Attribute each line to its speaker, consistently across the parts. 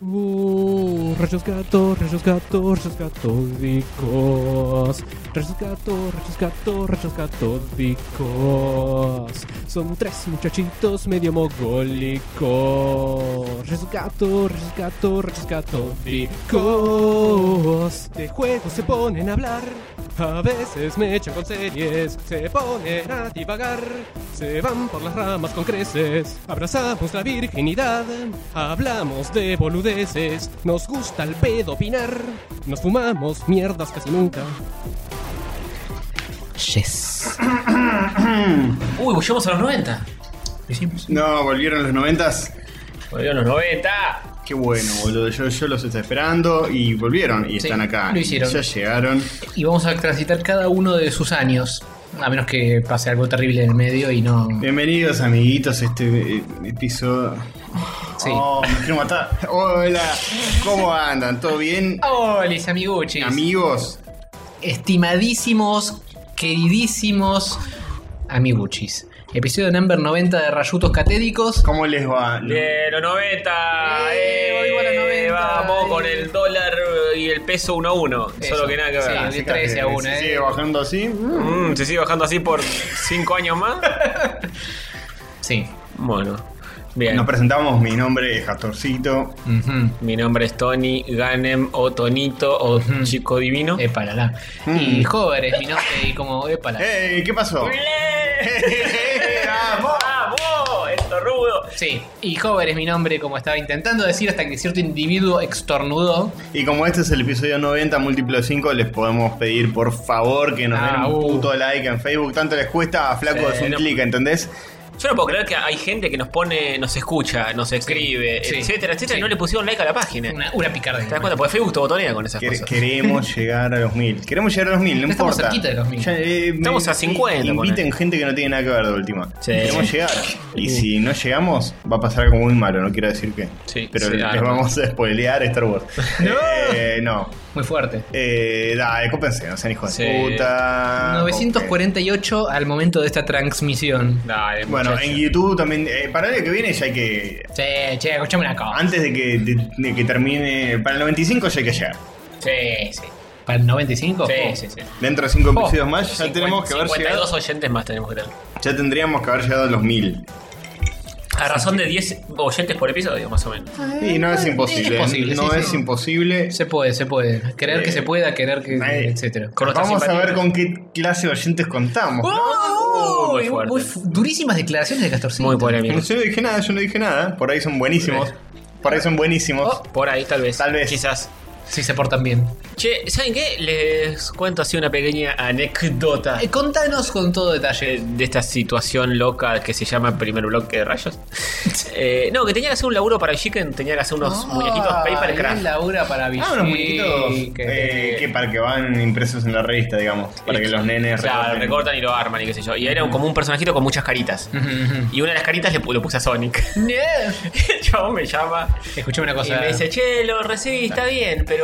Speaker 1: Uh, rayos gato, rayos gato, rayos catódicos. Rayos gato, rayos gato, rayos catódicos. Son tres muchachitos medio mogólicos. Rayos gato, rayos gato, rayos catódicos. De juegos se ponen a hablar. A veces me echan con series, se ponen a divagar, se van por las ramas con creces, abrazamos la virginidad, hablamos de boludeces, nos gusta el pedo opinar, nos fumamos mierdas casi nunca.
Speaker 2: Yes.
Speaker 3: Uy, volvemos a los 90. ¿Lo hicimos?
Speaker 4: No, volvieron los noventas.
Speaker 3: Volvieron los 90.
Speaker 4: Qué bueno, boludo. Yo, yo los estaba esperando y volvieron y
Speaker 3: Sí,
Speaker 4: están acá.
Speaker 3: lo hicieron.
Speaker 4: Ya llegaron.
Speaker 3: Y vamos a transitar cada uno de sus años. A menos que pase algo terrible en el medio y no.
Speaker 4: Bienvenidos, amiguitos, a este eh, episodio.
Speaker 3: Sí.
Speaker 4: Oh, me quiero matar. Hola, ¿cómo andan? ¿Todo bien?
Speaker 3: Hola, amiguchis.
Speaker 4: Amigos,
Speaker 3: Estimadísimos, queridísimos amiguchis. Episodio number 90 de Rayutos Catédicos.
Speaker 4: ¿cómo les va?
Speaker 5: De los 90.
Speaker 3: Eh, volvió a los 90,
Speaker 5: Vamos
Speaker 3: eh.
Speaker 5: con el dólar eh, y el peso 1 a 1.
Speaker 3: Eso.
Speaker 5: Solo que nada que
Speaker 3: Sí,
Speaker 5: ver.
Speaker 3: de 13 a 1,
Speaker 4: Se
Speaker 3: eh.
Speaker 4: sigue bajando así.
Speaker 5: Mm, ¿Se sigue bajando así por 5 años más?
Speaker 3: Sí.
Speaker 5: Bueno, bien.
Speaker 4: Nos presentamos, mi nombre es Jatorcito.
Speaker 3: Ujú.
Speaker 5: Mi nombre es Tony Ganem o Tonito o
Speaker 3: Ujú. Eh,
Speaker 5: Chico Divino.
Speaker 3: Epalala. Y jóvenes, mi nombre, y como Epalala.
Speaker 4: ¡Ey! ¿Qué pasó?
Speaker 5: ¡Vamos! ¡Vamos! ¡Esto rudo!
Speaker 3: Sí, y Hover es mi nombre, como estaba intentando decir, hasta que cierto individuo extornudó.
Speaker 4: Y como este es el episodio 90 múltiplo de 5, les podemos pedir por favor que nos
Speaker 3: Ah,
Speaker 4: den un
Speaker 3: uh.
Speaker 4: puto like en Facebook. Tanto les cuesta a Flaco
Speaker 5: Sí,
Speaker 4: es un
Speaker 5: no.
Speaker 4: clic, ¿entendés?
Speaker 5: Yo no puedo creer que hay gente que nos pone, nos escucha, nos escribe,
Speaker 3: Sí.
Speaker 5: etcétera, etcétera,
Speaker 3: Sí.
Speaker 5: y no le pusieron like a la página.
Speaker 3: Una, una picardía.
Speaker 5: ¿Te das cuenta? Porque Facebook te botonea con esas
Speaker 4: Quere-
Speaker 5: cosas.
Speaker 4: queremos llegar a los mil. Queremos llegar a los mil, no
Speaker 3: Estamos
Speaker 4: importa.
Speaker 3: cerquita de los mil.
Speaker 4: eh,
Speaker 5: Estamos
Speaker 4: me-
Speaker 5: a 50,
Speaker 4: Inviten
Speaker 5: ponele.
Speaker 4: gente que no tiene nada que ver de última.
Speaker 5: Sí.
Speaker 4: Queremos llegar. Y si no llegamos, va a pasar algo muy malo, no quiero decir qué.
Speaker 5: Sí,
Speaker 4: Pero
Speaker 5: sí,
Speaker 4: les
Speaker 5: arma.
Speaker 4: vamos a spoilear Star Wars. no. Eh, no.
Speaker 3: Muy fuerte.
Speaker 4: Eh, dale, cópense, no sean hijos de
Speaker 5: Sí. Ah,
Speaker 4: puta.
Speaker 3: 948 al momento de esta transmisión.
Speaker 5: Dale,
Speaker 4: Bueno,
Speaker 5: muchacho.
Speaker 4: en YouTube también. eh, para el año que viene ya hay que.
Speaker 3: Che, che, escuchame una cosa.
Speaker 4: Antes de que, de- de que termine. Para el 95 ya hay que llegar.
Speaker 3: Sí, sí. ¿Para el 95?
Speaker 5: Ah. Sí, sí, sí.
Speaker 4: Dentro de 5
Speaker 3: Oh,
Speaker 4: episodios más ya
Speaker 5: Cincuenta-
Speaker 4: tenemos que haber
Speaker 5: 52
Speaker 4: llegado.
Speaker 5: oyentes más tenemos que tener.
Speaker 4: Ya tendríamos que haber llegado a los 1000.
Speaker 5: A razón de 10 oyentes por episodio, más o menos.
Speaker 4: Y no es imposible.
Speaker 3: Es posible,
Speaker 4: no
Speaker 3: sí,
Speaker 4: es
Speaker 3: sí.
Speaker 4: imposible.
Speaker 3: Se puede, se puede. Querer que
Speaker 4: Eh,
Speaker 3: se pueda, querer que.
Speaker 4: eh,
Speaker 3: etcétera.
Speaker 5: con nuestra
Speaker 4: Vamos a
Speaker 5: simpatía.
Speaker 4: ver con qué clase de oyentes contamos.
Speaker 3: ¡Oh!
Speaker 5: Uy,
Speaker 3: Muy
Speaker 5: muy fuerte.
Speaker 3: fu- durísimas declaraciones de Castorcito.
Speaker 5: Muy polémico.
Speaker 4: No, yo no dije nada, yo no dije nada. Por ahí son buenísimos. Por ahí son buenísimos.
Speaker 5: Oh, Por ahí, tal vez.
Speaker 4: Tal vez.
Speaker 5: Quizás.
Speaker 3: Si se portan bien.
Speaker 5: Che, ¿saben qué? Les cuento así una pequeña anécdota
Speaker 3: Eh, contanos con todo
Speaker 5: eh,
Speaker 3: detalle.
Speaker 5: de esta situación loca que se llama primer bloque de rayos. Eh, no, que tenía que hacer un laburo para el chicken, tenía que hacer
Speaker 3: Ah,
Speaker 5: unos muñequitos Paper
Speaker 3: Es
Speaker 5: Craft.
Speaker 3: labura para
Speaker 4: Ah, unos muñequitos eh, que para que van impresos en la revista, digamos. Para que los nenes
Speaker 5: Claro,
Speaker 4: recorten. Mm.
Speaker 5: recortan y lo arman y qué sé yo. Y era como un personajito con muchas caritas. Y una de las caritas le pu- lo puse a Sonic. El chabón me llama
Speaker 3: Escuchame una
Speaker 5: y
Speaker 3: cosa.
Speaker 5: me dice, che, lo recibí, está bien, pero...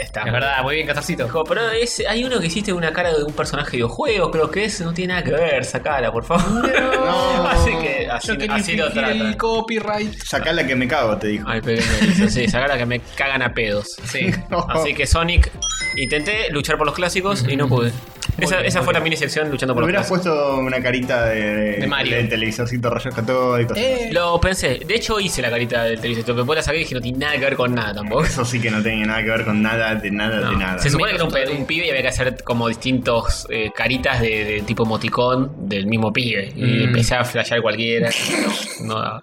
Speaker 5: Está
Speaker 3: Es verdad, muy bien, Castorcito.
Speaker 5: Dijo, pero es- hay uno que hiciste una cara de un personaje de videojuego, creo que es, no tiene nada que ver, sacala, por favor.
Speaker 4: No.
Speaker 5: así que así,
Speaker 3: Yo quería
Speaker 5: así lo
Speaker 3: infringir
Speaker 5: tratan.
Speaker 3: el copyright.
Speaker 4: Sacá la que me cago, te dijo.
Speaker 5: Ay, pequeño, dice, sí, sacala que me cagan a pedos.
Speaker 3: Sí.
Speaker 4: No.
Speaker 5: Así que Sonic, intenté luchar por los clásicos y no pude. Esa,
Speaker 3: bien,
Speaker 5: esa
Speaker 3: Mm. muy
Speaker 5: fue la mini sección luchando
Speaker 4: Me
Speaker 5: por los
Speaker 4: hubieras
Speaker 5: clásicos.
Speaker 4: puesto una carita de,
Speaker 3: De Mario.
Speaker 4: del televisorcito rayos católicos.
Speaker 3: Eh,
Speaker 5: Lo pensé, de hecho hice la carita del televisor, pero después la saqué y dije no tiene nada que ver con nada tampoco.
Speaker 4: Eso sí que no tenía nada que ver con nada, de nada, de
Speaker 5: No.
Speaker 4: nada.
Speaker 5: Se supone que era un, pe-
Speaker 3: Menos
Speaker 5: un pibe y había que hacer como distintos eh, caritas de, de tipo moticón del mismo pibe. Y
Speaker 3: Mm.
Speaker 5: empecé a flashear cualquiera. No, no daba.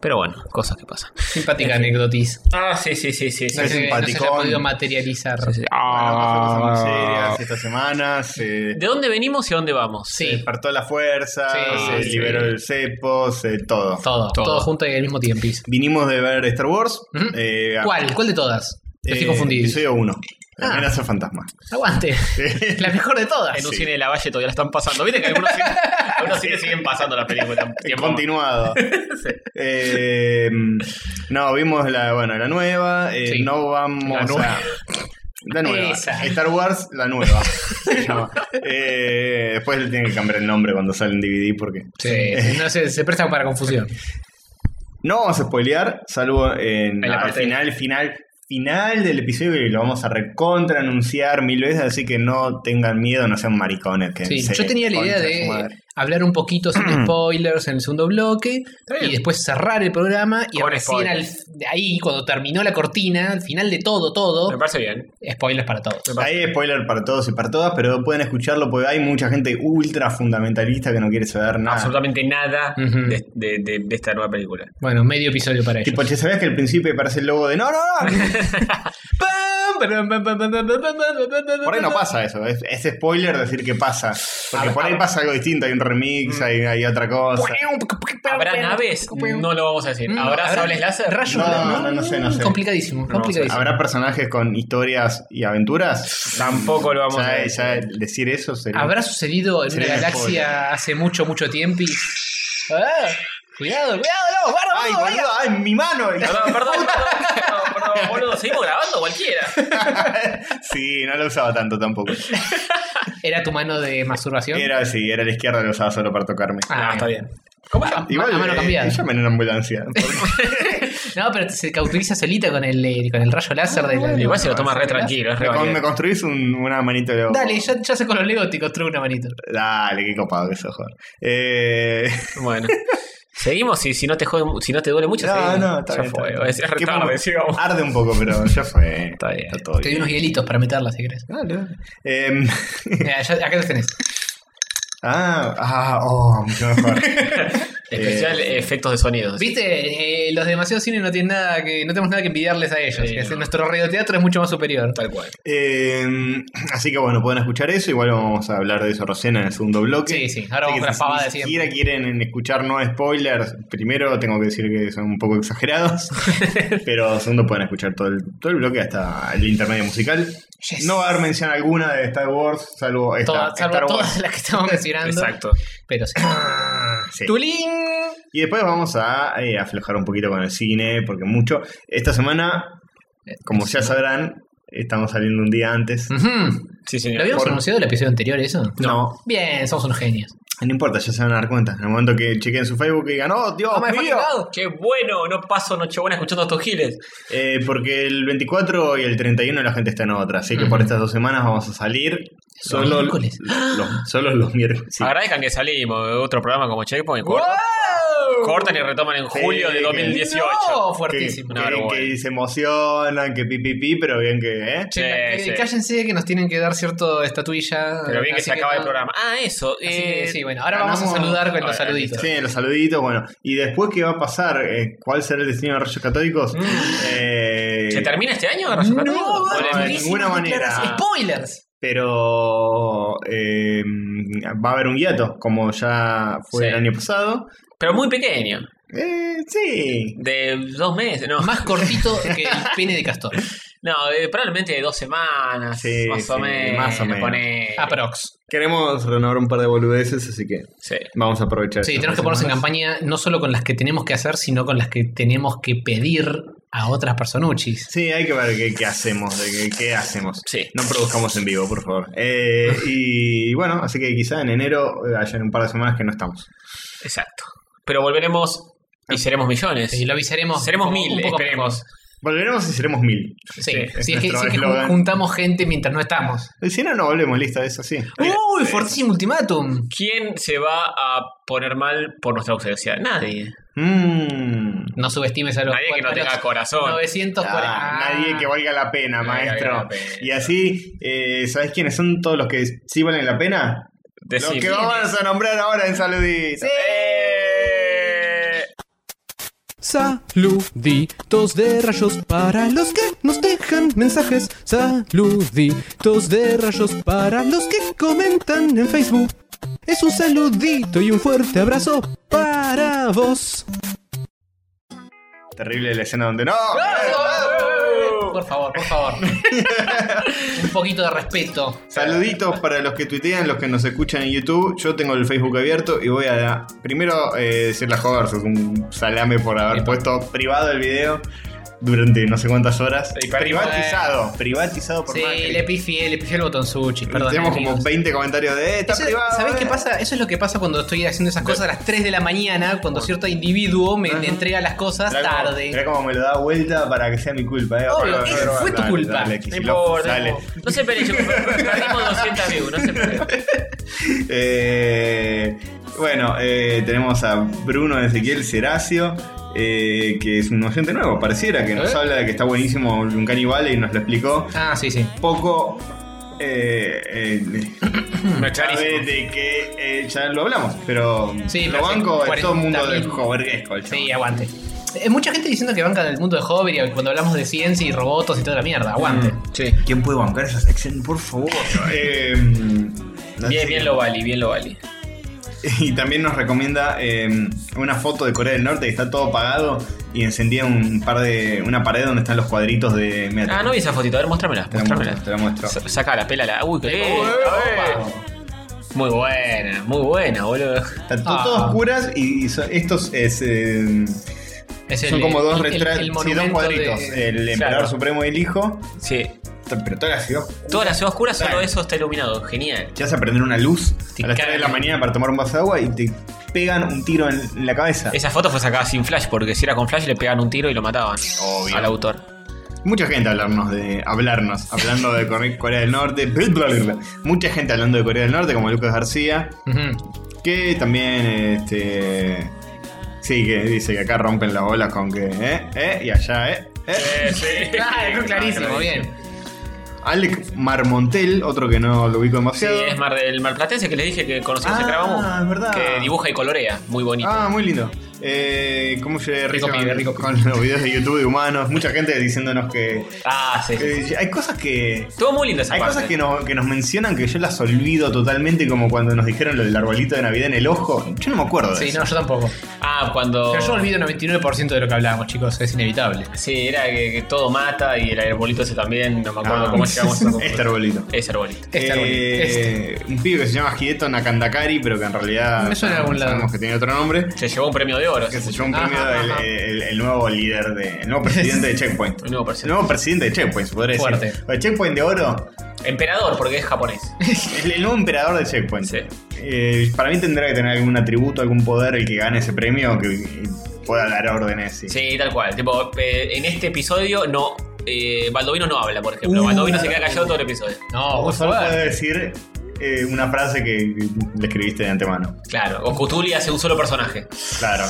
Speaker 5: Pero bueno, cosas que pasan.
Speaker 3: simpática anécdotis.
Speaker 5: Ah, sí, sí, sí, sí.
Speaker 3: No
Speaker 4: Es
Speaker 3: se, no se
Speaker 4: simpaticón.
Speaker 3: ha podido materializar. Sí,
Speaker 4: Ah, pasaron cosas muy serias esta semana, se
Speaker 5: ¿De dónde venimos y a dónde vamos?
Speaker 4: despertó la fuerza,
Speaker 3: Sí,
Speaker 4: se
Speaker 3: sí.
Speaker 4: liberó el cepo, se, todo.
Speaker 3: todo, todo.
Speaker 5: Todo.
Speaker 3: junto y al mismo tiempo.
Speaker 4: Vinimos de ver Star Wars.
Speaker 3: Ujú.
Speaker 4: eh,
Speaker 3: ¿Cuál? ¿Cuál de todas?
Speaker 4: eh,
Speaker 3: Estoy confundido.
Speaker 4: Episodio 1. La
Speaker 3: Ah.
Speaker 4: amenaza fantasma.
Speaker 3: Aguante. La mejor de todas.
Speaker 5: En un
Speaker 4: Sí.
Speaker 5: cine de la Valle todavía la están pasando. Viste que algunos cines, algunos cines siguen pasando las películas. Tiempo-
Speaker 4: Continuado. Eh, no, vimos la, bueno, la nueva. eh,
Speaker 3: Sí.
Speaker 4: No vamos
Speaker 3: La nueva.
Speaker 4: a. La nueva.
Speaker 3: Esa.
Speaker 4: Star Wars, la nueva. se llama. Eh, después le tienen que cambiar el nombre cuando sale en DVD porque.
Speaker 3: Sí, no sé, se presta para confusión.
Speaker 4: No vamos a spoilear, salvo en,
Speaker 5: En la
Speaker 4: al
Speaker 5: parte-
Speaker 4: final, final, final del episodio y lo vamos a recontra anunciar mil veces, así que no tengan miedo, no sean maricones. Que
Speaker 3: Sí,
Speaker 4: se
Speaker 3: yo tenía la idea
Speaker 4: contra su
Speaker 3: de
Speaker 4: madre.
Speaker 3: hablar un poquito sin spoilers en el segundo bloque
Speaker 5: Está bien.
Speaker 3: y después cerrar el programa y
Speaker 5: Con
Speaker 3: recién al,
Speaker 5: spoilers.
Speaker 3: ahí cuando terminó la cortina, al final de todo, todo,
Speaker 5: Me parece bien.
Speaker 3: spoilers para todos.
Speaker 4: Hay spoiler para todos y para todas, pero pueden escucharlo porque hay mucha gente ultra fundamentalista que no quiere saber nada.
Speaker 5: Absolutamente nada
Speaker 3: Ujú.
Speaker 5: de, de- de- de esta nueva película.
Speaker 3: Bueno, medio episodio para ellos.
Speaker 4: Tipo, che, ¿sabías que al principio parece el logo de no, no, no? Por ahí no pasa eso. Es, es spoiler decir que pasa. Porque por
Speaker 5: Ah,
Speaker 4: ahí pasa algo distinto. Hay un remix,
Speaker 5: Mm.
Speaker 4: hay, hay otra cosa.
Speaker 5: ¿Habrá naves? No lo vamos a decir.
Speaker 3: No,
Speaker 5: ¿Habrá
Speaker 3: Mm, habrá-
Speaker 5: sables láser?
Speaker 3: Rayos, mm,
Speaker 4: No, no, no sé, no sé.
Speaker 3: Complicadísimo,
Speaker 5: No,
Speaker 3: complicadísimo.
Speaker 4: ¿Habrá personajes con historias y aventuras?
Speaker 5: Tampoco lo vamos a
Speaker 4: Ya,
Speaker 5: decir.
Speaker 4: ya decir eso sería.
Speaker 3: ¿Habrá sucedido en
Speaker 4: Sería
Speaker 3: una
Speaker 4: un
Speaker 3: galaxia
Speaker 4: spoiler.
Speaker 3: hace mucho, mucho tiempo y... Ah, cuidado, cuidado, no, guarda,
Speaker 4: ¡Ay,
Speaker 3: guarda,
Speaker 4: boludo! ¡Ay, mi mano!
Speaker 5: Perdón, perdón, perdón, perdón, perdón, boludo, seguimos grabando cualquiera.
Speaker 4: sí, no lo usaba tanto tampoco.
Speaker 3: guarda. ¿Era tu mano de masturbación?
Speaker 4: Era, sí, era la izquierda, lo usaba solo para tocarme.
Speaker 3: Ah,
Speaker 5: Ah, está bien. ¿Cómo era?
Speaker 3: a mano
Speaker 4: eh,
Speaker 3: cambiada.
Speaker 4: llamen a una ambulancia.
Speaker 3: No, pero se cautiliza solita con el, eh, con el rayo láser de la...
Speaker 5: Igual se lo toma re tranquilo, es re
Speaker 4: Me,
Speaker 5: valiente.
Speaker 4: me construís un- una manito de
Speaker 3: Dale, ya, ya sé con los legos te construyo una manito.
Speaker 4: Dale, qué copado que sos, joder. Eh,
Speaker 5: Bueno. Seguimos y si no te jode mu- si no te duele mucho,
Speaker 4: No,
Speaker 5: seguimos.
Speaker 4: no, está
Speaker 5: ya
Speaker 4: bien,
Speaker 5: fue.
Speaker 4: está bien.
Speaker 5: Es re
Speaker 4: Qué
Speaker 5: tarde,
Speaker 4: poco-
Speaker 5: sigamos.
Speaker 4: arde un poco, pero ya fue.
Speaker 5: Está bien.
Speaker 4: todo
Speaker 3: Te di unos hielitos para meterla si querés.
Speaker 4: Em,
Speaker 3: Mira, ya- acá los tenés.
Speaker 4: ah, ah, oh, mucho mejor.
Speaker 5: Especial efectos de sonido.
Speaker 3: Viste, eh, los de demasiado cine no tienen nada que, no tenemos nada que envidiarles a ellos.
Speaker 5: Sí,
Speaker 3: Es-
Speaker 5: no.
Speaker 3: Nuestro radioteatro es mucho más superior.
Speaker 5: Tal cual.
Speaker 4: Em, así que bueno, pueden escuchar eso. Igual vamos a hablar de eso recién en el segundo bloque.
Speaker 3: Sí, sí, ahora vamos
Speaker 4: Así que
Speaker 3: con las
Speaker 4: si
Speaker 3: pavadas de
Speaker 4: ni
Speaker 3: siempre.
Speaker 4: siquiera quieren escuchar no spoilers, primero tengo que decir que son un poco exagerados. pero segundo pueden escuchar todo el, todo el bloque hasta el intermedio musical.
Speaker 3: Yes.
Speaker 4: No va a haber mención alguna de Star Wars, salvo esta,
Speaker 3: Todas- salvo
Speaker 4: Star Wars.
Speaker 3: todas las que estamos mencionando.
Speaker 5: Exacto.
Speaker 3: Pero sí.
Speaker 4: Sí.
Speaker 3: ¡Tulín!
Speaker 4: Y después vamos a eh, aflojar un poquito con el cine, porque mucho. Esta semana,
Speaker 3: Eh,
Speaker 4: como ya sabrán, estamos saliendo un día antes.
Speaker 3: Mm. Ujú.
Speaker 5: Sí,
Speaker 3: ¿Lo
Speaker 5: señor.
Speaker 3: habíamos
Speaker 4: Por-
Speaker 3: anunciado el episodio anterior eso?
Speaker 4: No.
Speaker 3: Bien, somos unos genios.
Speaker 4: No importa, ya se van a dar cuenta. En el momento que chequen su Facebook y digan, ¡Oh, Dios
Speaker 3: Oh, my fucking
Speaker 4: mío!
Speaker 3: God.
Speaker 5: Qué bueno, no paso Nochebuena escuchando estos giles.
Speaker 4: Eh, porque el 24 y el 31 la gente está en otra, así que
Speaker 3: Ujú.
Speaker 4: por estas dos semanas vamos a salir. Solo los,
Speaker 3: miércoles.
Speaker 4: los- solo los miércoles. sí.
Speaker 5: Agradezcan que salimos de otro programa como Checkpoint.
Speaker 3: ¡Wow!
Speaker 5: cortan- Cortan y retoman en
Speaker 4: Sí,
Speaker 5: julio de
Speaker 4: que-
Speaker 5: 2018.
Speaker 3: No,
Speaker 4: Que,
Speaker 3: fuertísimo.
Speaker 4: que-
Speaker 5: No, no,
Speaker 4: que
Speaker 5: bueno.
Speaker 4: se emocionan, que pi, pi, pi, pero bien que. ¿eh?
Speaker 3: Che,
Speaker 5: Sí,
Speaker 3: eh,
Speaker 5: sí.
Speaker 3: Cállense que nos tienen que dar cierto estatuilla.
Speaker 5: Pero bien que
Speaker 3: Así
Speaker 5: se acaba
Speaker 3: no-
Speaker 5: el programa. Ah, eso.
Speaker 3: Así que
Speaker 5: eh,
Speaker 3: sí, bueno, ahora vamos a
Speaker 4: ganamos-
Speaker 3: saludar con los
Speaker 5: Ahora,
Speaker 3: saluditos.
Speaker 4: Sí, los saluditos, bueno. ¿Y después qué va a pasar? Eh, ¿Cuál será el destino de los Rayos Católicos? Eh,
Speaker 5: ¿Se termina este año? Rayo Católico?
Speaker 4: no,
Speaker 5: Bueno,
Speaker 4: de ninguna manera.
Speaker 3: ¡Spoilers!
Speaker 4: Pero eh, va a haber un hiato, como ya fue
Speaker 5: Sí.
Speaker 4: el año pasado.
Speaker 5: Pero muy pequeño.
Speaker 4: Eh, sí.
Speaker 5: De dos meses, no.
Speaker 3: Más cortito que el pene de Castor.
Speaker 5: No, eh, probablemente de dos semanas.
Speaker 4: Sí,
Speaker 5: más, o
Speaker 4: sí,
Speaker 5: menos,
Speaker 4: más o menos. Ah,
Speaker 5: pone-
Speaker 3: Aprox.
Speaker 4: Queremos renovar un par de boludeces, así que
Speaker 5: Sí.
Speaker 4: vamos a aprovechar.
Speaker 3: Sí,
Speaker 4: estas
Speaker 3: tenemos que
Speaker 4: dos
Speaker 3: ponernos en
Speaker 4: semanas.
Speaker 3: campaña no solo con las que tenemos que hacer, sino con las que tenemos que pedir a otras personuchis.
Speaker 4: Sí, hay que ver qué, qué hacemos, de qué, qué hacemos.
Speaker 5: Sí.
Speaker 4: No produzcamos en vivo, por favor. Eh, y bueno, así que quizá en enero eh, haya un par de semanas que no estamos.
Speaker 5: Exacto. Pero volveremos
Speaker 4: Ah.
Speaker 5: y seremos millones.
Speaker 3: Y lo avisaremos.
Speaker 5: Seremos
Speaker 3: un poco-
Speaker 5: mil,
Speaker 3: un poco
Speaker 5: esperemos.
Speaker 4: Volveremos y seremos mil.
Speaker 3: mejor. Sí,
Speaker 5: Sí,
Speaker 3: si
Speaker 4: es
Speaker 3: es que,
Speaker 4: nuestro
Speaker 3: si es que
Speaker 4: eslogan.
Speaker 3: juntamos gente mientras no estamos.
Speaker 4: Eh, Si no, no volvemos, listo, eso sí.
Speaker 3: ¡Uy! Fortísimo ultimátum.
Speaker 5: ¿Quién se va a poner mal por nuestra ausencia? Nadie.
Speaker 4: Mm.
Speaker 3: No subestimes a los.
Speaker 5: Nadie que no
Speaker 3: a los
Speaker 5: tenga corazón.
Speaker 3: 940.
Speaker 4: Ah, Nadie que valga la pena,
Speaker 5: Nadie que
Speaker 4: maestro.
Speaker 5: valga la pena.
Speaker 4: Y así, eh, ¿sabés quiénes son todos los que sí valen la pena?
Speaker 5: Decime.
Speaker 4: Los que vamos a nombrar ahora en Saluditos.
Speaker 5: ¡Eh!
Speaker 1: Saluditos de rayos para los que nos dejan mensajes. Saluditos de rayos para los que comentan en Facebook. Es un saludito y un fuerte abrazo para vos.
Speaker 4: Terrible la escena donde no.
Speaker 3: Por favor, por favor. un poquito de respeto.
Speaker 4: Saluditos para los que tuitean, los que nos escuchan en YouTube. Yo tengo el Facebook abierto y voy a primero eh, decirle a Hogarth, es un salame por haber puesto privado el video. durante no sé cuántas horas.
Speaker 5: Y perdimos,
Speaker 4: privatizado, privatizado por
Speaker 3: Sí,
Speaker 4: Macri.
Speaker 3: le pifié, le pifié el botón sushi, perdón.
Speaker 4: Tenemos
Speaker 3: amigos.
Speaker 4: como 20 comentarios de eh, está
Speaker 3: Eso-
Speaker 4: privado.
Speaker 3: ¿Sabés
Speaker 4: eh".
Speaker 3: qué pasa? Eso es lo que pasa cuando estoy haciendo esas cosas a las 3 de la mañana, cuando cierto individuo me
Speaker 4: Ajá.
Speaker 3: entrega las cosas
Speaker 4: Mirá cómo- mirá
Speaker 3: tarde.
Speaker 4: cómo me lo da vuelta para que sea mi culpa. Eh.
Speaker 3: Obvio,
Speaker 4: Dale,
Speaker 3: es-
Speaker 4: dale,
Speaker 3: fue tu
Speaker 4: dale,
Speaker 3: culpa.
Speaker 4: dale,
Speaker 5: No
Speaker 4: Kicillof,
Speaker 5: importa.
Speaker 4: dale.
Speaker 5: No, no se peleen, yo- perdimos 200 views, no se peleen.
Speaker 4: Eh, bueno, eh, tenemos a Bruno Ezequiel Ceracio. eh, que es un oyente nuevo, pareciera que nos
Speaker 3: ¿Eh?
Speaker 4: habla de que está buenísimo un canibal y nos lo explicó.
Speaker 3: Ah, sí, sí.
Speaker 4: Poco. Eh, eh,
Speaker 5: No,
Speaker 4: sabe
Speaker 5: charísimo.
Speaker 4: de que eh, ya lo hablamos, pero
Speaker 3: Sí,
Speaker 4: lo
Speaker 3: pero sí,
Speaker 4: banco en
Speaker 3: 40.000.
Speaker 4: todo el mundo del joverguesco. el
Speaker 3: Sí, aguante. Eh, Mucha gente diciendo que bancan el mundo de Hover y cuando hablamos de ciencia y robotos y toda la mierda. Aguante.
Speaker 4: Mm.
Speaker 2: Sí.
Speaker 4: ¿Quién puede bancar esa sección, por favor? Eh, no sé.
Speaker 5: Bien, bien lo vali, bien lo vali.
Speaker 4: Y también nos recomienda eh, una foto de Corea del Norte que está todo apagado y encendía un par de una pared donde están los cuadritos de. mira,
Speaker 5: Ah, no vi esa fotito, a ver, muéstramela,
Speaker 4: te la muestro, te la
Speaker 5: muéstramela.
Speaker 4: muestro.
Speaker 5: Sa- Sacala, pélala. Uy, qué lindo.
Speaker 3: Opa.
Speaker 5: Muy buena, muy buena, boludo.
Speaker 4: Están to-
Speaker 3: Ah.
Speaker 4: todas oscuras y, y son- estos es, eh,
Speaker 3: Es
Speaker 4: son como dos
Speaker 3: el- el-
Speaker 4: retratos,
Speaker 3: el
Speaker 4: sí, dos
Speaker 3: monumento
Speaker 4: cuadritos. eh.
Speaker 3: de-
Speaker 4: El emperador
Speaker 5: Claro.
Speaker 4: supremo y el hijo,
Speaker 5: Sí.
Speaker 4: t- pero toda la ciudad.
Speaker 5: Toda la ciudad oscura, solo
Speaker 4: Dale.
Speaker 5: eso está iluminado. Genial.
Speaker 4: Te vas a prender una luz
Speaker 5: Te
Speaker 4: a las 3 de la
Speaker 5: cagan.
Speaker 4: mañana para tomar un vaso de agua y te pegan un tiro en, en la cabeza.
Speaker 5: Esa foto fue sacada sin flash, porque si era con flash le pegaban un tiro y lo mataban
Speaker 4: Obvio.
Speaker 5: al autor.
Speaker 4: Mucha gente hablarnos de hablarnos, hablando de Corre- Corea del Norte. bla, bla, bla, bla. Mucha gente hablando de Corea del Norte, como Lucas García,
Speaker 3: Ujú.
Speaker 4: que también este sí que dice que acá rompen la bola con que eh, eh y allá eh. eh.
Speaker 3: Ah, quedó clarísimo, bien.
Speaker 4: Alec Marmontel, otro que no lo ubico
Speaker 5: Sí,
Speaker 4: demasiado.
Speaker 5: es mar, el marplatense que les dije que conocimos
Speaker 4: Ah,
Speaker 5: en
Speaker 4: es
Speaker 5: Carabamu.
Speaker 4: verdad.
Speaker 5: Que dibuja y colorea, muy bonito.
Speaker 4: Ah, muy lindo. Eh, ¿Cómo llegué
Speaker 3: Rico
Speaker 4: recién
Speaker 3: pibe,
Speaker 4: con,
Speaker 3: rico pibe.
Speaker 4: con los videos de YouTube de humanos? Mucha gente diciéndonos que,
Speaker 5: Ah, sí. sí.
Speaker 4: que hay cosas que
Speaker 5: Estuvo muy linda esa
Speaker 4: Hay
Speaker 5: parte.
Speaker 4: cosas que, no- que nos mencionan que yo las olvido totalmente, como cuando nos dijeron lo del arbolito de Navidad en el ojo. Yo no me acuerdo de
Speaker 3: Sí,
Speaker 4: eso.
Speaker 3: no, yo tampoco.
Speaker 5: Ah, cuando.
Speaker 3: Pero yo olvido el 99% de lo que hablábamos, chicos. Es inevitable.
Speaker 5: Sí, era que, que todo mata y el arbolito ese también, no me acuerdo
Speaker 4: Ah,
Speaker 5: cómo llegamos a esa
Speaker 4: Este
Speaker 5: conclusión.
Speaker 4: arbolito.
Speaker 5: Ese arbolito.
Speaker 3: Este arbolito, este.
Speaker 4: Eh, Un pibe que se llama Hideto Nakandakari, pero que en realidad
Speaker 3: Me suena de algún lado.
Speaker 4: sabemos que tiene otro nombre.
Speaker 5: Se llevó un premio de oro.
Speaker 4: Que se
Speaker 5: sí.
Speaker 4: llevó un premio
Speaker 3: Ajá,
Speaker 4: del
Speaker 3: ajá.
Speaker 4: el- el nuevo líder, de, el nuevo presidente de Checkpoint.
Speaker 5: Un nuevo
Speaker 4: El
Speaker 5: personaje.
Speaker 4: nuevo presidente de Checkpoint, se podría
Speaker 3: Fuerte.
Speaker 4: decir. El Checkpoint de Oro
Speaker 5: Emperador, porque es japonés.
Speaker 4: El, el nuevo emperador de Checkpoint.
Speaker 5: Sí.
Speaker 4: Eh, para mí tendrá que tener algún atributo, algún poder el que gane ese premio que eh, pueda dar órdenes. y-
Speaker 5: Sí, tal cual. Tipo, eh, en este episodio no. Eh, Baldovino no habla, por ejemplo.
Speaker 4: Uh,
Speaker 5: Baldovino se queda callado todo el episodio.
Speaker 3: No,
Speaker 4: O
Speaker 3: por
Speaker 4: solo
Speaker 3: favor.
Speaker 4: puedes decir eh, una frase que le escribiste de antemano.
Speaker 5: Claro. O Cutuli hace un solo personaje.
Speaker 4: Claro.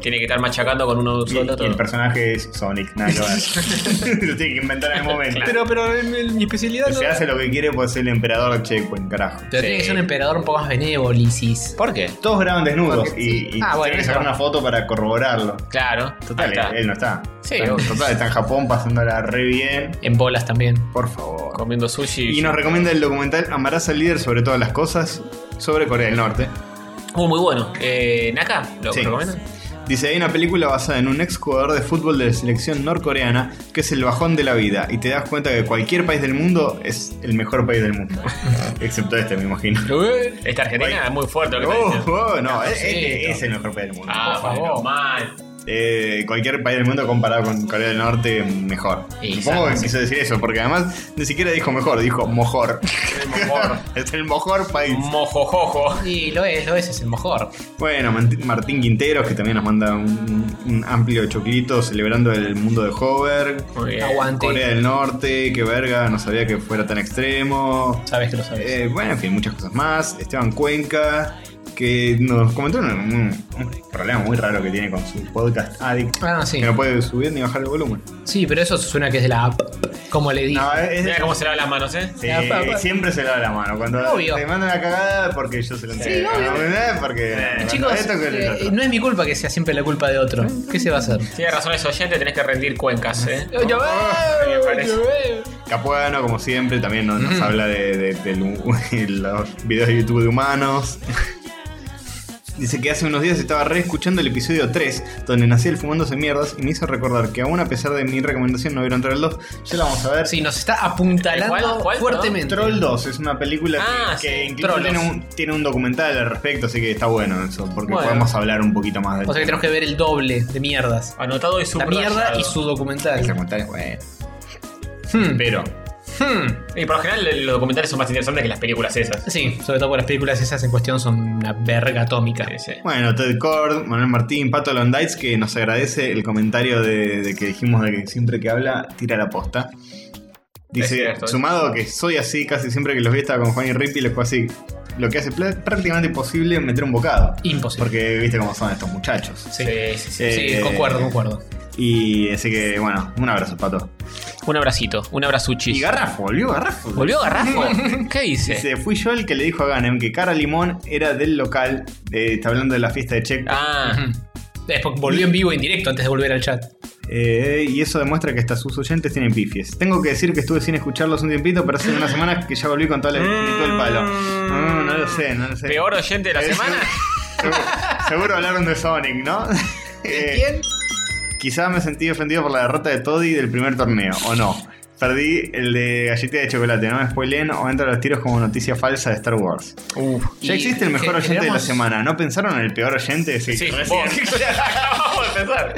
Speaker 5: Tiene que estar machacando con uno
Speaker 4: Y,
Speaker 5: solo.
Speaker 4: y el
Speaker 5: todo.
Speaker 4: personaje es Sonic, nada que ver. Lo tiene que inventar en el momento.
Speaker 5: Claro.
Speaker 3: pero en, mi especialidad
Speaker 4: Si Se hace lo que quiere, pues es el emperador de Checkpoint, carajo.
Speaker 3: Pero tiene que
Speaker 5: Sí.
Speaker 3: ser un emperador un poco más benévolisis.
Speaker 5: ¿Por qué?
Speaker 4: Todos graban desnudos
Speaker 3: Porque sí.
Speaker 4: y, y
Speaker 3: Ah, bueno,
Speaker 4: tenés que
Speaker 3: eso
Speaker 4: sacar
Speaker 3: va.
Speaker 4: una foto para corroborarlo.
Speaker 5: Claro.
Speaker 4: Total, eh,
Speaker 5: Ahí está.
Speaker 4: él, él no está.
Speaker 5: Sí,
Speaker 4: Está-
Speaker 5: obvio.
Speaker 4: total, está en Japón pasándola re bien.
Speaker 3: En bolas también.
Speaker 4: Por favor.
Speaker 5: Comiendo sushi.
Speaker 4: Y nos recomienda el documental Amarás al líder sobre todas las cosas sobre Corea del Norte.
Speaker 5: Uh, muy bueno. Eh, Naka, ¿lo
Speaker 4: Sí.
Speaker 5: recomiendan?
Speaker 4: Dice, hay una película basada en un ex jugador de fútbol de la selección norcoreana que es el bajón de la vida y te das cuenta que cualquier país del mundo es el mejor país del mundo. Excepto este, me imagino.
Speaker 5: Esta Argentina es muy fuerte lo que está
Speaker 4: Oh,
Speaker 5: diciendo.
Speaker 4: oh, no,
Speaker 3: sí,
Speaker 4: es, este
Speaker 3: no.
Speaker 4: es el mejor país del mundo.
Speaker 5: Ah,
Speaker 3: por
Speaker 5: bueno,
Speaker 3: favor.
Speaker 5: mal.
Speaker 4: Eh, cualquier país del mundo comparado con Corea del Norte, mejor.
Speaker 5: Y
Speaker 4: Supongo
Speaker 5: ya,
Speaker 4: que
Speaker 5: sí.
Speaker 4: quiso decir eso, porque además ni siquiera dijo mejor, dijo mejor.
Speaker 5: mejor.
Speaker 4: es el mejor país.
Speaker 5: Mojojojo.
Speaker 3: Y lo es, lo es, es el mejor.
Speaker 4: Bueno, Mant- Martín Quinteros, que también nos manda un, un amplio choclito celebrando el mundo de Hover.
Speaker 5: Muy
Speaker 3: Eh,
Speaker 5: bien.
Speaker 3: Aguante.
Speaker 4: Corea del Norte, que verga, no sabía que fuera tan extremo.
Speaker 3: Sabes que lo sabes.
Speaker 4: Eh, bueno, en fin, muchas cosas más. Esteban Cuenca, que nos comentó un, un- un problema muy raro que tiene con su podcast Addict.
Speaker 3: Ah, sí.
Speaker 4: Que no puede subir ni bajar el volumen.
Speaker 3: Sí, pero eso suena que es de la app. Como le dije.
Speaker 4: No, es-
Speaker 5: Mira cómo se lavan las manos, ¿eh?
Speaker 4: Sí,
Speaker 3: Ya, pa- pa-
Speaker 4: siempre se le da la mano. Cuando
Speaker 3: Obvio.
Speaker 4: te mandan la cagada, porque yo se lo entrego. ¿no? Porque. cuando
Speaker 3: Chicos,
Speaker 4: esto, que
Speaker 3: eh,
Speaker 4: lo otro.
Speaker 3: no es mi culpa que sea siempre la culpa de otro. ¿Qué se va a hacer?
Speaker 5: Tienes razón ese oyente, tenés que rendir cuencas, ¿eh?
Speaker 4: Oh,
Speaker 3: Yo veo,
Speaker 5: me parece.
Speaker 3: yo veo.
Speaker 4: Capuano, como siempre, también nos, nos habla de, de- de lu- los videos de YouTube de humanos. Dice que hace unos días estaba reescuchando el episodio 3, donde nací el fumándose mierdas, y me hizo recordar que aún a pesar de mi recomendación no vieron Troll 2, ya la vamos a ver.
Speaker 3: Sí, nos está apuntalando
Speaker 5: ¿Cuál? ¿Cuál?
Speaker 3: fuertemente.
Speaker 4: Troll 2 es una película
Speaker 5: Ah,
Speaker 4: que, que
Speaker 5: sí,
Speaker 4: incluso tiene
Speaker 5: Trollos.
Speaker 4: un, tiene un documental al respecto, así que está bueno eso, porque
Speaker 3: Bueno.
Speaker 4: podemos hablar un poquito más del
Speaker 3: O sea que tenemos que ver el doble de mierdas.
Speaker 5: Anotado y
Speaker 3: La
Speaker 5: subrayado.
Speaker 3: mierda y su
Speaker 4: el
Speaker 3: documental.
Speaker 4: documental. es bueno.
Speaker 3: Hmm,
Speaker 4: Pero,
Speaker 3: hmm.
Speaker 5: Y por lo general los documentales son más interesantes que las películas esas.
Speaker 3: Sí, sobre todo por las películas esas en cuestión son una verga atómica.
Speaker 5: Sí, sí.
Speaker 4: bueno, Ted Cord, Manuel Martín, Pato Londaitz, que nos agradece el comentario de, de que dijimos de que siempre que habla, tira la posta. Dice,
Speaker 5: Es cierto, es
Speaker 4: sumado que soy así casi siempre que los vi estaba con Juan y Rippy, les fue así. Lo que hace pl- prácticamente imposible meter un bocado.
Speaker 3: Imposible.
Speaker 4: Porque viste cómo son estos muchachos.
Speaker 5: Sí, sí, sí.
Speaker 3: Sí,
Speaker 4: Eh,
Speaker 3: concuerdo, concuerdo.
Speaker 4: Y así que, bueno, un abrazo, Pato.
Speaker 5: Un abracito, un
Speaker 4: Y
Speaker 5: abrazuchis.
Speaker 4: Garrafo, volvió Garrafo.
Speaker 5: ¿Volvió Garrafo? ¿Qué dice?
Speaker 4: Dice, fui yo el que le dijo a Ganem que Cara Limón era del local, eh, está hablando de la fiesta de Check,
Speaker 5: Ah,
Speaker 3: Ujú. Después volvió en vivo, en directo, antes de volver al chat.
Speaker 4: eh, y eso demuestra que hasta sus oyentes tienen pifies. Tengo que decir que estuve sin escucharlos un tiempito, pero hace unas semanas que ya volví con toda la, con todo el palo. Mm, no lo sé, no lo sé.
Speaker 5: peor oyente de la
Speaker 4: Eh,
Speaker 5: semana.
Speaker 4: Seguro, seguro hablaron de Sonic, ¿no? Eh, Quizá me sentí ofendido por la derrota de Toddy del primer torneo, o no. Perdí el de galletita de chocolate, no me spoilen o entro a los tiros como noticia falsa de Star Wars. Ya
Speaker 3: Y
Speaker 4: existe el mejor
Speaker 3: ge-
Speaker 4: oyente de la
Speaker 3: generamos-
Speaker 4: semana. ¿No pensaron en el peor oyente? Sí,
Speaker 5: Sí,
Speaker 4: recién.
Speaker 5: vos. Acabamos de empezar.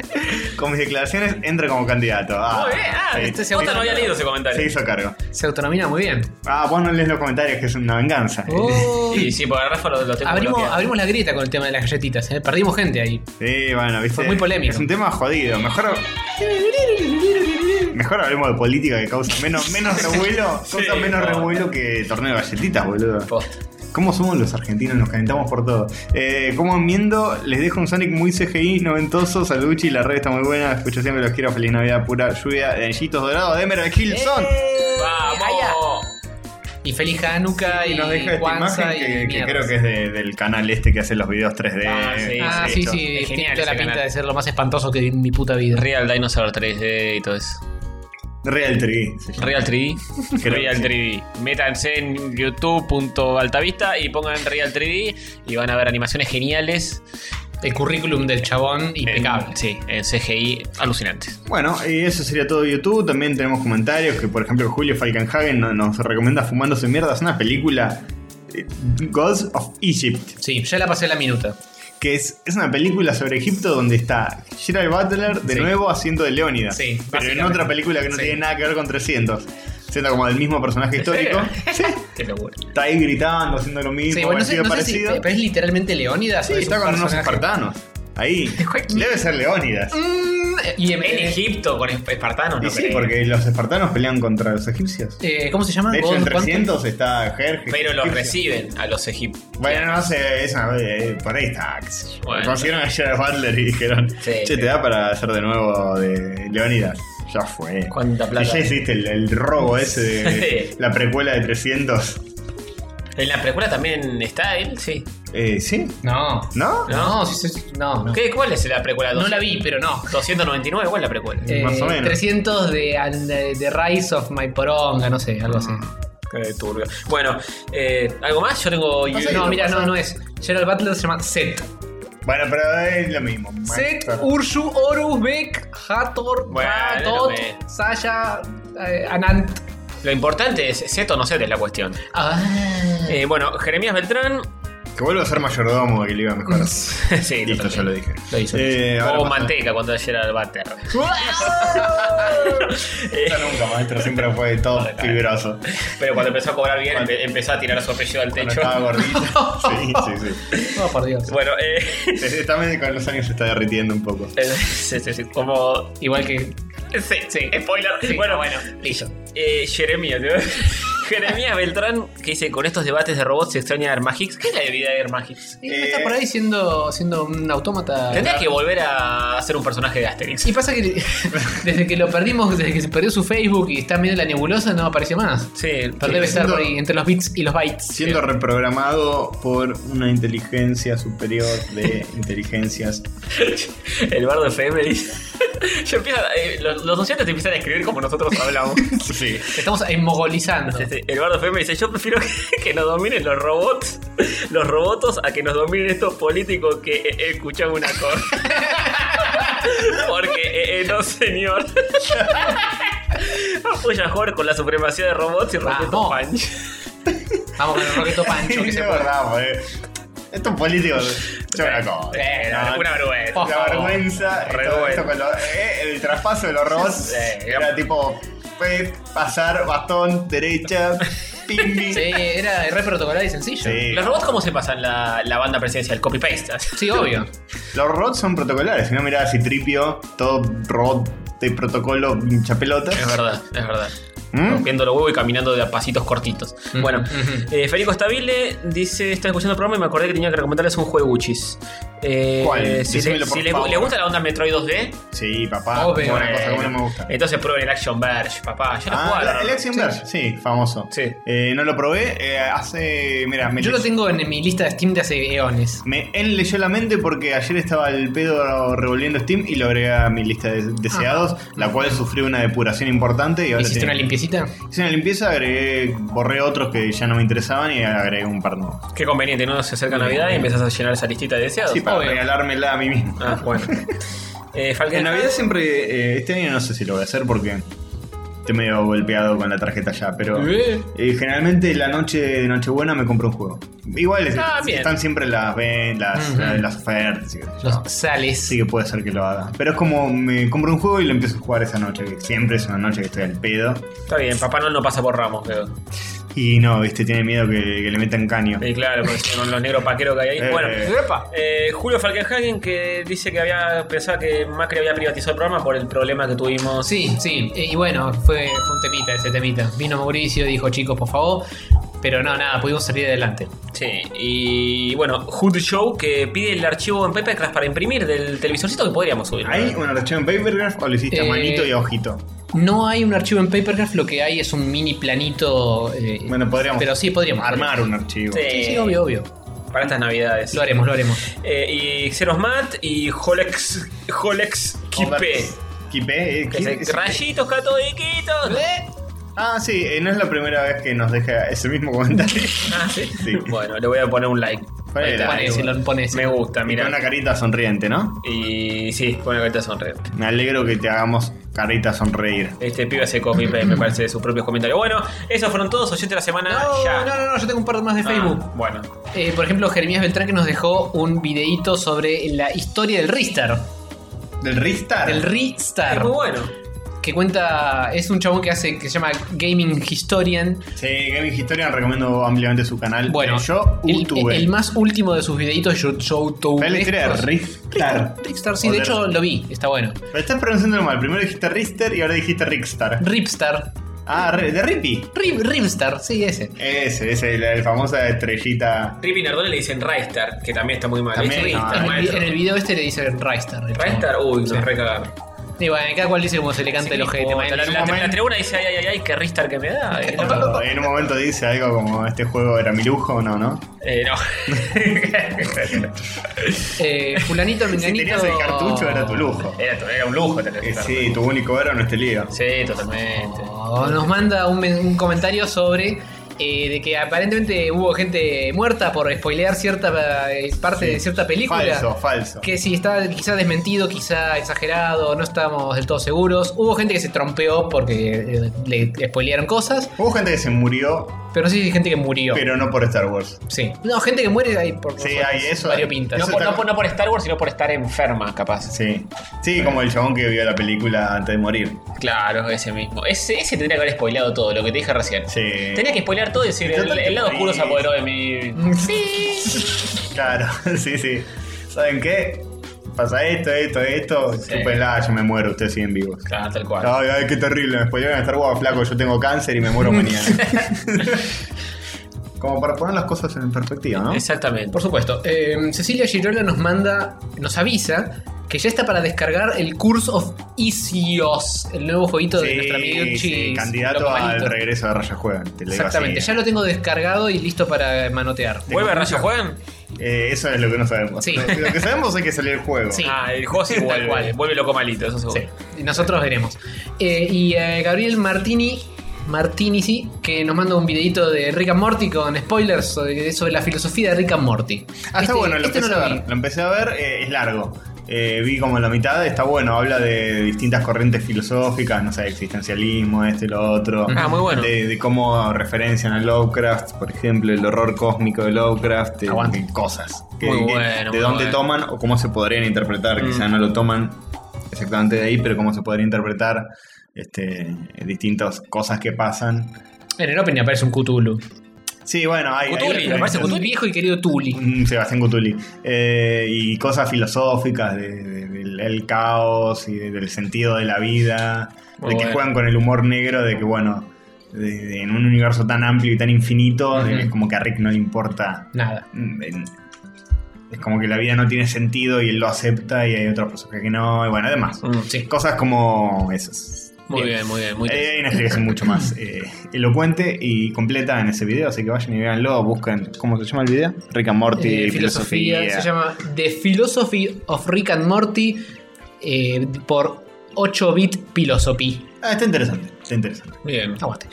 Speaker 4: Con mis declaraciones entra como candidato. Ah,
Speaker 5: Muy
Speaker 3: ¿eh?
Speaker 5: bien, ah,
Speaker 4: sí.
Speaker 5: este
Speaker 4: Se
Speaker 5: se vota,
Speaker 4: hizo
Speaker 5: no había
Speaker 4: cargo.
Speaker 5: leído ese comentario.
Speaker 4: Se hizo cargo.
Speaker 3: Se autonomina muy bien.
Speaker 4: Ah, vos no lees los comentarios, que es una venganza.
Speaker 3: Oh.
Speaker 5: Sí, sí, porque Garrafo lo, lo tengo
Speaker 3: Abrimos,
Speaker 5: bloqueado.
Speaker 3: abrimos la grieta con el tema de las galletitas. ¿eh? Perdimos gente ahí.
Speaker 4: Sí, bueno, viste.
Speaker 3: Fue muy polémico.
Speaker 4: Es un tema jodido. Mejor. Mejor hablemos de política que causa menos, menos revuelo. Causa
Speaker 5: Sí,
Speaker 4: menos
Speaker 5: no.
Speaker 4: revuelo que torneo de galletitas, boludo.
Speaker 5: Posta.
Speaker 4: ¿Cómo somos los argentinos? Nos calentamos por todo. Eh, como enmiendo, les dejo un Sonic muy CGI, noventoso, saluchi, la red está muy buena, escucho siempre, los quiero, feliz Navidad, pura lluvia, de anillitos dorados de Emerald Hilson.
Speaker 5: ¡Vamos!
Speaker 3: Y feliz Hanukkah y,
Speaker 4: Y nos deja esta
Speaker 3: Kwanzaa
Speaker 4: imagen que,
Speaker 3: y
Speaker 4: que
Speaker 3: mierdas.
Speaker 4: creo que es de- del canal este que hace los videos 3D.
Speaker 5: Ah, sí,
Speaker 3: Ah,
Speaker 5: sí,
Speaker 3: sí,
Speaker 5: esto.
Speaker 3: sí.
Speaker 5: Es
Speaker 3: Tiene
Speaker 5: genial
Speaker 3: toda la
Speaker 5: ese
Speaker 3: pinta
Speaker 5: canal.
Speaker 3: de ser lo más espantoso que vi en mi puta vida.
Speaker 5: Real Dinosaur 3D y todo eso.
Speaker 4: Real 3D. se llama.
Speaker 5: Real 3D.
Speaker 4: Creo
Speaker 5: Real
Speaker 4: que sí.
Speaker 5: 3D. Métanse en youtube.altavista y pongan Real 3D y van a ver animaciones geniales.
Speaker 3: El currículum del chabón
Speaker 4: Eh,
Speaker 3: impecable.
Speaker 5: En, sí, en CGI alucinantes.
Speaker 4: Bueno, y eso sería todo de YouTube. También tenemos comentarios que, por ejemplo, Julio Falkenhagen no- nos recomienda Fumándose Mierdas, una película eh, Gods of Egypt.
Speaker 3: Sí, ya la pasé la minuta.
Speaker 4: que es, es una película sobre Egipto donde está Gerald Butler de
Speaker 3: Sí.
Speaker 4: nuevo haciendo de Leónidas.
Speaker 3: Sí,
Speaker 4: pero en
Speaker 3: básicamente.
Speaker 4: otra película que no
Speaker 3: Sí.
Speaker 4: tiene nada que ver con 300. Siendo como del mismo personaje histórico. Sí.
Speaker 5: Qué locura.
Speaker 4: Está ahí gritando, haciendo lo mismo,
Speaker 3: Sí, bueno, no sé,
Speaker 4: parecido,
Speaker 3: no sé si-
Speaker 4: parecido.
Speaker 3: pero es literalmente Leónidas.
Speaker 4: Sí,
Speaker 3: o es
Speaker 4: está
Speaker 3: un
Speaker 4: con unos
Speaker 3: personaje?
Speaker 4: espartanos. Ahí.
Speaker 3: Joaquín.
Speaker 4: Debe ser Leónidas.
Speaker 3: Mm, y en-
Speaker 5: En Egipto con esp- espartanos,
Speaker 4: Y
Speaker 5: no Eh,
Speaker 4: sí,
Speaker 5: creo.
Speaker 4: porque los espartanos pelean contra los egipcios.
Speaker 3: eh, ¿Cómo se llama?
Speaker 4: De hecho,
Speaker 3: ¿God
Speaker 4: en
Speaker 3: cuánto?
Speaker 4: 300 está Jerjes.
Speaker 5: Pero los
Speaker 4: egipcio.
Speaker 5: reciben a los egipcios.
Speaker 4: Bueno, no sé, es una- eh, por ahí está. qué sé yo.
Speaker 5: Bueno.
Speaker 4: Consiguieron a Gerard Butler y dijeron,
Speaker 5: Sí,
Speaker 4: che, te
Speaker 5: pero-
Speaker 4: da para hacer de nuevo de Leonidas. Ya fue.
Speaker 5: Cuánta
Speaker 4: Si
Speaker 5: plata.
Speaker 4: ya hiciste el, el robo ese de
Speaker 5: Sí.
Speaker 4: la precuela de 300.
Speaker 5: En la precuela también está él, sí.
Speaker 4: Eh, ¿Sí?
Speaker 3: No.
Speaker 4: ¿No?
Speaker 3: No, sí, sí, sí, no, no.
Speaker 5: ¿Qué, ¿Cuál es la precuela?
Speaker 3: No la vi, pero no.
Speaker 5: 299, ¿cuál es la precuela?
Speaker 4: Eh, Más o menos.
Speaker 3: 300 de, and- de, de Rise of My Poronga, no sé, algo así.
Speaker 5: Qué turbio. Bueno, eh, ¿algo más? Yo tengo.
Speaker 4: Pasa que
Speaker 3: no,
Speaker 4: lo
Speaker 3: mira,
Speaker 4: pasa-
Speaker 3: no, no es. Gerald Butler se llama Set.
Speaker 4: Bueno, pero es lo mismo.
Speaker 3: Set,
Speaker 4: Maestro.
Speaker 3: Urshu, Horus, Beck, Hathor,
Speaker 5: Bueno,
Speaker 3: Hatot,
Speaker 5: eh.
Speaker 3: Saya, eh, Anant.
Speaker 5: Lo importante es set o no set es la cuestión.
Speaker 3: Ah.
Speaker 5: Eh, bueno, Jeremías Beltrán.
Speaker 4: Que vuelva a ser mayordomo, que le iba mejor.
Speaker 5: sí,
Speaker 4: Listo,
Speaker 5: totalmente.
Speaker 4: ya lo dije.
Speaker 5: Lo hizo.
Speaker 4: Eh,
Speaker 5: o
Speaker 4: ahora pasa-
Speaker 5: manteca cuando ayer al váter.
Speaker 4: Eso nunca, maestro. Siempre fue todo fibroso.
Speaker 5: Pero cuando empezó a cobrar bien, empe- empezó a tirar su apellido al
Speaker 4: Cuando
Speaker 5: techo.
Speaker 4: estaba gordito. Sí, sí, sí.
Speaker 3: Oh, por Dios.
Speaker 5: Bueno, eh,
Speaker 4: Desde- También con los años se está derritiendo un poco.
Speaker 5: sí, sí, sí, como.
Speaker 3: Igual que.
Speaker 5: Sí, sí, spoiler. bueno, bueno,
Speaker 3: Listo.
Speaker 5: Eh, Jeremías, ¿no? Jeremías Beltrán, que dice: Con estos debates de robots se extraña Air Magix. ¿Qué es la vida de Air Magix?
Speaker 4: Eh,
Speaker 3: Y está por ahí siendo, siendo un autómata.
Speaker 5: Tendría que volver a hacer un personaje de Asterix.
Speaker 3: Y pasa que desde que lo perdimos, desde que se perdió su Facebook y está medio en la nebulosa, no apareció más.
Speaker 5: Sí,
Speaker 3: Pero debe estar
Speaker 4: siendo-
Speaker 3: por ahí, entre los bits y los bytes.
Speaker 4: Siendo reprogramado por una inteligencia superior de inteligencias.
Speaker 5: El bardo FM dice. Yo empiezo, eh, los, los oyentes te empiezan a escribir como nosotros hablamos.
Speaker 4: Sí.
Speaker 3: Estamos emogolizando.
Speaker 5: Este, El bardo FM dice, yo prefiero que, que nos dominen los robots, los robotos, a que nos dominen estos políticos que eh, escuchan una cosa. Porque, eh, eh, no señor. Apoya a Jorge con la supremacía de robots y Roqueto
Speaker 3: Vamos.
Speaker 5: Punch.
Speaker 3: Vamos con el roqueto pancho que se
Speaker 4: No,
Speaker 3: puede.
Speaker 4: bravo, eh. Estos políticos. Yo me la como.
Speaker 5: Eh, no, una vergüenza.
Speaker 3: por
Speaker 4: La
Speaker 3: favor.
Speaker 4: vergüenza. esto-
Speaker 5: Vergüenza.
Speaker 4: esto con los- eh, el traspaso de los robots
Speaker 5: Eh,
Speaker 4: era tipo eh, pasar bastón, derecha, ping, ping.
Speaker 3: Sí, era re protocolar y sencillo.
Speaker 4: Sí.
Speaker 5: ¿Los robots cómo se pasan la, la banda presidencial? ¿Copy-paste?
Speaker 3: Sí, obvio.
Speaker 4: Los robots son protocolares. Si no mirá así tripio, todo robot de protocolo, hincha pelota.
Speaker 5: Es verdad, es verdad.
Speaker 4: ¿Mm?
Speaker 5: Rompiendo los huevos y caminando de a pasitos cortitos.
Speaker 3: Ujú,
Speaker 5: Bueno,
Speaker 3: ujú.
Speaker 5: eh, Federico Stabile dice: Está escuchando el programa y me acordé que tenía que recomendarles un jueguchis. Eh,
Speaker 4: ¿Cuál?
Speaker 5: Si, le,
Speaker 4: Decímelo, por
Speaker 5: si le-
Speaker 4: favor.
Speaker 5: le gusta la onda Metroid 2D,
Speaker 4: Sí, papá.
Speaker 3: Obvio. Este,
Speaker 4: como Una
Speaker 5: bueno,
Speaker 4: cosa que no me gusta.
Speaker 5: entonces prueben el Action Verge, papá. Yo no
Speaker 4: Ah,
Speaker 5: jugaba.
Speaker 4: la- el Action Verge, sí, famoso.
Speaker 5: Sí.
Speaker 4: Eh, no lo probé, eh, hace. Mira, me,
Speaker 3: Yo lo tengo en mi lista de Steam de hace eones.
Speaker 4: me enleyó la mente porque ayer estaba el pedo revolviendo Steam y lo agregué a mi lista de deseados, la cual sufrió una depuración importante y ahora
Speaker 3: Ah. ¿Hiciste
Speaker 4: tiene-
Speaker 3: una limpiecita?
Speaker 4: Hice una limpieza, agregué, borré otros que ya no me interesaban y agregué un par nuevos.
Speaker 5: Qué conveniente, ¿no? Se acerca Navidad y empezás a llenar esa listita de deseados.
Speaker 4: Sí, para
Speaker 3: obvio.
Speaker 4: regalármela a mí mismo.
Speaker 5: Ah, bueno. eh, Falcon-
Speaker 4: En Navidad siempre, eh, este año no sé si lo voy a hacer porque estoy medio golpeado con la tarjeta ya, pero
Speaker 3: Eh.
Speaker 4: eh, generalmente la noche de Nochebuena me compro un juego. Igual es-
Speaker 5: Ah, bien.
Speaker 4: están siempre las ven- las,
Speaker 3: Ujú.
Speaker 4: las ofertas. y qué sé yo.
Speaker 3: Los sales.
Speaker 4: Así que puede ser que lo haga. Pero es como me compro un juego y lo empiezo a jugar esa noche, que siempre es una noche que estoy al pedo.
Speaker 5: Está bien, Papá Noel no pasa por ramos, creo.
Speaker 4: Y no, viste, tiene miedo que, que le metan caño.
Speaker 5: Sí, claro, porque con los negros paqueros que hay ahí.
Speaker 4: Eh.
Speaker 5: Bueno, eh, Julio Falkenhagen que dice que había pensaba que Macri había privatizado el programa por el problema que tuvimos.
Speaker 3: Sí, sí. Eh, Y bueno, fue, fue un temita ese temita. Vino Mauricio, dijo chicos, por favor. Pero no, nada, pudimos salir adelante.
Speaker 5: Sí, y bueno, Hood Show que pide el archivo en Papercraft para imprimir del televisorcito que podríamos subir.
Speaker 4: ¿Hay un archivo en Papergraph o lo hiciste a
Speaker 3: Eh,
Speaker 4: manito y a ojito?
Speaker 3: No hay un archivo en Papergraph, lo que hay es un mini planito. eh,
Speaker 4: Bueno, podríamos
Speaker 3: Pero sí, podríamos.
Speaker 4: Armar un archivo.
Speaker 5: Sí.
Speaker 3: Sí, sí, obvio, obvio.
Speaker 5: Para estas navidades.
Speaker 3: Lo haremos, lo haremos.
Speaker 5: Eh, y Xerosmat y Jolex. Jolex Kipe.
Speaker 4: Quipé, eh,
Speaker 5: Que
Speaker 4: ¿qué?
Speaker 5: se- Rayitos catodiquitos.
Speaker 4: Ah, sí, eh, no es la primera vez que nos deja ese mismo comentario.
Speaker 5: Ah, ¿sí?
Speaker 4: Sí.
Speaker 5: Bueno, le voy a poner un like.
Speaker 4: Ponele
Speaker 5: Ahí está.
Speaker 4: like.
Speaker 3: Ponéselo,
Speaker 5: Me
Speaker 3: ponéselo.
Speaker 5: gusta,
Speaker 4: Mira. Una
Speaker 5: mira.
Speaker 4: carita sonriente, ¿no?
Speaker 5: Y sí, pone una carita sonriente.
Speaker 4: Me alegro que te hagamos carita sonreír.
Speaker 5: Este pibe hace copy paste, me parece, de sus propios comentarios. Bueno, esos fueron todos. Oyente de la semana
Speaker 3: No,
Speaker 5: Ah, ya.
Speaker 3: no, no, no, yo tengo un par más de
Speaker 5: Ah,
Speaker 3: Facebook.
Speaker 5: bueno.
Speaker 3: Eh, por ejemplo, Jeremías Beltrán que nos dejó un videíto sobre la historia del Ristar.
Speaker 4: ¿Del Ristar?
Speaker 3: Del
Speaker 5: Es
Speaker 3: Ristar.
Speaker 5: muy bueno.
Speaker 3: Que cuenta. Es un chabón que hace. que se llama Gaming Historian.
Speaker 4: Sí, Gaming Historian recomiendo ampliamente su canal.
Speaker 3: Bueno,
Speaker 4: Eh, yo
Speaker 3: el,
Speaker 4: YouTube.
Speaker 3: el más último de sus videitos, yo, yo tuve.
Speaker 4: Fue la historia de
Speaker 3: estos-
Speaker 4: Ristar.
Speaker 3: Ripstar, sí,
Speaker 4: O
Speaker 3: de
Speaker 4: de-
Speaker 3: hecho lo vi, está bueno.
Speaker 4: Lo estás pronunciando mal. Primero dijiste Rister y ahora dijiste Rickstar.
Speaker 3: Ripstar.
Speaker 4: Ah, re- de Rippy.
Speaker 3: Rip, Ripstar, sí, ese.
Speaker 4: Ese, ese, la, la famosa estrellita.
Speaker 5: Rippy Nardone le dicen Raistar, que también está muy mal.
Speaker 4: También,
Speaker 5: ¿Viste?
Speaker 4: no,
Speaker 5: Raistar,
Speaker 4: Ah,
Speaker 3: en, el, vi-
Speaker 5: maestro.
Speaker 3: en el video este le dicen Ristar. el
Speaker 5: Raistar,
Speaker 3: chabón.
Speaker 5: uy, nos
Speaker 3: Sí.
Speaker 5: recagaron.
Speaker 3: Y bueno, cada cual dice como se le canta el ojete.
Speaker 5: la, la-
Speaker 3: maestro.
Speaker 5: la-
Speaker 4: momento-
Speaker 5: la tribuna dice, ay, ay, ay, ay, qué Raistar que me da. Eh, no.
Speaker 4: Cuando en un momento dice algo como: Este juego era mi lujo, no, ¿no?
Speaker 5: Eh, no.
Speaker 3: Eh, fulanito,
Speaker 4: Si
Speaker 3: menganito.
Speaker 4: tenías el cartucho, era tu lujo.
Speaker 3: Eh,
Speaker 5: era, era un lujo tener
Speaker 4: Eh,
Speaker 5: Raistar.
Speaker 4: sí, tu único oro en este lío.
Speaker 5: Sí,
Speaker 4: Este.
Speaker 5: totalmente.
Speaker 3: Oh, Nos manda un, men- un comentario sobre eh, de que aparentemente hubo gente muerta por spoilear cierta eh, parte de cierta película.
Speaker 4: Falso, falso.
Speaker 3: Que sí, está quizá desmentido, quizá exagerado, no estamos del todo seguros. Hubo gente que se trompeó porque eh, le spoilearon cosas,
Speaker 4: Hubo gente que se murió,
Speaker 3: pero no sé si hay gente que murió.
Speaker 4: pero no por Star Wars.
Speaker 3: Sí. No, gente que muere ahí por
Speaker 4: Sí,
Speaker 3: cosas
Speaker 4: hay eso.
Speaker 3: variopintas.
Speaker 5: No
Speaker 4: Eso
Speaker 5: por,
Speaker 4: está-
Speaker 5: no por- no por Star Wars, sino por estar enferma, capaz.
Speaker 4: Sí. Sí, como el chabón que vio la película antes de morir.
Speaker 5: Claro, ese mismo. Ese, ese tendría que haber spoileado todo, lo que te dije recién.
Speaker 4: Sí.
Speaker 5: Tenía que spoilear todo y decir, el, el lado oscuro se apoderó de mi...
Speaker 3: Sí.
Speaker 4: Claro, sí, sí. ¿Saben qué? Pasa esto, esto, esto. Chúpenla, yo me muero, ustedes siguen vivos.
Speaker 5: Claro, Ah, tal cual.
Speaker 4: Ay, ay, qué terrible. Me spoilearon a Star Wars, flaco. Yo tengo cáncer y me muero mañana. como para poner las cosas en perspectiva, ¿no?
Speaker 5: Exactamente.
Speaker 3: Por supuesto. Eh, Cecilia Girola nos manda, nos avisa que ya está para descargar el Curse of Isios, el nuevo jueguito de nuestra amiga
Speaker 4: Sí, sí,
Speaker 3: Uchis,
Speaker 4: candidato
Speaker 3: Loco
Speaker 4: al
Speaker 3: Malito.
Speaker 4: regreso de Raya Juegan. Te lo digo
Speaker 3: Exactamente,
Speaker 4: así.
Speaker 3: ya lo tengo descargado y listo para manotear.
Speaker 5: ¿Vuelve Rayo Juegan?
Speaker 4: Eh, eso es lo que no sabemos.
Speaker 3: Sí.
Speaker 4: Lo, lo que sabemos es que salió el juego.
Speaker 3: Sí.
Speaker 5: Ah, el juego sí
Speaker 3: Tal
Speaker 5: vuelve,
Speaker 3: cual.
Speaker 5: vuelve loco malito, eso seguro.
Speaker 3: Sí, y nosotros veremos. Eh, y eh, Gabriel Martini, Martini sí, que nos manda un videito de Rick and Morty con spoilers sobre, sobre la filosofía de Rick and Morty.
Speaker 4: Ah, está
Speaker 3: Este-
Speaker 4: bueno, lo
Speaker 3: este no
Speaker 4: empecé
Speaker 3: lo
Speaker 4: a
Speaker 3: vi.
Speaker 4: ver. Lo empecé a ver, eh, es largo. Eh, vi como la mitad, está bueno, habla de distintas corrientes filosóficas, no sé, existencialismo, este, lo otro.
Speaker 5: Ah, muy bueno.
Speaker 4: De, de cómo referencian a Lovecraft, por ejemplo, el horror cósmico de Lovecraft, eh,
Speaker 3: Aguante.
Speaker 4: cosas.
Speaker 5: Muy bueno,
Speaker 4: de dónde
Speaker 5: muy bueno. Mm.
Speaker 4: toman o cómo se podrían interpretar, quizás no lo toman exactamente de ahí, pero cómo se podría interpretar este, distintas cosas que pasan.
Speaker 3: En el opening aparece un Cthulhu.
Speaker 4: Sí, bueno, hay... hay
Speaker 5: Cthulhu, aparece
Speaker 4: referencias.
Speaker 5: Cthulhu.
Speaker 3: Un viejo y querido Tuli.
Speaker 4: Mm, Sebastián Cutuli. Eh, y cosas filosóficas de- de- del el caos y de- del sentido de la vida.
Speaker 5: Muy
Speaker 4: de que
Speaker 5: bueno.
Speaker 4: juegan con el humor negro, de que bueno, de- de- en un universo tan amplio y tan infinito,
Speaker 3: Ujú.
Speaker 4: es como que a Rick no le importa.
Speaker 3: Nada.
Speaker 4: Mm, en- es como que la vida no tiene sentido y él lo acepta y hay otras personas que no, y bueno, además.
Speaker 5: Mm,
Speaker 3: Sí.
Speaker 4: Cosas como esas.
Speaker 5: Muy bien, muy bien, muy
Speaker 4: Eh,
Speaker 5: bien.
Speaker 4: Hay una explicación mucho más eh, elocuente y completa en ese video, así que vayan y véanlo, busquen, ¿cómo se llama el video? Rick and Morty,
Speaker 3: Eh,
Speaker 4: filosofía.
Speaker 3: filosofía. Se llama The Philosophy of Rick and Morty eh, por 8-bit Philosophy.
Speaker 4: Ah, está interesante, está interesante.
Speaker 5: Bien.
Speaker 3: Aguante.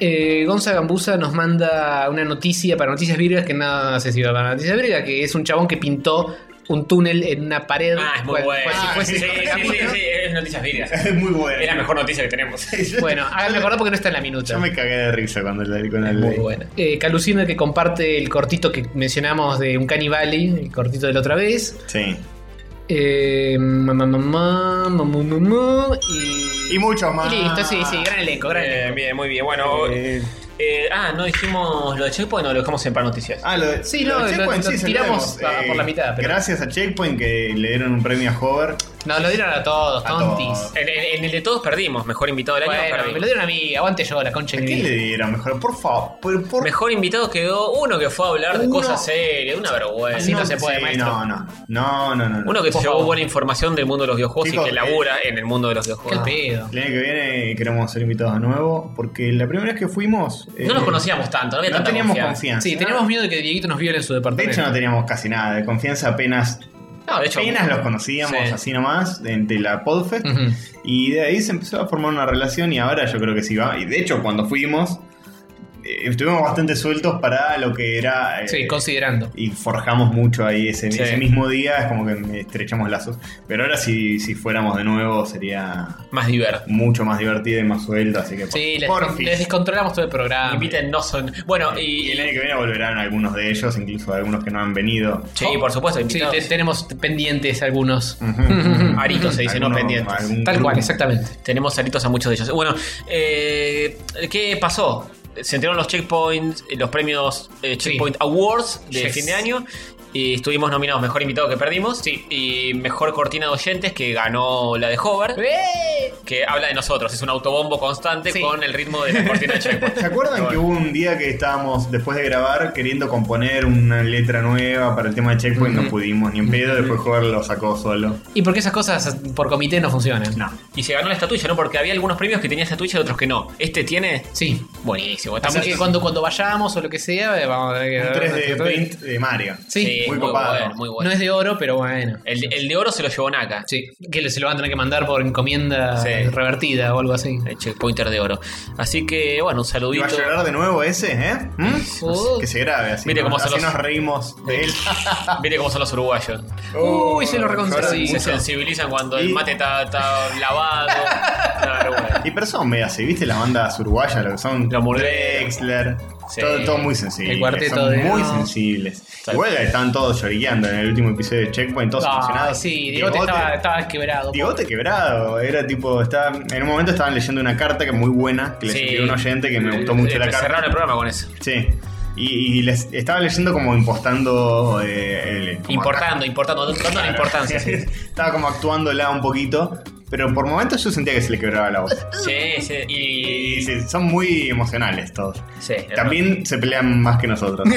Speaker 3: Eh, Gonza Gambusa nos manda una noticia para Noticias Virgas que nada se sirve para Noticias Virgas, que es un chabón que pintó un túnel en una pared.
Speaker 5: Ah, es muy
Speaker 3: cual-
Speaker 5: bueno.
Speaker 3: cual si
Speaker 5: Ah,
Speaker 3: fuese
Speaker 5: sí, sí,
Speaker 3: Correcaminos.
Speaker 5: sí, sí, sí, es noticias virgas.
Speaker 4: Es muy bueno.
Speaker 5: Es la mejor noticia que tenemos.
Speaker 3: Bueno, háganme acordar porque no está en la
Speaker 4: Yo
Speaker 3: minuta.
Speaker 4: me cagué de risa cuando la con el
Speaker 5: Muy buena.
Speaker 3: Eh, Calucina que comparte el cortito que mencionamos de un Valley, el cortito de la otra vez.
Speaker 4: Sí.
Speaker 3: Eh, mamá, mamá, mamá, mamá, y...
Speaker 4: Y muchos más.
Speaker 3: y listo, sí, sí, gran elenco, gran elenco.
Speaker 5: Bien, bien, muy bien. Bueno,
Speaker 4: Eh,
Speaker 5: eh, ah, no dijimos lo de Checkpoint, no lo dejamos en para noticias.
Speaker 4: ah, lo de,
Speaker 3: Sí,
Speaker 4: lo
Speaker 3: no,
Speaker 4: de
Speaker 3: lo-
Speaker 4: Checkpoint
Speaker 3: lo
Speaker 4: sí,
Speaker 3: tiramos
Speaker 4: saludemos.
Speaker 3: a- por la mitad, pero-
Speaker 4: Gracias a Checkpoint que le dieron un premio a Hover.
Speaker 3: No, lo dieron a todos,
Speaker 4: A
Speaker 3: tontis.
Speaker 4: todos.
Speaker 5: En, en- en el de todos perdimos, mejor invitado del año
Speaker 3: Bueno,
Speaker 5: perdimos.
Speaker 3: me lo dieron a mí, aguante yo, la concha de mi
Speaker 4: ¿Qué
Speaker 3: vida.
Speaker 4: le dieron? Mejor, por favor. Por, por-
Speaker 5: Mejor invitado quedó uno que fue a hablar de
Speaker 4: Uno-
Speaker 5: cosas serias, una vergüenza.
Speaker 3: Así no se puede,
Speaker 4: sí,
Speaker 3: maestro.
Speaker 4: no, no, no, no, no, no.
Speaker 5: Uno que se
Speaker 3: Por
Speaker 5: llevó
Speaker 3: favor.
Speaker 5: buena información del mundo de los videojuegos
Speaker 4: Chicos,
Speaker 5: y que labura en el mundo de los
Speaker 3: Qué
Speaker 5: videojuegos.
Speaker 3: pedo.
Speaker 4: El año que viene queremos ser invitados de nuevo porque la primera vez que fuimos... eh,
Speaker 5: No nos conocíamos tanto, no había
Speaker 4: No
Speaker 5: tanta
Speaker 4: teníamos
Speaker 5: confianza.
Speaker 4: confianza.
Speaker 3: Sí, teníamos miedo de que Dieguito nos viole en su
Speaker 4: De
Speaker 3: departamento.
Speaker 4: hecho no teníamos casi nada de confianza, apenas
Speaker 5: No, de hecho.
Speaker 4: apenas los conocíamos
Speaker 5: Sí.
Speaker 4: así nomás de, de la Podfest
Speaker 3: Ujú.
Speaker 4: y de ahí se empezó a formar una relación y ahora yo creo que sí va y de hecho cuando fuimos eh, estuvimos bastante sueltos para lo que era eh,
Speaker 3: Sí, considerando.
Speaker 4: y forjamos mucho ahí ese,
Speaker 5: Sí.
Speaker 4: ese mismo día es como que estrechamos lazos pero ahora si, si fuéramos de nuevo sería
Speaker 5: Más divertido.
Speaker 4: mucho más divertido y más suelto así que por-
Speaker 3: Sí, les,
Speaker 4: por
Speaker 3: les
Speaker 4: fin.
Speaker 3: descontrolamos todo el programa.
Speaker 5: Inviten, no son. Bueno,
Speaker 4: y
Speaker 5: y.
Speaker 4: el año que viene volverán algunos de ellos incluso algunos que no han venido
Speaker 5: Sí, por supuesto,
Speaker 3: Sí,
Speaker 5: invitados.
Speaker 3: te- tenemos pendientes algunos.
Speaker 4: Ujú.
Speaker 5: Aritos se dice, no
Speaker 4: Alguno-
Speaker 5: pendientes.
Speaker 4: algún
Speaker 3: Tal cual,
Speaker 4: grupo.
Speaker 3: exactamente.
Speaker 5: Tenemos salitos a muchos de ellos. Bueno, eh, ¿qué pasó? Se enteraron los checkpoints, eh, los premios eh, Checkpoint Awards de
Speaker 3: Yes.
Speaker 5: fin de año. Y estuvimos nominados Mejor Invitado que Perdimos. Sí. Y Mejor Cortina de Oyentes que ganó la de Hover.
Speaker 3: ¡Eh!
Speaker 5: Que habla de nosotros. Es un autobombo constante
Speaker 3: Sí.
Speaker 5: con el ritmo de la cortina de Checkpoint.
Speaker 4: ¿Se acuerdan que hubo un día que estábamos, después de grabar, queriendo componer una letra nueva para el tema de Checkpoint? No pudimos ni en pedo, después Joder lo sacó solo.
Speaker 3: Y porque esas cosas por comité no funcionan.
Speaker 4: No.
Speaker 5: Y se ganó la estatuilla, ¿no? Porque había algunos premios que tenía estatuilla y otros que no. Este tiene.
Speaker 3: Sí.
Speaker 5: Buenísimo. Está
Speaker 3: Así
Speaker 5: muy-
Speaker 3: que cuando, cuando vayamos o lo que sea, eh, vamos a ver
Speaker 4: Un
Speaker 3: que.
Speaker 4: 3D print de Mario.
Speaker 3: Sí,
Speaker 4: muy copado.
Speaker 5: bueno, muy bueno.
Speaker 3: No es de oro, pero bueno.
Speaker 5: el, el de oro se lo llevó Naka.
Speaker 3: Sí, que se lo van a tener que mandar por encomienda
Speaker 5: Sí.
Speaker 3: revertida o algo así.
Speaker 5: El checkpointer de oro. Así que, bueno, un
Speaker 4: ¿Y
Speaker 5: saludito.
Speaker 4: va a llorar de nuevo ese, eh? ¿Mm?
Speaker 3: Oh.
Speaker 4: Que se grabe así.
Speaker 5: Mire cómo
Speaker 4: así
Speaker 5: son los-
Speaker 4: nos reímos de él.
Speaker 5: Mire cómo son los uruguayos.
Speaker 3: Uy, se lo recontra-
Speaker 4: lloran
Speaker 3: sí,
Speaker 5: Se
Speaker 4: mucho.
Speaker 5: sensibilizan cuando
Speaker 4: Y-
Speaker 5: el mate está, está lavado. Claro, bueno.
Speaker 4: Y pero son medio así, ¿viste? Las bandas uruguayas, lo que son
Speaker 5: Los Murgueros.
Speaker 4: Drexler,
Speaker 5: Sí.
Speaker 4: todo, todo muy sensible.
Speaker 3: El cuarteto
Speaker 4: son
Speaker 3: de-
Speaker 4: muy
Speaker 3: no.
Speaker 4: sensibles.
Speaker 5: Tal
Speaker 4: Igual estaban todos lloriqueando en el último episodio de Checkpoint, todos
Speaker 3: Ah,
Speaker 4: emocionados.
Speaker 3: sí, Diegote
Speaker 4: Diegote-
Speaker 3: estaba, estaba quebrado.
Speaker 4: Digote quebrado, era tipo, estaba, en un momento estaban leyendo una carta que muy buena, que les
Speaker 5: Sí.
Speaker 4: escribió un oyente que me gustó mucho la
Speaker 5: Eh, Cerraron el
Speaker 4: carta.
Speaker 5: programa con eso.
Speaker 4: Sí. Y, y les estaba leyendo como impostando eh, el- como
Speaker 5: Importando, importando, dando dando la
Speaker 4: Claro.
Speaker 5: importancia. Sí,
Speaker 4: Estaba como actuándola un poquito, pero por momentos yo sentía que se le quebraba la voz.
Speaker 5: sí. sí. Y.
Speaker 4: Y sí, son muy emocionales todos.
Speaker 5: sí, es
Speaker 4: También se pelean más que nosotros.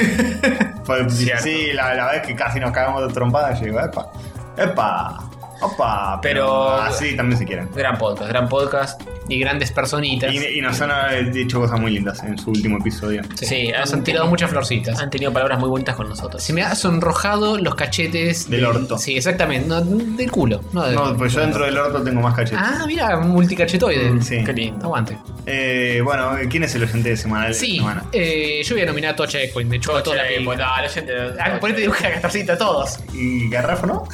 Speaker 4: Fue-
Speaker 5: Cierto.
Speaker 4: sí, la, la vez que casi nos cagamos de trompada, yo digo, epa, epa, opa.
Speaker 5: Pero-
Speaker 4: Así también se quieren.
Speaker 5: Gran podcast, gran podcast.
Speaker 3: y grandes personitas.
Speaker 4: Y, y nos han eh, dicho cosas muy lindas en su último episodio.
Speaker 3: Sí,
Speaker 5: Sí,
Speaker 3: nos
Speaker 5: han
Speaker 3: han tirado
Speaker 5: tenido-
Speaker 3: muchas florcitas.
Speaker 5: Han tenido palabras muy bonitas con nosotros.
Speaker 3: Se me ha sonrojado los cachetes.
Speaker 4: Del orto.
Speaker 3: Sí, exactamente. No, del culo. No, del-
Speaker 4: No, pues yo dentro del orto tengo más cachetes.
Speaker 3: Ah, mira, multicachetoide.
Speaker 4: Mm, sí.
Speaker 5: Qué lindo.
Speaker 3: Aguante.
Speaker 4: Eh, bueno, ¿quién es el oyente de semanal? de
Speaker 3: Sí,
Speaker 4: semana?
Speaker 3: eh, yo voy a nominar a Tocha Checkpoint. Me chupó toda la película. Ah, ponete dibuja a Castorcita, todos.
Speaker 4: ¿Y Garrafo no?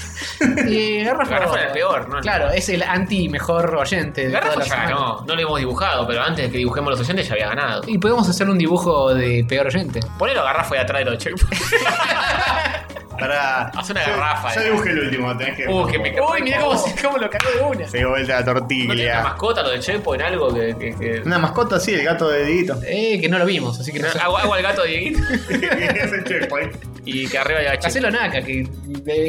Speaker 3: Eh, Garrafa,
Speaker 5: Garrafa era el peor, ¿no?
Speaker 3: Claro, es el anti-mejor oyente de
Speaker 5: Garrafa
Speaker 3: toda la
Speaker 5: ya
Speaker 3: semana.
Speaker 5: ganó. No lo hemos dibujado, pero antes de que dibujemos los oyentes ya había ganado.
Speaker 3: Y podemos hacer un dibujo de peor oyente.
Speaker 5: Ponelo a Garrafa y atrás de los checkpoints.
Speaker 4: Para.
Speaker 5: Haz una
Speaker 4: Yo-
Speaker 5: garrafa,
Speaker 4: Yo,
Speaker 5: eh.
Speaker 4: dibujé el último, tenés que.
Speaker 5: Uh, que me cago.
Speaker 3: Uy, mirá cómo, se- cómo lo cagó de una.
Speaker 4: Se dio vuelta la
Speaker 5: ¿No tiene una
Speaker 4: tortilla.
Speaker 5: mascota lo del checkpoint? Algo que. que- que-
Speaker 4: Una mascota, sí, el gato de Dieguito.
Speaker 3: Eh, que no lo vimos, así que no sé.
Speaker 5: Agua, agua al gato de Dieguito.
Speaker 4: es el checkpoint.
Speaker 5: Y que arriba haya checkpoint.
Speaker 3: Hacelo Naka, que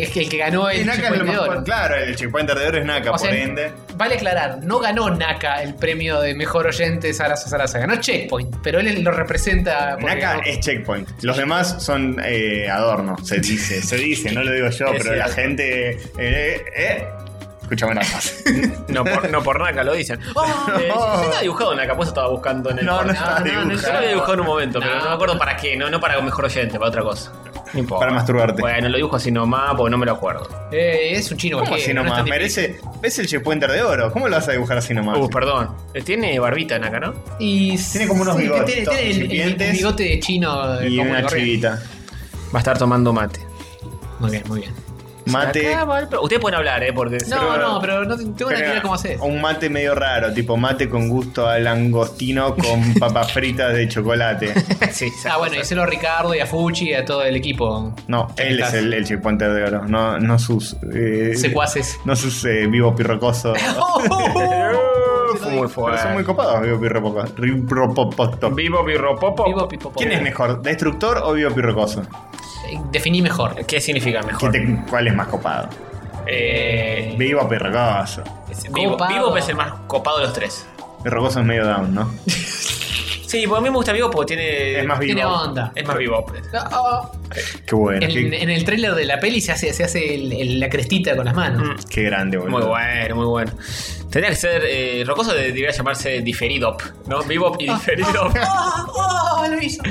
Speaker 3: es que el que ganó
Speaker 4: Y
Speaker 3: el
Speaker 4: Naka es
Speaker 3: checkpoint
Speaker 4: lo
Speaker 3: de
Speaker 4: más-
Speaker 3: oro.
Speaker 4: Claro, el checkpoint perdedor es Naka,
Speaker 3: O
Speaker 4: por
Speaker 3: sea,
Speaker 4: ende.
Speaker 3: Vale aclarar, no ganó Naka el premio de mejor oyente Sarasa Sarasa, ganó Checkpoint, pero él lo representa. porque
Speaker 4: Naka
Speaker 3: ganó.
Speaker 4: es checkpoint. Los demás son eh, adorno, se dice, se dice, no lo digo yo,
Speaker 5: Es
Speaker 4: pero la
Speaker 5: cierto.
Speaker 4: gente. Eh, eh, eh. Escuchame una frase.
Speaker 5: No por, no por Naka lo dicen. Oh, eh,
Speaker 4: No.
Speaker 5: yo estaba dibujado Naka, pues estaba buscando en el.
Speaker 4: No, no
Speaker 5: porno.
Speaker 4: estaba
Speaker 5: Yo lo
Speaker 4: dibujado.
Speaker 5: había dibujado en un momento, pero
Speaker 3: No.
Speaker 5: no me acuerdo para qué, no, no para mejor oyente, para otra cosa. No importa.
Speaker 4: Para masturbarte.
Speaker 5: Bueno, lo dibujo así nomás porque no me lo acuerdo.
Speaker 3: Eh, es un chino
Speaker 4: ¿Cómo
Speaker 3: cualquiera,
Speaker 4: así
Speaker 3: no es
Speaker 4: nomás?
Speaker 3: tan difícil.
Speaker 4: Merece. ¿Ves el checkpointer de oro? ¿Cómo lo vas a dibujar así nomás?
Speaker 5: Uh, perdón. Tiene barbita Naka, ¿no?
Speaker 3: Y
Speaker 4: Tiene como unos bigotes,
Speaker 3: Tiene,
Speaker 4: todos
Speaker 3: tiene el- el,
Speaker 4: incipientes.
Speaker 3: bigote de chino eh,
Speaker 4: y
Speaker 3: común
Speaker 4: una
Speaker 3: corriente.
Speaker 4: chivita.
Speaker 5: Va a estar tomando mate.
Speaker 3: Muy bien, muy bien.
Speaker 4: Mate.
Speaker 5: Acá va el pro- Ustedes pueden hablar, ¿eh? Porque.
Speaker 3: No, no, pero no te- tengo una idea cómo haces.
Speaker 4: Un mate medio raro, tipo mate con gusto a langostino con papas fritas de chocolate.
Speaker 5: sí, esas
Speaker 3: Ah, bueno,
Speaker 5: cosas.
Speaker 3: díselo a Ricardo y a Fuchi y a todo el equipo.
Speaker 4: No, él
Speaker 3: Estás.
Speaker 4: es el, el checkpointer de oro, no, no sus. eh,
Speaker 3: Secuaces.
Speaker 4: No sus eh, vivos pirrocosos. oh.
Speaker 5: Uh,
Speaker 4: Pero
Speaker 5: Fue muy
Speaker 4: son muy
Speaker 5: fuerte.
Speaker 4: copados, vivos pirrocosos. Pirropopoto.
Speaker 5: Vivo pirropopo.
Speaker 3: Vivo Pipo Popo.
Speaker 4: ¿Quién es mejor, destructor o vivo pirrocoso?
Speaker 3: Eh, Definí mejor.
Speaker 5: ¿Qué significa
Speaker 4: ¿Qué
Speaker 5: mejor?
Speaker 4: te- ¿Cuál es más copado?
Speaker 5: Eh,
Speaker 4: Vivo pirrocoso.
Speaker 5: es- vivo,
Speaker 3: Copado.
Speaker 5: Vivo es el más copado de los tres.
Speaker 4: Pirrocoso es medio down, ¿no?
Speaker 5: Sí, pues a mí me gusta Vivo porque tiene.
Speaker 4: Es más vivo.
Speaker 3: Tiene onda.
Speaker 5: Es más Vivo. pues.
Speaker 3: Ah, ah.
Speaker 4: Qué bueno,
Speaker 3: En,
Speaker 4: qué,
Speaker 3: en el tráiler de la peli se hace, se hace el- el- la crestita con las manos.
Speaker 5: Mm.
Speaker 4: qué grande, boludo.
Speaker 5: Muy bueno, muy bueno. Tendría que ser. Eh, Rocoso debería llamarse Diferidop, ¿no? Bebop y Diferidop.
Speaker 3: ¡Oh, lo hizo!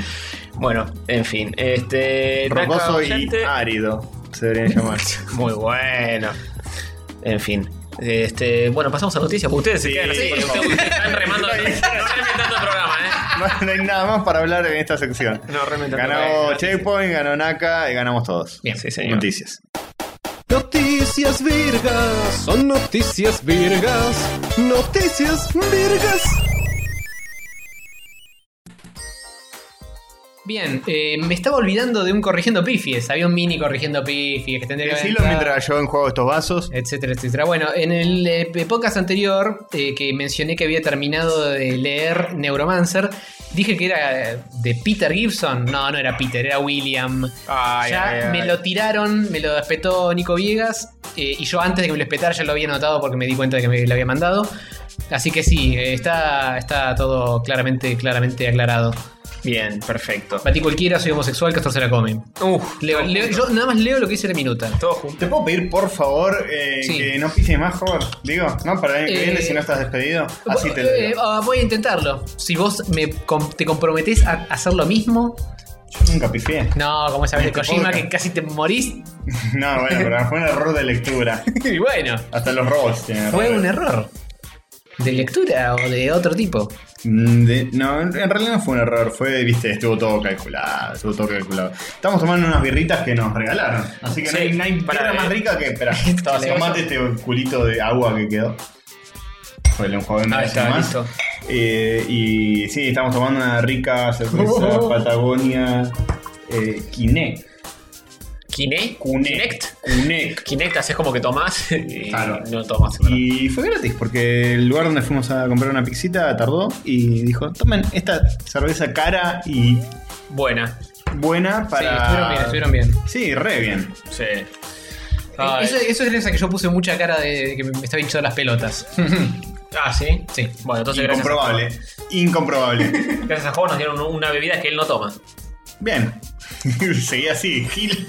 Speaker 5: bueno, en fin. Este.
Speaker 4: Rocoso
Speaker 5: Naka
Speaker 4: y ah.
Speaker 5: oyente.
Speaker 4: árido se deberían llamar.
Speaker 5: Muy bueno. En fin. Este, bueno, pasamos a noticias. porque Ustedes se
Speaker 4: Sí.
Speaker 5: quedan así porque ustedes- ustedes están remando.
Speaker 4: No hay-
Speaker 5: están reinventando el programa, ¿eh?
Speaker 4: No, no hay nada más para hablar en esta sección.
Speaker 5: No, realmente no.
Speaker 4: Ganó Checkpoint, ganó Naka y ganamos todos.
Speaker 3: Bien.
Speaker 5: Sí, señor.
Speaker 4: Noticias.
Speaker 1: Noticias virgas, son noticias virgas, noticias virgas.
Speaker 3: Bien, eh, me estaba olvidando de un corrigiendo pifies. Había un mini corrigiendo pifies que tendría que haber
Speaker 4: Decilo
Speaker 3: entrado,
Speaker 4: mientras yo enjuago estos vasos.
Speaker 3: Etcétera, etcétera. Bueno, en el eh, podcast anterior eh, que mencioné que había terminado de leer Neuromancer, dije que era eh, de Peter Gibson. No, no era Peter, era William.
Speaker 5: Ay,
Speaker 3: ya
Speaker 5: ay, ay.
Speaker 3: me lo tiraron, me lo espetó Nico Viegas. eh, y yo antes de que me lo espetara ya lo había notado porque me di cuenta de que me lo había mandado. Así que sí, eh, está, está todo claramente, claramente aclarado.
Speaker 5: Bien, perfecto.
Speaker 3: Pati cualquiera, soy homosexual, Castor se la come.
Speaker 5: Uf,
Speaker 3: Leo- leo- yo nada más leo lo que dice la minuta.
Speaker 5: Todo junto.
Speaker 4: ¿Te puedo pedir, por favor, eh,
Speaker 3: Sí.
Speaker 4: que no pises más, joven? Digo, ¿no? Para el año que
Speaker 3: Eh,
Speaker 4: viene, si no estás despedido. Así te lo
Speaker 3: Eh,
Speaker 4: digo.
Speaker 3: ah, voy a intentarlo. Si vos me com- te comprometés a hacer lo mismo. eh,
Speaker 4: Yo nunca pifié.
Speaker 3: No, como sabes de
Speaker 4: Este
Speaker 3: Kojima,
Speaker 4: podcast.
Speaker 3: que casi te morís.
Speaker 4: No, bueno, pero fue un error de lectura.
Speaker 3: y bueno,
Speaker 4: Hasta los robots tienen
Speaker 3: fue
Speaker 4: errores.
Speaker 3: un error. ¿De lectura o de otro tipo?
Speaker 4: Mm, de- no, en en realidad no fue un error, fue, viste, estuvo todo calculado, estuvo todo calculado. Estamos tomando unas birritas que nos regalaron, así que no
Speaker 5: Sí,
Speaker 4: hay, no hay
Speaker 5: para
Speaker 4: birra
Speaker 5: ver.
Speaker 4: más rica que, espera,
Speaker 3: Estaba
Speaker 4: tomate este culito de agua que quedó. Fue el enjuague una
Speaker 5: Ahí
Speaker 4: vez
Speaker 5: está,
Speaker 4: más.
Speaker 5: Ah, listo.
Speaker 4: Eh, y sí, estamos tomando una rica cerveza
Speaker 3: Oh.
Speaker 4: Patagonia eh, Kinect.
Speaker 5: ¿Kinect?
Speaker 4: Cune-
Speaker 5: ¿Kinect?
Speaker 4: Cunec.
Speaker 5: Kinect, haces como que tomás y
Speaker 4: Claro.
Speaker 5: no tomás. en verdad.
Speaker 4: Y fue gratis porque el lugar donde fuimos a comprar una pixita tardó y dijo, tomen esta cerveza cara y
Speaker 5: Buena.
Speaker 4: buena para.
Speaker 3: Sí, estuvieron bien, estuvieron bien.
Speaker 4: Sí, re bien.
Speaker 5: Sí.
Speaker 3: Eh,
Speaker 5: Ay.
Speaker 3: Eso, eso es esa que yo puse mucha cara de, de que me estaba hinchando las pelotas.
Speaker 5: Ah, sí.
Speaker 3: sí.
Speaker 5: Bueno, entonces gracias. a-
Speaker 4: Incomprobable. Incomprobable.
Speaker 5: Gracias a Juan nos dieron una bebida que él no toma.
Speaker 4: bien. Seguí así, Gil.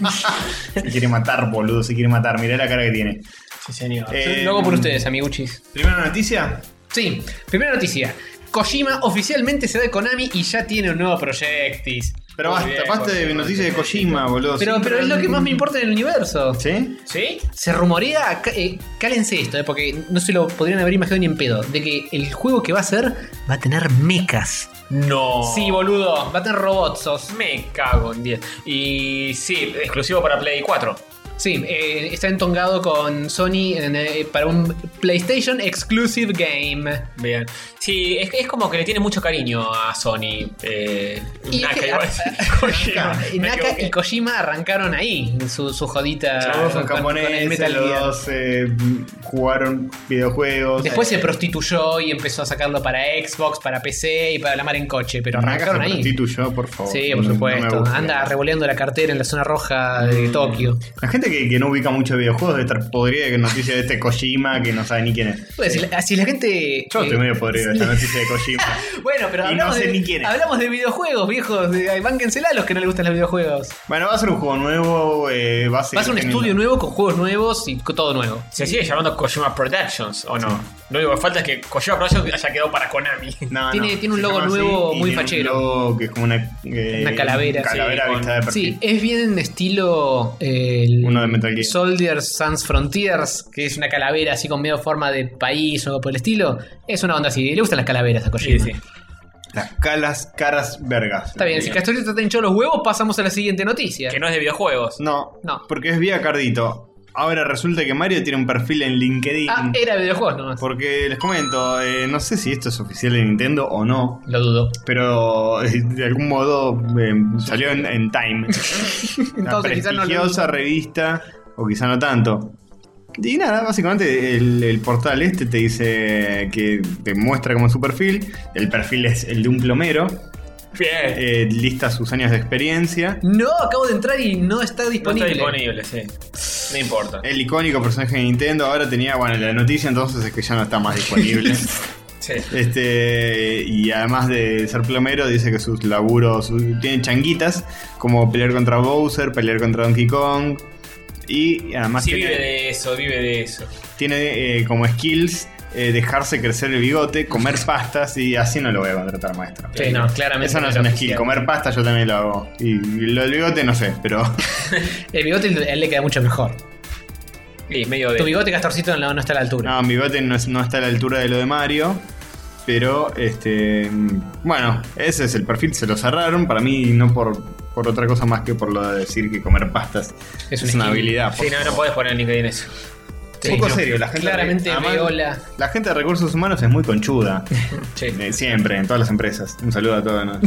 Speaker 4: se quiere matar, boludo, se quiere matar. Mirá la cara que tiene.
Speaker 5: Sí, señor.
Speaker 4: Eh,
Speaker 3: Lo hago por ustedes, amiguchis.
Speaker 4: Primera noticia.
Speaker 3: Sí, primera noticia. Kojima oficialmente se da de Konami y ya tiene un nuevo Projectis.
Speaker 4: Pero
Speaker 3: Muy
Speaker 4: basta,
Speaker 3: bien,
Speaker 4: basta de
Speaker 3: Kojima.
Speaker 4: noticias de Kojima, boludo.
Speaker 3: Pero, pero es lo que más me importa en el universo.
Speaker 4: ¿Sí?
Speaker 5: ¿Sí?
Speaker 3: Se rumorea, ca- eh, cálense esto, eh, porque no se lo podrían haber imaginado ni en pedo, de que el juego que va a ser va a tener mechas.
Speaker 5: No.
Speaker 4: Oh.
Speaker 3: Sí, boludo, va a tener robotsos.
Speaker 5: Me cago en 10. Y sí, exclusivo para Play 4.
Speaker 3: Sí, eh, está entongado con Sony en, eh, para un PlayStation Exclusive Game.
Speaker 5: Bien. Sí, es, que- es como que le tiene mucho cariño a Sony. Eh,
Speaker 3: Y es que-
Speaker 5: igual. Kojima.
Speaker 3: Y
Speaker 5: Me
Speaker 3: Naka
Speaker 5: equivoqué.
Speaker 3: y Kojima arrancaron ahí su, su jodita
Speaker 4: Los dos son
Speaker 3: Ah, con- con el
Speaker 4: japoneses,
Speaker 3: Metal Gear.
Speaker 4: los dos eh, jugaron videojuegos. eh,
Speaker 3: Después se prostituyó y empezó a sacarlo para Xbox, para PC y para la mar en coche, pero
Speaker 4: Naka
Speaker 3: arrancaron
Speaker 4: se
Speaker 3: ahí.
Speaker 4: prostituyó, por favor.
Speaker 3: Sí, por
Speaker 4: No- no me
Speaker 3: supuesto.
Speaker 4: gusta. Mm.
Speaker 3: Anda revoleando la cartera en la zona roja de Tokio.
Speaker 4: La gente que, que no ubica mucho videojuegos debe estar podrida de noticias de este Kojima que no sabe ni quién es.
Speaker 3: Pues, si, la, si la gente.
Speaker 4: Yo
Speaker 3: eh,
Speaker 4: estoy medio podrido de esta noticia de Kojima.
Speaker 3: Bueno, pero
Speaker 4: Y no
Speaker 3: hablamos,
Speaker 4: sé
Speaker 3: de,
Speaker 4: ni quién es.
Speaker 3: hablamos de videojuegos, viejos. de- ay, Bánquensela a los que no les gustan los videojuegos.
Speaker 4: Bueno, va a ser un juego nuevo, eh, va a ser...
Speaker 3: Vas a un
Speaker 4: teniendo-
Speaker 3: estudio nuevo con juegos nuevos y con todo nuevo.
Speaker 5: Se sigue llamando Kojima Productions, ¿o no? Lo único que falta es que Kojima Productions haya quedado para Konami.
Speaker 4: No,
Speaker 3: Tiene-
Speaker 4: no,
Speaker 3: tiene un
Speaker 4: se
Speaker 3: logo
Speaker 4: llama así
Speaker 3: nuevo
Speaker 4: y
Speaker 3: muy
Speaker 4: tiene un
Speaker 3: fachero.
Speaker 4: logo que es como una... eh,
Speaker 3: Una calavera,
Speaker 4: Calavera
Speaker 5: sí,
Speaker 4: vista de perfil.
Speaker 3: Sí, es bien estilo el
Speaker 4: Uno de Metal Gear.
Speaker 3: Soldiers Sans Frontiers, que es una calavera así con medio forma de país o algo por el estilo. Es una onda así, le gustan las calaveras a Kojima.
Speaker 4: Las calas, caras vergas.
Speaker 3: Está bien, si Castorito está hinchado los huevos, pasamos a la siguiente noticia.
Speaker 5: Que no es de videojuegos.
Speaker 4: No,
Speaker 3: No.
Speaker 4: porque es vía Cardito. Ahora resulta que Mario tiene un perfil en LinkedIn.
Speaker 3: Ah, era videojuegos nomás.
Speaker 4: Porque les comento, eh, no sé si esto es oficial de Nintendo o no.
Speaker 3: Lo dudo.
Speaker 4: Pero eh, de algún modo eh, salió en, en Time. Una
Speaker 3: Entonces, quizás no lo-
Speaker 4: prestigiosa revista, o quizá no tanto. Y nada, básicamente el, el portal este te dice que te muestra como su perfil. El perfil es el de un plomero.
Speaker 5: Bien.
Speaker 4: eh, lista sus años de experiencia.
Speaker 3: No, acabo de entrar y no está
Speaker 5: No está
Speaker 3: disponible.
Speaker 5: disponible, sí. No importa.
Speaker 4: El icónico personaje de Nintendo ahora tenía, bueno, la noticia entonces es que ya no está más disponible.
Speaker 5: Sí.
Speaker 4: Este, y además de ser plomero, dice que sus laburos su- tienen changuitas, como pelear contra Bowser, pelear contra Donkey Kong. Y además
Speaker 5: Sí,
Speaker 4: tiene,
Speaker 5: vive de eso, vive de eso.
Speaker 4: tiene, eh, como skills eh, dejarse crecer el bigote, comer pastas, y así no lo voy a contratar, maestro.
Speaker 3: Sí, no, claramente.
Speaker 4: Eso no es
Speaker 3: era
Speaker 4: un skill,
Speaker 3: oficial.
Speaker 4: comer pasta yo también lo hago. Y lo del bigote no sé, pero
Speaker 3: El bigote a él le queda mucho mejor.
Speaker 5: Sí, medio
Speaker 3: Tu
Speaker 5: de.
Speaker 3: bigote, Castorcito, no, no está a la altura.
Speaker 4: no, mi bigote no, es- no está a la altura de lo de Mario. Pero, este. Bueno, ese es el perfil, se lo cerraron. Para mí, no por, por otra cosa más que por lo de decir que comer pastas es,
Speaker 3: un
Speaker 4: una
Speaker 3: skill.
Speaker 4: habilidad.
Speaker 5: Sí,
Speaker 4: por
Speaker 5: no, no
Speaker 4: favor.
Speaker 5: podés poner en LinkedIn eso.
Speaker 3: Sí,
Speaker 4: Poco
Speaker 3: no.
Speaker 4: serio, la gente.
Speaker 3: Claramente
Speaker 4: además,
Speaker 3: viola.
Speaker 4: La gente de recursos humanos es muy conchuda.
Speaker 5: Sí.
Speaker 4: Eh, Siempre, en todas las empresas. Un saludo a todos. ¿no?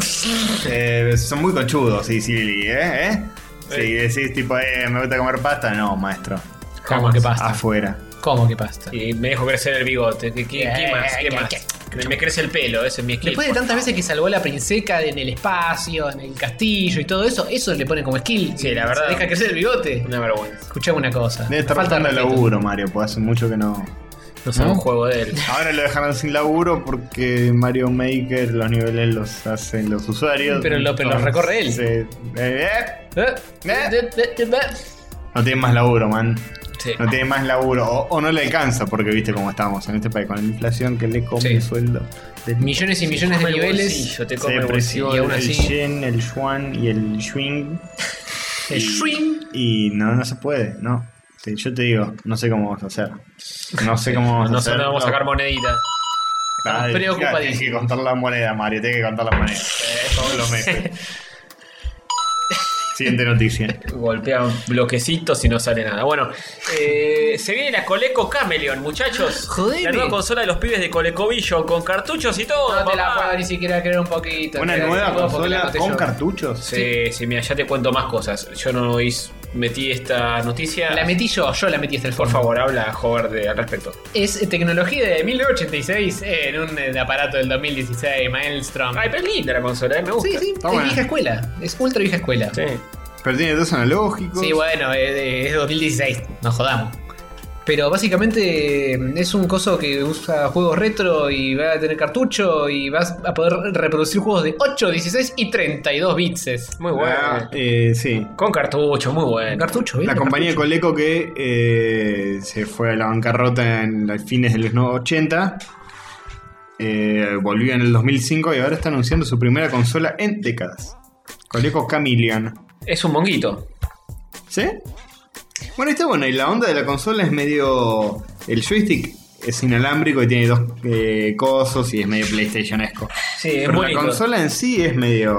Speaker 4: Eh, son muy conchudos, sí, sí, ¿eh? ¿Eh? Si decís tipo, eh, me gusta comer pasta, no, maestro.
Speaker 3: ¿Cómo que pasta?
Speaker 4: Afuera.
Speaker 3: ¿Cómo que pasta?
Speaker 5: Y me dejo crecer el bigote. ¿Qué, qué- qué más? ¿Qué más? Me, me crece el pelo, ese es mi skill.
Speaker 3: Eh, Después de tantas veces que salvó la princesa en el espacio, en el castillo y todo eso, eso le pone como skill.
Speaker 5: Sí, la verdad.
Speaker 3: Se deja crecer el bigote.
Speaker 5: Una vergüenza.
Speaker 3: Escuchame una cosa.
Speaker 4: Debe estar
Speaker 3: Falta de
Speaker 4: faltando el
Speaker 3: respeto.
Speaker 4: laburo, Mario, pues hace mucho que no.
Speaker 5: No sé,
Speaker 4: ¿No?
Speaker 5: un juego de él. Eh,
Speaker 4: Ahora lo dejaron sin laburo porque Mario Maker los niveles los hacen los usuarios.
Speaker 3: Pero lo- pero los
Speaker 4: Entonces,
Speaker 3: recorre él.
Speaker 4: eh, eh,
Speaker 3: ¿Eh?
Speaker 4: Eh.
Speaker 3: Eh.
Speaker 4: no tiene más laburo, man.
Speaker 5: Sí.
Speaker 4: No tiene más laburo. O, o no le alcanza porque viste cómo estamos en este país con la inflación que le come
Speaker 3: Sí.
Speaker 4: el sueldo. del-
Speaker 3: Millones y millones de
Speaker 5: Come el
Speaker 3: niveles.
Speaker 5: bolsillo, te
Speaker 4: Se
Speaker 5: come el
Speaker 4: depreció
Speaker 3: y
Speaker 4: el,
Speaker 3: aún
Speaker 4: el
Speaker 3: así-
Speaker 4: yen, el yuan y el swing.
Speaker 3: El swing.
Speaker 4: Y no, no se puede, no. Sí, yo te digo, no sé cómo vamos a hacer. No sé cómo vamos a
Speaker 5: No
Speaker 4: hacer.
Speaker 5: solo vamos a
Speaker 4: No.
Speaker 5: sacar monedita.
Speaker 4: Ah,
Speaker 3: Estamos preocupadísimos.
Speaker 4: Tienes que contar la moneda, Mario. Tienes que contar la moneda. Todos los meses. Siguiente noticia.
Speaker 5: Golpea bloquecitos y no sale nada. Bueno, eh, se viene la Coleco Cameleon, muchachos.
Speaker 3: Jodeme.
Speaker 5: La nueva consola de los pibes de Colecovillo con cartuchos y todo.
Speaker 3: No te la
Speaker 5: papá.
Speaker 3: puedo ni siquiera creer un poquito.
Speaker 4: Una
Speaker 3: Te la
Speaker 4: nueva
Speaker 3: creo un poco porque la
Speaker 4: consola
Speaker 3: noté
Speaker 4: con
Speaker 3: yo.
Speaker 4: cartuchos.
Speaker 5: Sí, sí, mira, ya te cuento más cosas. Yo no hice- metí esta noticia.
Speaker 3: La metí yo, yo la metí hasta el
Speaker 5: Por
Speaker 3: fondo.
Speaker 5: favor, habla, Hover, de, al respecto.
Speaker 3: Es tecnología de 1986 en un eh, aparato del 2016, Maelstrom.
Speaker 5: Ay, pero es linda la consola, eh, me gusta.
Speaker 3: Sí, sí,
Speaker 4: Está
Speaker 3: es
Speaker 4: buena.
Speaker 3: vieja escuela. Es ultra vieja escuela. Sí,
Speaker 5: Sí.
Speaker 4: Pero tiene dos analógicos.
Speaker 3: bueno, es, de- es 2016, nos jodamos. Pero básicamente eh, es un coso que usa juegos retro y va a tener cartucho y vas a poder reproducir juegos de 8, 16 y 32 bits.
Speaker 5: Muy
Speaker 4: La-
Speaker 3: Ah.
Speaker 5: bueno.
Speaker 4: eh, sí.
Speaker 5: Con cartucho, muy
Speaker 3: Un
Speaker 5: bueno.
Speaker 3: cartucho, ¿viste?
Speaker 4: La compañía Coleco que eh, se fue a la bancarrota en los fines de los no- 80 eh, volvió en el 2005 y ahora está anunciando su primera consola en décadas. Coleco Chameleon.
Speaker 5: Es un monguito.
Speaker 4: ¿Sí? Bueno, está bueno. Y la onda de la consola es medio. El joystick es inalámbrico y tiene dos eh, cosos y es medio PlayStation-esco.
Speaker 5: Sí, es
Speaker 4: Pero
Speaker 5: bonito.
Speaker 4: la consola en sí es medio.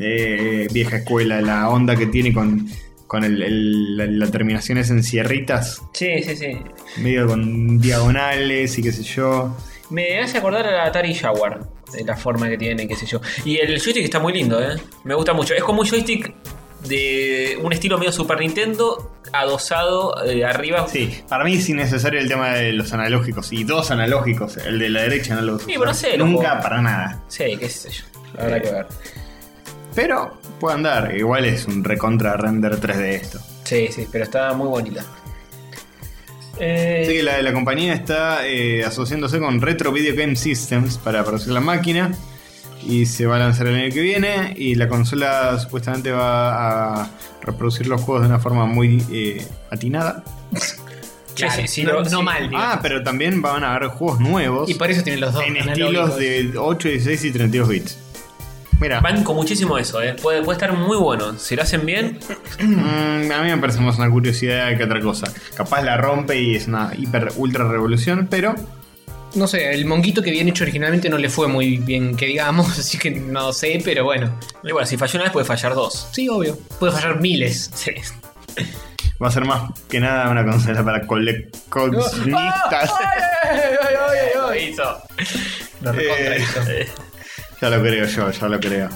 Speaker 4: eh, vieja escuela, la onda que tiene con. Con el- el- la, la terminación es en sierritas,
Speaker 5: Sí, sí, sí.
Speaker 4: medio con diagonales y qué sé yo.
Speaker 5: Me hace acordar a la Atari Jaguar. de La forma que tiene, qué sé yo. Y el joystick está muy lindo, ¿eh? Me gusta mucho. Es como un joystick de un estilo medio Super Nintendo, adosado eh, arriba.
Speaker 4: Sí, para mí es innecesario el tema de los analógicos. Y dos analógicos. El de la derecha no lo uso.
Speaker 5: Sí, pero no sé, lo
Speaker 4: Nunca
Speaker 5: juego.
Speaker 4: para nada.
Speaker 5: Sí, qué sé yo. Habrá que ver.
Speaker 4: Pero puede andar. Igual es un recontra render 3D esto.
Speaker 5: Sí, sí, pero está muy bonita. Eh,
Speaker 4: Así que la, la compañía está eh, asociándose con Retro Video Game Systems para producir la máquina. Y se va a lanzar el año que viene. Y la consola supuestamente va a reproducir los juegos de una forma muy eh, atinada.
Speaker 5: Claro,
Speaker 3: Sí, sí,
Speaker 5: no-
Speaker 3: no,
Speaker 5: sí.
Speaker 3: no mal, digamos.
Speaker 4: Ah, pero también van a haber juegos nuevos.
Speaker 3: y por eso tienen los dos.
Speaker 4: en
Speaker 3: analógicos.
Speaker 4: estilos de 8, 16 y 32 bits. Mira.
Speaker 5: Banco muchísimo eso, ¿eh? Puede, puede estar muy bueno. Si lo hacen bien,
Speaker 4: Mm, a mí me parece más una curiosidad que otra cosa. Capaz la rompe y es una hiper ultra revolución, pero
Speaker 3: No sé, el monguito que habían hecho originalmente no le fue muy bien, que digamos, así que no sé, pero bueno.
Speaker 5: igual, si falló una vez, puede fallar dos.
Speaker 3: Sí, obvio. Puede fallar miles.
Speaker 5: Sí.
Speaker 4: va a ser más que nada una consola para coleccionistas.
Speaker 5: Lo hizo.
Speaker 3: Lo recontra
Speaker 4: Eh,
Speaker 3: hizo.
Speaker 4: ya lo creo yo, ya lo creo.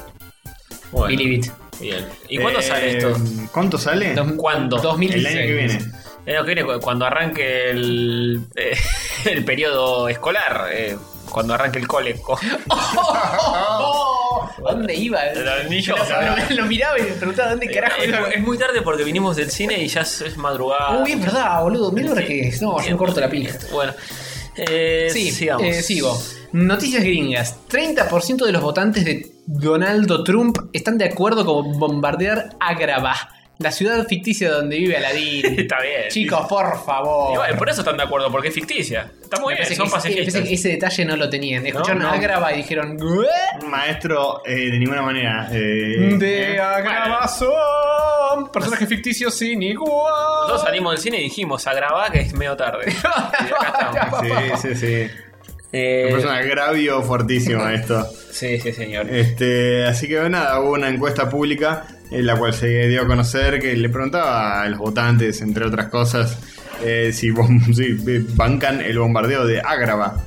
Speaker 5: Bueno,
Speaker 3: Believe it.
Speaker 5: bien. ¿Y cuándo
Speaker 4: Eh,
Speaker 5: sale esto?
Speaker 4: ¿Cuánto sale?
Speaker 3: Dos-
Speaker 5: ¿Cuándo?
Speaker 3: 2016.
Speaker 4: El año que viene.
Speaker 5: El año que viene, cu- cuando arranque el, eh, el periodo escolar, eh, cuando arranque el cole. co-
Speaker 3: Oh, ¿Dónde iba?
Speaker 5: El anillo.
Speaker 3: Lo, lo miraba y me preguntaba dónde carajo
Speaker 5: es,
Speaker 3: iba.
Speaker 5: mu- es muy tarde porque vinimos del cine y ya es, es madrugada.
Speaker 3: Uy, es verdad, boludo. Mira ahora que es. No, yo me corto la pila.
Speaker 5: Bueno, eh,
Speaker 3: Sí,
Speaker 5: sigamos.
Speaker 3: eh, sigo. Noticias gringas. 30% de los votantes de Donald Trump están de acuerdo con bombardear Agrabah, la ciudad ficticia donde vive Aladín.
Speaker 5: Está bien.
Speaker 3: Chicos, por
Speaker 5: Y
Speaker 3: favor.
Speaker 5: bueno, por eso están de acuerdo, porque es ficticia. Está muy
Speaker 3: Me parece
Speaker 5: bien, son
Speaker 3: que ese- me
Speaker 5: pacifistas.
Speaker 3: parece que ese detalle no lo tenían. Escucharon
Speaker 5: no.
Speaker 3: Agrabah y dijeron... "¿Qué?
Speaker 4: Maestro, eh, de ninguna manera. eh,
Speaker 3: De
Speaker 4: eh,
Speaker 3: Agrabah son personajes ficticios sin
Speaker 5: Nosotros
Speaker 3: igual.
Speaker 5: salimos del cine y dijimos a grabar que es medio tarde. Y acá estamos.
Speaker 4: Sí, sí, sí.
Speaker 5: Eh,
Speaker 4: Me parece un agravio fuertísimo esto.
Speaker 5: sí, sí, señor.
Speaker 4: Este, así que nada, hubo una encuesta pública en la cual se dio a conocer que le preguntaba a los votantes, entre otras cosas, eh, si, bom- si eh, bancan el bombardeo de Ágrava.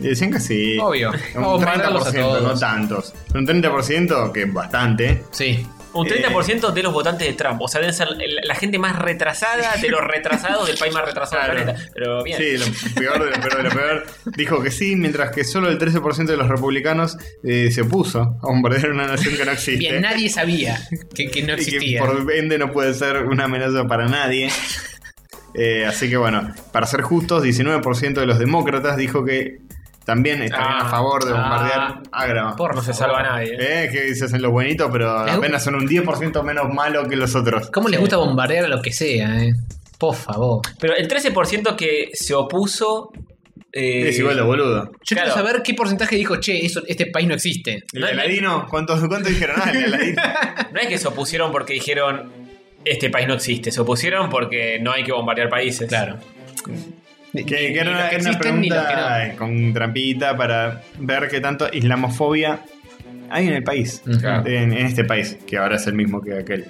Speaker 4: Y decían que sí.
Speaker 3: Obvio.
Speaker 4: Un
Speaker 3: Vamos a mandarlos Oh, a
Speaker 4: 30%, no
Speaker 3: todos.
Speaker 4: tantos. Pero un 30%, que es bastante.
Speaker 3: Sí.
Speaker 4: Eh,
Speaker 5: Un 30% de los votantes de Trump. O sea, deben ser la- la gente más retrasada de los retrasados del país más retrasado del
Speaker 4: Claro.
Speaker 5: planeta. Pero bien.
Speaker 4: Sí, lo peor de lo peor de lo peor. Dijo que sí, mientras que solo el 13% de los republicanos eh, se opuso a bombardear una nación que no existe.
Speaker 3: Bien, nadie sabía que, que no
Speaker 4: Y que
Speaker 3: existía.
Speaker 4: por ende no puede ser una amenaza para nadie. Eh, así que bueno, para ser justos, 19% de los demócratas dijo que también estarían
Speaker 5: Ah,
Speaker 4: a favor de bombardear
Speaker 3: ah,
Speaker 4: Ágrava.
Speaker 3: por
Speaker 5: No se
Speaker 3: favor.
Speaker 5: salva nadie. ¿eh?
Speaker 4: Eh, que se hacen lo bonito, pero
Speaker 3: Me gu-
Speaker 4: apenas son un 10% menos malo que los otros.
Speaker 3: ¿Cómo les gusta bombardear a lo que sea, eh? Por favor.
Speaker 5: Pero el 13% que se opuso. eh,
Speaker 4: es igual de boludo.
Speaker 3: Yo
Speaker 5: Claro.
Speaker 3: quiero saber qué porcentaje dijo, che, eso, este país no existe.
Speaker 4: ¿El
Speaker 5: No, no.
Speaker 4: Aladino? ¿Cuántos cuántos dijeron? Ah, el Aladino.
Speaker 5: No es que se opusieron porque dijeron. Este país no existe. Se opusieron porque no hay que bombardear países.
Speaker 3: Claro.
Speaker 4: que, que era una, era una
Speaker 3: no.
Speaker 4: pregunta eh, con trampita para ver qué tanto islamofobia hay en el país.
Speaker 3: Ujú.
Speaker 4: En, en este país, que ahora es el mismo que aquel. Eh,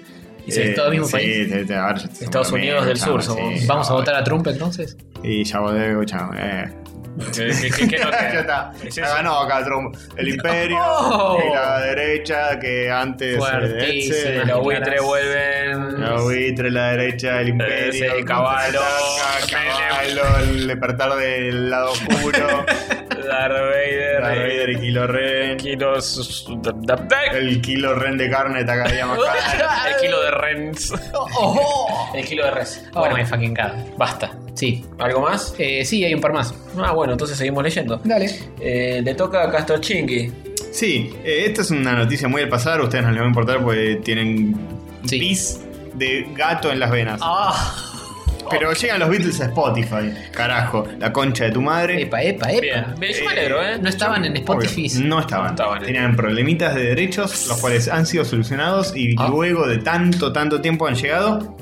Speaker 3: ¿Y si es todo el mismo
Speaker 4: sí,
Speaker 3: país?
Speaker 4: sí, sí, ahora ya somos
Speaker 5: Estados
Speaker 4: lo
Speaker 5: Unidos del
Speaker 4: chabón,
Speaker 5: Sur somos.
Speaker 3: Vamos a
Speaker 4: chabón.
Speaker 3: votar a Trump entonces.
Speaker 4: Y ya voté, chabón, eh.
Speaker 5: Que- que- que- que no
Speaker 4: ya
Speaker 5: queda.
Speaker 4: está.
Speaker 5: Es
Speaker 4: Ya
Speaker 5: eso.
Speaker 4: ganó acá Trump. El imperio
Speaker 3: ¡Oh!
Speaker 4: y la derecha que antes.
Speaker 3: Fuertísimo.
Speaker 4: eh,
Speaker 5: Los
Speaker 3: Las
Speaker 5: buitres
Speaker 3: claras.
Speaker 5: vuelven.
Speaker 4: La buitre, la derecha, el imperio.
Speaker 5: Eh, sí, caballo,
Speaker 4: Saca, caballo, el despertar del lado oscuro.
Speaker 5: Darth Vader. eh,
Speaker 4: Darth Vader y Kilo Ren.
Speaker 5: Kilo sus- da- da- da-
Speaker 4: El Kilo Ren de carne está cada día más caro.
Speaker 5: El kilo de Rens. El kilo de Rens.
Speaker 3: Bueno,
Speaker 5: oh! Bueno,
Speaker 3: me fucking God.
Speaker 5: basta.
Speaker 3: Sí.
Speaker 5: ¿Algo más?
Speaker 3: Eh, sí, hay un par más.
Speaker 5: Ah, bueno, entonces seguimos leyendo.
Speaker 3: Dale.
Speaker 5: Eh, le toca a Castor Chinky.
Speaker 4: Sí, eh, esta es una noticia muy al pasar, a ustedes no les va a importar porque tienen
Speaker 3: Sí.
Speaker 4: pis de gato en las venas.
Speaker 3: Ah,
Speaker 4: Pero llegan los Beatles a Spotify. Carajo, la concha de tu madre.
Speaker 3: Epa, epa, epa.
Speaker 5: Bien, bien, yo me alegro, ¿eh?
Speaker 3: No estaban en Spotify.
Speaker 4: Obvio, No estaban.
Speaker 5: No estaban, eh.
Speaker 4: Tenían problemitas de derechos, los cuales han sido solucionados y
Speaker 3: Ah.
Speaker 4: luego de tanto, tanto tiempo han llegado.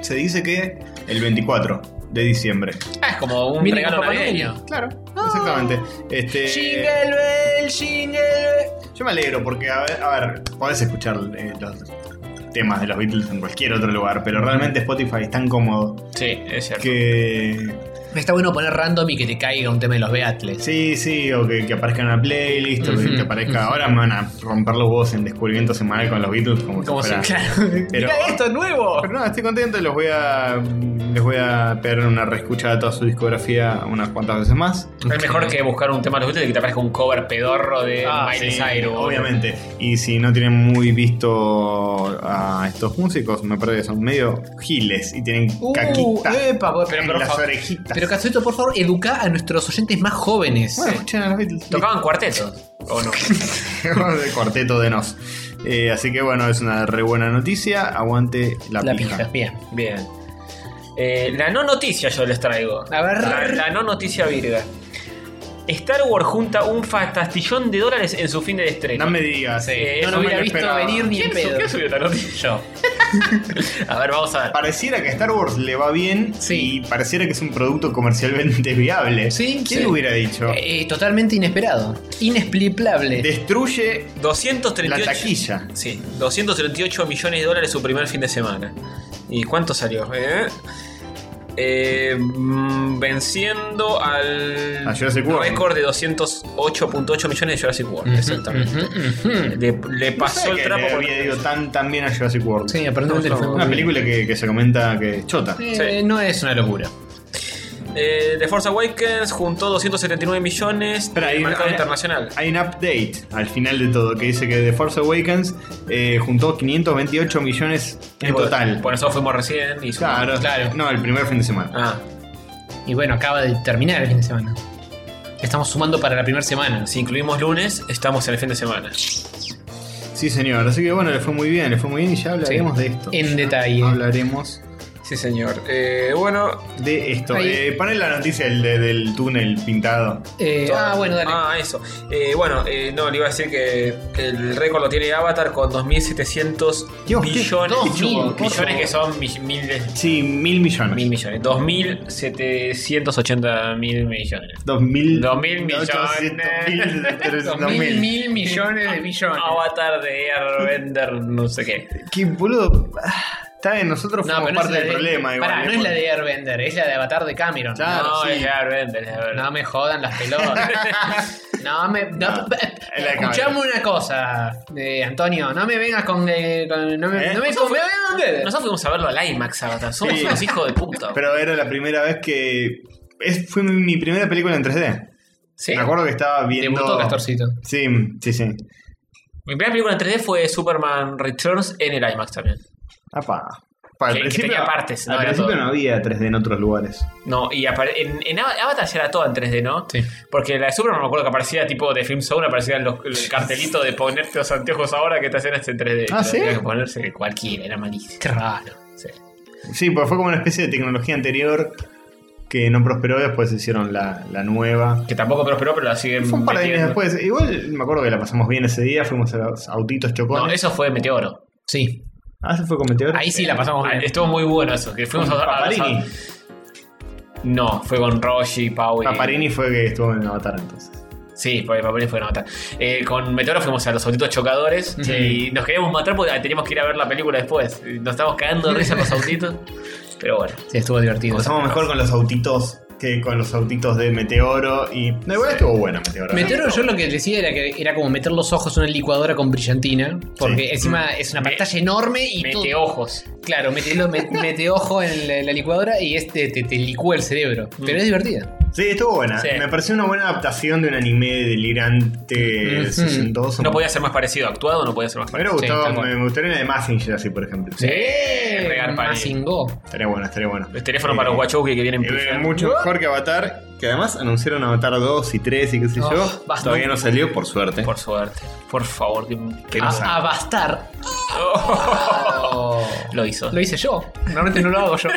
Speaker 4: Se dice que el 24 de diciembre.
Speaker 5: Ah, es como un
Speaker 3: Mínimo
Speaker 5: regalo
Speaker 3: Papá
Speaker 5: navideño.
Speaker 4: Claro, exactamente. Este,
Speaker 3: Jingle bell, jingle bell.
Speaker 4: yo me alegro porque, a ver, a ver, podés escuchar eh, los temas de los Beatles en cualquier otro lugar, pero realmente Spotify es tan cómodo
Speaker 5: Sí, es cierto.
Speaker 4: que
Speaker 3: Está bueno poner random y que te caiga un tema de los Beatles.
Speaker 4: Sí, sí, o que, que aparezca en una playlist, o que,
Speaker 3: Ujú,
Speaker 4: que aparezca. Ahora me van a romper los huevos en descubrimiento semanal con los Beatles, como,
Speaker 3: Como
Speaker 4: si
Speaker 3: si,
Speaker 4: fuera.
Speaker 3: claro.
Speaker 4: Pero-
Speaker 3: Mira esto nuevo.
Speaker 4: Pero no, estoy contento, los voy a. Les voy a pegar una reescuchada de toda su discografía unas cuantas veces más.
Speaker 5: Es mejor que buscar un tema de los Beatles y que te aparezca un cover pedorro de
Speaker 3: Ah,
Speaker 5: Miley
Speaker 4: Eh, Sí,
Speaker 5: Cyrus.
Speaker 4: Obviamente. Y si no tienen muy visto a estos músicos, me parece que son medio giles y tienen
Speaker 3: Uh,
Speaker 4: caquita
Speaker 3: epa, pero,
Speaker 4: en
Speaker 3: pero,
Speaker 4: las
Speaker 3: por favor-
Speaker 4: orejitas.
Speaker 3: pero Katsuhito, por favor, educa a nuestros oyentes más jóvenes.
Speaker 4: bueno, escuchen a los Beatles.
Speaker 5: Tocaban cuartetos, ¿o no?
Speaker 4: de cuarteto de nos. Eh, así que bueno, es una re buena noticia. Aguante la,
Speaker 3: la
Speaker 4: pija.
Speaker 3: pija. Bien.
Speaker 5: Bien. Eh, la no noticia yo les traigo.
Speaker 3: A ver.
Speaker 5: La, la no noticia virga. Star Wars junta un fantastillón de dólares en su fin de estreno.
Speaker 4: No me digas.
Speaker 5: Eh,
Speaker 3: no
Speaker 5: eso
Speaker 3: lo
Speaker 5: me
Speaker 3: hubiera
Speaker 5: lo
Speaker 3: visto
Speaker 4: esperaba.
Speaker 3: venir ni en
Speaker 5: ¿Quién, su-
Speaker 3: pedo.
Speaker 5: quién subió esta noticia? Yo. a ver, vamos a ver.
Speaker 4: Pareciera que a Star Wars le va bien
Speaker 3: Sí.
Speaker 4: y pareciera que es un producto comercialmente viable.
Speaker 3: Sí,
Speaker 4: ¿Quién
Speaker 3: sí.
Speaker 4: hubiera dicho?
Speaker 3: Eh, totalmente inesperado. Inexplicable.
Speaker 4: Destruye
Speaker 5: 238.
Speaker 4: La taquilla.
Speaker 5: Sí, 238 millones de dólares su primer fin de semana. ¿Y cuánto salió? ¿Eh? Eh, mm, venciendo al
Speaker 4: A Jurassic World.
Speaker 5: récord de 208.8 millones de Jurassic World.
Speaker 3: Ujú,
Speaker 5: Exactamente.
Speaker 3: ujú, ujú.
Speaker 5: Le, le
Speaker 4: No
Speaker 5: pasó
Speaker 4: sé
Speaker 5: el
Speaker 4: que
Speaker 5: trapo
Speaker 4: le
Speaker 5: por-
Speaker 4: había ido tan, tan bien a Jurassic World.
Speaker 3: Sí, aparentemente
Speaker 5: No,
Speaker 3: le fue
Speaker 5: no,
Speaker 3: muy
Speaker 4: Una
Speaker 3: bien.
Speaker 4: película que, que se comenta que es chota.
Speaker 3: Eh,
Speaker 5: Sí.
Speaker 3: No es una locura.
Speaker 5: Eh, The Force Awakens juntó 279 millones
Speaker 4: Espera,
Speaker 5: en
Speaker 4: hay
Speaker 5: el
Speaker 4: una-
Speaker 5: mercado
Speaker 4: hay-
Speaker 5: internacional.
Speaker 4: Hay un update al final de todo que dice que The Force Awakens eh, juntó 528 millones en
Speaker 5: Por-
Speaker 4: total.
Speaker 5: Por eso fuimos recién y sumamos.
Speaker 4: Claro,
Speaker 3: Claro.
Speaker 4: No, el primer fin de semana.
Speaker 5: Ah,
Speaker 3: Y bueno, acaba de terminar el fin de semana. Estamos sumando para la primera semana.
Speaker 5: si incluimos lunes, estamos en el fin de semana.
Speaker 4: Sí, señor. Así que bueno, le fue muy bien, le fue muy bien y ya hablaremos de esto.
Speaker 3: En detalle.
Speaker 4: Hablaremos
Speaker 5: Sí, señor. Eh, bueno,
Speaker 4: de esto.
Speaker 3: Ahí.
Speaker 4: Eh, poné la noticia del, del túnel pintado.
Speaker 3: Eh, ah, bueno, dale.
Speaker 5: Ah, eso. Eh, bueno, eh, no, le iba a decir que el récord lo tiene Avatar con 2.700
Speaker 4: Dios, ¿qué?
Speaker 5: millones.
Speaker 3: 2000, por
Speaker 5: millones
Speaker 3: favor.
Speaker 5: que son mi- miles.
Speaker 4: Sí, mil millones.
Speaker 5: Mil millones. 2.780 mil millones.
Speaker 4: Dos mil.
Speaker 5: Dos mil millones.
Speaker 4: ochocientos mil, trescientos
Speaker 3: Dos mil,
Speaker 4: mil. Ah,
Speaker 3: mil millones de millones.
Speaker 5: Avatar de Airbender, no sé qué.
Speaker 4: Que boludo. ah, Está bien, nosotros fuimos
Speaker 3: es
Speaker 4: parte
Speaker 3: la
Speaker 4: del
Speaker 3: de-
Speaker 4: problema. igual,
Speaker 3: Pará, no
Speaker 4: ¿eh?
Speaker 3: es la de Airbender, es la de Avatar de Cameron.
Speaker 4: Claro,
Speaker 5: no,
Speaker 4: sí.
Speaker 5: es de Airbender, es de Airbender.
Speaker 3: No me jodan las pelotas. No me. no-
Speaker 4: No, es la de
Speaker 3: escuchame una cosa, eh, Antonio. No me vengas con. eh, con- no me.
Speaker 4: ¿Eh?
Speaker 3: No me,
Speaker 5: Nosotros
Speaker 3: con- me- me- me- me-
Speaker 5: Nosotros fuimos a verlo al IMAX, Avatar. Somos
Speaker 4: Sí.
Speaker 5: unos hijos de puta.
Speaker 4: Pero era la primera vez que. es- fue mi, mi primera película en 3D.
Speaker 5: Sí.
Speaker 4: Me acuerdo que estaba viendo.
Speaker 3: Debutó Castorcito.
Speaker 4: Sí, sí, sí.
Speaker 5: Mi primera película en 3D fue Superman Returns en el IMAX también.
Speaker 4: Apa. Pa, al
Speaker 5: Que- que
Speaker 4: principio,
Speaker 5: tenía partes, no
Speaker 4: al
Speaker 5: era
Speaker 4: principio
Speaker 5: todo.
Speaker 4: no había 3D en otros lugares.
Speaker 5: No, y apare- en, en Ava- Avatar ya era toda en 3D, ¿no?
Speaker 3: Sí.
Speaker 5: Porque la de Superman me acuerdo que aparecía tipo de Film Zone, aparecía los, el cartelito de ponerte los anteojos ahora que te hacen este en 3D.
Speaker 4: Ah,
Speaker 5: Pero
Speaker 4: ¿sí?
Speaker 5: Había que ponerse que cualquiera, era malísimo.
Speaker 3: Qué raro.
Speaker 5: Sí.
Speaker 4: Sí, pues fue como una especie de tecnología anterior que no prosperó, después hicieron la, la nueva.
Speaker 5: Que tampoco prosperó, pero la siguen.
Speaker 4: Fue un par de días
Speaker 5: Em, metiendo.
Speaker 4: después. Igual me acuerdo que la pasamos bien ese día, fuimos a los autitos
Speaker 5: No,
Speaker 4: chocones.
Speaker 5: eso fue Meteoro.
Speaker 3: Sí.
Speaker 4: Ah, se fue con Meteor.
Speaker 3: Ahí sí la pasamos
Speaker 5: Ah,
Speaker 3: bien.
Speaker 5: Estuvo muy bueno eso, que fuimos
Speaker 4: Con
Speaker 5: a, a-
Speaker 4: Paparini.
Speaker 5: No, fue con Roshi, Pau y.
Speaker 4: Paparini fue que estuvo en Avatar entonces.
Speaker 5: Sí, porque Paparini fue una nota. Eh, con Meteoro fuimos a los autitos chocadores
Speaker 3: Sí.
Speaker 5: y nos queríamos matar porque teníamos que ir a ver la película después. Y Nos estábamos cagando de risa en los autitos. Pero bueno.
Speaker 3: Sí, estuvo divertido.
Speaker 4: Pasamos mejor con los autitos que con los autitos de Meteoro y. No, igual estuvo buena Meteoro.
Speaker 3: Meteoro, yo lo que decía era que era como meter los ojos en una licuadora con brillantina. Porque
Speaker 4: Sí.
Speaker 3: encima es una
Speaker 5: Me-
Speaker 3: pantalla enorme y. todo-
Speaker 5: Mete ojos.
Speaker 3: Claro, mete, lo- me- mete ojo en la, la licuadora y este te, te licúa el cerebro. Pero es divertida.
Speaker 4: Sí, estuvo buena.
Speaker 5: Sí.
Speaker 4: Me pareció una buena adaptación de un anime delirante
Speaker 3: Ujú.
Speaker 4: sesentoso.
Speaker 5: No podía ser más parecido, actuado no podía ser más
Speaker 4: Me hubiera
Speaker 5: parecido.
Speaker 4: gustado,
Speaker 3: tal cual.
Speaker 4: me, me gustaría una de Massinger así, por ejemplo.
Speaker 5: regar pan.
Speaker 3: Mazingo.
Speaker 4: Estaría bueno, estaría bueno.
Speaker 5: El teléfono
Speaker 4: Eh,
Speaker 5: para los guachos que vienen
Speaker 4: eh,
Speaker 5: pifiando.
Speaker 4: mucho mejor que Avatar, que además anunciaron Avatar 2 y 3 y qué sé
Speaker 3: Oh,
Speaker 4: yo.
Speaker 3: basta.
Speaker 4: Todavía no salió, por suerte.
Speaker 5: Por suerte. Por favor, que, que
Speaker 4: Ah,
Speaker 5: no sa-
Speaker 3: A, a bastar.
Speaker 5: Lo hizo.
Speaker 4: Oh.
Speaker 3: Lo hice yo. Normalmente no lo hago yo.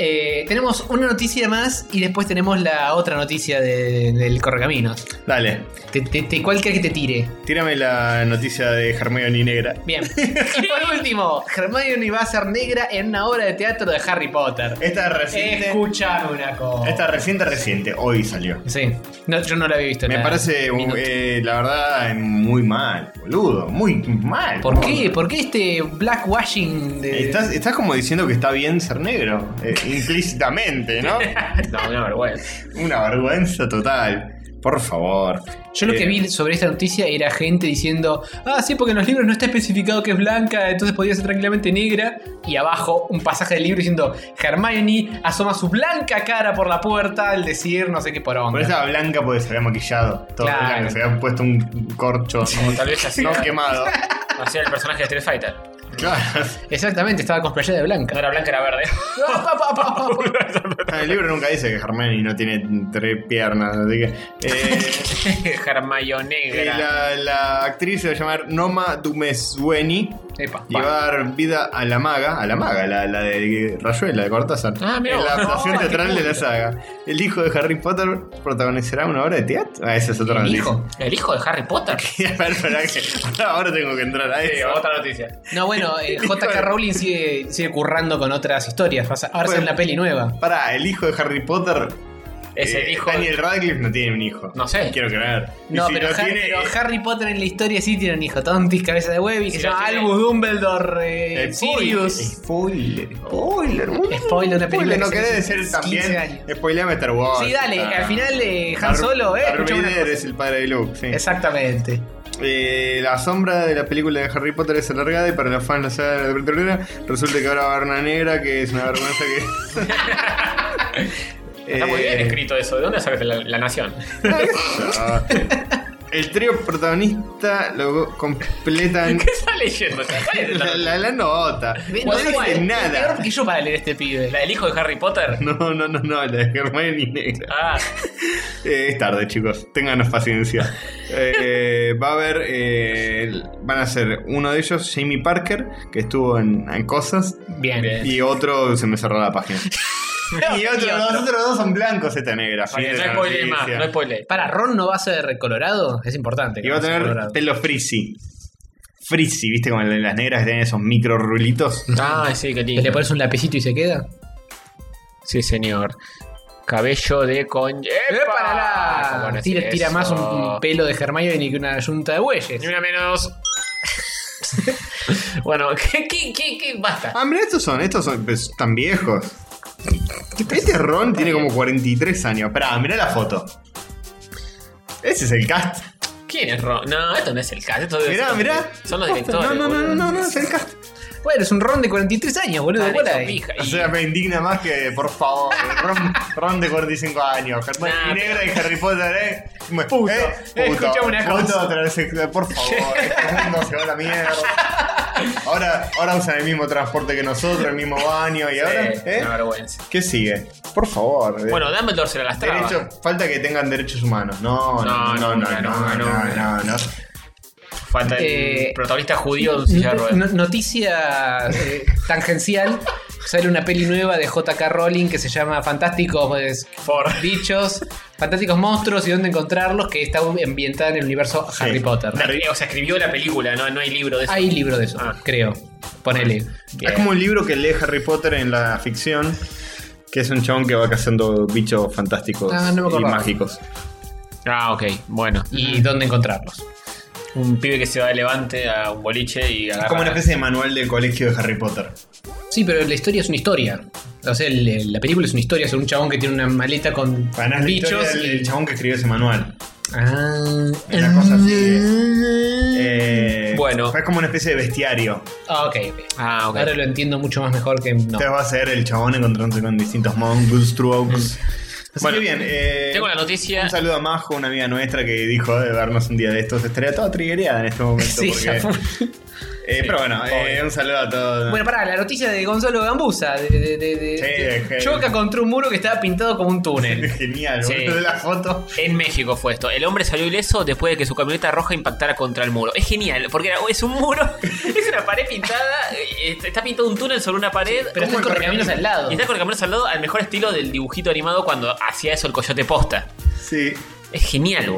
Speaker 3: Eh, tenemos una noticia más y después tenemos la otra noticia de- del Correcaminos.
Speaker 4: Dale,
Speaker 3: Te, te, te- ¿Cuál crees que te tire?
Speaker 4: tírame la noticia de Hermione Negra.
Speaker 3: Bien. Y por último, Hermione va a ser negra en una obra de teatro de Harry Potter.
Speaker 4: Esta reciente.
Speaker 3: Escuchame una cosa.
Speaker 4: Esta reciente, reciente, hoy salió.
Speaker 3: Sí. No, yo no la había visto.
Speaker 4: Me
Speaker 3: la-
Speaker 4: parece,
Speaker 3: ni no-
Speaker 4: eh, la verdad, muy mal, boludo. Muy mal.
Speaker 3: ¿Por
Speaker 4: ¿Cómo?
Speaker 3: qué? ¿Por qué este blackwashing de.?
Speaker 4: Estás, estás como diciendo que está bien ser negro, eh, implícitamente, ¿no?
Speaker 5: No, una vergüenza.
Speaker 4: Una vergüenza total. Por favor.
Speaker 3: Yo lo
Speaker 4: Eh,
Speaker 3: que vi sobre esta noticia era gente diciendo, ah, sí, porque en los libros no está especificado que es blanca, entonces podría ser tranquilamente negra. Y abajo un pasaje del libro diciendo, Hermione asoma su blanca cara por la puerta al decir no sé qué por
Speaker 4: Por esa blanca porque se había maquillado. Todo
Speaker 3: Claro.
Speaker 4: blanco, se había puesto un corcho
Speaker 5: O tal vez hacía,
Speaker 4: no quemado.
Speaker 5: hacía el personaje de Street Fighter.
Speaker 4: Claro.
Speaker 3: Exactamente, estaba con playera de
Speaker 5: No
Speaker 3: blanca.
Speaker 5: era blanca, era verde.
Speaker 4: El libro nunca dice que Hermione no tiene tres piernas, así que. eh,
Speaker 5: Hermayo
Speaker 4: eh,
Speaker 5: negra.
Speaker 4: la, la actriz se va a llamar Noma Dumesueni
Speaker 3: Epa.
Speaker 4: y va a dar vida a la maga, a la maga, la, la de Rayuela, de Cortázar.
Speaker 5: Ah, mirá
Speaker 4: en la
Speaker 5: vos.
Speaker 4: adaptación
Speaker 5: Ah, qué
Speaker 4: teatral de la
Speaker 5: culto.
Speaker 4: saga. El hijo de Harry Potter protagonizará una obra de teatro. Ah, esa es otra
Speaker 3: ¿El
Speaker 4: noticia.
Speaker 3: hijo?
Speaker 5: ¿El hijo de Harry Potter?
Speaker 4: a ver, pará que- ahora tengo que entrar a
Speaker 5: Sí,
Speaker 4: eso.
Speaker 5: otra noticia.
Speaker 3: No, bueno, eh, JK Rowling sigue, sigue currando con otras historias. Pasa- Ahora
Speaker 4: Bueno.
Speaker 3: sale una peli nueva.
Speaker 4: Pará, el hijo de Harry Potter.
Speaker 5: Es el
Speaker 4: eh,
Speaker 5: hijo.
Speaker 4: Daniel Radcliffe no tiene un hijo.
Speaker 5: No sé.
Speaker 4: Quiero creer. Y
Speaker 3: No,
Speaker 4: si
Speaker 3: pero,
Speaker 4: lo
Speaker 3: Harry,
Speaker 4: tiene,
Speaker 3: pero
Speaker 4: eh,
Speaker 3: Harry Potter en la historia sí tiene un hijo. Tontis, cabeza de huevo, y que
Speaker 5: Sí,
Speaker 3: se llama
Speaker 5: lo tiene.
Speaker 3: Albus Dumbledore, eh,
Speaker 4: eh,
Speaker 3: Sirius.
Speaker 4: Spoiler. Spoiler. boludo.
Speaker 3: Spoiler, una película
Speaker 4: No
Speaker 3: que
Speaker 4: querés
Speaker 3: salió
Speaker 4: decir
Speaker 3: hace 15
Speaker 4: también.
Speaker 3: años.
Speaker 4: Spoiler Star Wars.
Speaker 3: Sí, dale,
Speaker 4: Ah.
Speaker 3: al final eh, Han
Speaker 4: Darth-
Speaker 3: Solo, eh,
Speaker 4: Darth
Speaker 3: escuchame una
Speaker 4: Vader
Speaker 3: cosa.
Speaker 4: es el padre de Luke, sí.
Speaker 3: Exactamente.
Speaker 4: Eh, la sombra de la película de Harry Potter es alargada y para los fans la saga de la película resulta que ahora va a haber una negra que es una vergüenza que.
Speaker 5: Está muy bien
Speaker 4: Eh,
Speaker 5: escrito eso. ¿De dónde sacaste la, la nación?
Speaker 4: El trío protagonista lo completan
Speaker 5: ¿Qué está leyendo? ¿Está leyendo
Speaker 4: la,
Speaker 5: la-
Speaker 4: la- la nota. No
Speaker 5: Bueno,
Speaker 4: dice
Speaker 5: igual,
Speaker 3: Peor
Speaker 4: nada.
Speaker 3: que yo para leer este pibe.
Speaker 5: ¿La del hijo de Harry Potter?
Speaker 4: No, no, no, no, la de Hermione Negra.
Speaker 5: Ah,
Speaker 4: Eh, es tarde, chicos. Ténganos paciencia. Eh, va a haber. eh, van a ser uno de ellos, Jamie Parker, que estuvo en, en Cosas.
Speaker 3: Bien.
Speaker 5: Bien.
Speaker 4: Y otro se me cerró la página. y otro,
Speaker 3: Y otro.
Speaker 4: los otros dos son blancos esta negra.
Speaker 5: para
Speaker 4: fin
Speaker 5: que
Speaker 4: de
Speaker 5: no
Speaker 4: la
Speaker 5: spoile más,
Speaker 4: noticia.
Speaker 5: no spoile.
Speaker 3: Para, Ron no va a ser colorado. Es importante. que
Speaker 4: Y va a
Speaker 3: no sea
Speaker 4: tener
Speaker 3: colorado.
Speaker 4: pelo frizzy. Frizzy, viste, como las negras que tienen esos micro rulitos.
Speaker 5: Ah, sí, qué
Speaker 3: ¿Que ¿Le
Speaker 5: lindo.
Speaker 3: pones un lapicito y se queda?
Speaker 5: Sí, señor. Cabello de con...
Speaker 3: ¡Épala!
Speaker 5: ¿Cómo no es
Speaker 3: Tira, tira
Speaker 5: Ah, eso?
Speaker 3: más un, un pelo de Hermione que una yunta de bueyes.
Speaker 5: Ni una menos. bueno, ¿qué, qué, qué, qué? Basta.
Speaker 4: Ah, mira, estos son, estos son pues, tan viejos. Este Ron tiene como 43 años. Esperá, mirá la foto. Ese es el cast.
Speaker 5: ¿Quién es Ron? No, esto no es el caso. Esto debe
Speaker 4: Mirá,
Speaker 5: ser-
Speaker 4: mirá.
Speaker 5: Son los directores.
Speaker 4: No, no, no, no,
Speaker 5: boludo.
Speaker 4: no, no, es el cast.
Speaker 3: Bueno, es un Ron de 43 años, boludo.
Speaker 5: Dale,
Speaker 3: bola
Speaker 5: son
Speaker 3: de-
Speaker 5: pija.
Speaker 4: O
Speaker 5: Y-
Speaker 4: sea, me indigna más que, por favor, eh, Ron, Ron de 45 años, Germán
Speaker 5: Nah,
Speaker 4: y Negra y Harry Potter, ¿eh? Me-
Speaker 3: Puto.
Speaker 4: ¿eh?
Speaker 3: Eh, escuchá una
Speaker 4: puto
Speaker 3: cosa.
Speaker 4: transexual, por favor, este mundo se va a la mierda. Ahora, ahora usan el mismo transporte que nosotros, el mismo baño, y ahora,
Speaker 5: Sí,
Speaker 4: ¿eh?
Speaker 5: Una vergüenza.
Speaker 4: ¿Qué sigue? Por favor. eh.
Speaker 5: Bueno, Dumbledore se la lastraba.
Speaker 4: Derecho- falta que tengan derechos humanos. No, no, no, no, no, no, no, no, no.
Speaker 5: Falta el
Speaker 3: Eh,
Speaker 5: protagonista judío de un silla de ruedas.
Speaker 3: No- noticia eh, tangencial. Sale una peli nueva de JK Rowling que se llama Fantásticos pues,
Speaker 5: Por.
Speaker 3: Bichos, Fantásticos Monstruos y dónde encontrarlos, que está ambientada en el universo Harry Potter.
Speaker 5: O sea, escribió la película, no, no hay libro de eso.
Speaker 3: Hay libro de eso,
Speaker 5: Ah.
Speaker 3: creo. Ponele.
Speaker 5: Bien.
Speaker 4: Es como un libro que lee Harry Potter en la ficción, que es un chabón que va cazando bichos fantásticos
Speaker 3: Ah, no me
Speaker 4: y
Speaker 3: acordaba.
Speaker 4: mágicos.
Speaker 5: Ah, ok, bueno.
Speaker 3: Y dónde encontrarlos.
Speaker 5: Un pibe que se va de levante a un boliche y agarra.
Speaker 4: Es como una especie de manual del colegio de Harry Potter.
Speaker 3: Sí, pero la historia es una historia. O sea, el- el- la película es una historia sobre un chabón que tiene una maleta con
Speaker 4: Para es la historia
Speaker 3: bichos.
Speaker 4: del
Speaker 3: y-
Speaker 4: del chabón que escribió ese manual.
Speaker 3: Ah,
Speaker 4: Una cosa así. eh, eh,
Speaker 5: Bueno.
Speaker 4: Es como una especie de bestiario.
Speaker 3: ah, ok, ok.
Speaker 5: Ah, ok.
Speaker 3: Ahora lo entiendo mucho más mejor que no.
Speaker 4: Entonces va a ser el chabón encontrándose con distintos monstruos. Así
Speaker 5: Mm. Bueno,
Speaker 4: que bien. eh,
Speaker 5: Tengo la noticia.
Speaker 4: Un saludo a Majo, "Eh, una amiga nuestra que dijo de vernos un día de estos. Estaría toda triggereada en este momento
Speaker 3: Sí,
Speaker 4: porque
Speaker 3: ya fue.
Speaker 4: Eh, pero bueno, eh, un saludo a todos.
Speaker 3: Bueno, pará, la noticia de Gonzalo Gambusa. De, de- de- de-
Speaker 4: Sí,
Speaker 3: de-
Speaker 4: es que-
Speaker 3: choca contra un muro que estaba pintado como un túnel.
Speaker 4: Genial,
Speaker 5: Sí.
Speaker 4: boludo, la foto.
Speaker 5: En México fue esto. El hombre salió ileso después de que su camioneta roja impactara contra el muro. Es genial, porque era- es un muro, es una pared pintada, eh, está pintado un túnel sobre una pared.
Speaker 3: Pero
Speaker 4: ¿Cómo
Speaker 3: están
Speaker 4: el
Speaker 3: con caminos al lado.
Speaker 5: Y está con el caminos al lado al mejor estilo del dibujito animado cuando hacía eso el coyote posta.
Speaker 4: Sí.
Speaker 5: Es genial, boludo.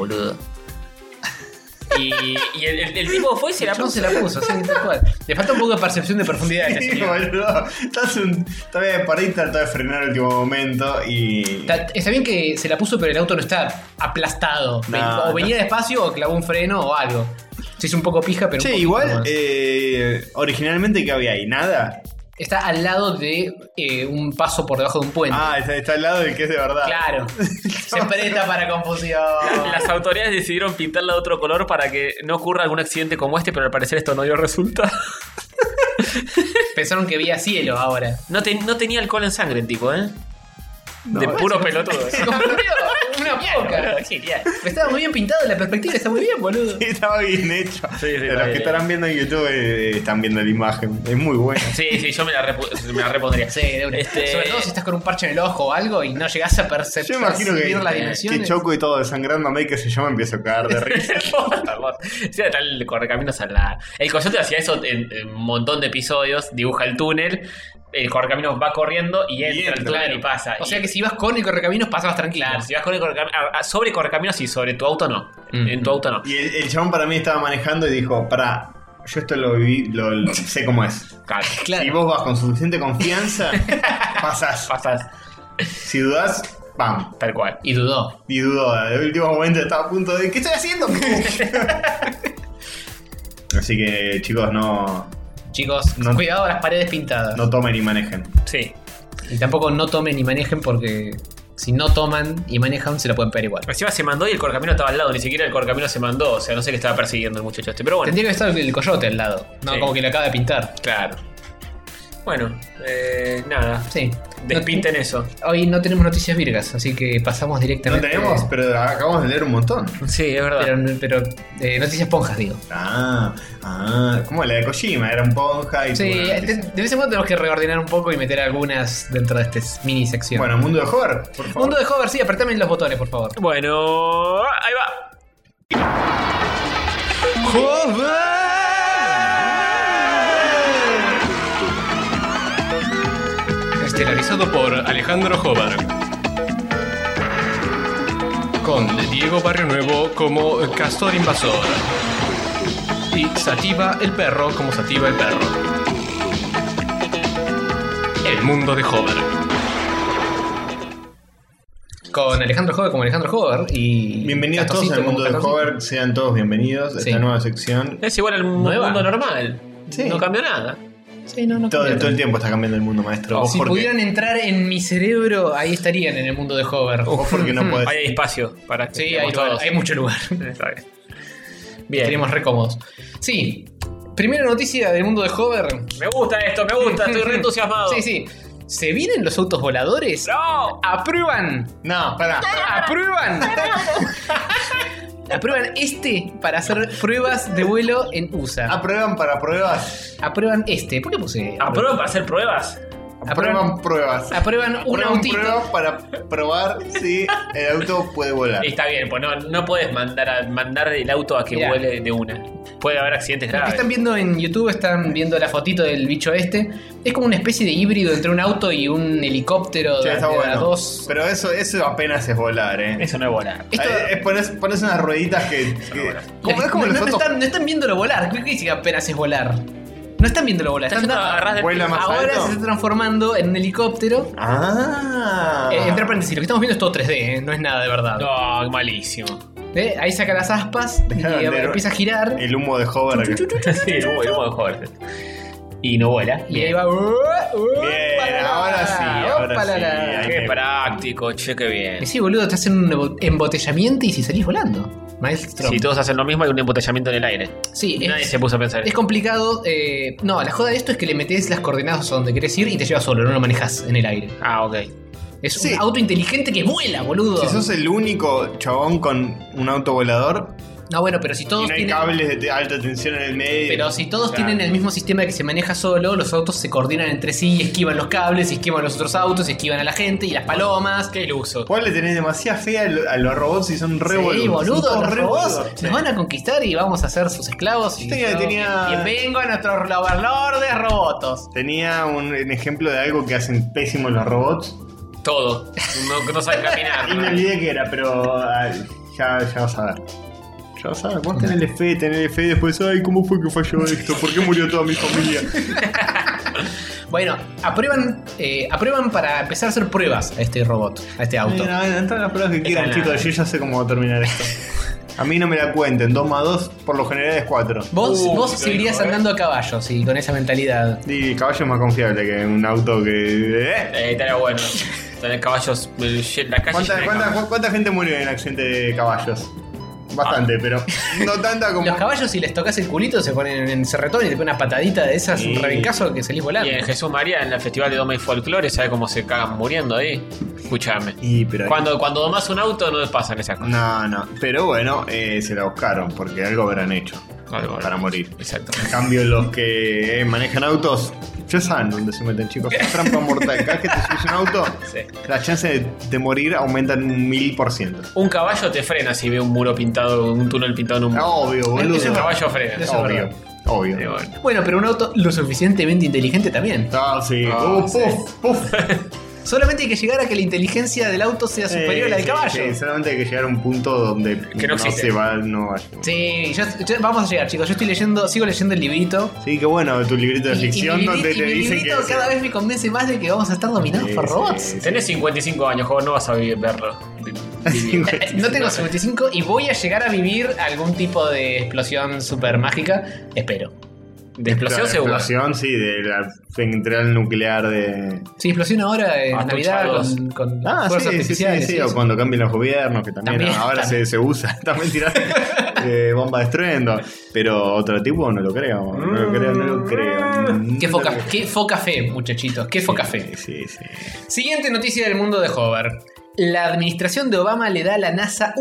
Speaker 5: Y, y el, el- el tipo fue y se la
Speaker 3: Chabón
Speaker 5: puso.
Speaker 3: se la puso, sí, tal cual. Le falta un poco de percepción de profundidad a esta
Speaker 4: Sí,
Speaker 3: señora.
Speaker 4: boludo. Estás un. Todavía por ahí trató de frenar el último momento y.
Speaker 3: Está, está bien que se la puso, pero el auto no está aplastado. Ven-
Speaker 4: No,
Speaker 3: o venía despacio o clavó un freno o algo. Se hizo un poco pija, pero. un
Speaker 4: Che,
Speaker 3: poquito
Speaker 4: igual,
Speaker 3: más.
Speaker 4: eh, originalmente, ¿qué había ahí? ¿Nada?
Speaker 3: Está al lado de eh, un paso por debajo de un puente.
Speaker 4: Ah, está, está al lado del que es de verdad.
Speaker 3: claro. se presta para confusión.
Speaker 5: Las autoridades decidieron pintarla de otro color para que no ocurra algún accidente como este, pero al parecer esto no dio resultado.
Speaker 3: Pensaron que había cielo ahora.
Speaker 5: No, te- no tenía alcohol en sangre el tipo, ¿eh? de puro pelotudo.
Speaker 3: Se confundió. Una poca.
Speaker 5: Genial.
Speaker 3: Pero estaba muy bien pintado, la perspectiva está muy bien, boludo.
Speaker 4: Estaba bien hecho.
Speaker 5: Sí, sí,
Speaker 4: Los
Speaker 5: está
Speaker 4: que
Speaker 5: bien.
Speaker 4: estarán viendo en YouTube eh, están viendo la imagen. Es muy buena.
Speaker 5: Sí, sí, yo me la, repu- me la repondría.
Speaker 3: Sí, de una.
Speaker 5: Este-
Speaker 3: Sobre todo si estás con un parche en el ojo o algo y no llegás a percep-
Speaker 4: Yo imagino que,
Speaker 3: percibir las
Speaker 4: que
Speaker 3: dimensiones.
Speaker 4: Choco y todo desangrándome y que se llama empiezo a cagar de risa.
Speaker 5: Sí, está el correcaminos al lado. El coyote hacía eso en en un montón de episodios, dibuja el túnel, el correcaminos va corriendo y entra,
Speaker 4: entra,
Speaker 5: al túnel
Speaker 4: claro.
Speaker 5: y pasa.
Speaker 3: O
Speaker 5: Y-
Speaker 3: sea que si vas con el correcaminos pasabas tranquilo.
Speaker 5: claro, si vas con el correcaminos, ah, sobre correcaminos y sobre tu auto no.
Speaker 3: Mm.
Speaker 5: En tu auto no.
Speaker 4: Y el, el chabón para mí estaba manejando y dijo, pará, yo esto lo viví, lo, lo- sé cómo es.
Speaker 5: Claro.
Speaker 3: Claro.
Speaker 4: Si vos vas con suficiente confianza, pasás.
Speaker 5: Pasas
Speaker 4: Si dudás, ¡pam!
Speaker 5: tal cual.
Speaker 3: Y dudó.
Speaker 4: Y dudó. El último momento estaba a punto de, ¿qué estoy haciendo? Así que, chicos, no,
Speaker 3: Chicos,
Speaker 4: No-
Speaker 3: cuidado a las paredes pintadas.
Speaker 4: no tomen y manejen.
Speaker 5: Sí.
Speaker 3: Y tampoco no tomen y manejen porque si no toman y manejan se la pueden pegar igual.
Speaker 4: Pues,
Speaker 5: Encima se mandó y el correcaminos estaba al lado, ni siquiera el correcaminos se mandó. O sea, no sé qué estaba persiguiendo el muchacho este. Pero bueno.
Speaker 3: Tendría que estar el coyote al lado. No,
Speaker 5: Sí.
Speaker 3: como que lo acaba de pintar.
Speaker 5: Claro. Bueno, eh, nada.
Speaker 3: Sí.
Speaker 5: Despinten eso.
Speaker 3: Hoy no tenemos noticias virgas, así que pasamos
Speaker 4: No
Speaker 3: directamente.
Speaker 4: tenemos, pero acabamos de leer un montón.
Speaker 5: Sí, es verdad.
Speaker 3: Pero, pero, eh, noticias ponjas, digo.
Speaker 4: Ah, ah, como la de Kojima, era un ponja y
Speaker 3: Sí,
Speaker 4: tuvo una
Speaker 3: de,
Speaker 4: noticia.
Speaker 3: de vez en cuando tenemos que reordenar un poco y meter algunas dentro de esta mini sección.
Speaker 4: Bueno, mundo de horror, por favor.
Speaker 3: Mundo de Hover, sí, apretame los botones, por favor.
Speaker 5: Bueno, ahí va.
Speaker 3: Este,
Speaker 1: Estelarizado por Alejandro Jobar. Con Diego Barrio Nuevo como Castor Invasor. Y Sativa el Perro como Sativa el Perro. El mundo de Hover.
Speaker 3: Con Alejandro Hover como Alejandro Hover y.
Speaker 4: Bienvenidos todos
Speaker 3: Castorcito
Speaker 4: al mundo
Speaker 3: como
Speaker 4: de
Speaker 3: Castorcito.
Speaker 4: Hover, sean todos bienvenidos a
Speaker 3: Sí.
Speaker 4: esta nueva sección.
Speaker 5: Es igual al mu-
Speaker 3: Nueva.
Speaker 5: mundo normal.
Speaker 4: Sí.
Speaker 5: No cambió nada.
Speaker 3: Sí, no, no.
Speaker 4: Todo,
Speaker 3: cambia
Speaker 4: todo el
Speaker 3: tanto.
Speaker 4: tiempo está cambiando el mundo, maestro. vos,
Speaker 3: si
Speaker 4: porque,
Speaker 3: pudieran entrar en mi cerebro, ahí estarían en el mundo de Hover.
Speaker 4: vos porque no podés.
Speaker 5: Ahí hay espacio para que
Speaker 3: Sí, hay,
Speaker 5: estemos
Speaker 3: lugar,
Speaker 5: todos.
Speaker 3: hay mucho lugar.
Speaker 5: Está bien. Bien.
Speaker 3: Estaríamos re cómodos. Sí. Primera noticia del mundo de Hover.
Speaker 5: Me gusta esto, me gusta, estoy re entusiasmado.
Speaker 3: Sí, sí. ¿Se vienen los autos voladores?
Speaker 5: ¡No!
Speaker 3: ¡Aprueban!
Speaker 4: No, pará.
Speaker 3: ¡Aprueban! Aprueban este para hacer pruebas de vuelo en USA.
Speaker 4: Aprueban para pruebas.
Speaker 3: Aprueban este. ¿Por qué puse?
Speaker 4: Ah,
Speaker 5: ¿Aprueban para hacer pruebas?
Speaker 4: Aprueban pruebas.
Speaker 3: Aprueban un
Speaker 4: pues. Aprueban
Speaker 3: autito.
Speaker 4: pruebas para probar si el auto puede
Speaker 3: Ah.
Speaker 4: volar.
Speaker 5: Está bien, pues no, no puedes mandar, a- mandar el auto a que
Speaker 3: Mirá.
Speaker 5: vuele de una. Puede haber accidentes
Speaker 3: Lo que
Speaker 5: graves.
Speaker 3: están viendo en YouTube, están viendo la fotito del bicho este. Es como una especie de híbrido entre un auto y un helicóptero
Speaker 4: Che,
Speaker 3: de,
Speaker 4: está
Speaker 3: de a
Speaker 4: bueno.
Speaker 3: dos.
Speaker 4: Pero eso, eso apenas es volar, eh.
Speaker 5: Eso no es volar.
Speaker 3: Esto-
Speaker 4: Ahí Es pones, pones unas rueditas que. que-
Speaker 5: buenas.
Speaker 4: como, es como
Speaker 3: no,
Speaker 4: los
Speaker 3: no
Speaker 4: autos.
Speaker 3: están, no están viéndolo volar. ¿Qué qué dice que apenas es volar? No están viéndolo volar.
Speaker 5: Estás
Speaker 3: Están
Speaker 5: yendo a
Speaker 3: dando-
Speaker 5: agarrar del
Speaker 4: Vuela
Speaker 5: piso.
Speaker 4: más
Speaker 3: ahora
Speaker 4: alto.
Speaker 3: se está transformando en un helicóptero.
Speaker 4: Ah.
Speaker 3: Eh, entre paréntesis, lo que estamos viendo es todo 3D, eh, no es nada de verdad.
Speaker 5: No, qué malísimo.
Speaker 3: Eh, Ahí saca las aspas y
Speaker 4: Dejaron de-
Speaker 3: empieza a girar.
Speaker 4: El humo de hover. que-
Speaker 5: sí, el humo- el humo de joder. Y no vuela.
Speaker 3: Y ahí va. uh, Bien,
Speaker 4: Bien, ahora sí,
Speaker 3: uh,
Speaker 4: ahora sí. Ahí
Speaker 5: Qué
Speaker 4: me-
Speaker 5: práctico, che, qué bien.
Speaker 3: Sí, boludo, estás en un embo- embotellamiento y si salís volando. Maestro.
Speaker 5: Si todos hacen lo mismo, hay un embotellamiento en el aire.
Speaker 3: Sí,
Speaker 5: Nadie
Speaker 3: es,
Speaker 5: se puso a pensar.
Speaker 3: es complicado. eh, no, la joda de esto es que le metes las coordenadas a donde querés ir y te llevas solo, no lo manejas en el aire.
Speaker 5: Ah, ok.
Speaker 3: Es
Speaker 4: Sí.
Speaker 3: un auto inteligente que vuela, boludo.
Speaker 4: Si sos el único chabón con un auto volador,
Speaker 3: No, bueno, pero si
Speaker 4: Y
Speaker 3: todos
Speaker 4: no hay
Speaker 3: tienen.
Speaker 4: cables de te- alta tensión en el medio.
Speaker 3: Pero si todos
Speaker 4: Claro.
Speaker 3: tienen el mismo sistema que se maneja solo, los autos se coordinan entre sí y esquivan los cables, y esquivan los otros autos, y esquivan a la gente y las palomas. Qué iluso.
Speaker 4: Vos le tenés demasiada fe a, lo- a los robots y son re
Speaker 3: Sí,
Speaker 4: boludos. Son
Speaker 3: boludo,
Speaker 4: todos
Speaker 3: los
Speaker 4: re
Speaker 3: robots
Speaker 4: boludos.
Speaker 3: nos van a conquistar y vamos a ser sus esclavos. Y
Speaker 4: Tenía- tenía-
Speaker 3: Bienvengo a nuestros overlordes robotos.
Speaker 4: Tenía un, un ejemplo de algo que hacen pésimos los robots.
Speaker 5: Todo. No, no saben caminar.
Speaker 4: Y me
Speaker 5: ¿no?
Speaker 4: olvidé que era, pero ay, ya, ya vas a ver. Ya vas a ver. Vos tenés fe, tenés fe y después, ay, ¿cómo fue que falló esto? ¿Por qué murió toda mi familia?
Speaker 3: Bueno, aprueban, eh, aprueban para empezar a hacer pruebas a este robot, a este auto.
Speaker 4: Mira, bueno, entran las pruebas que quieran,
Speaker 5: nada.
Speaker 4: chicos. Yo ya sé cómo va a terminar esto. A mí no me la cuenten. 2 más 2 por lo general es 4.
Speaker 3: Vos,
Speaker 5: Uh,
Speaker 3: vos
Speaker 5: lo
Speaker 3: seguirías
Speaker 5: dijo, ¿eh?
Speaker 3: andando a caballo, sí, con esa mentalidad.
Speaker 4: Y caballo es más confiable que un auto que. ¿eh?
Speaker 5: Eh, estaría bueno. Tener caballos. eh, lle- La calle llena
Speaker 4: ¿Cuánta,
Speaker 5: de
Speaker 4: cuánta,
Speaker 5: caballos.
Speaker 4: cu- cuánta gente murió en accidente de caballos? Bastante, pero no tanta como.
Speaker 3: Ah. Los caballos, si les tocas el culito, se ponen en cerretón y te ponen una patadita de esas,
Speaker 4: Sí.
Speaker 3: un rebencazo que salís volando.
Speaker 5: Y en Jesús María, en el Festival de Doma y Folclore, ¿sabe cómo se cagan muriendo ahí? Escúchame.
Speaker 4: Y, pero ahí-
Speaker 5: Cuando, cuando domas un auto no les pasan esas cosas.
Speaker 4: No, no. Pero bueno, eh, se la buscaron porque algo habrán hecho
Speaker 5: Algo habrán.
Speaker 4: para morir.
Speaker 5: Exacto.
Speaker 4: En cambio, los que eh, manejan autos ya saben dónde se meten, chicos. Es trampa mortal. Cada vez que te subes un auto,
Speaker 5: Sí.
Speaker 4: las chances de, de morir aumentan un mil por ciento.
Speaker 5: Un caballo te frena si ve un muro pintado, un túnel pintado en un muro.
Speaker 4: Obvio, boludo.
Speaker 5: un caballo frena.
Speaker 3: Eso es
Speaker 4: Obvio.
Speaker 3: verdad.
Speaker 5: Sí,
Speaker 4: Obvio.
Speaker 5: bueno.
Speaker 3: Bueno, pero un auto lo suficientemente inteligente también.
Speaker 4: Ah, sí.
Speaker 5: Ah,
Speaker 4: Uh,
Speaker 5: sí.
Speaker 4: puf, puf.
Speaker 3: Solamente hay que llegar a que la inteligencia del auto sea superior a la del
Speaker 4: Sí,
Speaker 3: caballo.
Speaker 4: sí, solamente hay que llegar a un punto donde
Speaker 5: Que no existe.
Speaker 4: se va, no vaya.
Speaker 3: Sí, ya- ya vamos a llegar, chicos. Yo estoy leyendo, sigo leyendo el librito.
Speaker 4: Sí, que bueno, tu librito de
Speaker 3: Y- y
Speaker 4: ficción
Speaker 3: mi libri-
Speaker 4: donde
Speaker 3: y
Speaker 4: te
Speaker 3: mi
Speaker 4: dicen que.
Speaker 3: librito cada vez me convence más de que vamos a estar dominados
Speaker 4: Sí,
Speaker 3: por
Speaker 4: sí,
Speaker 3: robots.
Speaker 4: sí,
Speaker 5: Tenés 55 años, joven, no vas a vi- verlo. Vi- vivir.
Speaker 3: Eh, No tengo 55 y voy a llegar a vivir algún tipo de explosión super mágica. Espero.
Speaker 5: ¿De explosión
Speaker 4: Claro,
Speaker 5: seguro?
Speaker 4: Explosión, sí, de la central nuclear de.
Speaker 3: Sí, explosión ahora en
Speaker 5: Ah,
Speaker 3: Navidad
Speaker 5: truchados.
Speaker 3: con, con
Speaker 4: Ah,
Speaker 3: fuegos
Speaker 4: sí, sí, sí,
Speaker 3: artificiales.
Speaker 4: sí,
Speaker 3: sí,
Speaker 4: o
Speaker 3: sí.
Speaker 4: cuando cambien los gobiernos, que también,
Speaker 3: También,
Speaker 4: ahora se-
Speaker 3: también.
Speaker 4: Se, usa, también tirando eh, bomba de estruendo. Pero otro tipo no lo creo, no lo creo, no lo creo.
Speaker 3: Qué foca,
Speaker 4: No lo creo.
Speaker 3: qué foca fe, muchachitos, qué foca fe.
Speaker 4: Sí, sí.
Speaker 3: Siguiente noticia del mundo de Hover. La administración de Obama le da a la NASA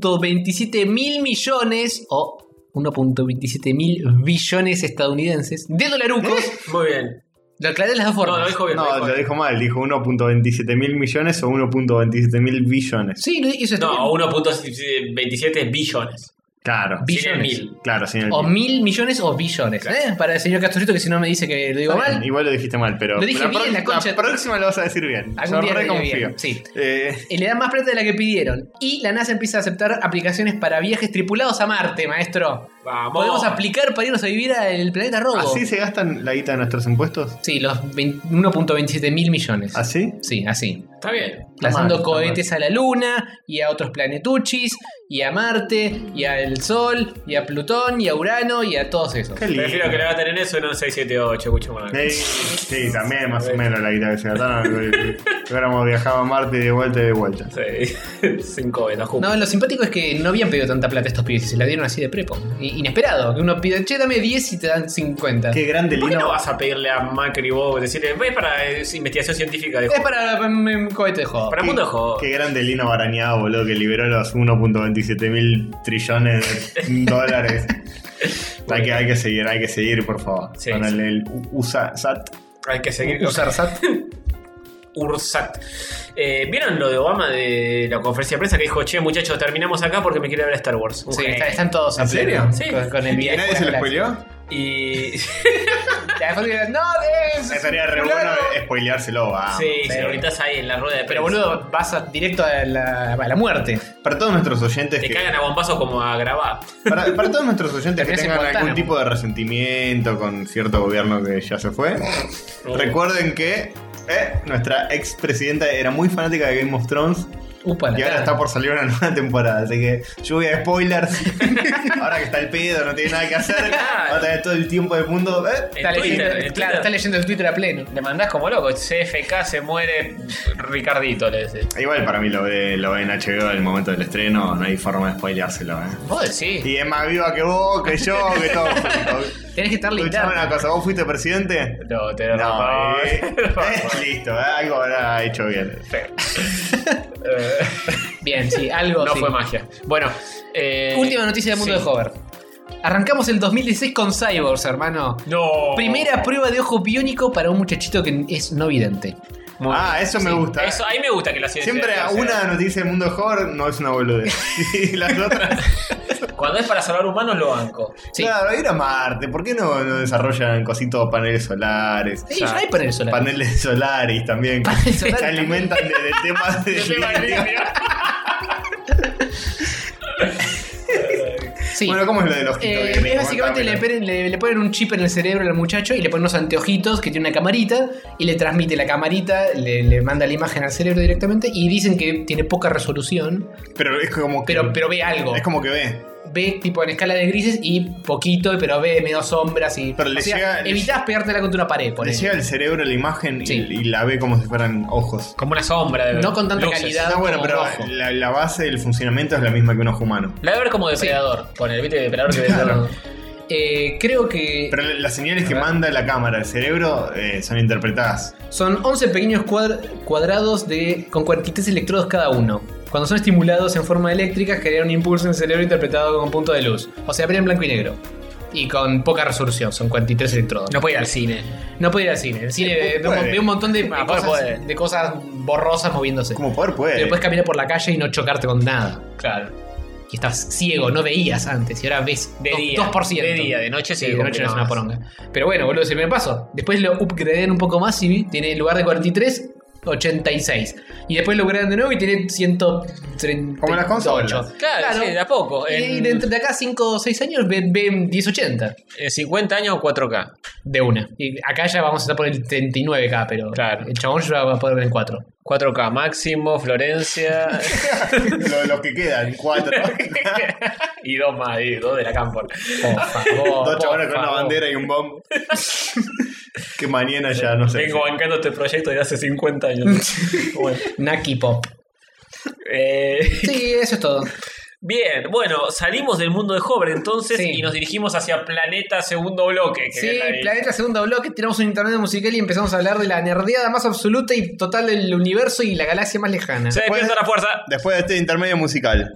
Speaker 3: 1.27 mil millones o 1.27 mil billones estadounidenses de dolarucos.
Speaker 5: Muy bien.
Speaker 3: Lo aclaré de las dos
Speaker 5: ¿Eh? No,
Speaker 3: formas.
Speaker 5: lo dijo bien.
Speaker 4: No,
Speaker 5: lo
Speaker 4: lo
Speaker 5: dijo bien.
Speaker 4: dijo mal, dijo 1.27 mil millones o 1.27 mil billones.
Speaker 3: Sí, lo hizo está
Speaker 5: No,
Speaker 3: bien.
Speaker 5: 1.27 billones.
Speaker 4: Claro.
Speaker 3: Bi-
Speaker 5: Sin el
Speaker 3: Billones.
Speaker 5: mil.
Speaker 4: Claro, sin el
Speaker 3: O mil millones o billones. ¿eh? Para el señor Castorito, que si no me dice que lo digo
Speaker 4: Está bien,
Speaker 3: mal.
Speaker 4: Igual lo dijiste mal, pero.
Speaker 3: Lo dije
Speaker 4: la
Speaker 3: bien,
Speaker 4: pro-
Speaker 3: la concha-
Speaker 4: próxima lo vas a decir bien.
Speaker 3: Algún día
Speaker 4: Yo
Speaker 3: lo
Speaker 4: re
Speaker 3: diré
Speaker 4: confío.
Speaker 3: bien, sí.
Speaker 4: Eh,
Speaker 3: Y le dan más plata de la que pidieron. Y la NASA empieza a aceptar aplicaciones para viajes tripulados a Marte, maestro.
Speaker 5: Vamos.
Speaker 3: Podemos aplicar para irnos a vivir al planeta Robo.
Speaker 4: ¿Así se gastan la guita de nuestros impuestos?
Speaker 3: Sí, los 20 1.27 mil millones.
Speaker 4: ¿Así?
Speaker 3: Sí, así.
Speaker 5: Está bien.
Speaker 4: Está
Speaker 3: Lanzando
Speaker 4: mal, está
Speaker 3: cohetes a la Luna y a otros planetuchis y a Marte y al Sol y a Plutón y a Urano y a todos esos.
Speaker 4: Qué lindo.
Speaker 5: Prefiero que le hagan en eso en un 678, escuchemos algo.
Speaker 4: Sí, sí, también más o menos la guita que se gastaron. que- que Hubiéramos viajado a Marte y de vuelta y de vuelta.
Speaker 5: Sí. Cinco veces,
Speaker 3: No, lo simpático es que no habían pedido tanta plata estos pibes y se la dieron así de prepo. I- Inesperado. Que uno pide, che, dame 10 y te dan 50.
Speaker 4: Qué grande
Speaker 5: ¿Por qué
Speaker 4: lino.
Speaker 5: no vas a pedirle a Macri vos decirle, ves para eh, investigación científica de
Speaker 3: Es para um, un cohete de juego.
Speaker 5: Para el mundo de juego.
Speaker 4: Qué grande lino barañado, boludo, que liberó los 1.27 mil trillones de dólares. hay, que, hay que seguir, hay que seguir, por favor.
Speaker 5: Sí,
Speaker 4: Con el,
Speaker 5: sí.
Speaker 4: el USA SAT.
Speaker 5: Hay que seguir.
Speaker 3: Usar SAT.
Speaker 5: Ursat. Eh, ¿Vieron lo de Obama de la conferencia de prensa que dijo, che, muchachos, terminamos acá porque me quiero ver a Star Wars? Un
Speaker 3: Sí,
Speaker 5: genio.
Speaker 3: está- están todos
Speaker 4: ¿En
Speaker 3: a pleno
Speaker 4: serio?
Speaker 5: Sí.
Speaker 3: Con, con el viaje.
Speaker 4: ¿Nadie
Speaker 3: a
Speaker 4: se
Speaker 3: la
Speaker 4: lo
Speaker 3: galaxia.
Speaker 4: spoileó?
Speaker 5: Y. sí,
Speaker 3: La familia, no, es.
Speaker 4: Estaría re bueno eh,
Speaker 3: fulano".
Speaker 4: spoileárselo, va.
Speaker 5: se lo gritás ahí en la rueda de prensa.
Speaker 3: Pero boludo, vas a- directo a la, a la muerte.
Speaker 4: Para todos nuestros oyentes
Speaker 5: Te
Speaker 4: que,
Speaker 5: cagan a bombazos como a grabar.
Speaker 4: para, para todos nuestros oyentes que
Speaker 3: Terminás en
Speaker 4: tengan algún
Speaker 3: Guantánamo.
Speaker 4: tipo de resentimiento con cierto gobierno que ya se fue,
Speaker 5: Oh.
Speaker 4: recuerden que eh, nuestra expresidenta era muy fanática de Game of Thrones
Speaker 3: Upa, la
Speaker 4: y ahora
Speaker 3: cara.
Speaker 4: está por salir una nueva temporada, así que lluvia de spoilers. ahora que está el pedo, no tiene nada que hacer, va a tener todo el tiempo del mundo. eh.
Speaker 5: En
Speaker 3: Está leyendo,
Speaker 5: Twitter, en
Speaker 3: claro,
Speaker 5: Twitter.
Speaker 3: está leyendo el Twitter a pleno.
Speaker 5: Le mandás como loco, CFK se muere Ricardito, le decís.
Speaker 4: Igual para mí lo ve, lo ve en HBO en el momento del estreno, no hay forma de spoileárselo. eh.
Speaker 5: Vos decís.
Speaker 4: Y es más viva que vos, que yo, que todo. junto.
Speaker 3: Tenés que estar
Speaker 4: Escuchame una
Speaker 3: lintado.
Speaker 4: cosa, ¿vos fuiste presidente?
Speaker 5: No, te
Speaker 4: No,
Speaker 5: lo
Speaker 4: eh, eh, listo, eh, algo habrá hecho bien.
Speaker 5: Eh,
Speaker 3: Bien, sí, algo
Speaker 5: No
Speaker 3: sí.
Speaker 5: fue magia. Bueno, eh,
Speaker 3: Última noticia del mundo
Speaker 5: sí.
Speaker 3: de Hover. Arrancamos el 2016 con Cyborgs, hermano.
Speaker 5: No.
Speaker 3: Primera prueba de ojo biónico para un muchachito que es no vidente.
Speaker 5: Muy
Speaker 4: Ah, eso me gusta.
Speaker 5: Eso, ahí me gusta que la ciencia.
Speaker 4: Siempre
Speaker 5: o sea,
Speaker 4: una noticia del mundo de horror no es una boludez. y las otras.
Speaker 5: Cuando es para salvar humanos, lo banco.
Speaker 3: Sí.
Speaker 4: Claro, ir a Marte. ¿Por qué no, no desarrollan cositos paneles solares?
Speaker 3: Sí, ya hay paneles solares.
Speaker 4: Paneles solares también. que
Speaker 3: Paneles
Speaker 4: se
Speaker 3: solares
Speaker 4: alimentan de, de temas de litio.
Speaker 3: Sí.
Speaker 4: Bueno, ¿cómo es lo de los
Speaker 3: Eh, es básicamente le, ponen- le- le ponen un chip en el cerebro al muchacho y le ponen unos anteojitos que tiene una camarita y le transmite la camarita, le, le manda la imagen al cerebro directamente y dicen que tiene poca resolución,
Speaker 4: Pero es como que.
Speaker 3: pero, pero ve algo.
Speaker 4: Es como que ve.
Speaker 3: Ve tipo en escala de grises y poquito, pero ve medio sombras y...
Speaker 4: Pero le
Speaker 3: o sea,
Speaker 4: llega- le-
Speaker 3: evitás pegártela contra una pared, por
Speaker 4: Le llega al cerebro la imagen y,
Speaker 3: Sí.
Speaker 4: y la ve como si fueran ojos.
Speaker 5: Como una sombra. De
Speaker 3: No con tanta calidad.
Speaker 4: Está bueno,
Speaker 3: como
Speaker 4: pero
Speaker 3: ojo.
Speaker 4: la, la base del funcionamiento es la misma que un ojo humano.
Speaker 5: La de ver como depredador. Con el viste depredador que depredador.
Speaker 3: Eh, creo que
Speaker 4: Pero la- las señales que manda la cámara al cerebro eh, son interpretadas.
Speaker 3: son 11 pequeños cuadra- cuadrados de, con 43 electrodos cada uno. Cuando son estimulados en forma eléctrica, generan un impulso en el cerebro interpretado con punto de luz. O sea, pero en blanco y negro. Y con poca resolución, son 43 electrodos.
Speaker 5: No puede ir al cine.
Speaker 3: No puede ir al cine. El cine ve, ve un-
Speaker 4: puede.
Speaker 3: ve un montón de, de
Speaker 5: Ah, puede, puede.
Speaker 3: cosas, de cosas borrosas moviéndose.
Speaker 4: Como poder puede.
Speaker 3: Pero puedes caminar por la calle y no chocarte con nada.
Speaker 5: Claro.
Speaker 3: Y estás ciego, no veías antes. Y ahora ves
Speaker 5: De
Speaker 3: dos-
Speaker 5: día.
Speaker 3: 2%.
Speaker 5: De día, de noche sí,
Speaker 3: de noche no
Speaker 5: complicado
Speaker 3: es una
Speaker 5: más.
Speaker 3: poronga. Pero bueno, boludo, es el primer paso. Después lo upgradean un poco más y tiene en lugar de 43, 86. Y después lo upgradean de nuevo y tiene 138.
Speaker 4: Como las consolas.
Speaker 5: Claro, sí, de a poco.
Speaker 3: Y
Speaker 5: En-
Speaker 3: de, entre- de acá 5 o 6 años ven, ven 1080
Speaker 5: En 50 eh, años 4K.
Speaker 3: de una. Y acá ya vamos a estar por el 39K, pero
Speaker 5: Claro.
Speaker 3: el chabón ya va a poder ver en 4.
Speaker 5: 4K máximo, Florencia.
Speaker 4: Lo- los que quedan, cuatro.
Speaker 5: y dos más, y dos de la Campor.
Speaker 3: Por favor.
Speaker 4: Dos
Speaker 5: por
Speaker 4: chavales con una
Speaker 5: favor.
Speaker 4: bandera y un bombo. que mañana ya no sé.
Speaker 5: Vengo bancando este proyecto desde hace 50 años. Bueno,
Speaker 3: Naki Pop.
Speaker 5: eh,
Speaker 3: Sí, eso es todo.
Speaker 5: bien, bueno, salimos del mundo de Hover entonces
Speaker 3: Sí.
Speaker 5: y nos dirigimos hacia Planeta Segundo Bloque. que
Speaker 3: Sí,
Speaker 5: ven ahí.
Speaker 3: Planeta Segundo Bloque, tiramos un internet musical y empezamos a hablar de la nerdeada más absoluta y total del universo y la galaxia más lejana.
Speaker 5: Se despierta la fuerza.
Speaker 4: Después de este intermedio musical.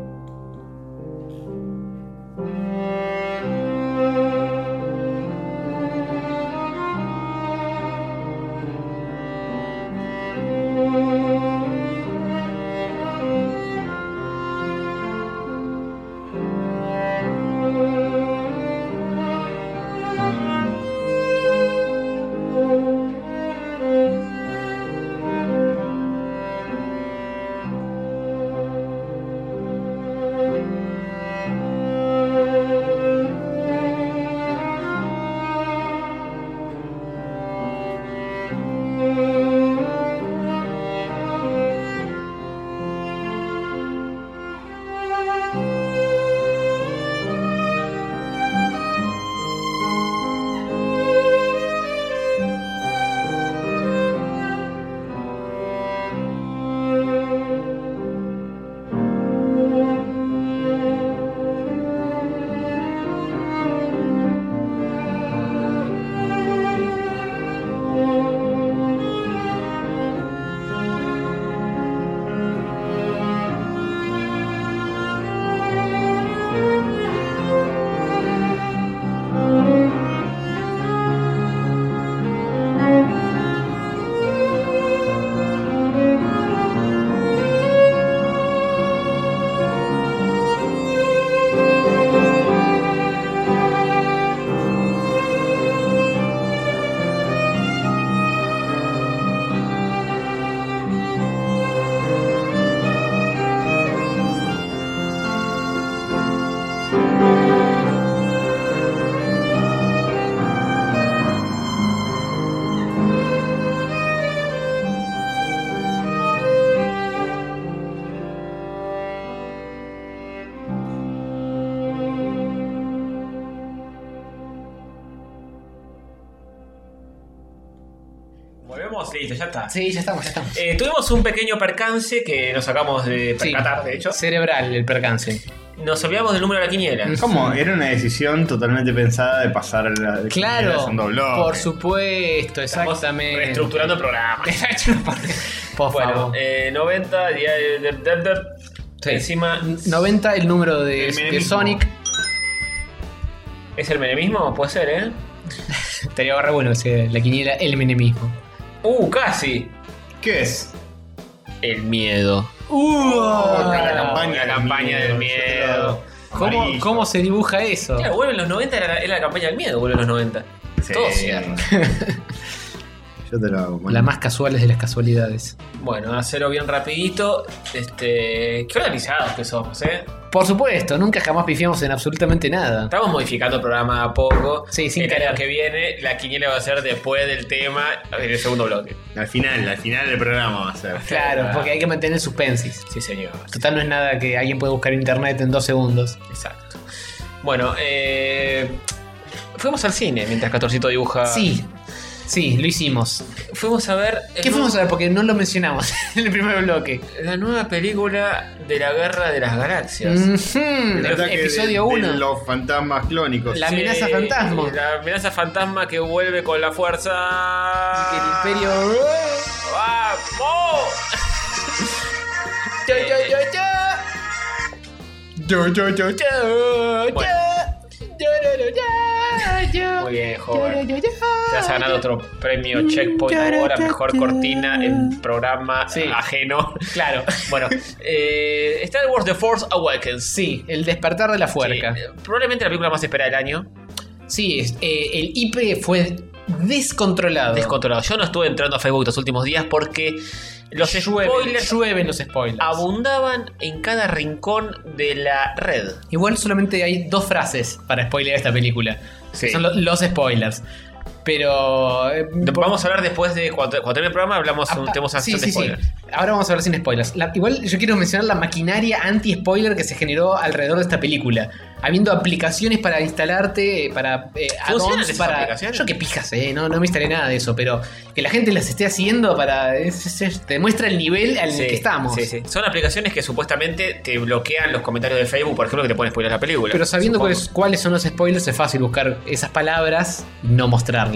Speaker 2: Thank
Speaker 5: estamos, listo, ya está.
Speaker 3: Sí, ya estamos, ya estamos.
Speaker 5: Eh, tuvimos un pequeño percance que nos acabamos de
Speaker 3: Sí.
Speaker 5: percatar, de hecho.
Speaker 3: Cerebral el percance.
Speaker 5: Nos olvidamos del número de la quiniela.
Speaker 4: ¿Cómo? Era una decisión totalmente pensada de pasar la de
Speaker 3: Claro.
Speaker 4: a segundo bloque.
Speaker 3: Por supuesto,
Speaker 5: Estamos
Speaker 3: exactamente.
Speaker 5: Reestructurando el programa.
Speaker 3: Por
Speaker 5: Bueno,
Speaker 3: favor.
Speaker 5: eh, 90, día de- de- de- de-
Speaker 3: Sí.
Speaker 5: Encima,
Speaker 3: 90 el número de,
Speaker 4: El
Speaker 3: de
Speaker 4: menemismo.
Speaker 3: Sonic.
Speaker 5: ¿es el menemismo? Puede ser, ¿eh?
Speaker 3: Estaría re bueno que sea la quiniela el menemismo.
Speaker 5: Uh, casi.
Speaker 4: ¿Qué es?
Speaker 5: El miedo.
Speaker 4: la campaña
Speaker 5: la
Speaker 4: del
Speaker 5: campaña del
Speaker 4: miedo,
Speaker 5: miedo.
Speaker 3: ¿Cómo,
Speaker 4: Amarillo.
Speaker 3: ¿Cómo se dibuja eso?
Speaker 5: Claro, vuelve en los 90, era la, era la campaña del miedo, vuelve en los 90.
Speaker 4: Sí.
Speaker 5: Todo cierra.
Speaker 4: Yo te lo hago. bueno.
Speaker 3: Las más casuales de las casualidades.
Speaker 5: Bueno, hacerlo bien rapidito. Este, qué organizados que somos, ¿eh?
Speaker 3: Por supuesto, nunca jamás pifiamos en absolutamente nada.
Speaker 5: Estamos modificando el programa a poco.
Speaker 3: Sí, sin
Speaker 5: El año
Speaker 3: querer.
Speaker 5: que viene, la quiniela va a ser después del tema, en el segundo bloque.
Speaker 4: Al final, al final del programa va a ser.
Speaker 3: Claro, porque hay que mantener el suspensis.
Speaker 5: Sí, señor.
Speaker 3: Total, no es nada que alguien puede buscar en internet en dos segundos.
Speaker 5: Exacto. Bueno, eh, fuimos al cine mientras Castorcito dibuja.
Speaker 3: Sí, sí, lo hicimos.
Speaker 5: Fuimos a ver. el
Speaker 3: ¿Qué
Speaker 5: nuevo-
Speaker 3: fuimos a ver? Porque no lo mencionamos en el primer bloque.
Speaker 5: La nueva película de la Guerra de las Galaxias.
Speaker 3: Ujú,
Speaker 4: El ataque de-
Speaker 3: Episodio
Speaker 4: de
Speaker 3: 1.
Speaker 4: los fantasmas clónicos.
Speaker 3: La amenaza fantasma.
Speaker 5: La amenaza fantasma que vuelve con la fuerza.
Speaker 3: El imperio.
Speaker 5: ¡Vamos!
Speaker 3: Yo, yo, yo, yo. Yo, yo, yo, yo, yo.
Speaker 5: Bueno.
Speaker 3: Yo, yo, yo, yo, yo.
Speaker 5: Muy bien,
Speaker 3: Yo,
Speaker 5: joven.
Speaker 3: yo, yo, yo.
Speaker 5: Te has ganado otro premio Checkpoint ahora, mejor cortina en programa
Speaker 3: Sí.
Speaker 5: ajeno.
Speaker 3: Claro.
Speaker 5: Bueno, eh, Star Wars The Force Awakens.
Speaker 3: Sí, el despertar de la fuerza.
Speaker 5: Sí, eh, probablemente la película más esperada del año.
Speaker 3: Sí, es- eh, el IP fue descontrolado.
Speaker 5: Descontrolado. Yo no estuve entrando a Facebook los últimos días porque los
Speaker 3: llueven,
Speaker 5: spoilers
Speaker 3: llueven los spoilers.
Speaker 5: abundaban en cada rincón de la red.
Speaker 3: Igual solamente hay dos frases para spoilear esta película.
Speaker 5: Sí.
Speaker 3: que Son lo- los spoilers. Pero. eh, por-
Speaker 5: Vamos a hablar después de cuando, cuando termine el programa, hablamos,
Speaker 3: apa-
Speaker 5: tenemos
Speaker 3: sí,
Speaker 5: acción
Speaker 3: sí,
Speaker 5: de
Speaker 3: sí.
Speaker 5: spoilers.
Speaker 3: Ahora vamos a hablar sin spoilers. La- igual yo quiero mencionar la maquinaria anti-spoiler que se generó alrededor de esta película. Habiendo aplicaciones para instalarte, eh, para. eh,
Speaker 5: ¿Funcionan
Speaker 3: add-ons
Speaker 5: esas
Speaker 3: para-
Speaker 5: aplicaciones?
Speaker 3: Yo qué pijas, eh. No, no me instalé nada de eso, pero que la gente las esté haciendo para. es- es- es- te muestra el nivel al
Speaker 5: Sí,
Speaker 3: que estamos.
Speaker 5: sí, sí. Son aplicaciones que supuestamente te bloquean los comentarios de Facebook, por ejemplo, que te ponen spoilers la película.
Speaker 3: Pero sabiendo
Speaker 5: Supongo.
Speaker 3: cuáles, cuáles son los spoilers, es fácil buscar esas palabras y no mostrarlas.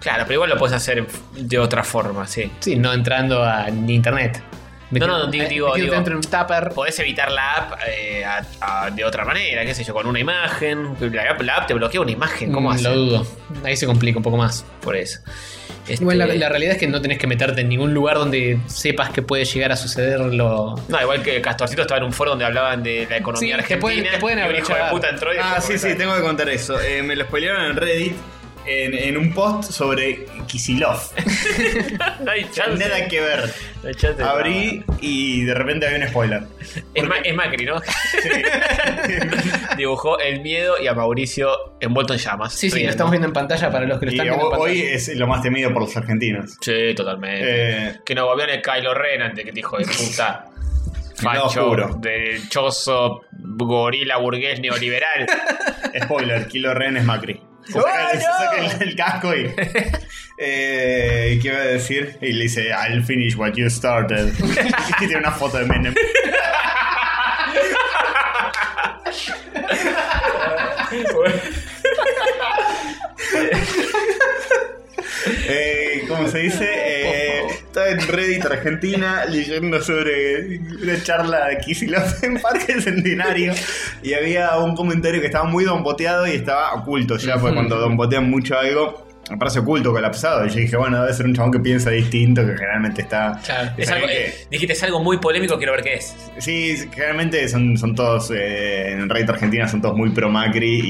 Speaker 5: Claro, pero igual lo puedes hacer de otra forma, sí.
Speaker 3: Sí, no entrando a ni internet.
Speaker 5: no, digo-
Speaker 3: eh,
Speaker 5: digo-
Speaker 3: metiéndote
Speaker 5: digo-
Speaker 3: dentro de un tupper.
Speaker 5: Podés evitar la app eh, a- a- de otra manera, qué sé yo, con una imagen. La app, la app te bloquea una imagen, ¿cómo
Speaker 3: Mm,
Speaker 5: haces?
Speaker 3: Lo dudo. Ahí se complica un poco más.
Speaker 5: Por eso. Este,
Speaker 3: Igual la, la realidad es que no tenés que meterte en ningún lugar donde sepas que puede llegar a suceder lo.
Speaker 5: No, igual que Castorcito estaba en un foro donde hablaban de la economía
Speaker 3: Sí, te
Speaker 5: argentina.
Speaker 3: pueden- te pueden
Speaker 5: y un hijo de
Speaker 3: abrochar.
Speaker 5: puta entró y
Speaker 4: Ah,
Speaker 5: dejó
Speaker 4: sí, sí,
Speaker 5: comentar.
Speaker 4: tengo que contar eso. Eh, me lo spoilearon en Reddit en, en un post sobre Kisilov.
Speaker 5: no hay chance.
Speaker 4: Nada que ver.
Speaker 5: No hay chance.
Speaker 4: Abrí y de repente había un spoiler.
Speaker 5: Es, Ma- es Macri, ¿no?
Speaker 4: Sí.
Speaker 5: Dibujó el miedo y a Mauricio envuelto en llamas.
Speaker 3: Sí, sí, lo
Speaker 5: riendo.
Speaker 3: estamos viendo en pantalla para los que lo
Speaker 4: y
Speaker 3: están viendo. en
Speaker 4: ho- hoy
Speaker 3: pantalla.
Speaker 4: es lo más temido por los argentinos.
Speaker 5: Sí, totalmente.
Speaker 4: Eh,
Speaker 5: Que nos volvió en el Kylo Ren antes que te hijo de puta.
Speaker 4: No,
Speaker 5: Facho,
Speaker 4: juro.
Speaker 5: del choso, gorila, burgués, neoliberal.
Speaker 4: Eh, spoiler, Kilo Ren es Macri. Se saca, se saca el, el casco y... Eh, ¿y ¿Qué iba a decir? Y le dice, I'll finish what you started. y tiene una foto de Menem. Eh, ¿Cómo se dice? Eh, estaba en Reddit Argentina leyendo sobre una charla de Kicillof en Parque Centenario y había un comentario que estaba muy domboteado y estaba oculto ya, porque cuando dombotean mucho algo aparece oculto, colapsado. Y yo dije, bueno, debe ser un chabón que piensa distinto, que generalmente está...
Speaker 3: Claro,
Speaker 5: Es
Speaker 4: alguien
Speaker 5: algo-
Speaker 4: que-
Speaker 5: eh, dijiste, es algo muy polémico, quiero ver qué es.
Speaker 4: Sí, generalmente son, son todos, eh, en Reddit Argentina son todos muy pro Macri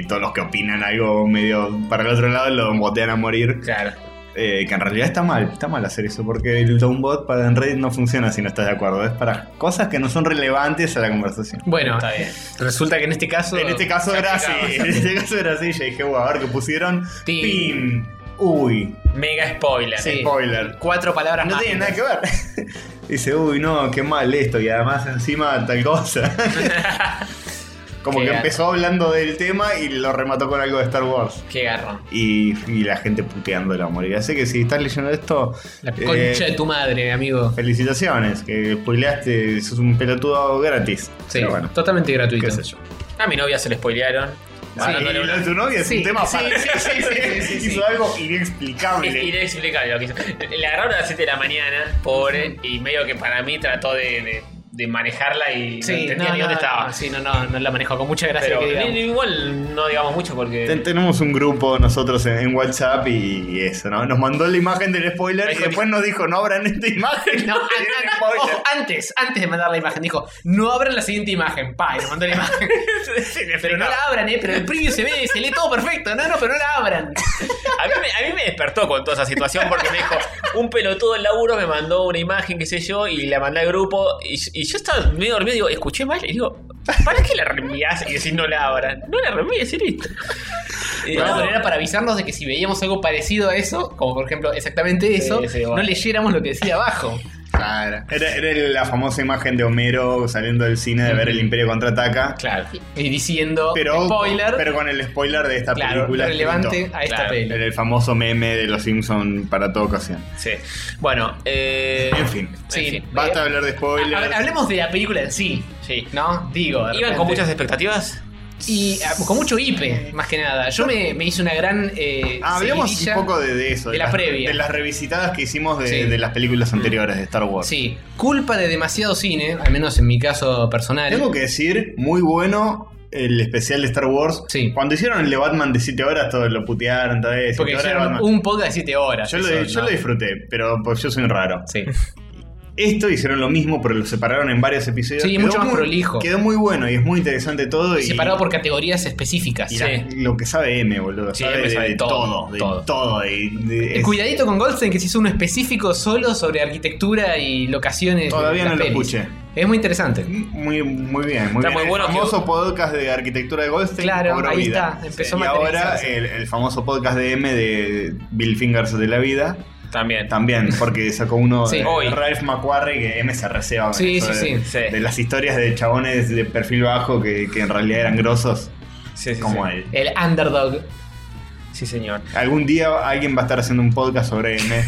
Speaker 4: y, todos los que opinan algo medio para el otro lado lo botean a morir.
Speaker 5: Claro.
Speaker 4: Eh, que en realidad está mal, está mal hacer eso, porque el downbot para en Reddit no funciona si no estás de acuerdo. Es para cosas que no son relevantes a la conversación.
Speaker 3: Bueno,
Speaker 5: Está bien.
Speaker 3: resulta que en este caso.
Speaker 4: En este caso era así,
Speaker 5: cagabas.
Speaker 4: en este caso era así, yo dije, wow, a ver qué pusieron.
Speaker 3: Pim.
Speaker 4: Pim. Uy,
Speaker 5: Mega spoiler.
Speaker 3: Sí.
Speaker 4: spoiler.
Speaker 3: Cuatro palabras
Speaker 4: No
Speaker 3: más.
Speaker 4: tiene nada que ver. Dice, uy, no, qué mal esto, y además encima tal cosa. Como
Speaker 5: Qué
Speaker 4: que
Speaker 5: gato.
Speaker 4: empezó hablando del tema y lo remató con algo de Star Wars.
Speaker 5: Qué garrón.
Speaker 4: Y, y la gente puteando la morir. Así que si estás leyendo esto.
Speaker 3: La
Speaker 4: eh,
Speaker 3: concha de tu madre, amigo.
Speaker 4: Felicitaciones, que spoileaste, sos un pelotudo gratis.
Speaker 3: Sí,
Speaker 4: Pero bueno,
Speaker 3: totalmente gratuito.
Speaker 4: qué sé yo.
Speaker 5: A mi novia se le spoilearon.
Speaker 4: Bueno,
Speaker 5: Mandándole
Speaker 4: lo
Speaker 5: una-
Speaker 4: de tu novia es
Speaker 3: Sí,
Speaker 4: un tema
Speaker 3: sí,
Speaker 4: aparte.
Speaker 3: sí, sí, sí, sí, sí,
Speaker 4: Hizo
Speaker 3: sí.
Speaker 4: algo
Speaker 5: Es
Speaker 4: inexplicable.
Speaker 5: inexplicable lo que hizo. La agarraron a las 7 de la mañana, pobre, y medio que para mí trató de, de- de manejarla y no entendía ni dónde estaba.
Speaker 3: No, sí, no, no, no la manejo con mucha gracia.
Speaker 5: Pero
Speaker 3: que digamos.
Speaker 5: ni- ni- igual no digamos mucho porque.
Speaker 4: Ten- tenemos un grupo nosotros en, en WhatsApp y, y eso, ¿no? Nos mandó la imagen del spoiler
Speaker 5: Ahí
Speaker 4: y
Speaker 5: se-
Speaker 4: después nos dijo, no abran esta imagen.
Speaker 3: No, an-
Speaker 4: Tiene
Speaker 3: an- an-
Speaker 4: spoiler.
Speaker 3: ojo, antes, antes de mandar la imagen, dijo, no abran la siguiente imagen. Pa, y nos mandó la imagen. pero no la abran, eh, pero el preview se ve, se lee todo perfecto. No, no, pero no la abran.
Speaker 5: A mí, me, a mí me despertó con toda esa situación porque me dijo, un pelotudo del laburo me mandó una imagen, qué sé yo, y la mandé al grupo. Y, y yo estaba medio dormido, digo, escuché mal, y digo, ¿para qué la reenvías? Y decís, no la abran. No la reenvíes, y listo. Y
Speaker 3: No,
Speaker 5: no,
Speaker 3: pero era para avisarnos de que si veíamos algo parecido a eso, como por ejemplo exactamente eso,
Speaker 5: sí,
Speaker 3: no
Speaker 5: bueno.
Speaker 3: leyéramos lo que decía abajo.
Speaker 4: Claro. Era, era la famosa imagen de Homero saliendo del cine de ver el Imperio contraataca.
Speaker 5: Claro.
Speaker 3: Y diciendo
Speaker 4: Pero,
Speaker 3: spoiler,
Speaker 4: pero con el spoiler de esta
Speaker 3: claro,
Speaker 4: película.
Speaker 3: relevante
Speaker 4: escrito.
Speaker 3: a esta
Speaker 5: Claro,
Speaker 3: peli.
Speaker 4: Era el famoso meme de los Simpsons para toda ocasión.
Speaker 5: Sí. Bueno, eh.
Speaker 4: En fin.
Speaker 3: Sí.
Speaker 5: en fin.
Speaker 4: Basta de hablar de
Speaker 3: A-
Speaker 4: spoilers.
Speaker 3: a- hablemos de la película en sí,
Speaker 5: Sí.
Speaker 3: ¿no? Digo, de
Speaker 5: ¿Iban con
Speaker 3: repente.
Speaker 5: muchas expectativas?
Speaker 3: Y ah, con mucho hipe, más que nada. Yo me, me hice una gran. Eh,
Speaker 4: Ah, hablemos
Speaker 3: seguidilla.
Speaker 4: un poco de, de eso.
Speaker 3: de la
Speaker 4: las-
Speaker 3: previa.
Speaker 4: De las revisitadas que hicimos de,
Speaker 3: Sí. Mm.
Speaker 4: de las películas anteriores de Star Wars.
Speaker 3: Sí, culpa de demasiado cine, al menos en mi caso personal.
Speaker 4: Tengo que decir, muy bueno el especial de Star Wars.
Speaker 3: Sí.
Speaker 4: Cuando hicieron el de Batman de 7 horas, todos lo putearon, todo eso.
Speaker 3: Porque
Speaker 4: siete horas de
Speaker 3: hicieron
Speaker 4: Batman.
Speaker 3: un podcast de 7 horas.
Speaker 4: yo, lo,
Speaker 3: eso,
Speaker 4: yo
Speaker 3: ¿no?
Speaker 4: lo disfruté, pero pues, yo soy un raro.
Speaker 3: Sí.
Speaker 4: Esto hicieron lo mismo, pero lo separaron en varios episodios.
Speaker 3: Sí,
Speaker 4: Quedó
Speaker 3: mucho más
Speaker 4: muy-
Speaker 3: prolijo.
Speaker 4: Quedó muy bueno y es muy interesante todo. Y,
Speaker 3: Separado por categorías específicas.
Speaker 4: y
Speaker 3: Sí. Eh,
Speaker 4: la- lo que sabe M, boludo.
Speaker 3: Sí,
Speaker 4: sabe
Speaker 3: M
Speaker 4: de,
Speaker 3: sabe
Speaker 4: de
Speaker 3: todo,
Speaker 4: todo, de
Speaker 3: todo.
Speaker 4: todo. y de-
Speaker 3: Eh,
Speaker 4: es-
Speaker 3: Cuidadito con Goldstein, que se hizo uno específico solo sobre arquitectura y locaciones. de
Speaker 4: Todavía
Speaker 3: las
Speaker 4: no lo
Speaker 3: pelis.
Speaker 4: escuché.
Speaker 3: Es muy interesante.
Speaker 4: Muy, muy bien, muy
Speaker 5: Está
Speaker 4: bien.
Speaker 5: muy
Speaker 4: el
Speaker 5: bueno que-
Speaker 4: famoso podcast de arquitectura de Goldstein.
Speaker 3: Claro,
Speaker 4: cobró
Speaker 3: ahí
Speaker 4: vida.
Speaker 3: está, empezó
Speaker 4: y
Speaker 3: a
Speaker 4: ahora
Speaker 3: materializarse.
Speaker 4: el, el famoso podcast de M de Bill Fingers de la vida.
Speaker 5: También.
Speaker 4: También, porque sacó uno
Speaker 3: Sí.
Speaker 4: de
Speaker 5: Hoy.
Speaker 4: Ralph McQuarrie que M se receba. con
Speaker 3: Sí,
Speaker 4: eso
Speaker 3: sí,
Speaker 4: de,
Speaker 3: sí,
Speaker 5: sí.
Speaker 4: de las historias de chabones de perfil bajo que, que en realidad eran grosos,
Speaker 5: Sí, sí,
Speaker 4: como
Speaker 5: sí.
Speaker 4: él.
Speaker 3: El underdog.
Speaker 5: Sí, señor.
Speaker 4: Algún día alguien va a estar haciendo un podcast sobre M.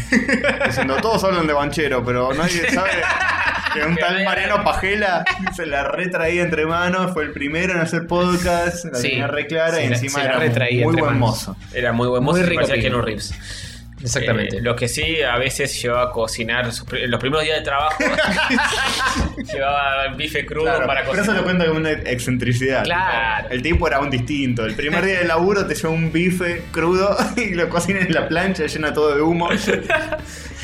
Speaker 4: diciendo, todos hablan de Banchero, pero nadie sabe que un tal Mariano Pajela se la retraía entre manos, fue el primero en hacer podcast, la
Speaker 3: Sí.
Speaker 4: tenía re clara
Speaker 3: Se
Speaker 4: y
Speaker 3: la-
Speaker 4: encima
Speaker 3: se la
Speaker 4: era
Speaker 3: retraía
Speaker 4: muy
Speaker 3: entre
Speaker 4: buen
Speaker 3: manos.
Speaker 4: mozo.
Speaker 5: Era muy buen
Speaker 3: Muy
Speaker 5: mozo y
Speaker 3: rico
Speaker 5: parecía
Speaker 3: pibe.
Speaker 5: Keanu Reeves.
Speaker 3: Exactamente.
Speaker 5: Eh, lo que sí, a veces llevaba a cocinar sus pri- los primeros días de trabajo. llevaba bife crudo
Speaker 4: Claro,
Speaker 5: para
Speaker 4: pero
Speaker 5: cocinar.
Speaker 4: eso lo cuento como una excentricidad.
Speaker 3: Claro.
Speaker 4: El tipo era un distinto. El primer día de laburo te lleva un bife crudo y lo cocina en la plancha, llena todo de humo.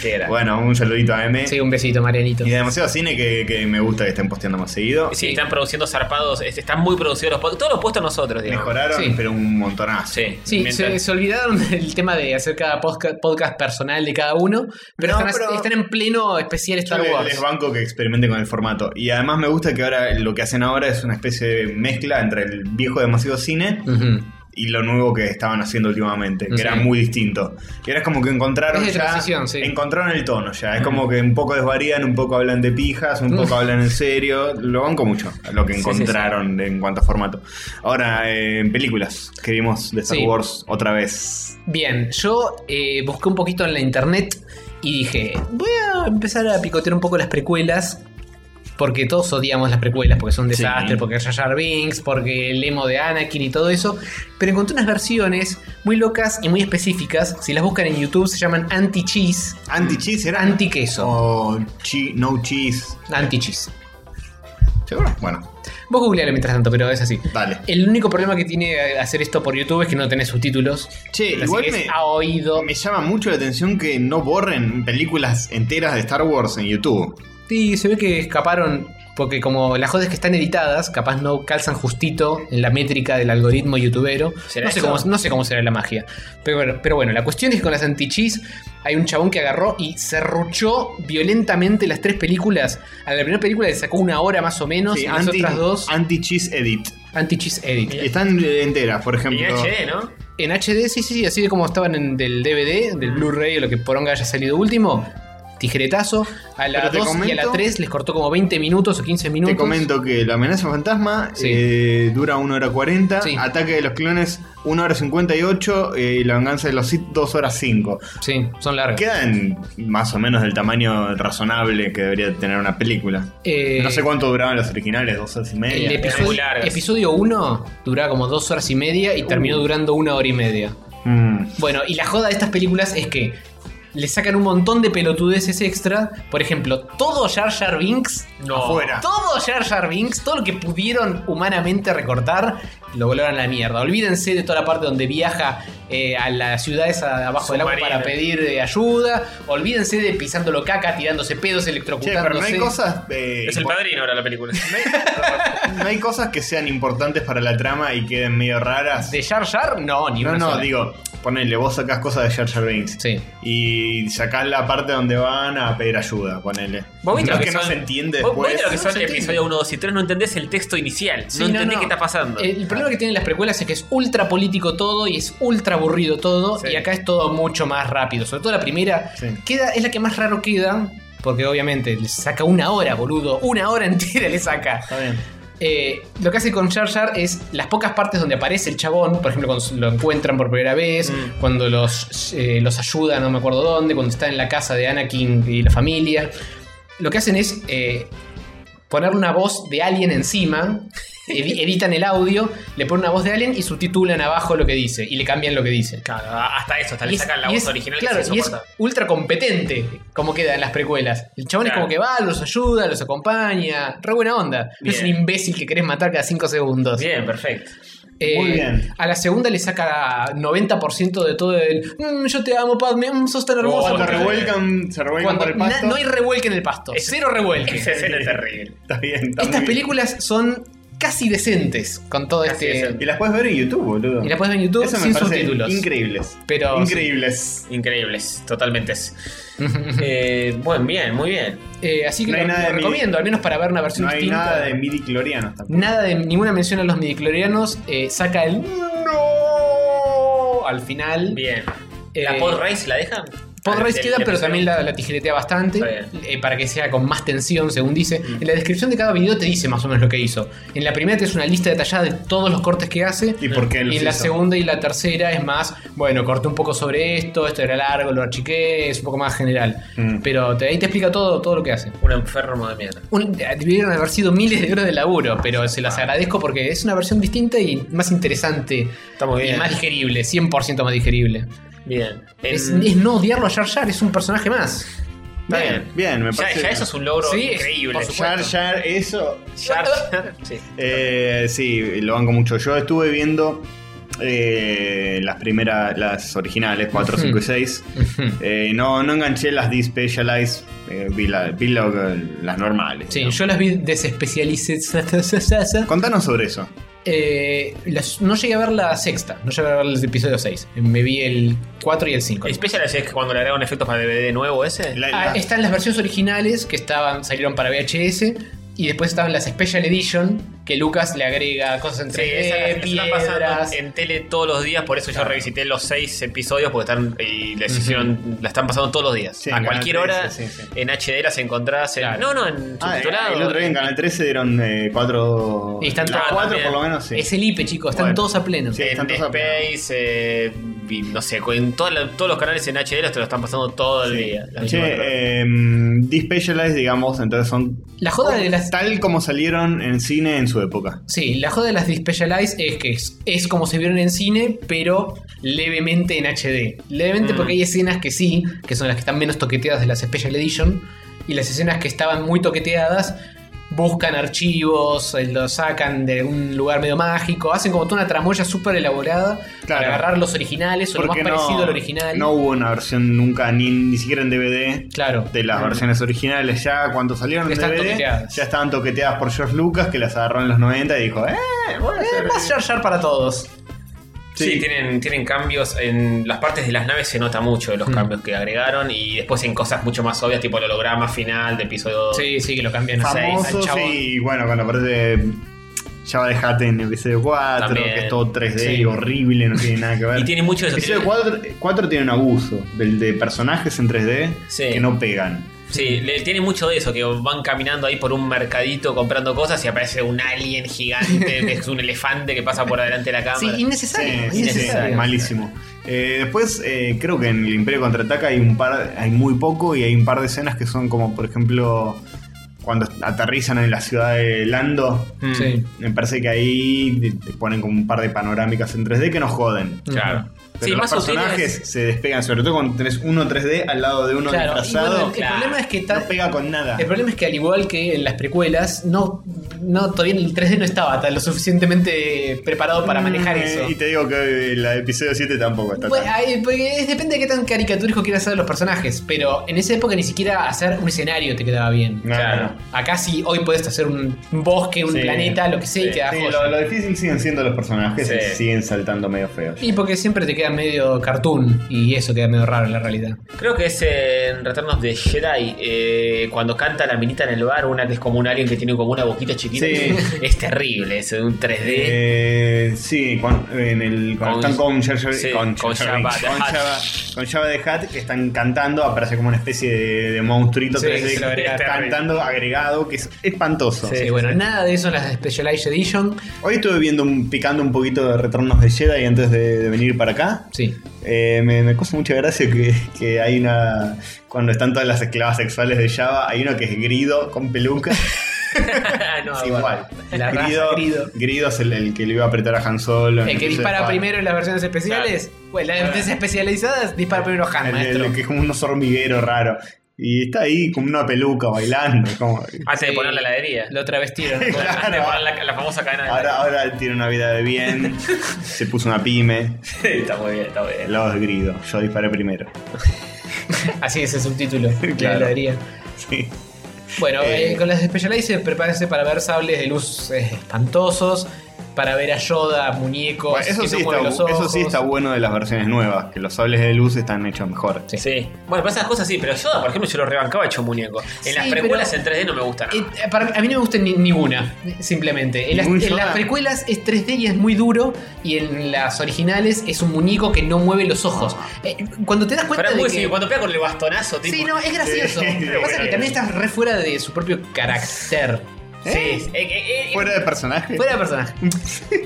Speaker 5: que era.
Speaker 4: Bueno, un saludito a M.
Speaker 3: Sí, un besito, Marianito.
Speaker 4: Y de demasiado cine que, que me gusta que estén posteando más seguido.
Speaker 5: Sí, están produciendo zarpados, este, están muy producidos los podcasts. Todos los puestos nosotros, digamos.
Speaker 4: Mejoraron,
Speaker 3: Sí.
Speaker 4: pero un montonazo.
Speaker 5: Sí,
Speaker 3: Sí,
Speaker 5: mientras-
Speaker 3: se, se olvidaron del tema de hacer cada podcast, podcast personal de cada uno, pero,
Speaker 4: No,
Speaker 3: están,
Speaker 4: pero-
Speaker 3: están en pleno especial
Speaker 4: Yo
Speaker 3: Star
Speaker 4: le-
Speaker 3: Wars.
Speaker 4: les banco que experimenten con el formato. Y además me gusta que ahora lo que hacen ahora es una especie de mezcla entre el viejo demasiado cine
Speaker 3: Ujú.
Speaker 4: y lo nuevo que estaban haciendo últimamente, que
Speaker 3: Mm. Sí.
Speaker 4: era muy distinto. Y ahora es como que encontraron
Speaker 3: Es de
Speaker 4: ya-
Speaker 3: transición, sí. Mm.
Speaker 4: encontraron el tono ya. Es como que un poco desvarían, un poco hablan de pijas, un poco hablan en serio. Lo banco mucho lo que
Speaker 5: Sí, sí, sí.
Speaker 4: encontraron en cuanto a formato. Ahora, eh, en películas que vimos de Star
Speaker 3: Sí.
Speaker 4: Wars otra vez.
Speaker 3: Bien, yo eh, busqué un poquito en la internet y dije, voy a empezar a picotear un poco las precuelas. Porque todos odiamos las precuelas, porque son un
Speaker 4: Sí.
Speaker 3: desastre, porque Jar Jar Binks, porque el emo de Anakin y todo eso. Pero encontré unas versiones muy locas y muy específicas. Si las buscan en YouTube, se llaman anti-cheese,
Speaker 4: Anti-cheese era
Speaker 3: anti-queso,
Speaker 4: o chi- no cheese.
Speaker 3: anti-cheese.
Speaker 4: ¿Seguro? Bueno,
Speaker 3: Vos googlealo mientras tanto, pero es así.
Speaker 4: dale.
Speaker 3: El único problema que tiene hacer esto por YouTube es que no tenés subtítulos.
Speaker 4: Che,
Speaker 3: Así
Speaker 4: igual
Speaker 3: que
Speaker 4: me,
Speaker 3: es a oído.
Speaker 4: me llama mucho la atención que no borren películas enteras de Star Wars en YouTube.
Speaker 3: Sí, se ve que escaparon. Porque como las jodas que están editadas, capaz no calzan justito en la métrica del algoritmo youtubero.
Speaker 5: ¿Será
Speaker 3: No sé,
Speaker 5: eso?
Speaker 3: cómo, no sé cómo será la magia. Pero bueno, pero bueno, la cuestión es que con las anti-cheese hay un chabón que agarró y serruchó violentamente las tres películas. A la primera película le sacó una hora más o menos
Speaker 4: Sí,
Speaker 3: y las
Speaker 4: anti-
Speaker 3: otras dos
Speaker 4: Anti-cheese edit.
Speaker 3: anti-cheese edit.
Speaker 4: Y Están eh, enteras, por
Speaker 5: Y
Speaker 4: ejemplo.
Speaker 5: HD, ¿no?
Speaker 3: En HD, sí, sí, sí, así de como estaban en, del DVD, del Blu-ray o lo que poronga haya salido último, tijeretazo. A la
Speaker 4: Pero te
Speaker 3: 2 y a
Speaker 4: comento-
Speaker 3: la 3 les cortó como 20 minutos o 15 minutos.
Speaker 4: Te comento que la amenaza fantasma
Speaker 3: Sí.
Speaker 4: eh, dura 1 hora 40,
Speaker 3: Sí.
Speaker 4: ataque de los clones 1 hora 58 eh, y la venganza de los Sith 2 horas 5.
Speaker 3: Sí, son largas.
Speaker 4: Quedan más o menos del tamaño razonable que debería tener una película.
Speaker 3: Eh,
Speaker 4: no sé cuánto duraban los originales, dos horas y
Speaker 3: El
Speaker 4: media.
Speaker 5: eran muy
Speaker 3: episodio,
Speaker 5: largas.
Speaker 3: episodio 1 duraba como dos horas y media y
Speaker 4: Uh.
Speaker 3: terminó durando una hora y media.
Speaker 4: Mm.
Speaker 3: Bueno, y la joda de estas películas es que le sacan un montón de pelotudeces extra. Por ejemplo, todo Jar Jar Binks.
Speaker 5: No.
Speaker 4: Afuera.
Speaker 3: Todo Jar Jar Binks, todo lo que pudieron humanamente recortar, lo volaron a la mierda. Olvídense de toda la parte donde viaja eh, a las ciudades a- abajo del agua
Speaker 5: Submarino.
Speaker 3: para pedir eh, ayuda. Olvídense de pisándolo caca, tirándose pedos,
Speaker 4: Che, pero
Speaker 3: electrocutándose.
Speaker 4: no hay cosas. eh,
Speaker 5: Es el
Speaker 4: impor-
Speaker 5: padrino ahora la película.
Speaker 4: no hay- no hay cosas que sean importantes para la trama y queden medio raras.
Speaker 3: ¿De Jar Jar? No, ni
Speaker 4: No,
Speaker 3: una
Speaker 4: no,
Speaker 3: sola.
Speaker 4: digo, ponele, vos sacás cosas de Jar Jar Binks.
Speaker 3: Sí.
Speaker 4: Y sacás la parte donde van a pedir ayuda, ponele.
Speaker 5: ¿Vos viste
Speaker 4: no
Speaker 5: lo que
Speaker 4: que no
Speaker 5: son-
Speaker 4: se entiende
Speaker 5: Vos- vos
Speaker 4: después.
Speaker 5: viste lo que
Speaker 4: No
Speaker 5: son
Speaker 4: se entiende.
Speaker 5: episodio 1, 2 y 3, no entendés el texto inicial.
Speaker 3: Sí,
Speaker 5: no entendés
Speaker 3: no. Eh,
Speaker 5: qué está pasando.
Speaker 3: El, el problema que tienen las precuelas es que es ultra político todo y es ultra aburrido todo.
Speaker 5: Sí.
Speaker 3: Y acá es todo mucho más rápido. Sobre todo la primera
Speaker 4: Sí.
Speaker 3: queda, es la que más raro queda. Porque obviamente le saca una hora, boludo. Una hora entera le saca.
Speaker 4: Está bien.
Speaker 3: Eh, lo que hace con Jar Jar es las pocas partes donde aparece el chabón, por ejemplo, cuando lo encuentran por primera vez,
Speaker 5: Mm.
Speaker 3: cuando los, eh, los ayuda, no me acuerdo dónde, cuando está en la casa de Anakin y la familia. Lo que hacen es eh, poner una voz de alien encima, edi- editan el audio, le ponen una voz de alien y subtitulan abajo lo que dice y le cambian lo que dice.
Speaker 5: Claro, hasta eso, hasta
Speaker 3: Y
Speaker 5: le
Speaker 3: es-
Speaker 5: sacan la
Speaker 3: y
Speaker 5: voz
Speaker 3: es-
Speaker 5: original
Speaker 3: Claro,
Speaker 5: que se
Speaker 3: y es
Speaker 5: soporta.
Speaker 3: ultra competente como queda en las precuelas. El chabón
Speaker 5: Claro.
Speaker 3: es como que va, los ayuda, los acompaña. Re buena onda. No es un
Speaker 5: Bien.
Speaker 3: imbécil que querés matar cada 5 segundos.
Speaker 5: Bien, perfecto.
Speaker 3: Eh,
Speaker 4: Muy bien.
Speaker 3: A la segunda le saca 90% de todo el. "Mm, yo te amo, Padme. mm, sos tan hermoso.
Speaker 4: Cuando
Speaker 5: Cuando
Speaker 4: revuelcan, se revuelcan
Speaker 3: Cuando
Speaker 4: por el
Speaker 3: na-
Speaker 4: pasto.
Speaker 3: no hay revuelque en el pasto.
Speaker 5: Es-
Speaker 3: cero revuelque.
Speaker 5: Esa escena es terrible.
Speaker 4: Está bien, está
Speaker 3: Estas
Speaker 4: muy bien.
Speaker 3: películas son casi decentes con todo
Speaker 5: Casi
Speaker 3: este.
Speaker 5: decentes.
Speaker 4: Y las puedes ver en YouTube, boludo.
Speaker 3: Y la puedes ver en YouTube
Speaker 4: Eso me
Speaker 3: sin
Speaker 4: parece
Speaker 3: subtítulos.
Speaker 4: Increíbles.
Speaker 5: Ah,
Speaker 3: Pero-
Speaker 4: Increíbles.
Speaker 5: Increíbles, totalmente. Eh, bueno, bien, muy bien.
Speaker 3: Eh, así que
Speaker 4: No hay
Speaker 3: lo,
Speaker 4: nada
Speaker 3: lo
Speaker 4: de midi-
Speaker 3: recomiendo, al menos para ver una versión
Speaker 4: No hay
Speaker 3: distinta.
Speaker 4: nada de midi clorianos tampoco.
Speaker 3: Nada de ninguna mención a los midiclorianos. eh, saca el no al final.
Speaker 5: Bien. ¿La Ah,
Speaker 3: Eh,
Speaker 5: Pod Race la dejan?
Speaker 3: Podrace
Speaker 5: Del-
Speaker 3: queda,
Speaker 5: del
Speaker 3: pero
Speaker 5: episodio.
Speaker 3: también la, la tijeretea bastante
Speaker 5: Está bien.
Speaker 3: eh, para que sea con más tensión, según dice. En la descripción de cada video te dice más o menos lo que hizo. En la primera te es una lista detallada de todos los cortes que hace.
Speaker 4: ¿Y por qué los
Speaker 3: Y en la
Speaker 4: hizo?
Speaker 3: segunda y la tercera es más, bueno, corté un poco sobre esto, esto era largo, lo achiqué, es un poco más general.
Speaker 4: Mm.
Speaker 3: Pero te- ahí te explica todo, todo lo que hace.
Speaker 5: Un enfermo de mierda.
Speaker 3: Un- debieron haber sido miles de horas de laburo, pero se las agradezco porque es una versión distinta y más interesante.
Speaker 5: Está muy bien.
Speaker 3: Y más digerible, 100% más digerible.
Speaker 5: Bien. En-
Speaker 3: Es, es no odiarlo a Jar Jar, es un personaje más.
Speaker 5: Está bien.
Speaker 4: Bien, me
Speaker 5: ya,
Speaker 4: parece.
Speaker 5: ya eso es un logro
Speaker 3: Sí,
Speaker 5: increíble.
Speaker 3: por
Speaker 4: Jar
Speaker 3: supuesto.
Speaker 4: Jar, eso.
Speaker 5: Jar- Jar- sí.
Speaker 4: Eh, sí, lo banco mucho. Yo estuve viendo eh, las primeras, las originales, 4,
Speaker 3: Ujú.
Speaker 4: 5 y 6. Eh, no, no enganché las despecialized, eh, vi, la- vi lo- las normales.
Speaker 3: Sí,
Speaker 4: ¿no?
Speaker 3: yo las vi desespecializadas.
Speaker 4: Contanos sobre eso.
Speaker 3: Eh, las- no llegué a ver la sexta, no llegué a ver el episodio 6. Me vi el 4 y el 5.
Speaker 5: Special es que cuando le agregan efectos para DVD nuevo ese.
Speaker 4: La-
Speaker 3: Ah,
Speaker 4: la-
Speaker 3: están las versiones originales que estaban salieron para VHS y después estaban las Special Edition que Lucas le agrega cosas
Speaker 5: Sí,
Speaker 3: entre
Speaker 5: esa la- la están
Speaker 3: piedras.
Speaker 5: pasando en tele todos los días, por eso yo revisité los seis episodios porque están y les hicieron, la están pasando todos los días.
Speaker 4: Sí,
Speaker 5: a
Speaker 4: en
Speaker 5: cualquier
Speaker 4: Canal
Speaker 5: hora
Speaker 4: 13, sí, sí.
Speaker 5: en HD las encontrás en,
Speaker 3: Claro.
Speaker 5: No, no, en
Speaker 4: Ah,
Speaker 5: subtitulado.
Speaker 4: el otro día en Canal 13 dieron eh, 4.
Speaker 3: Y están todos-
Speaker 4: 4
Speaker 5: también.
Speaker 4: por lo menos, sí.
Speaker 3: Es el IPE, chicos, están
Speaker 4: Bueno.
Speaker 3: todos a pleno.
Speaker 4: Sí.
Speaker 5: en
Speaker 4: están todos
Speaker 5: Space, eh, y no sé, en toda la- todos los canales en HD los te lo están pasando todo el día. la misma hora.
Speaker 4: Che, eh, despecialized, digamos, entonces son
Speaker 3: La
Speaker 5: Oh,
Speaker 3: joda de las
Speaker 4: tal como salieron en cine en su época.
Speaker 3: Sí, la joda de las Despecialized es que es, es como se vieron en cine, pero levemente en HD. Levemente
Speaker 5: Mm.
Speaker 3: porque hay escenas que sí, que son las que están menos toqueteadas de las Special Edition, y las escenas que estaban muy toqueteadas buscan archivos, eh, lo sacan de un lugar medio mágico, hacen como toda una tramoya súper elaborada
Speaker 4: Claro.
Speaker 3: para agarrar los originales o lo más
Speaker 4: Porque
Speaker 3: parecido al original.
Speaker 4: No hubo una versión nunca, ni, ni siquiera en DVD.
Speaker 3: Claro.
Speaker 4: De las versiones originales, ya cuando salieron
Speaker 3: Que
Speaker 4: en
Speaker 3: están
Speaker 4: DVD,
Speaker 3: toqueteadas.
Speaker 4: ya estaban toqueteadas por George Lucas, que las agarró en los 90 y dijo, ¡eh! voy a
Speaker 3: Eh,
Speaker 4: hacer-
Speaker 3: más Jar Jar para todos.
Speaker 5: Sí, tienen, tienen cambios. En las partes de las naves se nota mucho de los cambios que agregaron. Y después en cosas mucho más obvias, tipo el holograma final de episodio 2.
Speaker 3: Sí, sí, que lo cambian. a seis, al
Speaker 4: famosos
Speaker 3: chabón.
Speaker 4: y bueno, cuando aparece Java de Hat en episodio 4,
Speaker 5: También.
Speaker 4: que es todo 3D
Speaker 3: Sí.
Speaker 4: y horrible, no tiene nada que ver.
Speaker 5: Y tiene mucho de eso.
Speaker 4: episodio
Speaker 5: Tiene-
Speaker 4: 4, 4 tiene un abuso del de personajes en 3D
Speaker 5: Sí.
Speaker 4: que no pegan.
Speaker 5: Sí, le- tiene mucho de eso, que van caminando ahí por un mercadito comprando cosas y aparece un alien gigante, que es un elefante que pasa por delante de la
Speaker 3: Sí,
Speaker 5: cámara.
Speaker 3: innecesario.
Speaker 4: Sí, sí, sí,
Speaker 5: innecesario.
Speaker 4: malísimo. Eh, después, eh, creo que en el Imperio Contraataca hay un par, hay muy poco y hay un par de escenas que son como, por ejemplo, cuando aterrizan en la ciudad de Lando.
Speaker 5: Mm,
Speaker 3: Sí.
Speaker 4: Me parece que ahí te- te ponen como un par de panorámicas en 3D que nos
Speaker 3: Mm.
Speaker 4: joden.
Speaker 5: Claro.
Speaker 4: Pero los
Speaker 5: útil es-
Speaker 4: personajes se despegan, sobre todo cuando tenés uno 3D al lado de uno
Speaker 3: Claro, y bueno,
Speaker 4: disfrazado.
Speaker 3: el, el
Speaker 5: Claro.
Speaker 3: problema es que ta-
Speaker 4: No pega con nada.
Speaker 3: el problema es que al igual que en las precuelas, no, no todavía el 3D no estaba tan lo suficientemente preparado para manejar
Speaker 4: Mm,
Speaker 3: eso.
Speaker 4: Y te digo que el episodio 7 tampoco está
Speaker 3: Bueno,
Speaker 4: tan.
Speaker 3: ahí, porque es- depende de qué tan caricaturesco quieras hacer los personajes, pero en esa época ni siquiera hacer un escenario te quedaba bien.
Speaker 4: No,
Speaker 5: claro.
Speaker 4: no.
Speaker 3: Acá sí, hoy puedes hacer un bosque, un
Speaker 4: Sí.
Speaker 3: planeta, lo que sea, y
Speaker 5: Sí,
Speaker 3: queda
Speaker 4: Sí,
Speaker 3: joya.
Speaker 4: lo, lo difícil siguen siendo los personajes
Speaker 5: Sí.
Speaker 4: y siguen saltando medio feos.
Speaker 3: Y porque siempre te queda medio cartoon, y eso queda medio raro en la realidad.
Speaker 5: Creo que es en Retornos de Jedi, eh, cuando canta la minita en el bar, una que es como un alien que tiene como una boquita chiquita.
Speaker 4: Sí.
Speaker 5: Es terrible, es un 3D.
Speaker 4: Eh, sí, cuando, en el, cuando
Speaker 5: Con-
Speaker 4: están con Jar Jar-
Speaker 5: sí,
Speaker 4: con
Speaker 5: con
Speaker 4: Jar Jar
Speaker 5: Jabba
Speaker 4: Binks,
Speaker 5: the
Speaker 4: con
Speaker 5: Hutt.
Speaker 4: Jabba- con Jabba the Hutt que están cantando, aparece como una especie de, de monstruito
Speaker 3: Sí,
Speaker 4: 3D
Speaker 3: que se lo agrega.
Speaker 4: cantando agregado, que es espantoso.
Speaker 3: Sí, bueno, nada de eso en las Specialized Edition.
Speaker 4: Hoy estuve viendo un, picando un poquito de retornos de Jedi antes de, de venir para acá.
Speaker 3: Sí.
Speaker 4: Eh, me, me causa mucha gracia que, que hay una. Cuando están todas las esclavas sexuales de Java, hay uno que es grido con peluca.
Speaker 5: No,
Speaker 4: es
Speaker 5: bueno.
Speaker 4: igual.
Speaker 3: La raza Grido.
Speaker 4: Grido es el, el que le iba a apretar a Han Solo.
Speaker 3: El
Speaker 4: en
Speaker 3: que
Speaker 4: Episodio
Speaker 3: dispara
Speaker 4: cuatro.
Speaker 3: primero en las versiones especiales, bueno, las versiones especializadas dispara primero Han,
Speaker 4: El- el-
Speaker 3: maestro.
Speaker 4: que es como un oso hormiguero raro. Y está ahí con una peluca bailando. como-
Speaker 5: Antes de
Speaker 3: Sí.
Speaker 5: poner la heladería.
Speaker 3: Lo travestieron.
Speaker 5: Antes de poner la, la famosa cadena de
Speaker 4: Ahora, ahora tiene una vida de bien. se puso una pyme.
Speaker 5: Está muy bien, está muy
Speaker 4: El
Speaker 5: bien.
Speaker 4: lado es grido. Yo disparé primero.
Speaker 3: Así es el subtítulo. de la
Speaker 4: Claro.
Speaker 3: heladería.
Speaker 4: Sí.
Speaker 3: Bueno,
Speaker 4: Eh,
Speaker 3: eh, con las Specialized prepárense para ver sables de luz eh, espantosos, para ver a Yoda, muñecos,
Speaker 4: Bueno, eso,
Speaker 3: que
Speaker 4: sí
Speaker 3: no mueven
Speaker 4: está,
Speaker 3: los ojos.
Speaker 4: eso sí está bueno de las versiones nuevas, que los sables de luz están hechos mejor.
Speaker 3: Sí.
Speaker 5: Sí. Bueno, para esas cosas sí, pero Yoda, por ejemplo, yo lo rebancaba hecho muñeco. En
Speaker 3: Sí,
Speaker 5: las precuelas
Speaker 3: pero-
Speaker 5: en 3D no me gusta nada.
Speaker 3: Eh, para mí- a mí no me gusta ni- ninguna, simplemente. En las,
Speaker 4: Ningún
Speaker 3: en
Speaker 4: Yoda.
Speaker 3: las precuelas es 3D y es muy duro, y en las originales es un muñeco que no mueve los ojos.
Speaker 4: Ah.
Speaker 3: Eh, cuando te das
Speaker 5: Pero
Speaker 3: cuenta
Speaker 5: es
Speaker 3: de
Speaker 5: muy
Speaker 3: que...
Speaker 5: sí, cuando pega con el bastonazo, tipo.
Speaker 3: Sí, no, es gracioso.
Speaker 4: Sí,
Speaker 3: Lo que pasa es que
Speaker 4: bueno.
Speaker 3: también estás re fuera de su propio carácter.
Speaker 5: Sí, es- eh, eh, eh,
Speaker 4: Fuera de personaje.
Speaker 3: Fuera de personaje.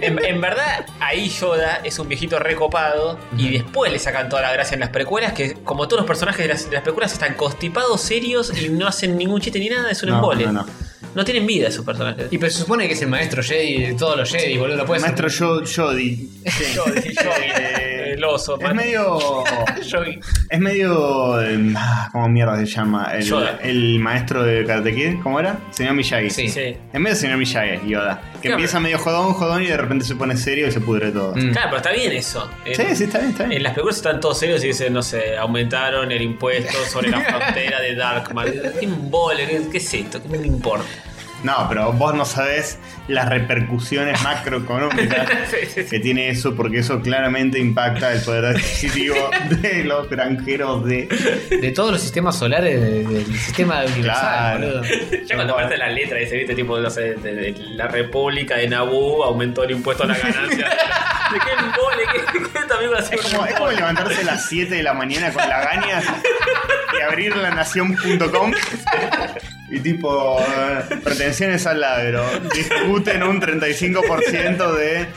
Speaker 5: En, en verdad, ahí Yoda es un viejito recopado y después le sacan toda la gracia en las precuelas, que como todos los personajes de las, de las precuelas están constipados, serios y no hacen ningún chiste ni nada, es un
Speaker 4: No,
Speaker 5: embole.
Speaker 4: no, no.
Speaker 5: No tienen vida esos personajes.
Speaker 3: Y pero se supone que es el maestro Jedi de todos los Jedi, boludo. Lo puedes
Speaker 4: Maestro Yo- Jodi. Sí.
Speaker 5: Yoda, y Yoda,
Speaker 4: Eh,
Speaker 5: el oso,
Speaker 4: Es
Speaker 5: man.
Speaker 4: medio.
Speaker 3: Yogi.
Speaker 4: Es medio. eh, ah, ¿Cómo mierda se llama? El,
Speaker 5: Yoda.
Speaker 4: el maestro de Karate Kid, ¿cómo era? Señor Miyagi.
Speaker 3: Sí.
Speaker 5: Sí.
Speaker 4: En medio de Señor Miyagi, Yoda. Que
Speaker 5: Claro.
Speaker 4: empieza medio jodón, jodón y de repente se pone serio y se pudre todo.
Speaker 3: Mm.
Speaker 5: Claro, pero está bien eso. En-
Speaker 4: Sí, sí, está bien, está bien.
Speaker 5: En las películas están todos serios y dicen, no sé, aumentaron el impuesto sobre la frontera de Darkman. ¿Qué embole? ¿Qué- ¿Qué es esto? ¿Qué me importa?
Speaker 4: No, pero vos no sabés las repercusiones macroeconómicas que tiene eso, porque eso claramente impacta el poder adquisitivo de los granjeros de.
Speaker 3: De todos los sistemas solares de- del sistema universal,
Speaker 4: Claro.
Speaker 3: boludo.
Speaker 5: Ya cuando aparece la letra ese, viste, tipo, no sé, de, de la República de Naboo aumentó el impuesto a la ganancia. ¿De qué embole? ¿Qué, qué también va a ser
Speaker 4: Es como, es como levantarse a las 7 de la mañana con la gaña y abrir lanación.com y tipo, eh, pretensiones al agro, discuten un 35% de...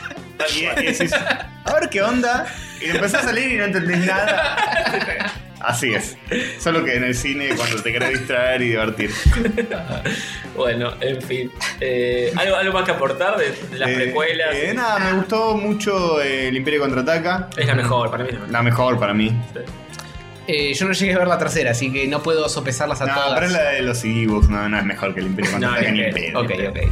Speaker 4: Y, y decís, a ver qué onda, y empezás a salir y no entendés nada. Así es, solo que en el cine cuando te querés distraer y divertir.
Speaker 5: Bueno, en fin. Eh, ¿algo, ¿Algo más que aportar de, de las
Speaker 4: Eh,
Speaker 5: precuelas?
Speaker 4: eh, nada, me gustó mucho eh, El Imperio Contraataca,
Speaker 5: Es la mejor, para mí es la mejor.
Speaker 4: la mejor para mí.
Speaker 3: Eh, yo no llegué a ver la tercera, así que no puedo sopesarlas a
Speaker 4: No,
Speaker 3: todas.
Speaker 4: pero es la de los ebooks, no, no es mejor que El Imperio Contraataca
Speaker 5: ni
Speaker 4: ni
Speaker 5: en
Speaker 4: en
Speaker 5: pedo.
Speaker 4: pedo.
Speaker 3: Ok, ok.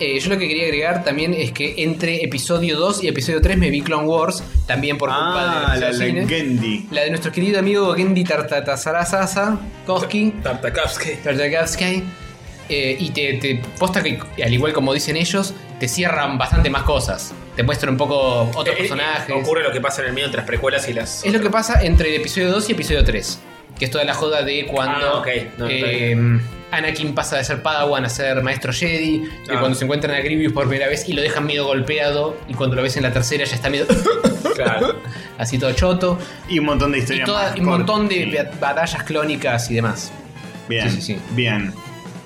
Speaker 3: Eh, yo lo que quería agregar también es que entre episodio 2 y episodio 3 me vi Clone Wars, también por culpa
Speaker 4: Ah,
Speaker 3: de
Speaker 4: la,
Speaker 3: la,
Speaker 4: la Gendy.
Speaker 3: la de nuestro querido amigo Gendy Tartatasarasasa, Koski,
Speaker 5: Tartakovsky.
Speaker 3: Tartakovsky. Eh, y te, te posta que, al igual como dicen ellos, te cierran bastante más cosas. Te muestran un poco otros
Speaker 5: Eh, eh,
Speaker 3: personajes.
Speaker 5: Ocurre lo que pasa en el medio entre las precuelas y las.
Speaker 3: Es lo que
Speaker 5: otras.
Speaker 3: pasa entre el episodio 2 y episodio 3. Que es toda la joda de cuando
Speaker 5: Ah, ok. No, está
Speaker 3: eh, Anakin pasa de ser Padawan a ser maestro Jedi. de
Speaker 5: Ah.
Speaker 3: cuando se encuentran a Grievous por primera vez y lo dejan medio golpeado. Y cuando lo ves en la tercera ya está medio
Speaker 5: Claro.
Speaker 3: así todo choto.
Speaker 4: Y un montón de
Speaker 3: Y,
Speaker 4: historias.
Speaker 3: toda-
Speaker 4: más
Speaker 3: y un montón
Speaker 4: cortas,
Speaker 3: de
Speaker 4: sí.
Speaker 3: bat- batallas clónicas y demás.
Speaker 4: Bien,
Speaker 3: Sí, sí, sí.
Speaker 4: bien.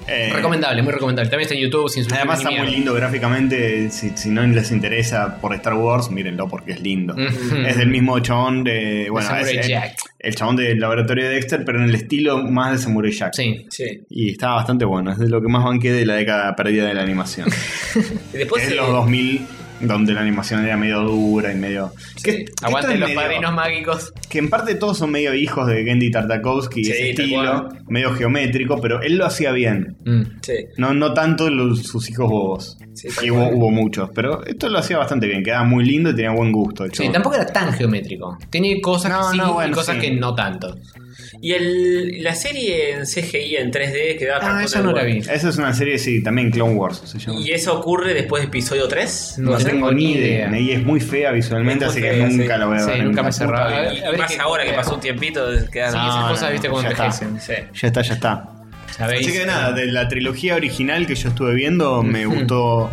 Speaker 4: Eh,
Speaker 3: Recomendable, muy recomendable. También está en YouTube sin suscribir
Speaker 4: Además
Speaker 3: ni
Speaker 4: está muy
Speaker 3: mierda.
Speaker 4: lindo gráficamente, si, si no les interesa por Star Wars, mírenlo porque es lindo.
Speaker 3: Ujú.
Speaker 4: Es del mismo chabón de... Bueno,
Speaker 3: Mm. De Samurai
Speaker 4: es- es
Speaker 3: Jack.
Speaker 4: el chabón del laboratorio de Dexter, pero en el estilo más de Samurai Jack.
Speaker 3: Sí.
Speaker 5: Sí.
Speaker 4: Y estaba bastante bueno, es de lo que más banqué de la década perdida de la animación.
Speaker 5: Y después.
Speaker 4: es
Speaker 5: eh,
Speaker 4: los 2000, donde la animación era medio dura y medio... que- que esto
Speaker 3: Aguanten
Speaker 4: es
Speaker 3: los
Speaker 4: medio-
Speaker 3: padrinos mágicos.
Speaker 4: Que en parte todos son medio hijos de Gendy Tartakovsky,
Speaker 5: Sí,
Speaker 4: ese
Speaker 5: tal
Speaker 4: estilo,
Speaker 5: cual.
Speaker 4: medio geométrico, pero él lo hacía bien.
Speaker 5: sí.
Speaker 4: No, no tanto los- sus hijos bobos.
Speaker 5: Sí, tal
Speaker 4: Y hubo,
Speaker 5: cual.
Speaker 4: hubo muchos, pero esto lo hacía bastante bien. Quedaba muy lindo y tenía buen gusto. el
Speaker 3: Sí,
Speaker 4: chabón.
Speaker 3: tampoco era tan geométrico. Tenía cosas
Speaker 4: No,
Speaker 3: que sí
Speaker 4: no, bueno,
Speaker 3: y cosas
Speaker 4: sí.
Speaker 3: que no tanto.
Speaker 5: Y el, la serie en CGI en 3D quedaba
Speaker 3: Ah, esa no la vi.
Speaker 4: Esa es una serie, sí, también Clone Wars se llama.
Speaker 5: ¿Y eso ocurre después de episodio 3?
Speaker 3: No sé.
Speaker 4: tengo ni idea. Y es muy fea visualmente,
Speaker 5: Es
Speaker 4: así
Speaker 5: muy fea,
Speaker 4: que nunca
Speaker 5: sí.
Speaker 4: la voy a
Speaker 3: Sí,
Speaker 4: ver. en
Speaker 3: nunca
Speaker 4: la
Speaker 3: me
Speaker 4: puta
Speaker 3: cerraba.
Speaker 4: vida.
Speaker 5: Y,
Speaker 3: A ver
Speaker 5: más
Speaker 3: qué-
Speaker 5: ahora que pasó un tiempito, quedan-
Speaker 3: Sí, esas
Speaker 4: no,
Speaker 3: cosas,
Speaker 4: no,
Speaker 3: viste, cómo
Speaker 4: ya está.
Speaker 3: envejecen. Sí.
Speaker 4: Ya está, ya está.
Speaker 3: ¿Sabéis?
Speaker 4: Así que nada, de la trilogía original que yo estuve viendo, me gustó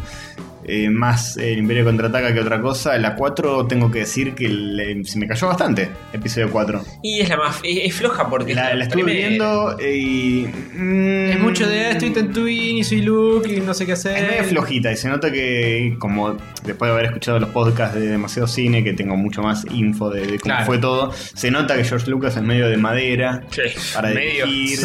Speaker 4: eh, más el Imperio Contraataca que otra cosa. La 4 tengo que decir que le- se me cayó bastante, episodio 4.
Speaker 5: Y es la más. Es, es floja porque.
Speaker 4: La, la estuve
Speaker 5: primera-
Speaker 4: viendo y... mm,
Speaker 3: Es mucho de "Ah, estoy Tatooine y soy Luke y no sé qué
Speaker 4: Es medio
Speaker 3: hacer.
Speaker 4: flojita y se nota que, como después de haber escuchado los podcasts de Demasiado Cine, que tengo mucho más info de, de cómo
Speaker 3: Claro.
Speaker 4: fue todo, se nota que George Lucas es medio de madera
Speaker 5: Sí,
Speaker 4: para
Speaker 5: medio.
Speaker 4: dirigir.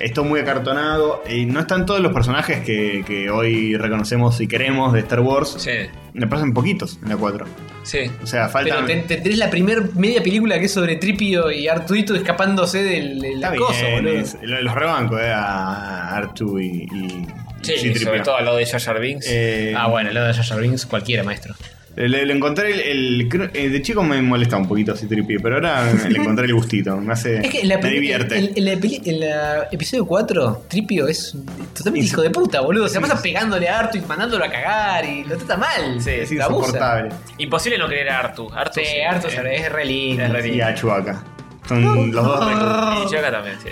Speaker 4: Esto muy acartonado. Y no están todos los personajes que, que hoy reconocemos y queremos de Star Wars.
Speaker 5: Sí,
Speaker 4: Me parecen poquitos en la 4.
Speaker 5: sí.
Speaker 4: O sea, falta.
Speaker 3: Pero te, te- tenés la primer media película que es sobre Tripio y Arturito escapándose del, del
Speaker 4: Está
Speaker 3: acoso,
Speaker 4: bien,
Speaker 3: boludo.
Speaker 4: es- lo- los rebanco eh, a Artu y, y-
Speaker 5: Sí,
Speaker 4: y C-3PO.
Speaker 5: sobre todo al lado de Jar Jar Binks.
Speaker 4: Eh,
Speaker 3: Ah, bueno, el lado de Jar Jar Binks, cualquiera, maestro.
Speaker 4: Le, le encontré el, el- creo- eh, De chico me molesta un poquito así tripi, pero ahora le encontré el gustito. Me hace.
Speaker 3: Es que en la
Speaker 4: me
Speaker 3: peli-
Speaker 4: divierte.
Speaker 3: En, en la peli- en la episodio 4, Tripio es totalmente
Speaker 4: Inso-
Speaker 3: hijo de puta, boludo. Se pasa pegándole a Artu y mandándolo a cagar y lo trata mal.
Speaker 5: Sí,
Speaker 4: es
Speaker 3: lo abusa.
Speaker 4: insoportable.
Speaker 5: Imposible no querer a Artu. Artu
Speaker 3: Sí, Artu
Speaker 5: eh.
Speaker 3: es re lindo.
Speaker 5: Es re
Speaker 4: Y a Chewbacca. Son los dos recursos.
Speaker 5: Y Chewbacca también, sí.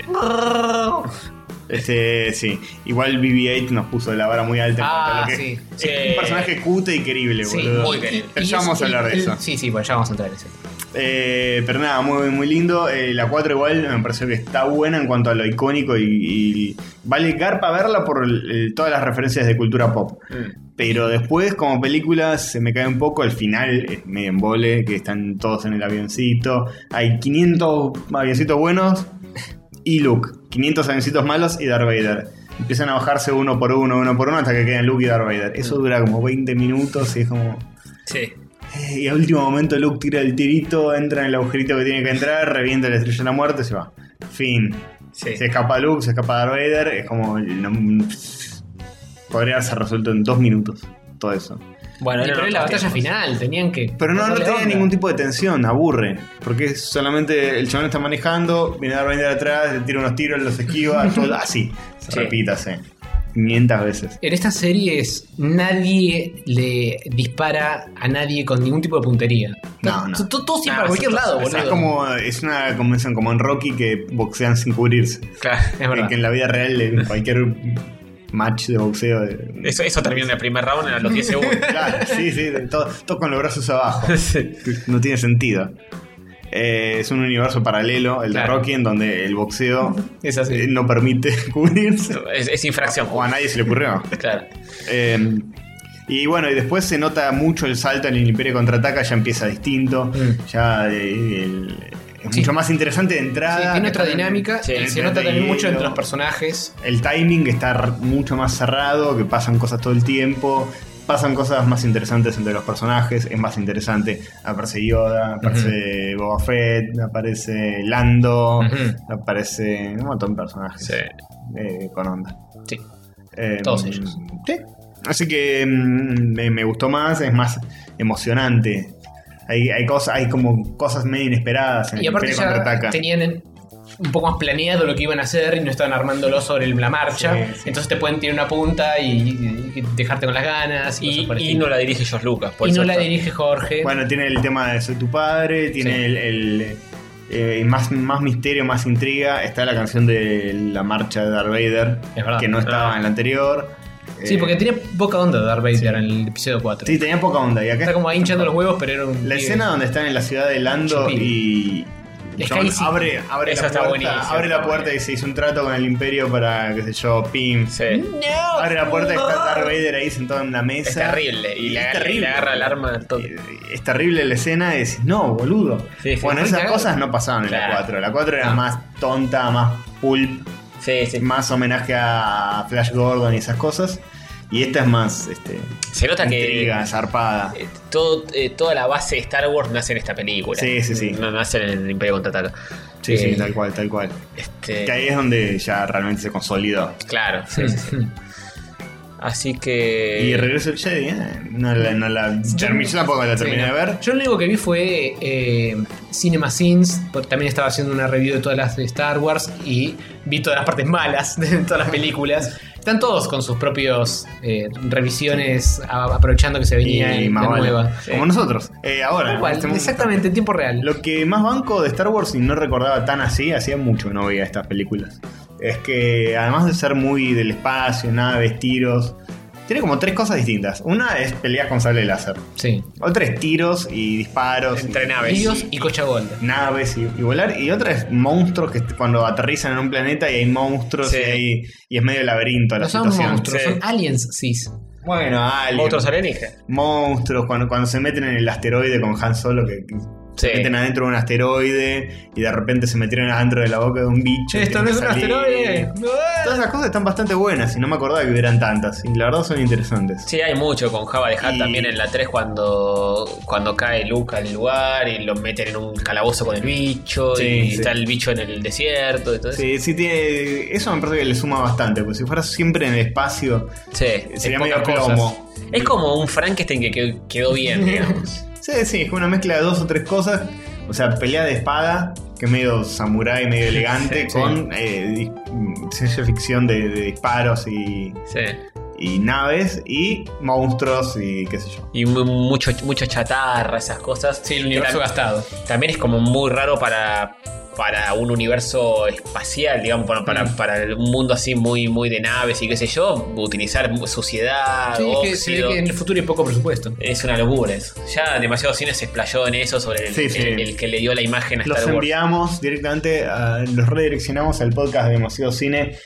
Speaker 4: Este, sí. Igual BB-8 nos puso la vara muy alta. en
Speaker 3: Ah,
Speaker 4: cuanto a lo
Speaker 3: sí.
Speaker 4: Es
Speaker 5: Sí.
Speaker 4: un personaje cute y querible,
Speaker 3: Sí,
Speaker 4: boludo.
Speaker 5: muy querible.
Speaker 4: Pero
Speaker 3: Y
Speaker 4: ya
Speaker 3: es-
Speaker 4: vamos a hablar de
Speaker 3: el-
Speaker 4: eso.
Speaker 3: Sí, sí, bueno, ya vamos a entrar en eso.
Speaker 4: Eh, pero nada, muy, muy lindo. Eh, la 4 igual me pareció que está buena en cuanto a lo icónico y, y vale garpa verla por el- todas las referencias de cultura pop. Pero después, como película, se me cae un poco. Al final, es medio embole, que están todos en el avioncito. Hay 500 avioncitos buenos y Luke. 500 avioncitos malos y Darth Vader. Empiezan a bajarse uno por uno, uno por uno, hasta que quedan Luke y Darth Vader. Eso dura como 20 minutos y es como...
Speaker 5: Sí.
Speaker 4: Y al último momento Luke tira el tirito, entra en el agujerito que tiene que entrar, revienta la estrella de la muerte, se va. Fin.
Speaker 5: Sí.
Speaker 4: Se escapa Luke, se escapa Darth Vader, es como... no- podría haberse resuelto en dos minutos todo eso.
Speaker 5: Bueno,
Speaker 3: Y
Speaker 5: no,
Speaker 3: pero
Speaker 5: no,
Speaker 3: es la
Speaker 5: no,
Speaker 3: batalla
Speaker 5: no.
Speaker 3: final, tenían que.
Speaker 4: Pero no, no
Speaker 3: darle
Speaker 4: tenía
Speaker 3: onda.
Speaker 4: ningún tipo de tensión, aburre. Porque es solamente el chabón está manejando, viene Darth Vader atrás, le tira unos tiros, los esquiva, todo así. Se
Speaker 5: Sí.
Speaker 4: repítase. 500 veces.
Speaker 3: En estas series nadie le dispara a nadie con ningún tipo de puntería.
Speaker 4: No, no.
Speaker 3: To- to- Todo siempre
Speaker 5: Ah,
Speaker 3: a cualquier
Speaker 5: sí,
Speaker 3: lado,
Speaker 5: sí,
Speaker 4: O
Speaker 3: boludo.
Speaker 4: sea, es como es una convención como en Rocky que boxean sin cubrirse.
Speaker 5: Claro.
Speaker 3: Es verdad.
Speaker 4: Que en la vida real, en cualquier match de boxeo. de-
Speaker 5: Eso, eso termina en el primer round a los 10 segundos.
Speaker 4: Claro, sí, sí, todo, todo con los brazos abajo.
Speaker 5: Sí.
Speaker 4: No tiene sentido. Eh, es un universo paralelo, el
Speaker 3: Claro.
Speaker 4: de Rocky, en donde el boxeo
Speaker 3: Es así.
Speaker 4: eh, no permite cubrirse.
Speaker 5: Es, es infracción.
Speaker 4: O a nadie se le ocurrió.
Speaker 5: Claro.
Speaker 4: Eh, y bueno, y después se nota mucho el salto en el Imperio Contraataca, ya empieza distinto.
Speaker 3: Mm.
Speaker 4: Ya eh, el- es
Speaker 3: Sí.
Speaker 4: mucho más interesante de
Speaker 3: Sí,
Speaker 4: entrada.
Speaker 3: tiene otra
Speaker 4: Están en-
Speaker 3: dinámica
Speaker 5: sí,
Speaker 3: y
Speaker 4: en
Speaker 3: se
Speaker 4: el
Speaker 3: nota
Speaker 4: planeta
Speaker 3: también
Speaker 4: de
Speaker 3: mucho entre
Speaker 4: hielo.
Speaker 3: los personajes.
Speaker 4: El timing está r- mucho más cerrado, que pasan cosas todo el tiempo, pasan cosas más interesantes entre los personajes, es más interesante. Aparece Yoda, aparece Boba Fett, aparece Lando,
Speaker 3: Ujú.
Speaker 4: aparece un montón de personajes
Speaker 5: Sí.
Speaker 4: eh, con onda.
Speaker 3: Sí.
Speaker 4: Eh,
Speaker 3: Todos ellos.
Speaker 4: sí. Así que mm, me, me gustó más, es más emocionante. Hay, hay, cosas, hay como cosas medio inesperadas en
Speaker 3: Y aparte
Speaker 4: Imperio Contraataca.
Speaker 3: ya tenían en- un poco más planeado lo que iban a hacer y no estaban armándolo sobre el- la marcha.
Speaker 4: Sí, sí.
Speaker 3: Entonces te pueden tirar una punta y, y dejarte con las ganas. Y,
Speaker 5: Y,
Speaker 3: cosas por el
Speaker 5: y
Speaker 3: estilo.
Speaker 5: no la dirige George Lucas. Por
Speaker 3: Y
Speaker 5: eso
Speaker 3: no la
Speaker 5: está-
Speaker 3: dirige Jorge.
Speaker 4: Bueno, tiene el tema de Soy tu padre, tiene
Speaker 3: Eh, Sí.
Speaker 4: el, el, eh, más, más misterio, más intriga. Está la canción de la marcha de Darth Vader,
Speaker 3: Es verdad.
Speaker 4: que no estaba en la anterior.
Speaker 3: sí,
Speaker 4: Eh,
Speaker 3: porque tenía poca onda Darth Vader en el episodio 4.
Speaker 4: sí, tenía poca onda. Y acá
Speaker 3: Está como ahí hinchando los huevos, pero era un. pibe.
Speaker 4: La escena donde están en la ciudad de Lando
Speaker 3: Chupín.
Speaker 4: y El
Speaker 5: Sky
Speaker 4: chabón
Speaker 5: sí.
Speaker 4: abre, abre
Speaker 5: Eso
Speaker 4: la
Speaker 5: está
Speaker 4: puerta,
Speaker 5: buenísimo,
Speaker 4: abre la
Speaker 5: está
Speaker 4: puerta y se hizo un trato con el imperio para, qué sé yo, Pim.
Speaker 5: Sí.
Speaker 4: Abre la puerta y está Darth Vader ahí sentado en una mesa.
Speaker 5: Es terrible. Y le
Speaker 4: Es
Speaker 5: agarra,
Speaker 4: terrible.
Speaker 5: le agarra el arma. Todo.
Speaker 4: Y Eh, Es terrible la escena y decís, no, boludo.
Speaker 5: Sí, sí,
Speaker 4: bueno,
Speaker 5: muy
Speaker 4: esas
Speaker 5: cagado.
Speaker 4: cosas no pasaban en
Speaker 5: Claro.
Speaker 4: la 4. La 4 era
Speaker 5: No.
Speaker 4: más tonta, más pulp,
Speaker 5: Sí, sí.
Speaker 4: más homenaje a Flash Gordon y esas cosas. Y esta es más este,
Speaker 5: Se nota que.
Speaker 4: intriga, zarpada.
Speaker 5: eh, todo, eh, toda la base de Star Wars nace en esta película.
Speaker 4: Sí, sí, sí.
Speaker 5: No nace en el Imperio Contraataca.
Speaker 4: Sí, sí,
Speaker 5: Eh,
Speaker 4: tal cual, tal cual.
Speaker 5: este,
Speaker 4: Que ahí es donde ya realmente se consolidó.
Speaker 5: Claro, sí, sí, sí. Así que.
Speaker 4: Y regreso el Jedi, ¿eh? No la, no la terminé, yo tampoco la terminé
Speaker 3: Sí,
Speaker 4: de
Speaker 3: no.
Speaker 4: ver.
Speaker 3: Yo lo único que vi fue eh, Cinema Sins, porque también estaba haciendo una review de todas las de Star Wars y vi todas las partes malas de todas las películas. Están todos con sus propios eh, revisiones, a- aprovechando que se venía
Speaker 4: Y
Speaker 3: la
Speaker 4: más vale.
Speaker 3: nueva.
Speaker 4: Como
Speaker 3: Eh,
Speaker 4: nosotros. Eh, ahora.
Speaker 3: tal cual,
Speaker 4: en este momento.
Speaker 3: exactamente, en tiempo real.
Speaker 4: Lo que más banco de Star Wars y no recordaba tan así, hacía mucho que no veía estas películas. Es que además de ser muy del espacio, naves, tiros, tiene como tres cosas distintas. Una es peleas con sable láser.
Speaker 3: sí.
Speaker 4: Otra es tiros y disparos. y
Speaker 5: Entre naves.
Speaker 3: Líos y Cocha Gold.
Speaker 4: naves y, y volar. Y otra es monstruos que cuando aterrizan en un planeta y hay monstruos
Speaker 5: Sí.
Speaker 4: y, hay- y es medio laberinto la
Speaker 3: No son
Speaker 4: situación.
Speaker 3: monstruos,
Speaker 5: Sí.
Speaker 3: son aliens cis.
Speaker 4: Bueno, alien.
Speaker 5: Otros alienígenas.
Speaker 4: monstruos, cuando, cuando se meten en el asteroide con Han Solo, que que
Speaker 5: Sí.
Speaker 4: se meten adentro de un asteroide y de repente se metieron adentro de la boca de un bicho. y
Speaker 3: Esto
Speaker 4: tienen
Speaker 3: no es un
Speaker 4: que salir.
Speaker 3: asteroide.
Speaker 4: Todas esas cosas están bastante buenas y no me acordaba que hubieran tantas. Y la verdad son interesantes.
Speaker 5: Sí, hay mucho con Java de Hat
Speaker 4: Y-
Speaker 5: también en la 3 cuando, cuando cae Luke al lugar y lo meten en un calabozo con el bicho
Speaker 4: Sí,
Speaker 5: y
Speaker 4: sí.
Speaker 5: está el bicho en el desierto y todo eso. Sí,
Speaker 4: Sí, sí tiene, eso me parece que le suma bastante, porque si fuera siempre en el espacio,
Speaker 5: es
Speaker 4: sería
Speaker 5: pocas
Speaker 4: medio
Speaker 5: cosas.
Speaker 4: plomo.
Speaker 5: Es como un Frankenstein que quedó, quedó bien, digamos.
Speaker 4: Sí, sí, es como una mezcla de dos o tres cosas. O sea, pelea de espada, que es medio samurái, medio elegante,
Speaker 3: Sí.
Speaker 4: con eh, di- ciencia ficción de- de disparos y,
Speaker 5: Sí.
Speaker 4: y naves y monstruos y qué sé yo.
Speaker 5: Y mu- mucho, mucha chatarra, esas cosas.
Speaker 3: Sí, el universo
Speaker 5: Que tam-
Speaker 3: gastado.
Speaker 5: También es como muy raro para, para un universo espacial, digamos, para, para,
Speaker 3: Mm.
Speaker 5: para un mundo así muy, muy de naves y qué sé yo, utilizar suciedad,
Speaker 3: Sí, es que se ve
Speaker 5: óxido.
Speaker 3: que en el futuro hay poco presupuesto.
Speaker 5: Es una locura eso. Ya demasiado cine se explayó en eso sobre el,
Speaker 4: Sí, sí.
Speaker 5: el- el que le dio la imagen a
Speaker 4: Los
Speaker 5: Star Wars.
Speaker 4: enviamos directamente, a- los redireccionamos al podcast de Demasiado Cine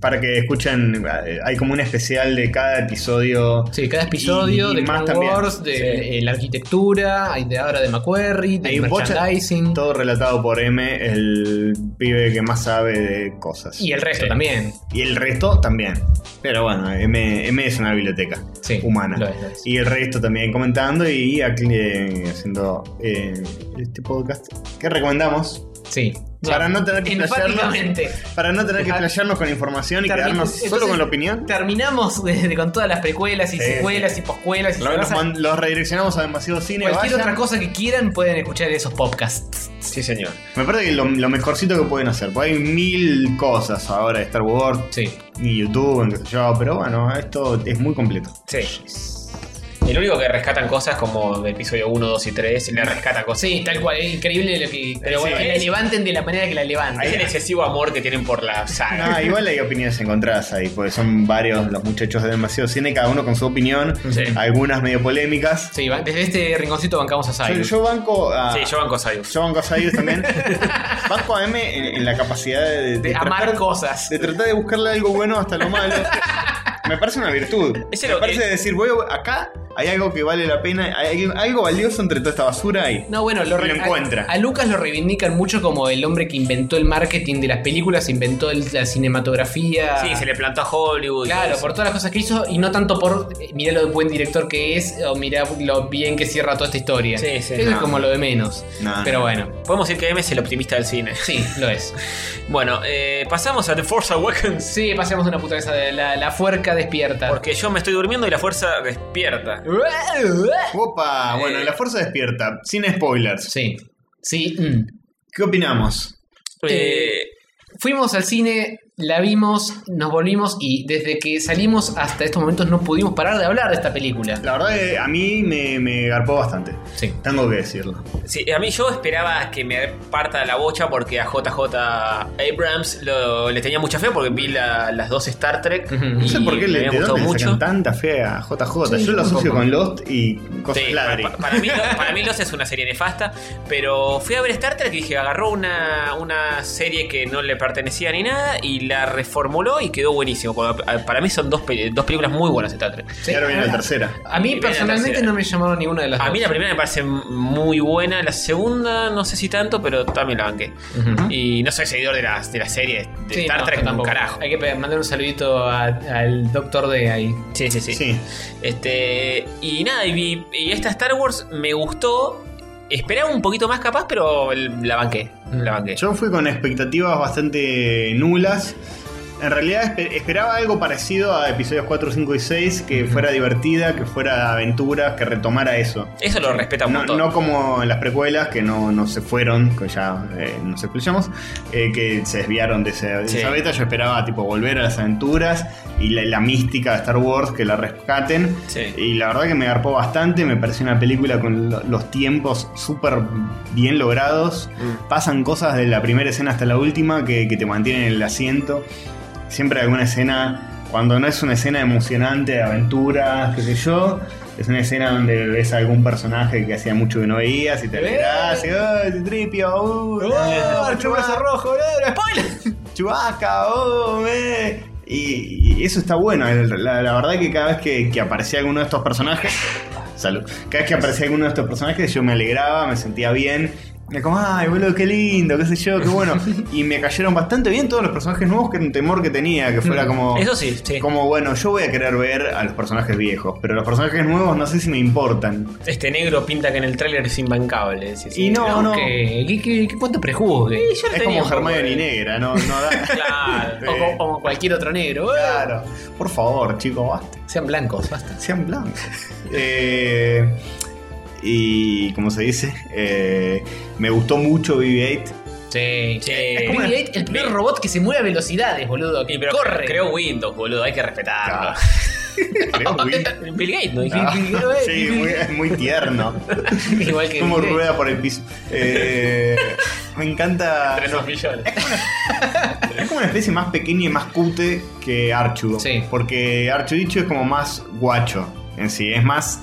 Speaker 4: para que escuchen. eh, Hay como un especial de cada episodio.
Speaker 3: Sí, cada episodio
Speaker 4: Y- y
Speaker 3: de
Speaker 4: más
Speaker 3: Star
Speaker 4: también.
Speaker 3: Wars, de
Speaker 5: Sí.
Speaker 3: eh, la arquitectura, hay de ahora de McQuarrie, de
Speaker 4: Hay bocha-
Speaker 3: merchandising
Speaker 4: Todo relatado por M, el pibe que más sabe de cosas.
Speaker 3: y el resto
Speaker 5: Sí.
Speaker 3: también.
Speaker 4: Y el resto también. Pero bueno, M, M es una biblioteca
Speaker 3: Sí,
Speaker 4: humana.
Speaker 3: lo es, lo es.
Speaker 4: Y el resto también comentando y acl- eh, haciendo eh, este podcast que recomendamos
Speaker 3: Sí.
Speaker 4: para no tener que explayarnos.
Speaker 3: Enfáticamente.
Speaker 4: Para no tener que
Speaker 3: Dejar-
Speaker 4: explayarnos con información y
Speaker 3: Termin-
Speaker 4: quedarnos solo
Speaker 3: entonces,
Speaker 4: con la opinión,
Speaker 3: Terminamos de- de- con todas las precuelas y
Speaker 4: Sí,
Speaker 3: secuelas y poscuelas y
Speaker 4: lo-
Speaker 3: se
Speaker 4: los,
Speaker 3: basan-
Speaker 4: man- los redireccionamos a demasiado cine.
Speaker 3: cualquier
Speaker 4: vayan.
Speaker 3: otra cosa que quieran pueden escuchar esos podcasts.
Speaker 5: Sí, señor.
Speaker 4: Me parece que lo, lo mejorcito que pueden hacer, porque hay mil cosas ahora de Star Wars
Speaker 3: Sí.
Speaker 4: y YouTube, en qué sé yo, pero bueno, esto es muy completo.
Speaker 5: Sí. El único que rescatan cosas como del episodio 1, 2 y 3, le rescatan cosas.
Speaker 3: Pues Sí, tal cual, es increíble lo que,
Speaker 5: Pero bueno,
Speaker 3: que la
Speaker 5: es-
Speaker 3: levanten de la manera que la levanten.
Speaker 5: Es el excesivo amor que tienen por la saga.
Speaker 3: Ah,
Speaker 4: No, Ah, igual hay opiniones encontradas ahí, porque son varios los muchachos de demasiado cine, cada uno con su opinión,
Speaker 5: Sí.
Speaker 4: algunas medio polémicas.
Speaker 3: Sí, va- desde este rinconcito bancamos a
Speaker 4: Yo,
Speaker 3: Cyrus.
Speaker 4: yo banco a.
Speaker 5: Sí, yo banco a Sayus.
Speaker 4: yo banco a Sayus también. banco a M en, en la capacidad de, de
Speaker 3: de
Speaker 4: tratar-
Speaker 3: amar cosas.
Speaker 4: de tratar de buscarle algo bueno hasta lo malo. Me parece una virtud.
Speaker 5: Ese
Speaker 4: Me
Speaker 5: lo-
Speaker 4: parece
Speaker 5: eh,
Speaker 4: decir, voy a- acá hay algo que vale la pena, hay algo valioso entre toda esta basura ahí.
Speaker 3: No, bueno, lo,
Speaker 4: Y lo
Speaker 3: re- a-
Speaker 4: encuentra.
Speaker 3: A, Lucas lo reivindican mucho como el hombre que inventó el marketing de las películas, inventó el- la cinematografía.
Speaker 5: Sí, se le plantó a Hollywood. y todo
Speaker 3: Claro,
Speaker 5: eso.
Speaker 3: por todas las cosas que hizo y no tanto por eh, mirá lo buen director que es o mirá lo bien que cierra toda esta historia.
Speaker 5: Sí, Ah. sí,
Speaker 3: Eso
Speaker 4: no.
Speaker 3: es como lo de menos.
Speaker 4: No,
Speaker 3: Pero
Speaker 4: no.
Speaker 3: bueno,
Speaker 5: Podemos decir que M es el optimista del cine.
Speaker 3: sí, lo es.
Speaker 5: Bueno, eh, pasamos a The Force Awakens.
Speaker 3: Sí, pasemos una puta esa de la, la fuerca despierta.
Speaker 5: Porque yo me estoy durmiendo y la fuerza despierta.
Speaker 4: Opa,
Speaker 5: Eh.
Speaker 4: bueno, la fuerza despierta, sin spoilers.
Speaker 3: Sí, sí. mm.
Speaker 4: ¿Qué opinamos?
Speaker 5: Eh,
Speaker 3: Fuimos al cine La vimos, nos volvimos y desde que salimos hasta estos momentos no pudimos parar de hablar de esta película.
Speaker 4: La verdad que a mí me, me garpó bastante.
Speaker 3: Sí.
Speaker 4: Tengo que decirlo.
Speaker 5: Sí, a mí yo esperaba que me parta la bocha porque a JJ Abrams lo- le tenía mucha fe porque vi la- las dos Star Trek.
Speaker 3: Ujú.
Speaker 5: y
Speaker 4: No sé por qué
Speaker 5: me
Speaker 4: le,
Speaker 5: había
Speaker 4: de
Speaker 5: gustado
Speaker 4: dónde le
Speaker 5: mucho.
Speaker 4: sacan tanta fe a JJ.
Speaker 3: Sí,
Speaker 4: Yo lo
Speaker 3: un
Speaker 4: asocio
Speaker 3: poco.
Speaker 4: con Lost y cosas
Speaker 5: Sí,
Speaker 4: claras.
Speaker 5: Pues, pa- pa- para, mí, para mí Lost es una serie nefasta, pero fui a ver Star Trek y dije, agarró una, una serie que no le pertenecía ni nada y la reformuló y quedó buenísimo. Cuando- Para mí son dos, pe- dos películas muy buenas Star Trek.
Speaker 3: Sí,
Speaker 4: Y ahora viene la
Speaker 3: a-
Speaker 4: tercera.
Speaker 3: A mí
Speaker 5: Y viene la
Speaker 3: personalmente
Speaker 5: tercera.
Speaker 3: no me llamaron ninguna de las
Speaker 5: A
Speaker 3: dos.
Speaker 5: mí la primera me parece muy buena, la segunda no sé si tanto, pero también la banqué.
Speaker 3: Ujú.
Speaker 5: Y no soy seguidor de las, de las series de
Speaker 3: Sí,
Speaker 5: Star
Speaker 3: no,
Speaker 5: Trek,
Speaker 3: yo tampoco.
Speaker 5: carajo.
Speaker 3: Hay que pe- mandar un saludito a- al doctor de ahí.
Speaker 5: Sí, sí, sí.
Speaker 4: Sí.
Speaker 5: Este, y nada, y, vi- y esta Star Wars me gustó. Esperaba un poquito más capaz, pero el- la banqué. La banqué.
Speaker 4: Yo fui con expectativas bastante nulas. En realidad espe- esperaba algo parecido a episodios 4, 5 y 6, que fuera divertida, que fuera aventura, que retomara eso.
Speaker 5: Eso lo respeta un
Speaker 4: No,
Speaker 5: montón.
Speaker 4: no como en las precuelas que no, no se fueron, que ya eh, nos explayamos, eh, que se desviaron de, ese- de
Speaker 5: Sí.
Speaker 4: esa beta. Yo esperaba tipo volver a las aventuras y la, la mística de Star Wars que la rescaten.
Speaker 5: Sí.
Speaker 4: Y la verdad que me garpó bastante, me pareció una película con lo- los tiempos súper bien logrados.
Speaker 5: Mm.
Speaker 4: Pasan cosas de la primera escena hasta la última que, que te mantienen en el asiento. Siempre alguna escena, cuando no es una escena emocionante de aventuras, qué sé yo, es una escena donde ves a algún personaje que hacía mucho que no veías
Speaker 5: Eh.
Speaker 4: y te alegrás, y ¡oh, tripio! ¡Uh! ¡Oh, el chubaca rojo! ¡No, spoiler! ¡Chubaca! ¡Oh, eh! Y, y eso está bueno. el- La, la verdad que cada vez que, que aparecía alguno de estos personajes. Salud. Cada vez que aparecía alguno de estos personajes, yo me alegraba, me sentía bien. Me como, ay, boludo, qué lindo, qué sé yo, qué bueno. Y me cayeron bastante bien todos los personajes nuevos que era un temor que tenía, que fuera como.
Speaker 5: Eso sí, sí.
Speaker 4: Como bueno, yo voy a querer ver a los personajes viejos, pero los personajes nuevos no sé si me importan.
Speaker 5: Este negro pinta que en el tráiler es imbancable. decís,
Speaker 4: Y no,
Speaker 5: ¿no?
Speaker 4: no.
Speaker 3: ¿Qué, qué, qué, qué cuánto prejugo? que-
Speaker 5: Sí, yo le
Speaker 4: Es
Speaker 5: tenía
Speaker 4: como
Speaker 5: un poco
Speaker 4: Hermione
Speaker 5: de-
Speaker 4: Negra, no, no da.
Speaker 5: Claro.
Speaker 4: Sí.
Speaker 3: O como- como cualquier otro negro. ¡eh!
Speaker 4: Claro. Por favor, chicos, basta.
Speaker 3: Sean blancos, basta.
Speaker 4: Sean blancos. Eh, y como se dice, Eh, me gustó mucho BB-8.
Speaker 3: Sí,
Speaker 5: Sí.
Speaker 3: Es como el, el primer robot que se mueve a velocidades, boludo. Que
Speaker 5: Y pero
Speaker 3: corre.
Speaker 5: creó Windows, boludo, hay que respetarlo.
Speaker 4: Claro. Ah. Creo muy-
Speaker 5: Bill Gates, ¿no?
Speaker 4: Ah,
Speaker 3: BB-8.
Speaker 4: sí, muy, muy tierno.
Speaker 3: Igual que.
Speaker 4: Como
Speaker 3: Bill Gates.
Speaker 4: rueda por el piso. Eh, me encanta.
Speaker 5: Entre dos millones.
Speaker 4: Es como una especie más pequeña y más cute que Archu.
Speaker 3: Sí.
Speaker 4: Porque Archudicho es como más guacho en sí. Es más.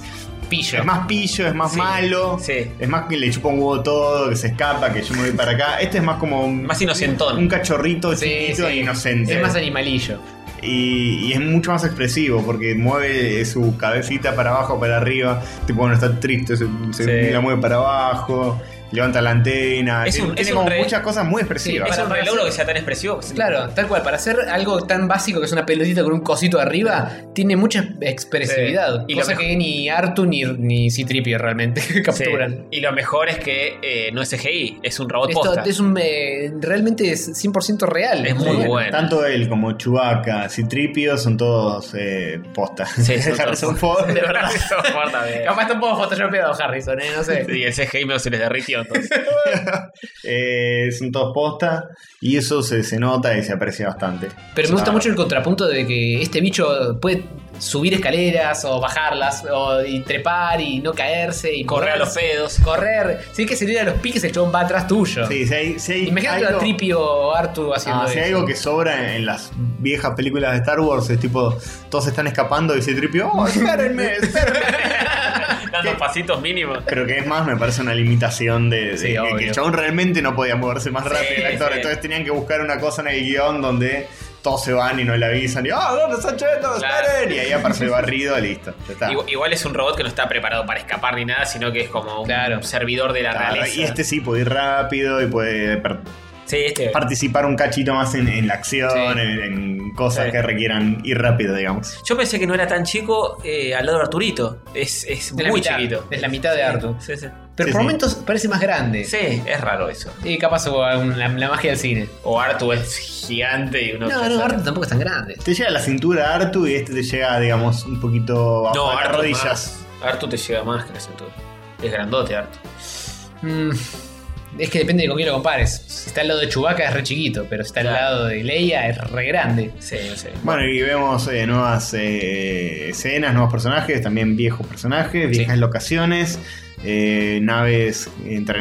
Speaker 3: Pillo.
Speaker 4: Es más pillo, es más
Speaker 5: Sí,
Speaker 4: malo.
Speaker 5: sí.
Speaker 4: Es más que le chupa un huevo todo, que se escapa, que yo me voy para acá. Este es más como un,
Speaker 5: Más inocentón.
Speaker 4: un cachorrito
Speaker 3: Sí,
Speaker 4: chiquito
Speaker 3: sí.
Speaker 4: e inocente.
Speaker 3: Es más animalillo.
Speaker 4: y, y es mucho más expresivo porque mueve eh, su cabecita para abajo, para arriba. Tipo, cuando está triste, se, se
Speaker 5: Sí.
Speaker 4: la mueve para abajo, levanta la antena.
Speaker 5: Es
Speaker 4: tiene
Speaker 5: un-
Speaker 4: tiene
Speaker 5: es un
Speaker 4: como
Speaker 5: re-
Speaker 4: muchas cosas muy expresivas.
Speaker 5: Es
Speaker 3: Para-
Speaker 5: un
Speaker 3: para
Speaker 5: reloj
Speaker 3: hacer-
Speaker 5: que sea tan expresivo. pues, que se-
Speaker 3: Claro, tal cual. Para hacer algo tan básico que es una pelotita con un cosito arriba, tiene mucha expresividad.
Speaker 5: Sí. Y
Speaker 3: Y
Speaker 5: lo
Speaker 3: cosa
Speaker 5: mejor-
Speaker 3: que ni Artu ni, ni Citripio realmente
Speaker 5: Sí.
Speaker 3: capturan.
Speaker 5: Y lo mejor es que eh, no es CGI, es un robot
Speaker 3: Esto
Speaker 5: posta.
Speaker 3: es un. eh, realmente es 100% real.
Speaker 5: Es muy
Speaker 4: Sí,
Speaker 5: bueno.
Speaker 4: Tanto él como Chubaca, Citripio son todos eh, postas.
Speaker 5: Sí, son todos
Speaker 4: Harrison Ford.
Speaker 5: De verdad, eso importa, bien.
Speaker 3: Capaz está un poco photoshopeado Harrison, ¿eh? no sé.
Speaker 5: Y el CGI medio se les derritió entonces.
Speaker 4: Eh, son todos postas y eso se, se nota y se aprecia bastante.
Speaker 3: Pero me gusta
Speaker 4: Ah,
Speaker 3: mucho el contrapunto de que este bicho puede subir escaleras o bajarlas o y trepar y no caerse y
Speaker 5: Correr a los
Speaker 3: moverse,
Speaker 5: pedos.
Speaker 3: Correr. Si hay que salir a los piques, el chabón va atrás tuyo.
Speaker 4: Sí, si hay, si hay
Speaker 3: Imagínate
Speaker 4: algo,
Speaker 3: a Tripio o Artu haciendo
Speaker 4: ah, si
Speaker 3: eso.
Speaker 4: hay algo que sobra en, en las viejas películas de Star Wars, es tipo, todos están escapando y Citripio, ¡oh, espérenme, espérenme!
Speaker 5: Dando pasitos mínimos.
Speaker 4: Pero que es más, me parece una limitación de, de-
Speaker 3: Sí,
Speaker 4: de que
Speaker 3: obvio.
Speaker 4: el chabón realmente no podía moverse más
Speaker 5: Sí,
Speaker 4: rápido el actor.
Speaker 5: sí.
Speaker 4: Entonces tenían que buscar una cosa en el guión donde todos se van y no le avisan. Y, ¡ah, ¿dónde está Cheto?
Speaker 5: Claro.
Speaker 4: ¡Esperen! Y ahí aparece el barrido, listo. Ya está.
Speaker 5: Igual, igual es un robot que no está preparado para escapar ni nada, sino que es como un
Speaker 3: Claro.
Speaker 5: servidor de la
Speaker 4: Claro,
Speaker 5: realeza.
Speaker 4: y este sí puede ir rápido y puede per-
Speaker 5: Sí, este.
Speaker 4: participar un cachito más en, en la acción,
Speaker 3: Sí.
Speaker 4: en, en cosas
Speaker 5: Sí.
Speaker 4: que requieran ir rápido, digamos.
Speaker 5: Yo pensé que no era tan chico eh, al lado de Arturito. Es, es
Speaker 3: De la
Speaker 5: muy
Speaker 3: mitad,
Speaker 5: chiquito.
Speaker 3: de la mitad de Artu.
Speaker 5: Sí, sí.
Speaker 3: Pero
Speaker 4: Sí,
Speaker 3: por
Speaker 4: sí.
Speaker 3: momentos parece más grande.
Speaker 5: Sí, es raro eso.
Speaker 3: Y capaz o a un- la, la magia del cine.
Speaker 5: O Artu es gigante y uno.
Speaker 3: No, no, Artu tampoco es tan grande.
Speaker 4: Te llega a la cintura Artu y este te llega, digamos, un poquito
Speaker 5: No,
Speaker 4: a las
Speaker 5: Artu.
Speaker 4: rodillas.
Speaker 5: más. Artu te llega más que la cintura. Es grandote, Artu.
Speaker 3: Mm, Es que depende de con quién lo compares. Si está al lado de Chewbacca es re chiquito, pero si está al
Speaker 5: Claro.
Speaker 3: lado de Leia es re grande.
Speaker 5: Sí, sí.
Speaker 4: Bueno, y vemos eh, nuevas eh, escenas, nuevos personajes, también viejos personajes, viejas locaciones, eh, naves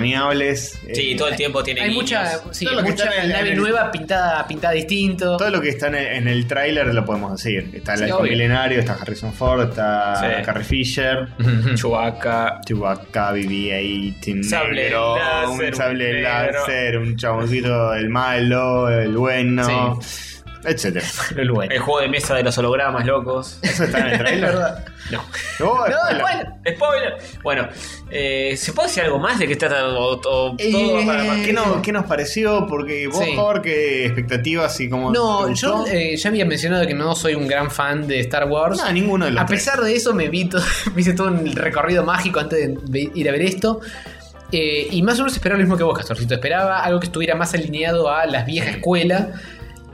Speaker 4: entrañables. eh,
Speaker 5: Sí, todo el tiempo tiene
Speaker 3: Hay
Speaker 5: guiños.
Speaker 3: mucha, sí,
Speaker 4: Todo lo que
Speaker 3: mucha
Speaker 4: está en el-
Speaker 3: nave
Speaker 4: en el-
Speaker 3: nueva pintada, pintada distinto.
Speaker 4: Todo lo que está en el, en el tráiler lo podemos decir. Está el
Speaker 3: Sí,
Speaker 4: halcón
Speaker 3: obvio.
Speaker 4: milenario, está Harrison Ford, está
Speaker 5: Sí.
Speaker 4: Carrie Fisher,
Speaker 5: Chewbacca.
Speaker 4: Chewbacca, BB-8,
Speaker 5: Sable
Speaker 4: negro,
Speaker 5: láser,
Speaker 4: un sable
Speaker 5: un negro.
Speaker 4: láser, un chaboncito del malo, el bueno, etcétera.
Speaker 3: Pero bueno.
Speaker 5: El juego de mesa de los hologramas locos.
Speaker 4: Eso está en el tráiler.
Speaker 5: No.
Speaker 4: Oh,
Speaker 3: No,
Speaker 4: spoiler.
Speaker 3: bueno.
Speaker 5: Spoiler. Bueno, eh, ¿se puede decir algo más de qué trata o- o- todo?
Speaker 3: Eh,
Speaker 5: para- para-
Speaker 4: ¿Qué, no- qué nos pareció? Porque vos,
Speaker 3: Sí.
Speaker 4: Jorge, qué expectativas y cómo.
Speaker 3: No,
Speaker 4: te
Speaker 3: yo
Speaker 4: gustó?
Speaker 3: eh, ya había mencionado que no soy un gran fan de Star Wars.
Speaker 4: No, ninguno de los.
Speaker 3: A
Speaker 4: tres.
Speaker 3: pesar de eso, me vi todo- me hice todo un recorrido mágico antes de ve- ir a ver esto. Eh, y más o menos esperaba lo mismo que vos, Castorcito. Esperaba algo que estuviera más alineado a las viejas escuela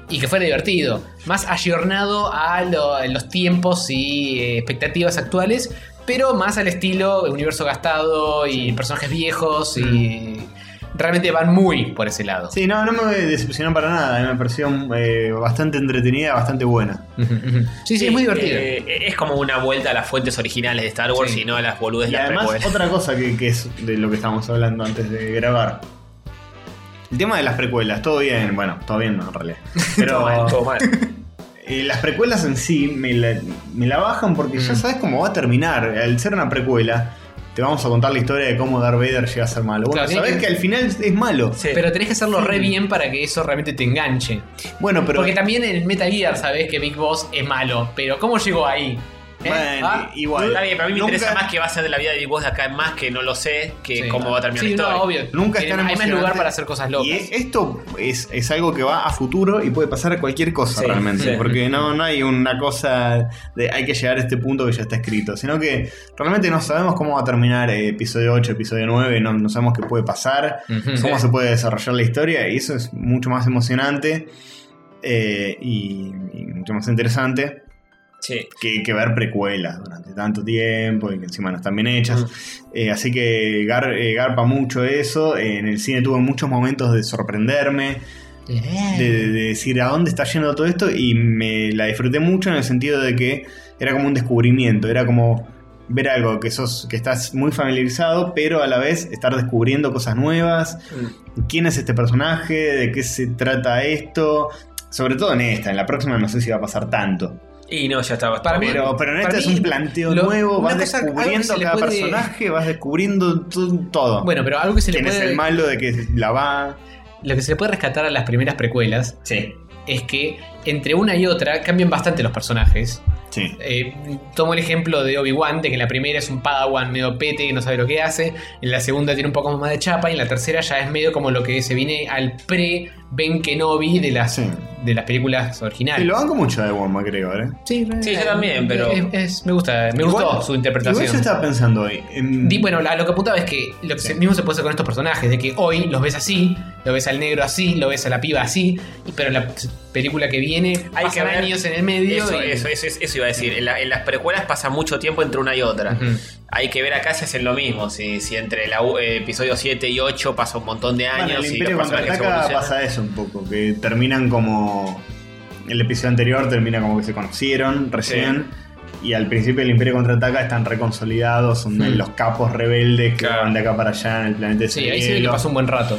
Speaker 3: y que fuera divertido. Más ayornado a lo- los tiempos y eh, expectativas actuales, pero más al estilo universo gastado y personajes viejos y.
Speaker 5: Mm.
Speaker 3: Realmente van muy por ese lado.
Speaker 4: Sí, no, no me decepcionó para nada. Me pareció eh, bastante entretenida, bastante buena.
Speaker 3: Ujú, ujú. Sí, sí, es muy divertido.
Speaker 5: eh, es como una vuelta a las fuentes originales de Star Wars
Speaker 3: Sí.
Speaker 5: y no a las boludes
Speaker 4: Y
Speaker 5: de las
Speaker 4: además,
Speaker 5: precuelas.
Speaker 4: otra cosa que, que es de lo que estábamos hablando antes de grabar. El tema de las precuelas, todo bien, bueno, todo bien no, en realidad. Pero
Speaker 5: Todo mal, todo mal.
Speaker 4: eh, las precuelas en sí me la, me la bajan porque ya sabes cómo va a terminar. Al ser una precuela, te vamos a contar la historia de cómo Darth Vader llega a ser malo. Bueno,
Speaker 3: Claro, tiene
Speaker 4: sabes que...
Speaker 3: que-
Speaker 4: al final es malo.
Speaker 5: Sí.
Speaker 3: Pero tenés que hacerlo re bien para que eso realmente te enganche.
Speaker 4: Bueno, pero.
Speaker 3: Porque también en el Metal Gear sabés que Big Boss es malo, pero ¿cómo llegó ahí? ¿Eh?
Speaker 4: Bueno,
Speaker 3: ¿Ah?
Speaker 4: igual.
Speaker 5: Está bien, pero a mí me
Speaker 4: Nunca-
Speaker 5: interesa más que va a ser de la vida de Big Boss de acá en más, que no lo sé, que
Speaker 3: Sí.
Speaker 5: cómo va a terminar
Speaker 3: Sí,
Speaker 5: la historia.
Speaker 3: no, obvio.
Speaker 4: Nunca
Speaker 3: Tiene-
Speaker 4: están
Speaker 3: Hay más
Speaker 4: emocionantes.
Speaker 3: lugar para hacer cosas locas.
Speaker 4: Y e- esto es, es algo que va a futuro y puede pasar cualquier cosa
Speaker 3: Sí,
Speaker 4: realmente.
Speaker 5: sí.
Speaker 4: Porque no, no hay una cosa de hay que llegar a este punto que ya está escrito. Sino que realmente no sabemos cómo va a terminar eh, episodio 8, episodio 9. No, no sabemos qué puede pasar,
Speaker 3: Ujú.
Speaker 4: cómo
Speaker 5: Sí.
Speaker 4: se puede desarrollar la historia. Y eso es mucho más emocionante eh, y, y mucho más interesante
Speaker 5: Sí.
Speaker 4: que, que ver precuelas durante tanto tiempo y que encima no están bien hechas. Eh, así que gar- eh, garpa mucho eso. Eh, en el cine tuve muchos momentos de sorprenderme, de, de- de decir a dónde está yendo todo esto y me la disfruté mucho en el sentido de que era como un descubrimiento, era como ver algo que sos que estás muy familiarizado, pero a la vez estar descubriendo cosas nuevas,
Speaker 3: Mm.
Speaker 4: quién es este personaje, de qué se trata esto, sobre todo en esta, en la próxima no sé si va a pasar tanto.
Speaker 5: Y no, ya estaba.
Speaker 3: Para mí-
Speaker 4: Pero, pero en
Speaker 3: Ah, Para
Speaker 4: este es
Speaker 3: mí,
Speaker 4: un planteo
Speaker 3: lo-
Speaker 4: nuevo,
Speaker 3: una
Speaker 4: vas
Speaker 3: cosa- algo que
Speaker 4: descubriendo
Speaker 3: se le
Speaker 4: cada
Speaker 3: puede-
Speaker 4: personaje, vas descubriendo tu- todo.
Speaker 3: Bueno, pero algo que se le
Speaker 4: quién es
Speaker 3: puede.
Speaker 4: el malo de que la va.
Speaker 3: Lo que se le puede rescatar a las primeras precuelas
Speaker 5: Sí.
Speaker 3: es que entre una y otra cambian bastante los personajes.
Speaker 4: Sí.
Speaker 3: Eh, tomo el ejemplo de Obi-Wan, de que en la primera es un padawan medio pete que no sabe lo que hace, en la segunda tiene un poco más de chapa y en la tercera ya es medio como lo que se viene al pre-Ben Kenobi de las,
Speaker 4: Sí.
Speaker 3: de las películas
Speaker 4: Y
Speaker 3: originales.
Speaker 4: lo banco mucho de Wong McGregor, ¿eh?
Speaker 3: Sí,
Speaker 5: Sí, yo también, pero-
Speaker 3: es- es- me gusta, me
Speaker 4: Igual-
Speaker 3: gustó su
Speaker 4: Igual yo
Speaker 3: interpretación.
Speaker 4: estaba pensando hoy. en-
Speaker 3: Di- bueno, a lo que apuntaba es que lo que
Speaker 4: Sí.
Speaker 3: se- mismo se puede hacer con estos personajes, de que hoy los ves así, lo ves al negro así, lo ves a la piba así, y- pero en la película que viene
Speaker 5: Hay
Speaker 3: hay
Speaker 5: que ver-
Speaker 3: años en el medio.
Speaker 5: Eso,
Speaker 3: y-
Speaker 5: eso, eso, eso iba a decir. En, la- en las precuelas pasa mucho tiempo entre una y otra.
Speaker 3: Ujú.
Speaker 5: Hay que ver acá si hacen lo mismo. Si, si entre la, u- eh, episodio 7 y 8 pasa un montón de
Speaker 4: Bueno,
Speaker 5: años
Speaker 4: el
Speaker 5: y los
Speaker 4: Imperio
Speaker 5: personajes
Speaker 4: contraataca
Speaker 5: evolucionan.
Speaker 4: pasa eso un poco, que terminan como. El episodio anterior termina como que se conocieron recién. Y al principio del Imperio contraataca están reconsolidados, son
Speaker 3: Mm.
Speaker 4: los capos rebeldes que
Speaker 5: Claro.
Speaker 4: van de acá para allá en el planeta de
Speaker 3: Sí, ahí se ve que
Speaker 4: hielo.
Speaker 3: pasó un buen rato.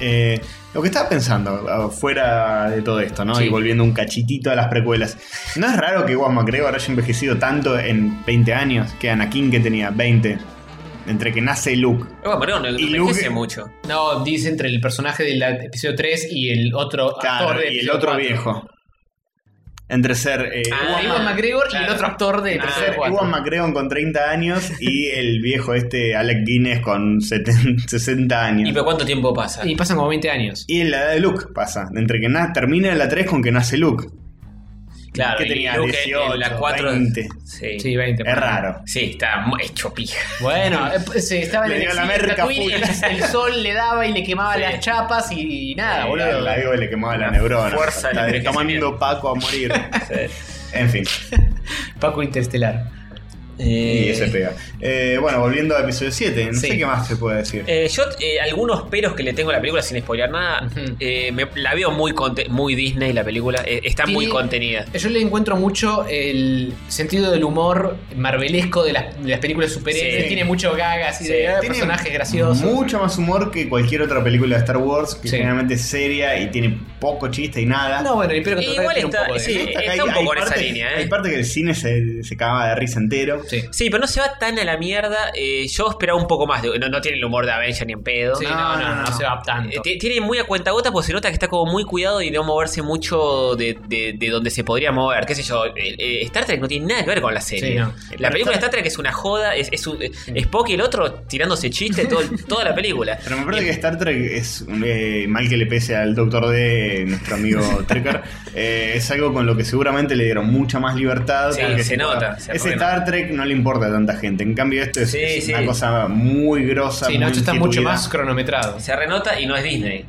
Speaker 4: Eh, lo que estaba pensando, fuera de todo esto, ¿no?
Speaker 3: Sí.
Speaker 4: Y volviendo un cachitito a las precuelas. ¿No es raro que Juan McGregor haya envejecido tanto en 20 años? Que Anakin que tenía 20. Entre que nace Luke.
Speaker 5: Bueno, pero no, no
Speaker 4: Y
Speaker 5: envejece
Speaker 4: Luke-
Speaker 5: mucho.
Speaker 3: No, dice entre el personaje del episodio 3 y el otro actor
Speaker 4: Claro,
Speaker 3: del
Speaker 4: y el
Speaker 3: episodio
Speaker 4: otro
Speaker 3: 4.
Speaker 4: viejo. Entre ser eh,
Speaker 5: Ah,
Speaker 3: Ah,
Speaker 4: Ewan-
Speaker 3: Ewan McGregor y
Speaker 5: claro.
Speaker 3: el otro actor del
Speaker 5: Ah,
Speaker 3: episodio
Speaker 4: ser
Speaker 3: 4.
Speaker 4: Ewan McGregor con 30 años y el viejo este Alec Guinness con 70 60
Speaker 5: ¿Y pero
Speaker 4: años.
Speaker 5: cuánto tiempo pasa?
Speaker 3: Y pasan como 20 años.
Speaker 4: Y en la edad de Luke pasa. Entre que na- termina la 3 con que nace Luke.
Speaker 5: claro,
Speaker 4: que
Speaker 5: y
Speaker 4: tenía
Speaker 5: Luke en
Speaker 4: 18,
Speaker 5: la 4
Speaker 4: 20.
Speaker 5: Sí.
Speaker 3: Sí, 20.
Speaker 4: Es raro.
Speaker 5: Sí, está mu- hecho pija.
Speaker 3: Bueno, eh, pues, eh, estaba en
Speaker 4: Le
Speaker 3: el
Speaker 4: dio la
Speaker 3: exilio en
Speaker 4: merca,
Speaker 3: Tatooine,
Speaker 4: puta.
Speaker 3: el, el sol le daba y le quemaba
Speaker 5: Sí.
Speaker 3: las chapas y, y nada,
Speaker 4: Ah,
Speaker 3: boludo.
Speaker 4: La digo le quemaba la neurona.
Speaker 5: fuerza del
Speaker 4: Está
Speaker 5: envejecimiento.
Speaker 4: tomando Paco a morir.
Speaker 5: Sí.
Speaker 4: en fin.
Speaker 3: Paco Interestelar.
Speaker 5: Eh,
Speaker 4: Y ese pega. Eh, bueno, volviendo a episodio 7, no
Speaker 5: Sí.
Speaker 4: sé qué más se puede decir.
Speaker 5: eh, yo, eh, algunos peros que le tengo a la película, sin spoiler nada,
Speaker 3: Ujú.
Speaker 5: eh, me- la veo muy, conte- muy Disney la película, eh, está muy
Speaker 3: Tiene-
Speaker 5: contenida.
Speaker 3: Yo le encuentro mucho el sentido del humor marvelesco de las, de las películas de superhéroes.
Speaker 5: Sí.
Speaker 3: Tiene mucho gagas y de ah,
Speaker 4: Tiene
Speaker 3: personajes graciosos.
Speaker 4: Mucho más humor que cualquier otra película de Star Wars, que
Speaker 3: Sí.
Speaker 4: generalmente es seria y tiene poco chiste y nada.
Speaker 3: No, bueno, el Imperio Contraataca
Speaker 5: Igual
Speaker 3: tiene
Speaker 5: está-
Speaker 3: un poco de-
Speaker 5: sí,
Speaker 4: Esta que
Speaker 5: está un poco en esa
Speaker 4: partes-
Speaker 5: línea, ¿eh?
Speaker 4: Hay parte que el cine se, se cagaba de risa entero.
Speaker 3: Sí.
Speaker 5: Sí, pero no se va tan a la mierda. eh, yo esperaba un poco más. de- no, no tiene el humor de Avenger ni en pedo.
Speaker 3: Sí,
Speaker 5: Eh,
Speaker 3: no, no, no,
Speaker 4: no, no.
Speaker 3: se va tanto.
Speaker 5: ti- tiene muy a cuentagotas porque se nota que está como muy cuidado y no moverse mucho de, de- de donde se podría mover. ¿Qué sé yo? eh, eh, Star Trek no tiene nada que ver con la serie.
Speaker 3: Sí, no.
Speaker 5: La película de Star Trek es una joda. Es, es un- eh, Spock y el otro tirándose chistes todo el- toda la película.
Speaker 4: Pero me parece que Star Trek es eh, mal que le pese al Doctor D, nuestro amigo Trekker, eh, es algo con lo que seguramente le dieron mucha más libertad.
Speaker 5: Sí,
Speaker 4: porque
Speaker 5: se nota, se
Speaker 4: ese
Speaker 5: arruina.
Speaker 4: Star Trek no le importa a tanta gente. En cambio, esto es,
Speaker 5: Sí,
Speaker 4: es
Speaker 5: sí.
Speaker 4: una cosa muy grosa.
Speaker 3: Sí, no,
Speaker 4: muy
Speaker 3: esto está mucho
Speaker 4: instituida.
Speaker 3: más cronometrado.
Speaker 5: Se renota y no es Disney.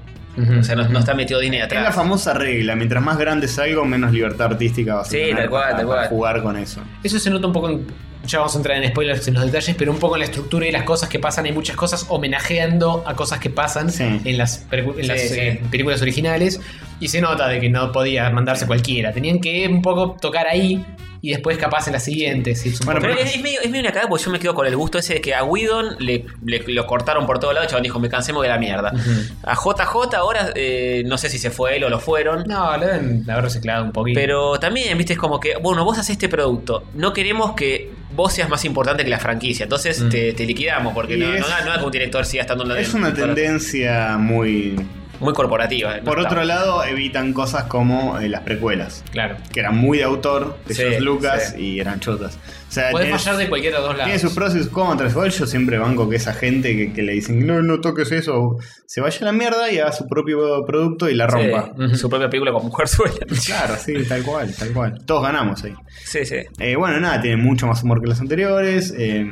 Speaker 5: O sea, no, no está metido Disney
Speaker 4: Es la
Speaker 5: atrás.
Speaker 4: famosa regla, mientras más grande es algo, menos libertad artística vas a
Speaker 5: Sí,
Speaker 4: tener
Speaker 5: tal cual,
Speaker 4: para-
Speaker 5: tal
Speaker 4: para
Speaker 5: cual.
Speaker 4: jugar con eso.
Speaker 3: Eso se nota un poco en- Ya vamos a entrar en spoilers en los detalles, pero un poco en la estructura y las cosas que pasan. Hay muchas cosas homenajeando a cosas que pasan
Speaker 4: Sí.
Speaker 3: en las, percu- en
Speaker 5: Sí,
Speaker 3: las,
Speaker 5: sí.
Speaker 3: eh, películas originales. Y se nota de que no podía mandarse cualquiera. Tenían que un poco tocar ahí y después capaz en las siguientes. si es un
Speaker 4: Bueno,
Speaker 3: poco
Speaker 5: Pero
Speaker 3: más.
Speaker 5: es, es medio, es medio una cagada porque yo me quedo con el gusto ese de que a Whedon le, le- lo cortaron por todos lados. El chabón dijo, me cansemos de la mierda.
Speaker 3: Ujú.
Speaker 5: A JJ ahora eh, no sé si se fue él o lo fueron.
Speaker 3: No, lo deben haber reciclado un poquito.
Speaker 5: Pero también, viste, es como que, bueno, vos haces este producto. No queremos que vos seas más importante que la franquicia. Entonces
Speaker 3: Mm.
Speaker 5: te, te liquidamos porque
Speaker 4: Y
Speaker 5: no,
Speaker 4: es-
Speaker 5: no da- no da que un director siga estando en la
Speaker 4: Es una tendencia muy...
Speaker 5: Muy corporativa. ¿eh?
Speaker 4: Por otro lado, evitan cosas como eh, las precuelas.
Speaker 3: claro.
Speaker 4: que eran muy de autor, de
Speaker 5: Sí,
Speaker 4: George Lucas
Speaker 5: sí.
Speaker 4: y eran chotas. O sea,
Speaker 3: Podés
Speaker 4: tenés-
Speaker 3: fallar de cualquiera de los dos lados.
Speaker 4: tiene sus pros y sus contras. Igual yo siempre banco que esa gente que, que le dicen, no, no toques eso, se vaya a la mierda y haga su propio producto y la rompa.
Speaker 5: Sí, su propia película con mujer suelta.
Speaker 4: Claro, sí, tal cual, tal cual. Todos ganamos ahí.
Speaker 5: sí, sí.
Speaker 4: Eh, bueno, nada, tiene mucho más humor que los anteriores. eh,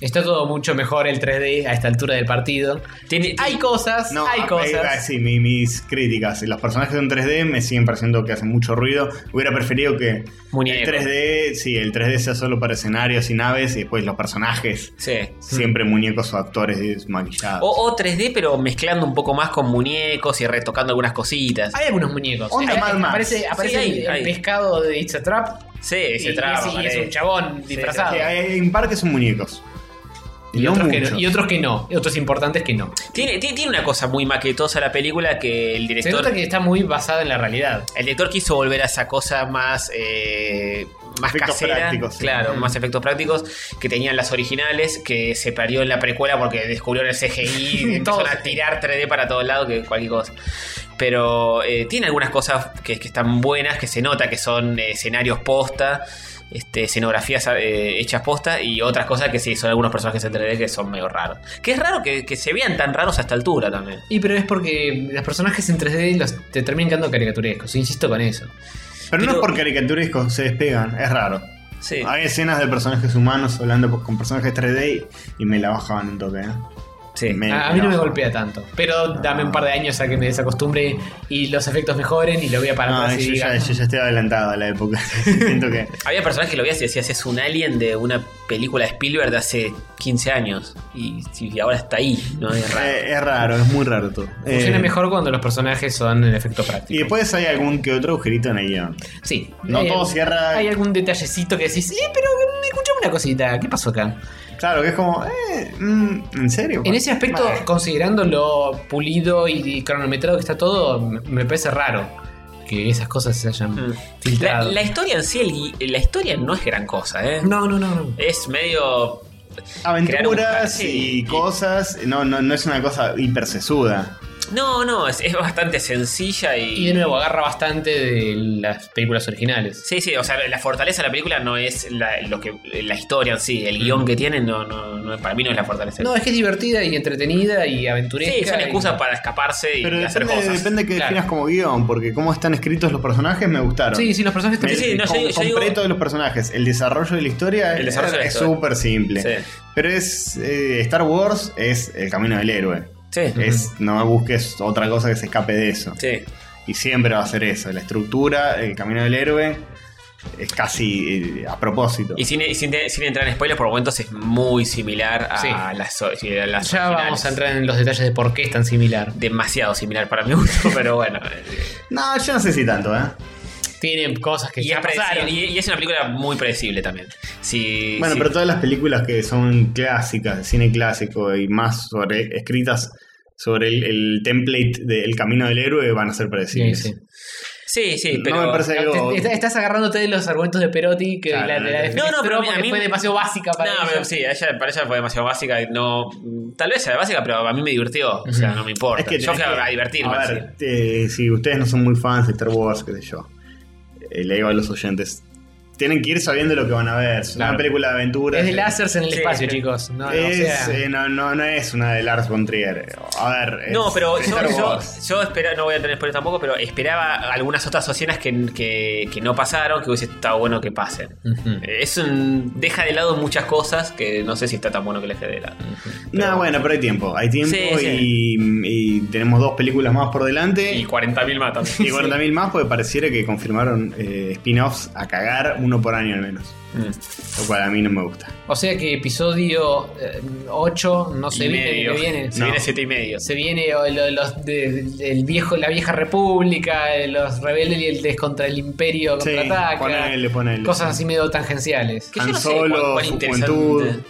Speaker 3: Está todo mucho mejor el 3D a esta altura del partido.
Speaker 5: Tiene-
Speaker 3: Hay cosas,
Speaker 4: no,
Speaker 3: hay
Speaker 4: ah,
Speaker 3: cosas.
Speaker 4: eh, ah, sí, mi- mis críticas. Los personajes en 3D me siguen pareciendo que hacen mucho ruido. Hubiera preferido que
Speaker 5: Muñeco.
Speaker 4: el 3D, sí, el 3D sea solo para escenarios y naves y después los personajes.
Speaker 5: Sí.
Speaker 3: Hmm.
Speaker 4: Siempre muñecos o actores desmaquillados.
Speaker 3: Oh,
Speaker 5: O, o 3D, pero mezclando un poco más con muñecos y retocando algunas cositas.
Speaker 3: Hay algunos muñecos.
Speaker 4: Onda
Speaker 3: Hay-
Speaker 4: Mad Max.
Speaker 3: Aparece, aparece
Speaker 5: hay-
Speaker 3: el, el
Speaker 5: hay.
Speaker 3: pescado de It's a Trap.
Speaker 5: Sí,
Speaker 3: y-
Speaker 5: ese
Speaker 3: y
Speaker 5: traba,
Speaker 3: es- y es,
Speaker 5: parece.
Speaker 3: un chabón disfrazado.
Speaker 4: Sí, hay, hay un par que son muñecos.
Speaker 3: y,
Speaker 4: no
Speaker 3: otros que
Speaker 4: muchos.
Speaker 3: no, y otros que no. Y otros importantes que no.
Speaker 5: Tiene, tiene, tiene una cosa muy maquetosa la película que el
Speaker 3: Se
Speaker 5: director.
Speaker 3: nota que está muy basada en la realidad.
Speaker 5: El director quiso volver a esa cosa más. eh, más
Speaker 4: Efectos
Speaker 5: casera.
Speaker 4: prácticos, sí.
Speaker 5: Claro, más efectos prácticos que tenían las originales, que se perdió en la precuela porque descubrió el CGI y empezaron
Speaker 3: Todo.
Speaker 5: a tirar 3D para todos lados, que cualquier cosa. Pero eh, tiene algunas cosas que, que están buenas, que se nota que son eh, escenarios posta. Este, escenografías eh, hechas posta y otras cosas que sí, son algunos personajes en 3D que son medio raros. Que es raro que, que se vean tan raros a esta altura también.
Speaker 3: Y pero es porque los personajes en 3D los, te terminan quedando caricaturescos. Insisto con eso.
Speaker 4: Pero no
Speaker 5: pero-
Speaker 4: es por caricaturescos, se despegan, es raro.
Speaker 5: Sí.
Speaker 4: Hay escenas de personajes humanos hablando po- con personajes 3D y, y me la bajaban un toque. ¿eh?
Speaker 5: sí.
Speaker 4: Me-
Speaker 3: A, a mí no me
Speaker 4: bajaban.
Speaker 3: golpea tanto. Pero dame
Speaker 4: Ah.
Speaker 3: un par de años a que me desacostumbre y los efectos mejoren y lo voy a parar
Speaker 4: No,
Speaker 3: atrás y
Speaker 4: yo,
Speaker 3: diga,
Speaker 4: Ah, ya, yo ya estoy adelantado a la época. Siento que.
Speaker 5: Había personajes que lo veías y decías, es un alien de una película de Spielberg de hace 15 años. Y, y ahora está ahí, ¿no? Es raro.
Speaker 4: eh, es raro, es muy raro todo.
Speaker 3: Funciona
Speaker 4: Eh,
Speaker 3: mejor cuando los personajes son en efecto práctico.
Speaker 4: Y después hay algún que otro agujerito en el guión.
Speaker 3: sí.
Speaker 4: No
Speaker 3: Hay-
Speaker 4: todo cierra.
Speaker 3: Hay algún detallecito que decís, eh, pero mm, escuchame una cosita, ¿qué pasó acá?
Speaker 4: Claro, que es como, eh, mm, ¿en serio?
Speaker 3: En ese aspecto,
Speaker 4: Vale.
Speaker 3: considerando lo pulido y, y cronometrado que está todo, me, me parece raro que esas cosas se hayan
Speaker 5: Mm. La,
Speaker 3: filtrado.
Speaker 5: la historia en sí, el gui- eh, la historia no es gran cosa, ¿eh?
Speaker 3: No, no, no, no.
Speaker 5: Es medio. crear un-
Speaker 4: Aventuras
Speaker 5: sí,
Speaker 4: y
Speaker 5: y-
Speaker 4: cosas. No, no, no es una cosa hipersesuda.
Speaker 5: No, no, es, es bastante sencilla
Speaker 3: Y
Speaker 5: y.
Speaker 3: de nuevo, agarra bastante de las películas originales.
Speaker 5: Sí, sí, o sea, la fortaleza de la película no es la, lo que, eh, la historia en sí. El guión que tiene, no, no, no- para mí no es la fortaleza.
Speaker 3: No, es que es divertida y entretenida y aventurera.
Speaker 5: sí, son excusas para escaparse y
Speaker 4: Pero
Speaker 5: hacer
Speaker 4: depende,
Speaker 5: cosas.
Speaker 4: depende que
Speaker 3: Claro.
Speaker 4: definas como guión, porque cómo están escritos los personajes me gustaron.
Speaker 3: Sí, sí, los personajes
Speaker 4: Me-
Speaker 3: también.
Speaker 5: Sí, sí, no, yo
Speaker 4: con-
Speaker 5: digo- yo digo-
Speaker 4: completo de los personajes. El desarrollo de la historia
Speaker 5: El
Speaker 4: es-
Speaker 5: desarrollo de la
Speaker 4: es
Speaker 5: historia.
Speaker 4: súper simple.
Speaker 5: Sí.
Speaker 4: Pero es eh, Star Wars es el camino del héroe.
Speaker 5: Sí,
Speaker 4: Es, no busques otra cosa que se escape de eso.
Speaker 5: sí.
Speaker 4: Y siempre va a ser eso. La estructura, el camino del héroe. es casi eh, a propósito.
Speaker 5: Y sin, y sin, sin entrar en spoilers, por momentos es muy similar a
Speaker 3: Sí.
Speaker 5: las, o- sí, a las
Speaker 3: Ya
Speaker 5: originales.
Speaker 3: vamos a entrar en los detalles de por qué es tan similar.
Speaker 5: Demasiado similar para mi gusto, pero bueno. eh,
Speaker 4: No, yo no sé si tanto, ¿eh?
Speaker 3: Tienen cosas que
Speaker 5: y,
Speaker 3: ya
Speaker 5: es predecible,
Speaker 3: pasaron.
Speaker 5: y- y es una película muy predecible también. Sí,
Speaker 4: Bueno,
Speaker 5: sí.
Speaker 4: pero todas las películas que son clásicas, de cine clásico y más sobre escritas sobre el, el template del camino del héroe van a ser
Speaker 3: Sí,
Speaker 4: predecibles.
Speaker 3: sí.
Speaker 5: Sí, sí,
Speaker 4: No
Speaker 5: pero.
Speaker 4: me parece algo.
Speaker 3: Te- está- Estás agarrándote de los argumentos de Perotti que
Speaker 4: Claro,
Speaker 3: la, de la
Speaker 4: no,
Speaker 3: defenestro
Speaker 5: no, pero a mí-
Speaker 3: porque
Speaker 5: a mí-
Speaker 3: fue demasiado básica para
Speaker 5: No,
Speaker 3: ella.
Speaker 5: pero sí, a ella, para ella fue demasiado básica. y No, tal vez sea básica, pero a mí me divertió. O sea, no me importa.
Speaker 4: Es que
Speaker 5: Yo
Speaker 4: tenés
Speaker 5: fui a,
Speaker 4: que-
Speaker 5: a divertirme.
Speaker 4: A
Speaker 5: así.
Speaker 4: ver, eh, si ustedes no son muy fans de Star Wars, qué sé yo, eh, le digo a los oyentes, tienen que ir sabiendo lo que van a ver. Es
Speaker 5: Claro.
Speaker 4: una película de aventuras.
Speaker 3: Es de
Speaker 4: eh,
Speaker 3: lásers en el
Speaker 5: Sí.
Speaker 3: espacio, chicos. No, no, o
Speaker 4: es,
Speaker 3: sea,
Speaker 4: eh, no, no, no es una de Lars von Trier. A ver. es
Speaker 5: No, pero yo,
Speaker 4: Star
Speaker 5: yo,
Speaker 4: Wars.
Speaker 5: yo espera- no voy a tener spoilers tampoco, pero esperaba algunas otras escenas que, que, que no pasaron, que hubiese estado bueno que pasen.
Speaker 3: Ujú.
Speaker 5: Eh, Es un, deja de lado muchas cosas que no sé si está tan bueno que les quede de lado.
Speaker 4: No, bueno, pero hay tiempo. Hay tiempo
Speaker 5: Sí, sí.
Speaker 4: y, y tenemos dos películas más por delante.
Speaker 5: Y 40.000 más
Speaker 4: Y
Speaker 5: también.
Speaker 4: 40.000 más, porque pareciera que confirmaron eh, spin-offs a cagar uno por año al menos.
Speaker 5: Mm.
Speaker 4: Lo cual a mí no me gusta.
Speaker 3: o sea que episodio 8 no se
Speaker 5: Y
Speaker 3: viene,
Speaker 5: medio.
Speaker 3: que viene.
Speaker 5: Se
Speaker 4: No.
Speaker 5: viene siete y medio.
Speaker 3: Se viene o lo- los de- el viejo, la vieja república, eh, los rebeldes contra el imperio
Speaker 4: Sí,
Speaker 3: contraataca.
Speaker 4: ponele, ponele.
Speaker 3: cosas así medio tangenciales.
Speaker 5: Que
Speaker 4: Han
Speaker 5: yo no sé
Speaker 4: Solo,
Speaker 5: cuán, cuán
Speaker 4: su
Speaker 5: interesante.
Speaker 4: juventud.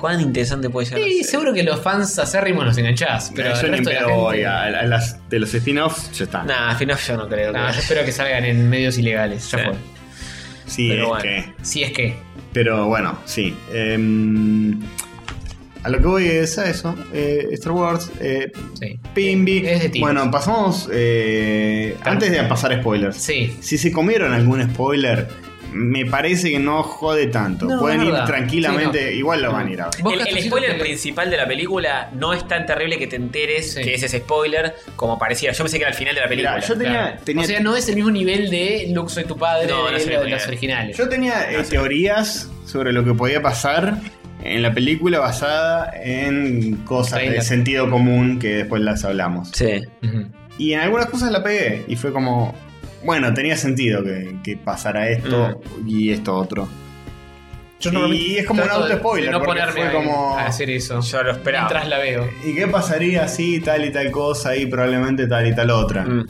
Speaker 5: Cuán interesante puede llegar. a
Speaker 3: Sí,
Speaker 5: ser.
Speaker 3: seguro que los fans acérrimos los enganchás, pero
Speaker 4: Pero yo
Speaker 3: el
Speaker 4: ni
Speaker 3: resto de la
Speaker 4: pedo
Speaker 3: gente-
Speaker 4: voy a, a las de los spin-offs, ya está.
Speaker 5: Nah, al final yo no creo.
Speaker 3: No,
Speaker 5: que-
Speaker 3: yo espero que salgan en medios ilegales, ya
Speaker 5: Sí.
Speaker 3: fue.
Speaker 4: sí,
Speaker 5: pero
Speaker 4: es
Speaker 5: bueno.
Speaker 4: que.
Speaker 3: Si es que.
Speaker 4: Pero bueno, sí. Em, a lo que voy es a eso. Eh, Star Wars, eh,
Speaker 3: Sí.
Speaker 4: Pimbi.
Speaker 3: Es de tiros.
Speaker 4: bueno, pasamos. eh, antes de pasar spoilers.
Speaker 3: Sí.
Speaker 4: Si se comieron algún spoiler, me parece que no jode tanto.
Speaker 3: No,
Speaker 4: Pueden
Speaker 3: es
Speaker 4: ir
Speaker 3: verdad.
Speaker 4: tranquilamente,
Speaker 3: Sí, no.
Speaker 4: igual lo van a ir a ver.
Speaker 3: Vos,
Speaker 5: El, el
Speaker 3: Castro, siento
Speaker 5: spoiler
Speaker 3: que-
Speaker 5: principal de la película no es tan terrible que te enteres
Speaker 3: Sí.
Speaker 5: que es ese spoiler como parecía. Yo pensé que era al final de la película.
Speaker 4: Mira, yo tenía,
Speaker 3: claro.
Speaker 4: tenía,
Speaker 3: O sea, no es el mismo nivel de Luke soy tu padre
Speaker 5: No, no
Speaker 3: de
Speaker 5: es el
Speaker 3: lo-
Speaker 5: mismo
Speaker 3: las
Speaker 5: nivel.
Speaker 3: originales.
Speaker 4: yo tenía, eh, teorías sobre lo que podía pasar en la película basada en cosas de
Speaker 3: Trailer.
Speaker 4: sentido común que después las hablamos.
Speaker 5: Sí.
Speaker 3: Ujú.
Speaker 4: Y en algunas cosas la pegué y fue como, bueno, tenía sentido que, que pasara esto
Speaker 3: Mm.
Speaker 4: y esto otro.
Speaker 3: Yo normalmente
Speaker 4: Y es como un
Speaker 3: trato de-
Speaker 4: auto-spoiler,
Speaker 3: de No
Speaker 4: porque
Speaker 3: ponerme
Speaker 4: fue
Speaker 3: a-
Speaker 4: como-
Speaker 3: a hacer eso.
Speaker 5: Yo lo esperaba.
Speaker 3: Mientras la veo.
Speaker 4: ¿Y qué pasaría si tal y tal cosa y probablemente tal y tal otra?
Speaker 5: Mm.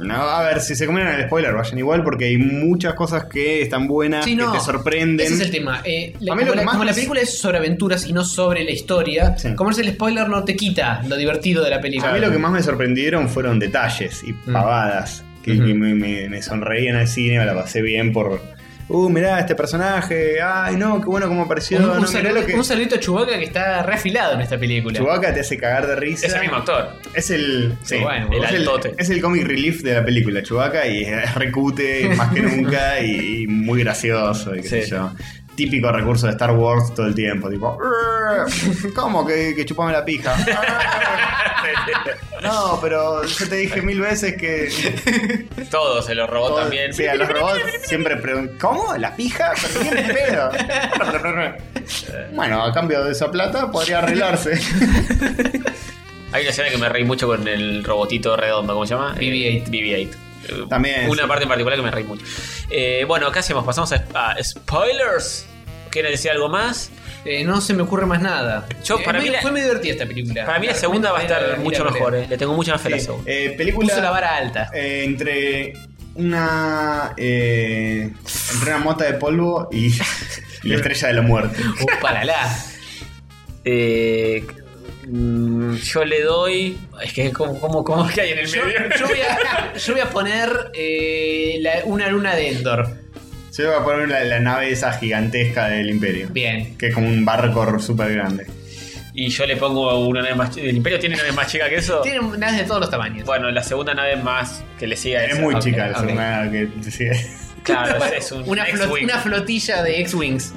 Speaker 4: No, a ver, si se comieron el spoiler, vayan igual porque hay muchas cosas que están buenas,
Speaker 3: Sí, no.
Speaker 4: que te sorprenden.
Speaker 3: Ese es el tema. Eh, la-
Speaker 4: A mí lo
Speaker 3: como,
Speaker 4: que
Speaker 3: la,
Speaker 4: más
Speaker 3: como la
Speaker 4: me-
Speaker 3: película es sobre aventuras y no sobre la historia,
Speaker 4: Sí.
Speaker 3: como es el spoiler no te quita lo divertido de la película.
Speaker 4: A mí lo que más me sorprendieron fueron detalles y pavadas que,
Speaker 3: Ujú.
Speaker 4: que me, me- me sonreían al cine, me la pasé bien por... Uh, mirá este personaje, ay no, qué bueno cómo apareció.
Speaker 3: un,
Speaker 4: no,
Speaker 3: un
Speaker 4: mirá
Speaker 3: saludo-
Speaker 4: lo que...
Speaker 3: un saludito a Chewbacca que está reafilado en esta película.
Speaker 4: Chewbacca te hace cagar de risa.
Speaker 5: Es el mismo actor.
Speaker 4: Es el, sí,
Speaker 3: bueno,
Speaker 5: el
Speaker 4: es, el,
Speaker 5: altote.
Speaker 4: es el comic relief de la película, Chewbacca, y es recute más que nunca y, y muy gracioso, y qué sé
Speaker 5: Sí.
Speaker 4: yo. Típico recurso de Star Wars todo el tiempo, tipo, "Arr, ¿cómo que, que chupame la pija? Arr". No, pero yo te dije mil veces que...
Speaker 5: Todo se lo robó también.
Speaker 4: Sí, a los robots siempre preguntan, ¿cómo? ¿La pija? ¿Pero qué pedo? Bueno, a cambio de esa plata podría arreglarse.
Speaker 5: Hay una escena que me reí mucho con el robotito redondo, ¿cómo se llama?
Speaker 3: BB-8.
Speaker 5: Eh, BB-8. Eh,
Speaker 4: También,
Speaker 5: Una
Speaker 4: sí.
Speaker 5: parte en particular que me reí mucho. Eh, bueno, ¿qué hacemos? Pasamos a, a spoilers. ¿Quieren decir algo más?
Speaker 3: Eh, no se me ocurre más nada.
Speaker 5: Yo,
Speaker 3: Eh,
Speaker 5: para
Speaker 3: medio-
Speaker 5: mí la-
Speaker 3: fue medio divertida esta película.
Speaker 5: Para mí la segunda va a estar mucho mejor. eh. Le tengo mucha más fe a la
Speaker 4: Sí,
Speaker 5: segunda.
Speaker 4: eh,
Speaker 3: Puso
Speaker 4: película...
Speaker 3: la vara alta.
Speaker 4: Eh, entre una eh, entre una mota de polvo y, y la estrella de la muerte.
Speaker 3: para la.
Speaker 5: Eh, mm, yo le doy. Es que, ¿cómo, cómo, cómo es que hay en el
Speaker 3: Yo,
Speaker 5: medio?
Speaker 3: yo voy, a, yo voy a poner eh, la- una luna de Endor.
Speaker 4: Yo voy a poner la, la nave esa gigantesca del imperio.
Speaker 3: Bien.
Speaker 4: Que es como un barco súper grande.
Speaker 5: Y yo le pongo una nave más chica. ¿El Imperio tiene nave más chica que eso?
Speaker 3: Tienen naves de todos los tamaños.
Speaker 5: Bueno, la segunda nave más que le sigue a
Speaker 4: Es
Speaker 5: esa.
Speaker 4: muy
Speaker 3: ok,
Speaker 4: chica la
Speaker 3: ok.
Speaker 4: segunda que te sigue.
Speaker 5: Claro, es, es un
Speaker 3: una, flot-
Speaker 5: X-Wing.
Speaker 3: una flotilla de X-Wings.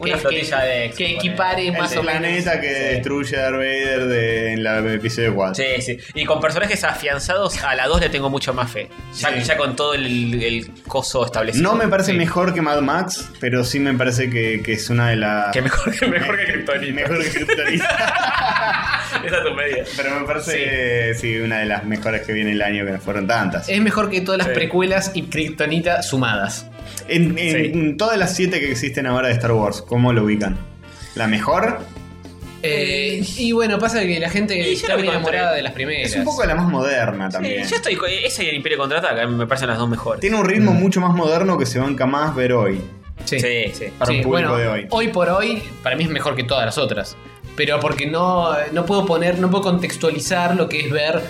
Speaker 5: Una
Speaker 3: Que-
Speaker 5: flotilla
Speaker 3: que-
Speaker 5: de X-Wing,
Speaker 3: Que equipare
Speaker 4: El
Speaker 3: más o menos.
Speaker 4: planeta que destruye a Darth Vader de- en la el episodio 4.
Speaker 5: Sí, sí. Y con personajes afianzados, a la 2 le tengo mucho más fe. Ya,
Speaker 4: Sí.
Speaker 5: ya con todo el, el coso establecido.
Speaker 4: No me parece
Speaker 5: Sí.
Speaker 4: mejor que Mad Max, pero sí me parece que, que es una de las.
Speaker 5: Que mejor que, mejor que Kryptonita.
Speaker 4: Mejor que Kryptonita.
Speaker 5: Esa es tu medida.
Speaker 4: Pero me parece, sí. una de las mejores que viene el año, que no fueron tantas.
Speaker 3: Es mejor que todas las
Speaker 5: Sí.
Speaker 3: precuelas y Kryptonita sumadas.
Speaker 4: En, en todas las siete que existen ahora de Star Wars, ¿cómo lo ubican? ¿La mejor?
Speaker 3: Eh, y bueno, pasa que la gente
Speaker 5: Y yo
Speaker 3: está
Speaker 5: lo
Speaker 3: muy
Speaker 5: encontré.
Speaker 3: enamorada de las primeras.
Speaker 4: Es un poco la más moderna también.
Speaker 5: yo estoy. con- Esa y el Imperio Contraataca me parecen las dos mejores.
Speaker 4: Tiene un ritmo
Speaker 3: Mm.
Speaker 4: mucho más moderno que se banca más ver hoy.
Speaker 3: Sí.
Speaker 5: Sí, sí.
Speaker 4: para un público
Speaker 3: bueno,
Speaker 4: de hoy.
Speaker 3: por hoy, para mí es mejor que todas las otras. Pero porque no, no puedo poner, no puedo contextualizar lo que es ver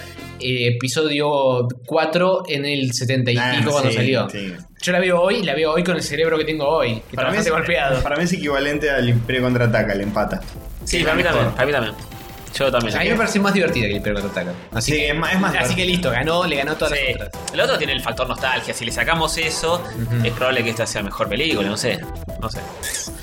Speaker 3: eh, episodio 4 en el 70 y
Speaker 4: Ah,
Speaker 3: pico cuando
Speaker 4: sí,
Speaker 3: salió.
Speaker 4: sí.
Speaker 3: Yo la veo hoy y la veo hoy con el cerebro que tengo hoy, que está bastante
Speaker 4: es-
Speaker 3: golpeado.
Speaker 4: para mí es equivalente al Imperio Contraataca, el empata.
Speaker 5: Sí, para mí
Speaker 4: mejor.
Speaker 5: también. Para mí también. Yo también.
Speaker 3: A mí me parece más divertida que el Imperio Contraataca. Así,
Speaker 4: Sí,
Speaker 3: que,
Speaker 4: es más- es más
Speaker 3: así que
Speaker 4: divertido.
Speaker 3: listo, ganó, le ganó todas
Speaker 5: Sí.
Speaker 3: las otras.
Speaker 5: El otro tiene el factor nostalgia. Si le sacamos eso, es probable que esta sea mejor película. No sé. No sé.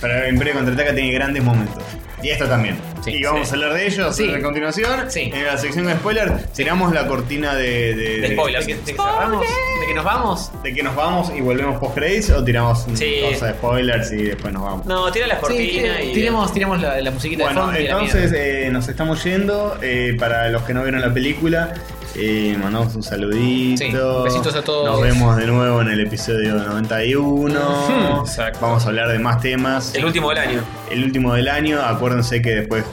Speaker 4: Pero el Imperio Contraataca tiene grandes momentos. Y esta también.
Speaker 3: Sí,
Speaker 4: y vamos
Speaker 5: sí.
Speaker 4: a hablar de ellos
Speaker 3: Sí.
Speaker 4: a continuación.
Speaker 3: Sí.
Speaker 4: En la sección de spoilers, tiramos la cortina de, de,
Speaker 5: De spoiler.
Speaker 3: ¿De que, de que cerramos? ¿De que nos vamos?
Speaker 4: de que nos vamos y volvemos post credits o tiramos
Speaker 5: Sí.
Speaker 4: cosas de spoilers y después nos vamos.
Speaker 5: No, tira las cortinas
Speaker 3: Sí,
Speaker 5: y.
Speaker 3: tiremos, tiremos la, la musiquita de
Speaker 4: Bueno,
Speaker 3: fondo y la mierda.
Speaker 4: entonces eh, nos estamos yendo. Eh, para los que no vieron la película, eh, mandamos un saludito.
Speaker 3: Sí, besitos a todos.
Speaker 4: Nos vemos de nuevo en el episodio 91.
Speaker 5: Exacto.
Speaker 4: Vamos a hablar de más temas.
Speaker 5: El último del año.
Speaker 4: El último del año. Acuérdense que después,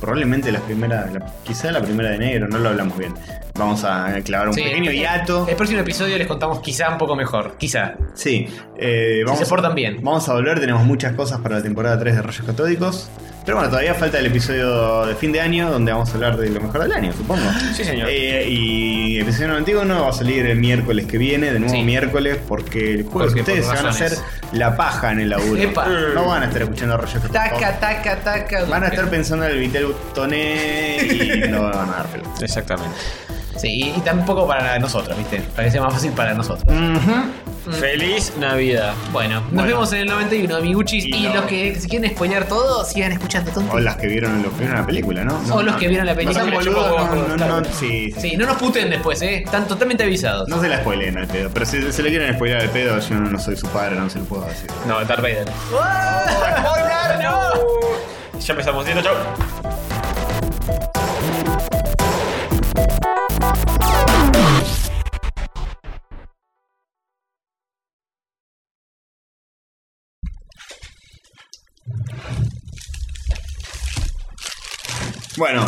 Speaker 4: probablemente la primera, la- quizá la primera de enero, no lo hablamos bien. Vamos a clavar un
Speaker 3: Sí,
Speaker 4: pequeño
Speaker 3: el-
Speaker 4: hiato.
Speaker 3: El próximo episodio les contamos quizá un poco mejor. Quizá.
Speaker 4: Sí, eh, vamos,
Speaker 3: se portan bien.
Speaker 4: Vamos a volver, tenemos muchas cosas para la temporada 3 de Rayos Catódicos. Pero bueno, todavía falta el episodio de fin de año donde vamos a hablar de lo mejor del año, supongo.
Speaker 5: Sí, señor.
Speaker 4: Eh, y episodio 91 va a salir el miércoles que viene, de nuevo
Speaker 3: Sí.
Speaker 4: miércoles, porque el jueves
Speaker 3: Porque
Speaker 4: ustedes
Speaker 3: por
Speaker 4: se van a hacer
Speaker 3: razones.
Speaker 4: la paja en el laburo.
Speaker 3: Epa.
Speaker 4: No van a estar escuchando Rayos Catódicos.
Speaker 3: Taca, taca, taca.
Speaker 4: Van a estar pensando en el Vitel Toné y no van a dar pelota.
Speaker 5: Exactamente.
Speaker 3: Sí, y- y tampoco para nosotros, ¿viste? Para que sea más fácil para nosotros.
Speaker 5: Feliz Navidad.
Speaker 3: Bueno, nos
Speaker 4: Bueno.
Speaker 3: vemos en el 91, amiguchis.
Speaker 4: Y
Speaker 3: Y,
Speaker 4: no.
Speaker 3: los que se quieren spoilear todo, sigan escuchando tonto.
Speaker 4: O las que vieron, los que vieron la película, ¿no? No,
Speaker 3: O los
Speaker 4: no.
Speaker 3: que vieron la película.
Speaker 4: No, sean
Speaker 3: Me chupa
Speaker 4: boludos,
Speaker 3: huevo,
Speaker 4: no, no,
Speaker 3: claro.
Speaker 4: no, sí, sí.
Speaker 3: Sí, no nos puten después, ¿eh? Están totalmente avisados.
Speaker 4: No se la spoileen al pedo, pero si se le quieren spoiler al pedo, yo no, no soy su padre, no se lo puedo decir.
Speaker 5: No, Darth Vader. ¡Ah!
Speaker 3: ¡No!
Speaker 5: Ya empezamos. Dito, chau.
Speaker 4: Bueno,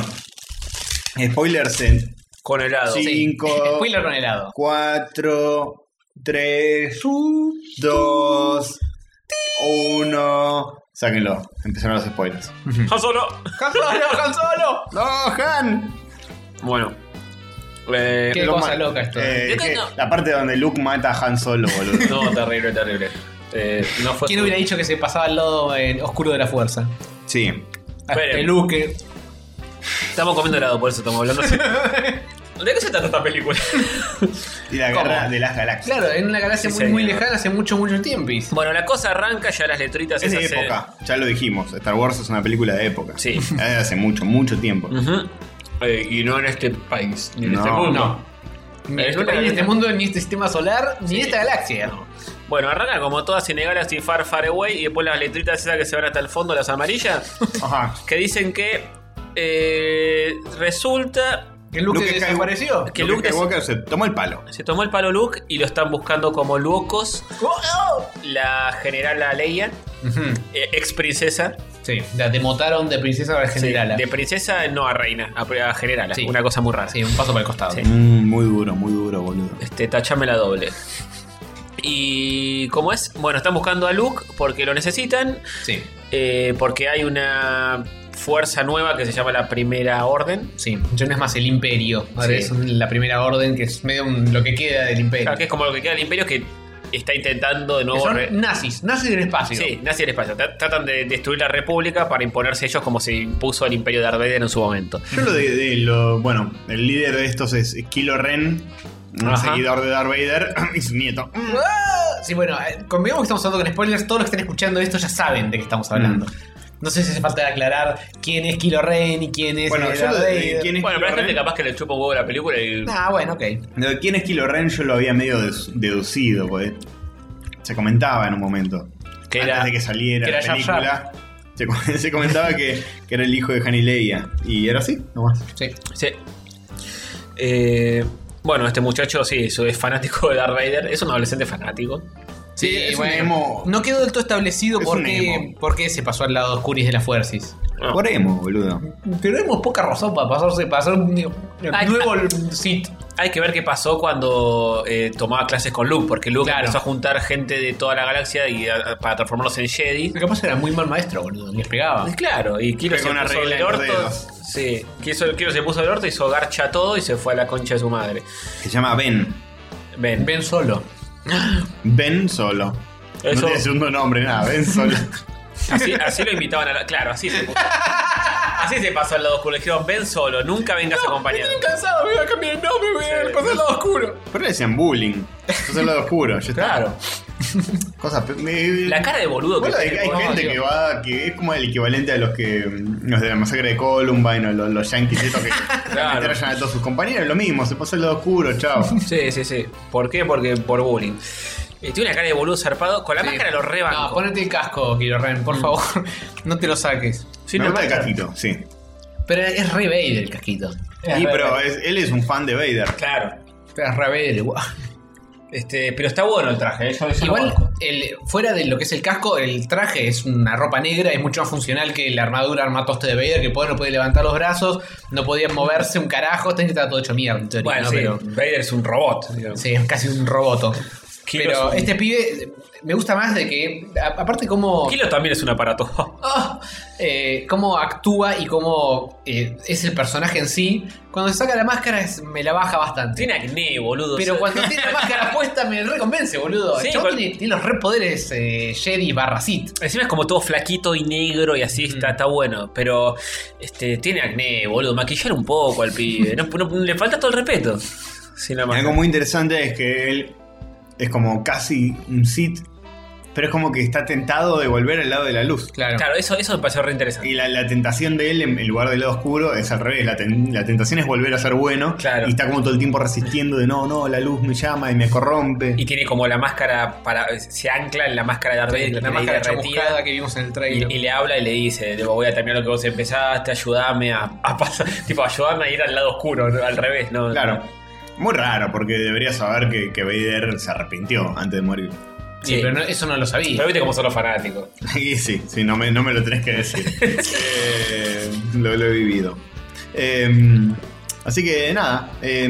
Speaker 4: spoilers en
Speaker 5: Con helado.
Speaker 4: 5,
Speaker 3: Spoiler con helado.
Speaker 4: 4, 3, 2, 1. Sáquenlo, empezaron los spoilers.
Speaker 5: Han Solo.
Speaker 3: ¡Han solo, Han solo!
Speaker 4: ¡No, Han!
Speaker 5: Bueno. Eh,
Speaker 3: ¿Qué?
Speaker 4: Lo
Speaker 3: cosa
Speaker 4: ma-
Speaker 3: loca esto.
Speaker 4: Eh,
Speaker 5: Yo
Speaker 4: que-
Speaker 5: tengo-
Speaker 4: La parte donde Luke mata a Han solo, boludo.
Speaker 5: No, terrible, terrible. Eh, no fue.
Speaker 3: ¿Quién hubiera dicho que se pasaba al lado eh, oscuro de la fuerza?
Speaker 4: sí.
Speaker 5: Esperen.
Speaker 3: El Luke.
Speaker 5: Estamos comiendo helado, por eso estamos hablando así. ¿De qué se trata esta película?
Speaker 4: Y la
Speaker 3: ¿Cómo?
Speaker 4: guerra de las galaxias.
Speaker 3: Claro, en una galaxia
Speaker 5: Sí,
Speaker 3: muy, muy
Speaker 5: señor.
Speaker 3: lejana hace mucho, mucho tiempo.
Speaker 5: bueno, la cosa arranca, ya las letritas
Speaker 4: Es de
Speaker 5: esas se-
Speaker 4: época, ya lo dijimos. Star Wars es una película de época.
Speaker 5: Sí.
Speaker 4: Es de Hace mucho, mucho tiempo.
Speaker 5: Ujú. Eh, y no en este país, ni en
Speaker 4: No,
Speaker 5: este mundo.
Speaker 3: no. Ni en
Speaker 5: Pero
Speaker 3: este,
Speaker 5: no la
Speaker 3: país, ni en este
Speaker 5: vi.
Speaker 3: mundo, ni en este sistema solar, ni en esta galaxia.
Speaker 5: Bueno, arranca como todas cinegalas y Far Far Away y después las letritas esas que se van hasta el fondo, las amarillas,
Speaker 4: Ajá.
Speaker 5: que dicen que eh, resulta
Speaker 3: Que Luke,
Speaker 4: Luke Skywalker-
Speaker 3: desapareció.
Speaker 5: que
Speaker 4: Luke
Speaker 5: Luke des-
Speaker 4: Skywalker se tomó el palo.
Speaker 5: se tomó el palo Luke y lo están buscando como locos oh. la general Leia, eh,
Speaker 3: Ujú.
Speaker 5: ex princesa,
Speaker 3: Sí, la demotaron de princesa a generala.
Speaker 5: de princesa no a reina, a, a general,
Speaker 3: Sí.
Speaker 5: una cosa muy rara.
Speaker 3: Sí, un paso para el costado.
Speaker 5: Sí.
Speaker 4: Mm, muy duro, muy duro, boludo.
Speaker 5: Este, tachame la doble. Y cómo es, bueno, están buscando a Luke porque lo necesitan,
Speaker 3: Sí,
Speaker 5: eh, porque hay una fuerza nueva que se llama la Primera Orden.
Speaker 3: sí. Ya no es más el imperio. Ahora
Speaker 5: Sí.
Speaker 3: es un- la primera orden que es medio un- lo que queda del imperio.
Speaker 5: Claro, que es como lo que queda del Imperio que está intentando de
Speaker 3: Que
Speaker 5: nuevo.
Speaker 3: son
Speaker 5: re-
Speaker 3: nazis, nazis del espacio.
Speaker 5: Sí, nazi del espacio. Tra- Tratan de destruir la República para imponerse ellos como se impuso el Imperio de Darth Vader en su momento.
Speaker 4: Yo lo de, de lo. Bueno, el líder de estos es Kilo Ren, un
Speaker 5: Ajá.
Speaker 4: seguidor de Darth Vader y su nieto.
Speaker 3: ¡Ah! Sí, bueno, eh, convengamos que estamos hablando con spoilers. Todos los que están escuchando esto ya saben de qué estamos hablando.
Speaker 4: Mm.
Speaker 3: No sé si hace falta aclarar quién es Kilo Ren y quién es.
Speaker 4: Bueno,
Speaker 3: eh,
Speaker 4: yo lo
Speaker 3: Darth
Speaker 4: de
Speaker 3: Vader.
Speaker 4: quién es
Speaker 5: Bueno, pero hay
Speaker 4: Kylo
Speaker 5: gente
Speaker 4: Ren.
Speaker 5: capaz que le chupa un huevo la película y.
Speaker 3: Ah, bueno, ok.
Speaker 4: Lo de quién es Kilo Ren yo lo había medio des- deducido, pues. Se comentaba en un momento.
Speaker 5: Que
Speaker 4: antes
Speaker 5: era-
Speaker 4: de que saliera
Speaker 5: que era
Speaker 4: la
Speaker 5: Jar Jar.
Speaker 4: película. Se, com- se comentaba que, que era el hijo de Hany Leia. Y era así, nomás.
Speaker 3: Sí.
Speaker 5: Sí. Eh, bueno, este muchacho sí, eso es fanático de Darth Vader. Es un adolescente fanático.
Speaker 3: Sí,
Speaker 4: es
Speaker 3: bueno,
Speaker 4: un emo.
Speaker 3: No quedó del todo establecido
Speaker 4: Es
Speaker 3: por
Speaker 4: un
Speaker 3: qué,
Speaker 4: emo.
Speaker 3: por qué se pasó al lado oscuris de las fuerzas.
Speaker 5: Ah.
Speaker 4: Por emo, boludo.
Speaker 3: Pero hemos poca razón para pasarse, pasar un
Speaker 5: Ay,
Speaker 3: nuevo sit.
Speaker 5: Hay que ver qué pasó cuando eh, tomaba clases con Luke, porque Luke
Speaker 3: Claro.
Speaker 5: empezó a juntar gente de toda la galaxia y a- para transformarlos en Jedi.
Speaker 3: Capaz era muy mal maestro, boludo. Les pegaba.
Speaker 5: Y Claro, y Kilo
Speaker 4: Pegó
Speaker 5: se
Speaker 4: una
Speaker 5: puso
Speaker 4: regla
Speaker 5: del
Speaker 4: en los
Speaker 5: orto.
Speaker 4: dedos.
Speaker 5: Sí, Kilo, Kilo se puso del orto, hizo garcha todo y se fue a la concha de su madre.
Speaker 4: Se llama Ben.
Speaker 5: Ven,
Speaker 3: Ven solo.
Speaker 4: Ben Solo. No
Speaker 5: Eso-
Speaker 4: tiene segundo nombre, nada, Ben Solo.
Speaker 5: así, así lo invitaban a la. Claro, así se puso. Así se pasó al lado oscuro. Le dijeron, ven solo, nunca vengas acompañado.
Speaker 3: cansado, me voy a cambiar el nombre, me voy
Speaker 5: a pasar
Speaker 3: al lado oscuro.
Speaker 4: Pero le decían bullying. Eso es el lado oscuro, ya está.
Speaker 3: Claro.
Speaker 4: Cosas.
Speaker 5: La cara de boludo que
Speaker 4: Bueno, hay,
Speaker 5: tiene,
Speaker 4: hay
Speaker 5: por
Speaker 4: gente
Speaker 5: Dios.
Speaker 4: que va, que es como el equivalente a los que, mm, los de la masacre de Columbine o los, los yankees estos que
Speaker 5: Claro.
Speaker 4: rayan a todos sus compañeros, lo mismo, se pasa el lado oscuro, chao.
Speaker 5: Sí, sí, sí. ¿Por qué? Porque por bullying. Eh, tiene una cara de boludo zarpado. Con la máscara lo
Speaker 3: No,
Speaker 5: rebanco.
Speaker 3: ponete el casco, Kilo Ren, por favor. No te lo saques.
Speaker 5: Sí,
Speaker 4: Me
Speaker 5: no,
Speaker 4: gusta el
Speaker 5: máscara.
Speaker 4: casquito, sí.
Speaker 3: Pero es re Vader el casquito. Es
Speaker 4: Y
Speaker 3: re
Speaker 4: pero
Speaker 3: Vader.
Speaker 4: es- él es un fan de Vader.
Speaker 5: Claro.
Speaker 3: Eh, Es re Vader, guau.
Speaker 5: Este, pero está bueno el traje. ¿eh? Yo- yo lo
Speaker 3: Igual,
Speaker 5: banco.
Speaker 3: el, fuera de lo que es el casco, el traje es una ropa negra, es mucho más funcional que la armadura armatoste de Vader, que pobre no podía levantar los brazos, no podía moverse un carajo, está estaba todo hecho mierda. en teoría,
Speaker 5: Bueno,
Speaker 3: ¿no?
Speaker 5: sí,
Speaker 3: Pero-
Speaker 5: Vader es un robot. digamos.
Speaker 3: Sí, es casi un roboto.
Speaker 5: Kilo
Speaker 3: Pero
Speaker 5: es un-
Speaker 3: este pibe me gusta más de que, a- aparte como...
Speaker 5: Kilo también es un aparato.
Speaker 3: Ah, eh, cómo actúa y cómo eh, es el personaje en sí. Cuando se saca la máscara es- me la baja bastante.
Speaker 5: Tiene acné, boludo.
Speaker 3: Pero
Speaker 5: O sea,
Speaker 3: cuando tiene la máscara puesta me reconvence, boludo.
Speaker 5: Sí,
Speaker 3: El chabón
Speaker 5: cual-
Speaker 3: tiene, tiene los repoderes eh, Jedi barra Sith.
Speaker 5: Encima es como todo flaquito y negro y así está, está bueno. Pero este, tiene acné, boludo. Maquillar un poco al pibe. No, no- le falta todo el respeto. Sin la
Speaker 4: Y
Speaker 5: máscara.
Speaker 4: Algo muy interesante es que él es como casi un Sith, pero es como que está tentado de volver al lado de la luz.
Speaker 3: Claro.
Speaker 5: Claro, eso, eso me pareció re interesante.
Speaker 4: Y la, la tentación de él, en en lugar del lado oscuro, es al revés. La, ten- la tentación es volver a ser bueno.
Speaker 5: Claro.
Speaker 4: Y está como todo el tiempo resistiendo de no, no, la luz me llama y me corrompe.
Speaker 5: Y tiene como la máscara para. Se ancla en la máscara de Darth Vader. que
Speaker 3: la
Speaker 5: tiene ahí
Speaker 3: máscara
Speaker 5: derretida.
Speaker 3: chamuscada que vimos en el trailer.
Speaker 5: Y, y le habla y le dice, tipo, voy a terminar lo que vos empezaste, ayúdame a, a pasar, tipo, ayúdame a ir al lado oscuro, ¿no? al revés, ¿no?
Speaker 4: Claro. Muy raro, porque debería saber que, que Vader se arrepintió antes de morir.
Speaker 3: Sí,
Speaker 5: sí.
Speaker 3: pero no- eso no lo sabía.
Speaker 5: Pero viste cómo son los fanáticos.
Speaker 4: Y sí, sí, no me, no me lo tenés que decir. Eh, lo, lo he vivido. Eh, así que nada, eh,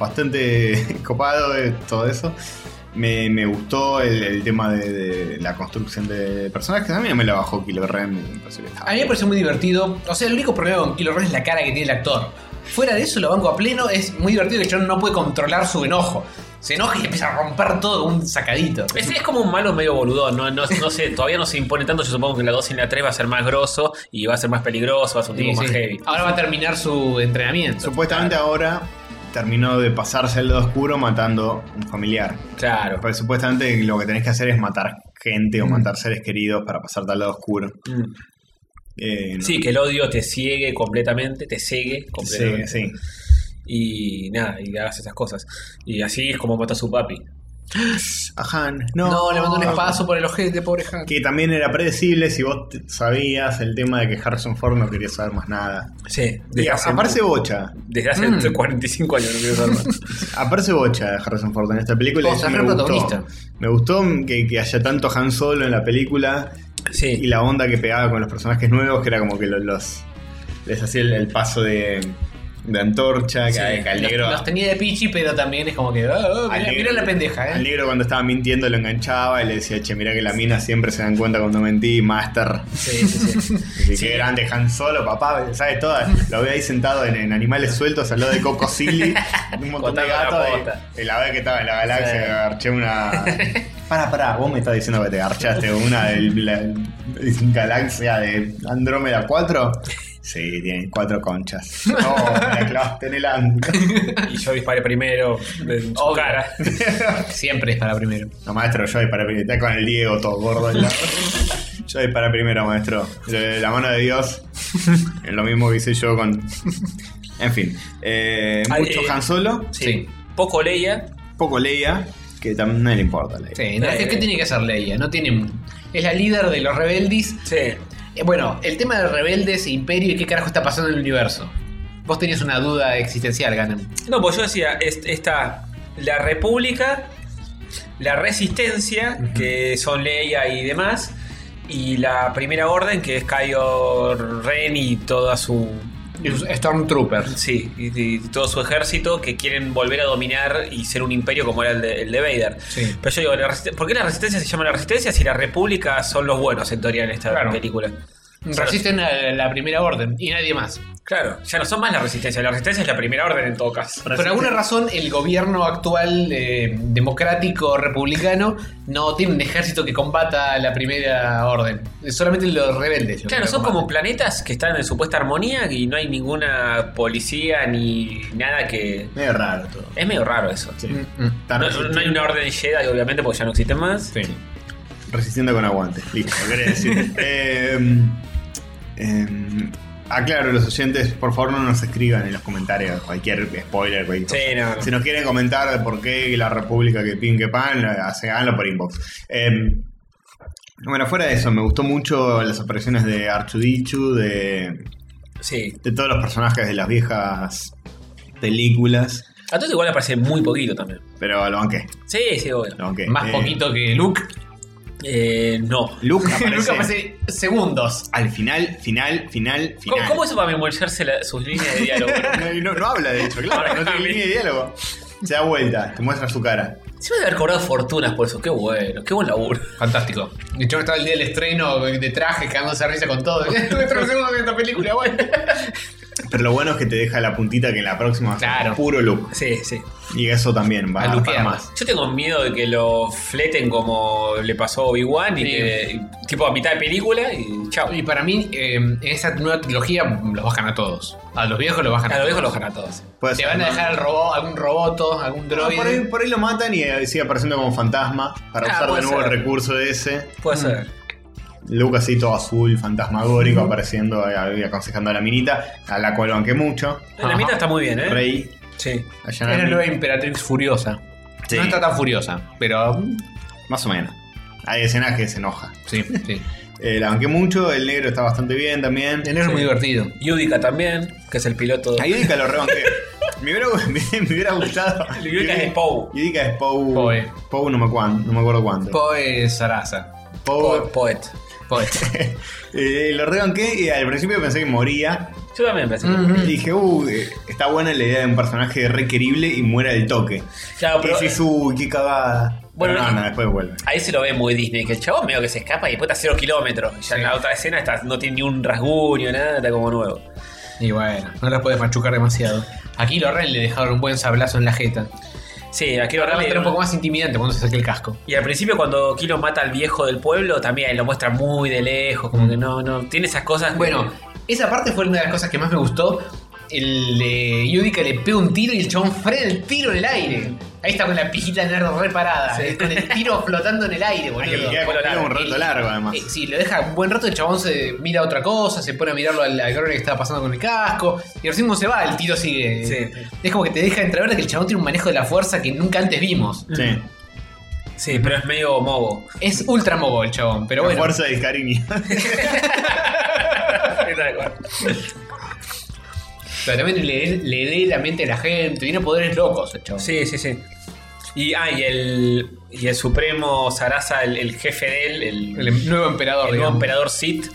Speaker 4: bastante copado eh, todo eso. Me, me gustó el, el tema de, de la construcción de personajes. A mí no me la bajó Kilo Ren. me pareció que estaba
Speaker 3: A mí me pareció muy divertido. O sea, el único problema con Kylo Ren es la cara que tiene el actor. Fuera de eso, lo banco a pleno. Es muy divertido que John no puede controlar su enojo. Se enoja y empieza a romper todo con un sacadito.
Speaker 5: Es, es como un malo medio boludón, no, no, no sé, todavía no se impone tanto, yo supongo que en la 2 y en la 3 va a ser más grosso y va a ser más peligroso, va a ser un tipo
Speaker 3: Sí,
Speaker 5: más
Speaker 3: sí.
Speaker 5: heavy.
Speaker 3: Ahora va a terminar su entrenamiento.
Speaker 4: Supuestamente ahora terminó de pasarse al lado oscuro matando un familiar.
Speaker 5: Claro.
Speaker 4: Pero supuestamente lo que tenés que hacer es matar gente o matar seres queridos para pasarte al lado oscuro.
Speaker 5: Mm.
Speaker 4: Eh, no
Speaker 5: Sí, que el odio te ciegue completamente, te cegue
Speaker 4: sé,
Speaker 5: completamente.
Speaker 4: sí.
Speaker 5: Y nada, y hagas esas cosas. Y así es como mata a su papi.
Speaker 4: Ajá, no.
Speaker 3: No, le mandó un espadazo por el ojete, pobre Han.
Speaker 4: Que también era predecible si vos te- sabías el tema de que Harrison Ford no quería saber más nada.
Speaker 5: Sí,
Speaker 4: Y
Speaker 5: desde
Speaker 4: a-
Speaker 5: hace,
Speaker 4: aparece bocha.
Speaker 5: desde hace
Speaker 3: Mm.
Speaker 5: 45 años no quiero saber más.
Speaker 4: Aparece bocha de Harrison Ford en esta película.
Speaker 3: Oh,
Speaker 4: y eso
Speaker 3: es
Speaker 4: me
Speaker 3: re
Speaker 4: gustó.
Speaker 3: protagonista.
Speaker 4: Me gustó que, que haya tanto Han Solo en la película
Speaker 5: Sí.
Speaker 4: y la onda que pegaba con los personajes nuevos, que era como que los, los- les hacía el, el paso de, de antorcha, que-
Speaker 5: Sí,
Speaker 4: que al
Speaker 3: Los,
Speaker 4: negro.
Speaker 3: los tenía de pichi, pero también es como que. ah, ah,
Speaker 4: al
Speaker 3: mirá,
Speaker 4: negro-
Speaker 3: mirá la pendeja,
Speaker 4: Al
Speaker 3: eh.
Speaker 4: negro cuando estaba mintiendo lo enganchaba y le decía, che, mira que la mina siempre se dan cuenta cuando mentí, master.
Speaker 5: Sí, sí, sí.
Speaker 4: Qué grande Han Solo, papá, ¿sabes? Todas. Lo veo ahí sentado en, en Animales Sueltos al lado de Coco Silly, un montón de
Speaker 5: Contando la
Speaker 4: gatos.
Speaker 5: posta.
Speaker 4: Y, y la vez que estaba en la galaxia,
Speaker 5: Sí.
Speaker 4: garché una. Pará, pará, vos me estás diciendo que te garchaste una de la galaxia de Andrómeda 4. Sí, tienen cuatro conchas. No, me la clavaste en el ángulo.
Speaker 5: Y yo disparé primero en su
Speaker 3: Obvio.
Speaker 5: cara.
Speaker 3: Oh, Siempre es para primero.
Speaker 4: No, maestro, yo para primero. Está con el Diego todo gordo. en la- Yo para primero, maestro. Eh, La mano de Dios. Es lo mismo que hice yo con. En fin. Eh,
Speaker 5: Ay,
Speaker 4: mucho
Speaker 5: eh.
Speaker 4: Han Solo.
Speaker 5: Sí.
Speaker 3: Sí.
Speaker 5: Poco Leia.
Speaker 4: Poco Leia. Que también no le importa Leia.
Speaker 3: Sí, no, es que, ¿qué tiene que hacer Leia? No tiene. Es la líder de los rebeldes.
Speaker 5: Sí.
Speaker 3: Eh, Bueno, el tema de rebeldes, imperio y qué carajo está pasando en el universo. Vos tenías una duda existencial, Ganem.
Speaker 5: No, pues yo decía, es- está la República la Resistencia, que son Leia y demás, y la Primera Orden, que es Kylo Ren y toda su...
Speaker 3: Stormtroopers.
Speaker 5: Sí, y, y todo su ejército que quieren volver a dominar y ser un imperio como era el de, el de Vader.
Speaker 3: Sí.
Speaker 5: Pero yo digo, la resist- ¿por qué la resistencia se llama la resistencia si la república son los buenos en teoría en esta
Speaker 3: Claro.
Speaker 5: película?
Speaker 3: Resisten a la primera orden y nadie más.
Speaker 5: Claro, ya no son más la resistencia, la resistencia es la primera orden en todo caso.
Speaker 3: Por alguna razón, el gobierno actual eh, democrático republicano no tiene un ejército que combata la primera orden. Solamente los rebeldes. lo
Speaker 5: Claro,
Speaker 3: que
Speaker 5: son
Speaker 3: combaten.
Speaker 5: como planetas que están en supuesta armonía y no hay ninguna policía ni nada que...
Speaker 4: Medio raro todo.
Speaker 5: Es medio raro eso.
Speaker 3: Mm, mm.
Speaker 4: Está
Speaker 5: No,
Speaker 4: resistiendo,
Speaker 5: no hay una orden Jedi, obviamente, porque ya no existen más.
Speaker 4: resistiendo con aguante. Listo, lo quería decir. Eh, eh, aclaro, los oyentes, por favor no nos escriban en los comentarios cualquier spoiler, cualquier cosa.
Speaker 5: Sí, no, no.
Speaker 4: Si nos quieren comentar de por qué la República que pin que pan, hace- háganlo por inbox. Eh, bueno, fuera de eso, me gustó mucho las apariciones de Archudichu, de,
Speaker 5: Sí.
Speaker 4: de todos los personajes de las viejas películas,
Speaker 5: A todos igual aparece muy poquito también.
Speaker 4: pero lo banqué.
Speaker 5: Sí, sí, obvio.
Speaker 4: lo banqué.
Speaker 3: Más
Speaker 4: Eh,
Speaker 3: poquito que Luke.
Speaker 5: Eh, no.
Speaker 4: Luke aparece,
Speaker 3: Luke aparece segundos.
Speaker 4: al final, final, final, final.
Speaker 5: ¿Cómo, cómo hizo para memorizarse la- sus líneas de diálogo?
Speaker 4: No, no- no habla, de hecho, claro, no tiene línea de diálogo. Se da vuelta, te muestra su cara.
Speaker 5: Se debe haber cobrado fortunas por eso. Qué bueno, qué buen laburo.
Speaker 3: Fantástico. Yo estaba el día del estreno de traje, cagándose a risa con todo. Estuve tres segundos en esta película, bueno.
Speaker 4: Pero lo bueno es que te deja la puntita que en la próxima va a ser
Speaker 3: Claro.
Speaker 4: puro Luke.
Speaker 5: Sí, sí.
Speaker 4: Y eso también va
Speaker 3: A
Speaker 4: a
Speaker 3: luquear
Speaker 4: luquear
Speaker 3: más.
Speaker 4: más.
Speaker 5: Yo tengo miedo de que lo fleten como le pasó a Obi-Wan y
Speaker 3: Sí.
Speaker 5: que, y- tipo a mitad de película y chao.
Speaker 3: Y para mí, eh, en esa nueva trilogía los bajan a todos. A los viejos los bajan
Speaker 5: A
Speaker 3: a,
Speaker 5: los viejos los
Speaker 3: todos.
Speaker 5: ganan a todos.
Speaker 4: Puede
Speaker 3: Te
Speaker 4: ser,
Speaker 3: van a
Speaker 4: ¿no?
Speaker 3: dejar al robot, algún roboto, algún
Speaker 4: No,
Speaker 3: droide.
Speaker 4: Ah, por, ahí, por ahí lo matan y eh, sigue apareciendo como fantasma para
Speaker 5: Ah,
Speaker 4: usar de
Speaker 5: puede
Speaker 4: nuevo el
Speaker 5: ser.
Speaker 4: recurso ese.
Speaker 3: Mm.
Speaker 5: Puede ser.
Speaker 4: Luke así todo azul, fantasmagórico, apareciendo eh, y aconsejando a la minita, a la cual banqué mucho.
Speaker 5: La
Speaker 3: Ajá.
Speaker 5: mitad está muy bien, ¿eh?
Speaker 4: Rey,
Speaker 5: Sí.
Speaker 4: allá
Speaker 3: Era la nueva Imperatrix furiosa.
Speaker 4: Sí.
Speaker 3: No está tan furiosa, pero mm,
Speaker 4: Más o menos. Hay escenas que se enoja.
Speaker 3: sí, sí.
Speaker 4: Eh, la banqué mucho, el negro está bastante bien también.
Speaker 3: El negro es muy divertido.
Speaker 5: Yudica también, que es el piloto.
Speaker 4: A Yudica lo rebanqué. me, hubiera, me hubiera gustado.
Speaker 5: Yudica es Poe.
Speaker 4: Yudica es Pou.
Speaker 3: Poe.
Speaker 4: Pou no me, cuan- no me acuerdo cuánto.
Speaker 3: Poe Sarasa.
Speaker 5: Poe-
Speaker 4: Pou.
Speaker 5: Poet.
Speaker 3: Poe.
Speaker 4: Eh, lo rebanqué y al principio pensé que moría.
Speaker 5: Yo también pensé. que-
Speaker 3: Mm.
Speaker 4: Y dije, uh, eh, está buena la idea de un personaje requerible y muera del toque.
Speaker 5: Claro,
Speaker 4: y
Speaker 5: pero eh,
Speaker 4: decís, uy, qué cagada.
Speaker 5: Bueno,
Speaker 4: Pero no,
Speaker 5: y-
Speaker 4: no, después vuelve.
Speaker 5: ahí se lo ve muy Disney, que el chabón medio que se escapa y después está a cero kilómetros. Y ya en la otra escena está, no tiene ni un rasguño, nada, está como nuevo.
Speaker 3: Y bueno, no la puedes machucar demasiado. Aquí Lorraine le dejaron un buen sablazo en la jeta.
Speaker 5: Sí, aquí lo
Speaker 3: Ahora va a
Speaker 5: realmente
Speaker 3: estar un poco más intimidante cuando se saque el casco.
Speaker 5: Y al principio cuando Kilo mata al viejo del pueblo, también lo muestra muy de lejos, como que no, no, tiene esas cosas. que-
Speaker 3: Ah, Bueno, esa parte fue una de las cosas que más me gustó. El eh, Yudica le pega un tiro y el chabón frena el tiro en el aire. Ahí está con la pijita nerd reparada.
Speaker 5: Sí.
Speaker 3: eh, Con el tiro flotando en el aire,
Speaker 4: Hay que
Speaker 3: boludo.
Speaker 4: queda
Speaker 5: Bueno,
Speaker 4: con-
Speaker 5: largo.
Speaker 4: un rato largo, además.
Speaker 3: Eh, sí, lo deja un buen rato, el chabón se mira otra cosa, se pone a mirarlo al al cabrón que estaba pasando con el casco, y recién cuando se va, el tiro sigue.
Speaker 5: Sí.
Speaker 3: Es como que te deja entrever de que el chabón tiene un manejo de la fuerza que nunca antes vimos.
Speaker 4: Sí.
Speaker 5: Sí, pero es medio mobo.
Speaker 3: Es ultra mogo el chabón, pero
Speaker 4: La
Speaker 3: bueno.
Speaker 4: fuerza del cariño.
Speaker 3: Pero también le, le lee la mente a la gente, tiene poderes locos el chabón.
Speaker 5: sí, sí, sí. Y, ah, y el, y el supremo Sarasa, el, el jefe de él, el,
Speaker 3: El em- nuevo emperador,
Speaker 5: el nuevo
Speaker 3: digamos.
Speaker 5: emperador Sith,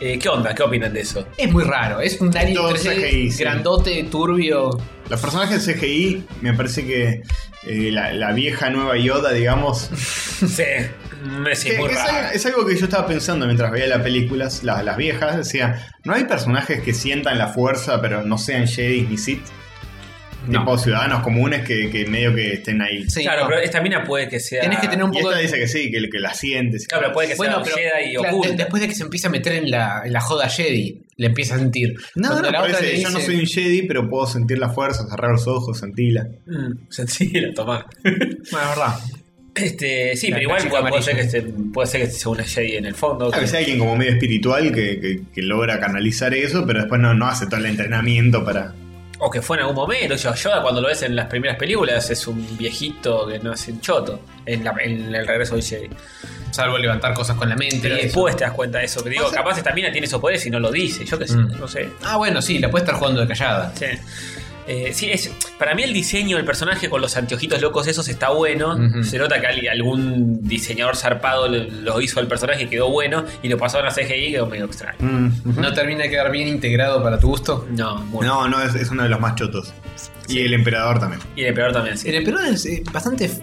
Speaker 5: eh, ¿qué onda? ¿Qué opinan de eso?
Speaker 3: Es muy raro, es un alien
Speaker 4: Todo
Speaker 3: 3D
Speaker 4: CGI, sí.
Speaker 3: grandote, turbio.
Speaker 4: Los personajes CGI, me parece que eh, la, la vieja nueva Yoda, digamos.
Speaker 5: sí, me sí,
Speaker 4: que-
Speaker 5: muy
Speaker 4: que es,
Speaker 5: raro.
Speaker 4: algo, es algo que yo estaba pensando mientras veía las películas, las, las viejas. Decía, ¿no hay personajes que sientan la fuerza pero no sean Jedi ni Sith?
Speaker 3: No.
Speaker 4: Tipo ciudadanos comunes que, que medio que estén ahí.
Speaker 3: Sí,
Speaker 5: Claro,
Speaker 3: no.
Speaker 5: pero esta mina puede que sea.
Speaker 3: Tenés que tener un-
Speaker 4: Y
Speaker 3: poco
Speaker 4: esta
Speaker 3: de-
Speaker 4: dice que sí, que, que la sientes.
Speaker 5: Claro, pero puede que
Speaker 3: Bueno,
Speaker 5: sea
Speaker 3: pero
Speaker 5: Jedi y
Speaker 3: claro, de-
Speaker 5: oculta.
Speaker 3: después de que se empieza a meter en la, en la joda Jedi, le empieza a sentir.
Speaker 4: No,
Speaker 3: Cuando
Speaker 4: no,
Speaker 3: la
Speaker 4: pero
Speaker 3: otra
Speaker 4: dice,
Speaker 3: le
Speaker 4: yo no
Speaker 3: dice-
Speaker 4: soy un Jedi, pero puedo sentir la fuerza, cerrar los ojos, sentirla.
Speaker 5: Mm, sencilla, tomá.
Speaker 3: Bueno, es verdad.
Speaker 5: Este, sí,
Speaker 3: La-
Speaker 5: pero
Speaker 3: la
Speaker 5: igual
Speaker 3: chica
Speaker 5: puede, puede
Speaker 3: amarilla.
Speaker 5: ser que esté- puede ser que sea una Jedi en el fondo.
Speaker 4: A
Speaker 5: que-
Speaker 4: veces hay alguien como medio espiritual que, que- que logra canalizar eso, pero después no, no hace todo el entrenamiento para.
Speaker 5: o que fue en algún momento. Yo, Yoda cuando lo ves en las primeras películas es un viejito que no es un choto. En, la- en el regreso de Jedi.
Speaker 3: Salvo levantar cosas con la mente.
Speaker 5: Pero
Speaker 3: y eso.
Speaker 5: después te das cuenta de eso. Que digo,
Speaker 4: O sea-
Speaker 5: capaz esta mina tiene esos poderes y no lo dice. Yo qué sé,
Speaker 3: Mm.
Speaker 5: no sé.
Speaker 3: Ah, bueno, sí, la puede estar jugando de callada.
Speaker 5: Sí. Eh, sí, es, para mí el diseño del personaje con los anteojitos locos esos está bueno.
Speaker 3: Ujú.
Speaker 5: Se nota que al- algún diseñador zarpado lo, lo hizo al personaje y quedó bueno. Y lo pasaron a CGI y quedó medio extraño.
Speaker 4: Mm.
Speaker 3: ¿No termina de quedar bien integrado para tu gusto?
Speaker 5: No, bueno.
Speaker 4: No, no, es, es uno de los más chotos. Y el emperador también.
Speaker 5: Y el emperador también, sí.
Speaker 3: El emperador es eh, bastante. f-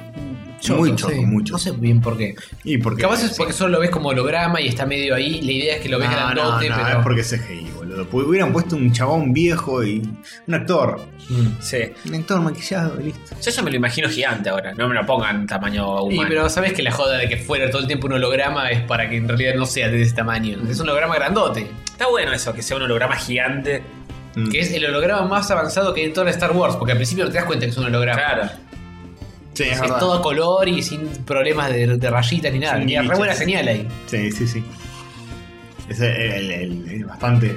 Speaker 3: choto,
Speaker 4: Muy choto,
Speaker 3: sí.
Speaker 4: muy choto.
Speaker 3: No sé bien por qué.
Speaker 4: Y porque.
Speaker 3: Capaz es porque solo lo ves como holograma y está medio ahí. La idea es que lo ves
Speaker 4: no, no,
Speaker 3: grandote,
Speaker 4: no,
Speaker 3: pero.
Speaker 4: es porque es CGI, boludo. Porque hubieran puesto un chabón viejo y. Un actor.
Speaker 3: Mm.
Speaker 5: Sí.
Speaker 4: Un actor maquillado, listo.
Speaker 5: Yo ya me lo imagino gigante ahora. No me lo pongan tamaño
Speaker 3: Y,
Speaker 5: humano.
Speaker 3: pero sabes que la joda de que fuera todo el tiempo un holograma es para que en realidad no sea de ese tamaño. Es un holograma grandote.
Speaker 5: Está bueno eso, que sea un holograma gigante.
Speaker 4: Mm.
Speaker 3: Que es el holograma más avanzado que hay en toda la Star Wars. Porque al principio no te das cuenta que es un holograma.
Speaker 5: Claro.
Speaker 4: Sí, es,
Speaker 3: Es,
Speaker 4: verdad.
Speaker 3: todo a color y sin problemas de, de rayitas ni nada.
Speaker 4: Sin
Speaker 3: Tenía re
Speaker 4: glitches.
Speaker 3: buena señal ahí.
Speaker 4: Sí, sí, sí. Es el, el- el- el bastante.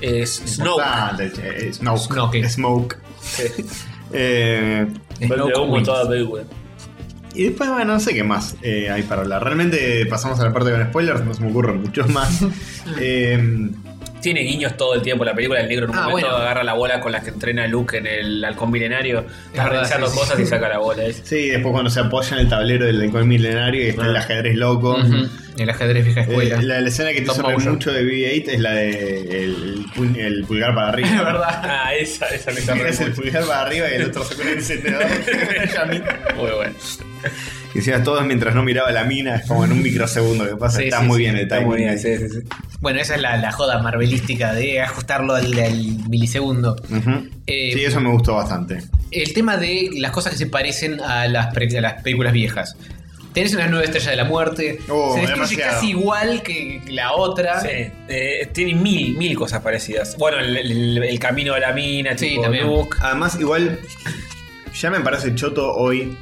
Speaker 5: Es Snow.
Speaker 4: importante, el- el Snoke.
Speaker 3: Snoke.
Speaker 4: Ah, eh, Smoke. Eh,
Speaker 3: Snow con wings.
Speaker 4: y después, bueno, no sé qué más eh, hay para hablar. Realmente pasamos a la parte con spoilers, no se me ocurren muchos más. Eh,
Speaker 5: Tiene guiños todo el tiempo la película. El negro en un
Speaker 3: Ah,
Speaker 5: momento
Speaker 3: bueno.
Speaker 5: agarra la bola con la que entrena Luke en el halcón milenario. Está
Speaker 3: verdad,
Speaker 5: revisando
Speaker 3: sí, sí.
Speaker 5: cosas y saca la bola. Es-
Speaker 4: sí, después cuando se apoya en el tablero del halcón milenario y está el ajedrez loco.
Speaker 3: Ah. Ujú. El ajedrez vieja
Speaker 4: Eh,
Speaker 3: escuela.
Speaker 4: la, la escena que te
Speaker 3: Stop
Speaker 4: hizo reír
Speaker 3: motion.
Speaker 4: mucho de BB-8 es la de el, pu- el pulgar para arriba.
Speaker 3: Es verdad.
Speaker 5: Ah, esa, esa me
Speaker 4: Miras
Speaker 5: está
Speaker 4: el pulgar para arriba y el otro sacó el encendedor.
Speaker 5: Muy bueno.
Speaker 4: Que hicieras todo mientras no miraba la mina, es como en un microsegundo que pasa.
Speaker 3: Sí,
Speaker 4: está
Speaker 3: sí,
Speaker 4: muy
Speaker 3: sí,
Speaker 4: bien el timing.
Speaker 5: sí, sí, sí.
Speaker 3: Bueno, esa es la, la joda marvelística de ajustarlo al, al milisegundo.
Speaker 4: Ujú.
Speaker 3: Eh,
Speaker 4: sí, eso me gustó bastante.
Speaker 3: El tema de las cosas que se parecen a las, pre- a las películas viejas. Tenés una nueva estrella de la muerte.
Speaker 4: Oh,
Speaker 3: se destruye
Speaker 4: demasiado.
Speaker 3: casi igual que la otra.
Speaker 5: Sí, eh, tiene mil, mil cosas parecidas. Bueno, el, el- el camino de la mina,
Speaker 3: Sí,
Speaker 5: tipo
Speaker 3: también.
Speaker 5: Luke.
Speaker 4: Además, igual, ya me parece choto hoy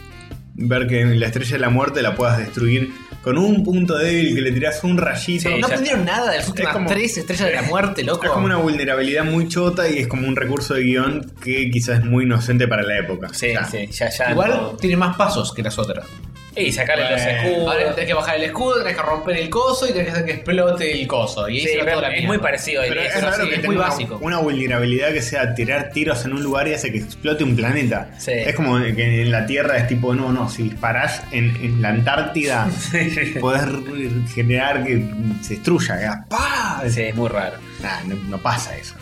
Speaker 4: ver que en la estrella de la muerte la puedas destruir con un punto débil que le tirás un rayito.
Speaker 5: Sí,
Speaker 3: No
Speaker 5: ya
Speaker 3: aprendieron nada de las últimas
Speaker 4: como-
Speaker 3: tres estrellas de la muerte, loco.
Speaker 4: Es como una vulnerabilidad muy chota y es como un recurso de guión que quizás es muy inocente para la época.
Speaker 5: Sí,
Speaker 4: Ya.
Speaker 5: sí, ya, ya.
Speaker 3: Igual
Speaker 5: no-
Speaker 3: tiene más pasos que las otras.
Speaker 5: Y sacarle los
Speaker 4: Bueno.
Speaker 5: escudos.
Speaker 3: Ahora tenés que bajar el escudo, tenés que romper el coso y tenés que hacer que explote el coso. Y ahí
Speaker 5: Sí,
Speaker 3: se va
Speaker 5: pero
Speaker 3: toda la
Speaker 5: es
Speaker 3: mierda.
Speaker 5: muy parecido.
Speaker 4: Pero
Speaker 5: el-
Speaker 4: es,
Speaker 5: eso
Speaker 4: raro
Speaker 5: sí,
Speaker 4: que
Speaker 3: es
Speaker 4: tenga
Speaker 3: muy
Speaker 4: una-
Speaker 3: básico.
Speaker 4: una vulnerabilidad que sea tirar tiros en un lugar y hace que explote un planeta.
Speaker 5: Sí.
Speaker 4: Es como que en la Tierra es tipo, no, no, si disparás en, en la Antártida, podés generar que se destruya. que haga ¡pah!
Speaker 5: Sí, es muy raro.
Speaker 4: Nah, no, no pasa eso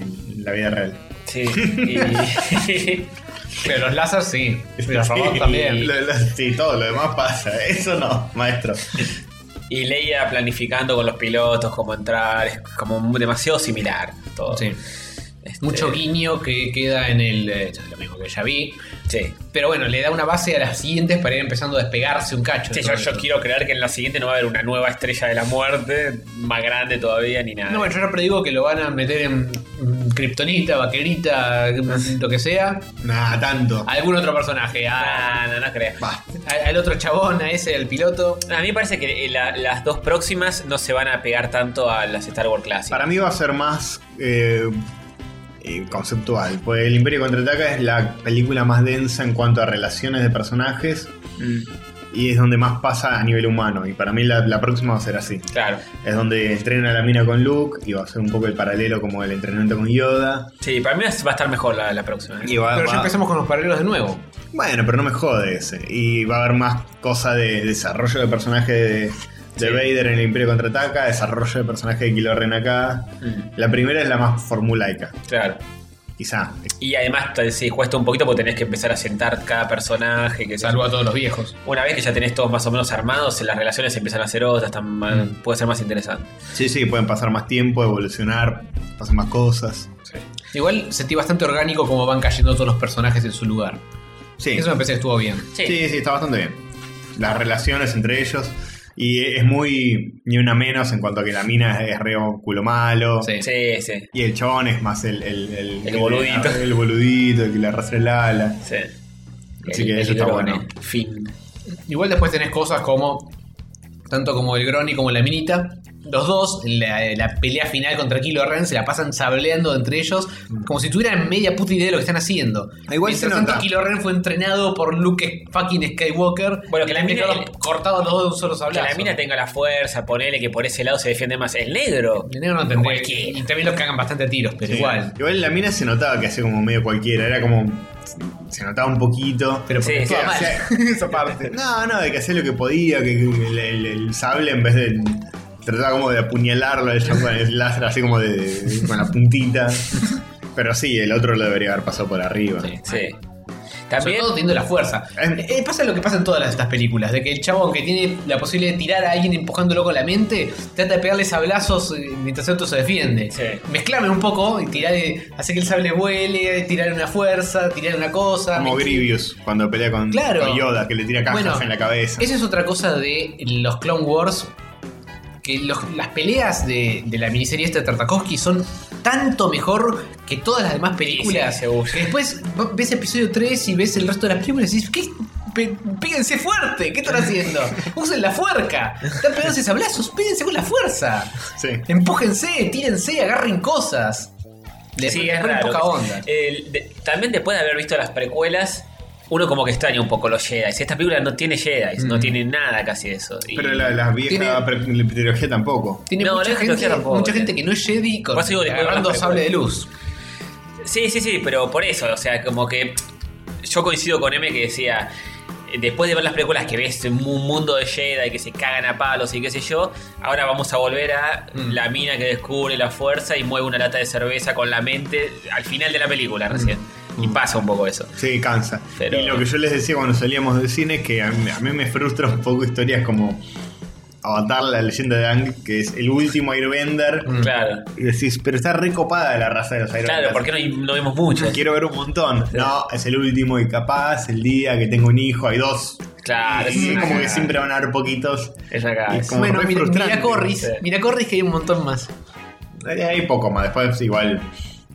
Speaker 4: en- en la vida real.
Speaker 5: Sí. y-
Speaker 3: Pero los láser sí. Pero los
Speaker 4: Sí,
Speaker 3: robots también.
Speaker 4: lo- lo- sí, todo lo demás pasa. Eso no, maestro.
Speaker 5: Y Leia planificando con los pilotos cómo entrar, es como un- demasiado similar todo.
Speaker 3: Sí.
Speaker 5: Este,
Speaker 3: Mucho guiño que queda en el. eh, Es lo mismo que ya vi.
Speaker 5: Sí,
Speaker 3: Pero bueno, le da una base a las siguientes para ir empezando a despegarse un cacho.
Speaker 5: Sí,
Speaker 3: de
Speaker 5: yo,
Speaker 3: todo
Speaker 5: yo
Speaker 3: esto.
Speaker 5: quiero creer que en la siguiente no va a haber una nueva estrella de la muerte, más grande todavía, ni nada.
Speaker 3: No, bueno, yo ya predigo que lo van a meter en mm, Kryptonita,
Speaker 5: Ah.
Speaker 3: Vaquerita, mm, lo que sea.
Speaker 4: Nah, tanto.
Speaker 3: A algún otro personaje. a-
Speaker 5: Ah, no, no creo.
Speaker 4: Bah.
Speaker 3: a- al otro chabón, a ese, al piloto.
Speaker 5: A mí me parece que eh, la- las dos próximas no se van a pegar tanto a las Star Wars Classic.
Speaker 4: Para mí va a ser más eh, eh, conceptual. Pues El Imperio Contraataca es la película más densa en cuanto a relaciones de personajes
Speaker 5: Mm,
Speaker 4: y es donde más pasa a nivel humano. Y para mí la, la próxima va a ser así.
Speaker 5: claro.
Speaker 4: Es donde entrena a la mina con Luke y va a ser un poco el paralelo como el entrenamiento con Yoda.
Speaker 5: Sí, para mí va a estar mejor la, la próxima. ¿eh?
Speaker 4: Y va-
Speaker 3: Pero
Speaker 4: va-
Speaker 3: ya empezamos con los paralelos de nuevo.
Speaker 4: Bueno, pero no me jode ese. Y va a haber más cosa de desarrollo de personaje de, de Vader en el Imperio Contraataca, desarrollo de personaje de Kylo Ren acá.
Speaker 5: Mm,
Speaker 4: La primera es la más formulaica,
Speaker 5: claro.
Speaker 4: quizá.
Speaker 5: Y además, t- sí, cuesta un poquito porque tenés que empezar a sentar cada personaje. Que
Speaker 3: Salvo a todos los viejos.
Speaker 5: Una vez que ya tenés todos más o menos armados, las relaciones se empiezan a hacer otras, están más-
Speaker 4: Mm.
Speaker 5: puede ser más interesante.
Speaker 4: Sí, sí, pueden pasar más tiempo, evolucionar, pasan más cosas.
Speaker 3: Igual sentí bastante orgánico como van cayendo todos los personajes en su lugar.
Speaker 4: Sí,
Speaker 3: Eso me parece que estuvo bien.
Speaker 4: sí, sí, está bastante bien. Las relaciones entre ellos. Y es muy ni una menos en cuanto a que la mina es re culo malo.
Speaker 3: Sí.
Speaker 5: sí, sí.
Speaker 4: Y el chabón es más el... El, el,
Speaker 5: El boludito.
Speaker 4: El, boludito, el que le arrastra el ala.
Speaker 5: sí.
Speaker 4: Así
Speaker 5: El-
Speaker 4: que
Speaker 5: el
Speaker 4: eso está
Speaker 5: Grone.
Speaker 4: bueno.
Speaker 5: Fin.
Speaker 3: Igual después tenés cosas como. Tanto como el Grony como la minita. los dos, la, la pelea final contra Kilo Ren, se la pasan sableando entre ellos, como si tuvieran media puta idea de lo que están haciendo.
Speaker 4: Mm. Ah, Igual
Speaker 3: Mientras
Speaker 4: se nota.
Speaker 3: tanto, Kilo Ren fue entrenado por Luke fucking Skywalker,
Speaker 5: Bueno,
Speaker 3: que le
Speaker 5: que la
Speaker 3: han
Speaker 5: mina-
Speaker 3: dejado cortados los dos de un solo
Speaker 5: Que
Speaker 3: sablazo.
Speaker 5: la mina tenga la fuerza, ponele que por ese lado se defiende más. El negro.
Speaker 3: El negro no entendé.
Speaker 5: Cualquiera.
Speaker 3: Y también los cagan bastante a tiros, pero
Speaker 4: Sí.
Speaker 3: igual.
Speaker 4: Igual la mina se notaba que hacía como medio cualquiera, era como. Se notaba un poquito.
Speaker 3: Pero
Speaker 5: Sí,
Speaker 3: porque
Speaker 5: sí,
Speaker 3: actúa
Speaker 4: Que
Speaker 3: mal.
Speaker 4: hacía- esa parte. No, no, de que hacía lo que podía, que el, el- el sable en vez de. Trataba como de apuñalarlo el chabón, el láser, así como de. con la puntita. Pero sí, el otro lo debería haber pasado por arriba.
Speaker 5: Sí.
Speaker 4: Ah,
Speaker 3: Sobre
Speaker 5: También.
Speaker 3: todo teniendo la fuerza.
Speaker 4: Eh.
Speaker 3: Eh, pasa lo que pasa en todas las- estas películas, de que el chabón que tiene la posibilidad de tirar a alguien empujándolo con la mente, trata de pegarle sablazos eh, mientras el otro se defiende.
Speaker 5: Sí.
Speaker 3: Mezclame un poco y tirar, eh, hacer que el sable vuele, tirar una fuerza, tirar una cosa.
Speaker 4: Como
Speaker 3: Mezcl-
Speaker 4: Grievous cuando pelea con,
Speaker 3: Claro.
Speaker 4: con Yoda, que le tira cajas
Speaker 3: Bueno,
Speaker 4: en la cabeza.
Speaker 3: Esa es otra cosa de los Clone Wars. Que los- las peleas de, de la miniserie esta de Tartakovsky son tanto mejor que todas las demás películas.
Speaker 5: Sí, sí, seguro.
Speaker 3: Que después ves episodio 3 y ves el resto de las películas y dices, ¿qué? Pe- Péguense fuerte, ¿qué están haciendo? Usen la fuerca, están pegándose sablazos, péguense con la fuerza.
Speaker 4: Sí.
Speaker 3: Empújense, tírense, agarren cosas. Le
Speaker 5: Sí,
Speaker 3: le
Speaker 5: es
Speaker 3: ponen
Speaker 5: raro.
Speaker 3: poca onda.
Speaker 5: El- de- también después de haber visto las precuelas, uno como que extraña un poco los Jedi. Esta película no tiene Jedi,
Speaker 4: Mm.
Speaker 5: no tiene nada casi de eso. Y
Speaker 4: Pero la, la vieja pre- trilogía tampoco.
Speaker 3: Tiene
Speaker 5: No,
Speaker 3: mucha,
Speaker 5: la tecnología
Speaker 3: gente,
Speaker 5: tampoco,
Speaker 3: mucha
Speaker 5: eh.
Speaker 3: gente que no es Jedi con,
Speaker 5: Por eso digo, le pongo
Speaker 3: agarrando
Speaker 5: las
Speaker 3: sable de
Speaker 5: precuelas.
Speaker 3: luz.
Speaker 5: Sí, sí, sí, pero por eso, o sea, como que yo coincido con M que decía, eh, después de ver las películas que ves un mu- mundo de Jedi que se cagan a palos y qué sé yo, ahora vamos a volver a
Speaker 4: Mm.
Speaker 5: la mina que descubre la fuerza y mueve una lata de cerveza con la mente al final de la película recién.
Speaker 4: Mm.
Speaker 5: Y pasa un poco eso.
Speaker 4: Sí, cansa.
Speaker 5: Pero-
Speaker 4: Y lo que yo les decía cuando salíamos del cine es que a mí, a mí me frustra un poco historias como Avatar, la leyenda de Ang, que es el último Airbender.
Speaker 5: Claro.
Speaker 4: Y decís, Mm. pero está recopada la raza de los Airbenders.
Speaker 5: Mm. Claro, porque no, hay- no vemos mucho.
Speaker 4: Quiero ver un montón. No, es el último y capaz, el día que tengo un hijo, hay dos.
Speaker 5: Claro,
Speaker 4: Y
Speaker 5: es
Speaker 4: como
Speaker 5: una
Speaker 4: que
Speaker 5: cagada.
Speaker 4: siempre van a haber poquitos.
Speaker 5: Es una cagada.
Speaker 4: Y como
Speaker 3: bueno,
Speaker 4: re
Speaker 3: mira,
Speaker 4: frustrante.
Speaker 3: mira Corris,
Speaker 5: Sí.
Speaker 3: mira Corris que hay un montón más.
Speaker 4: Eh, Hay poco más, después igual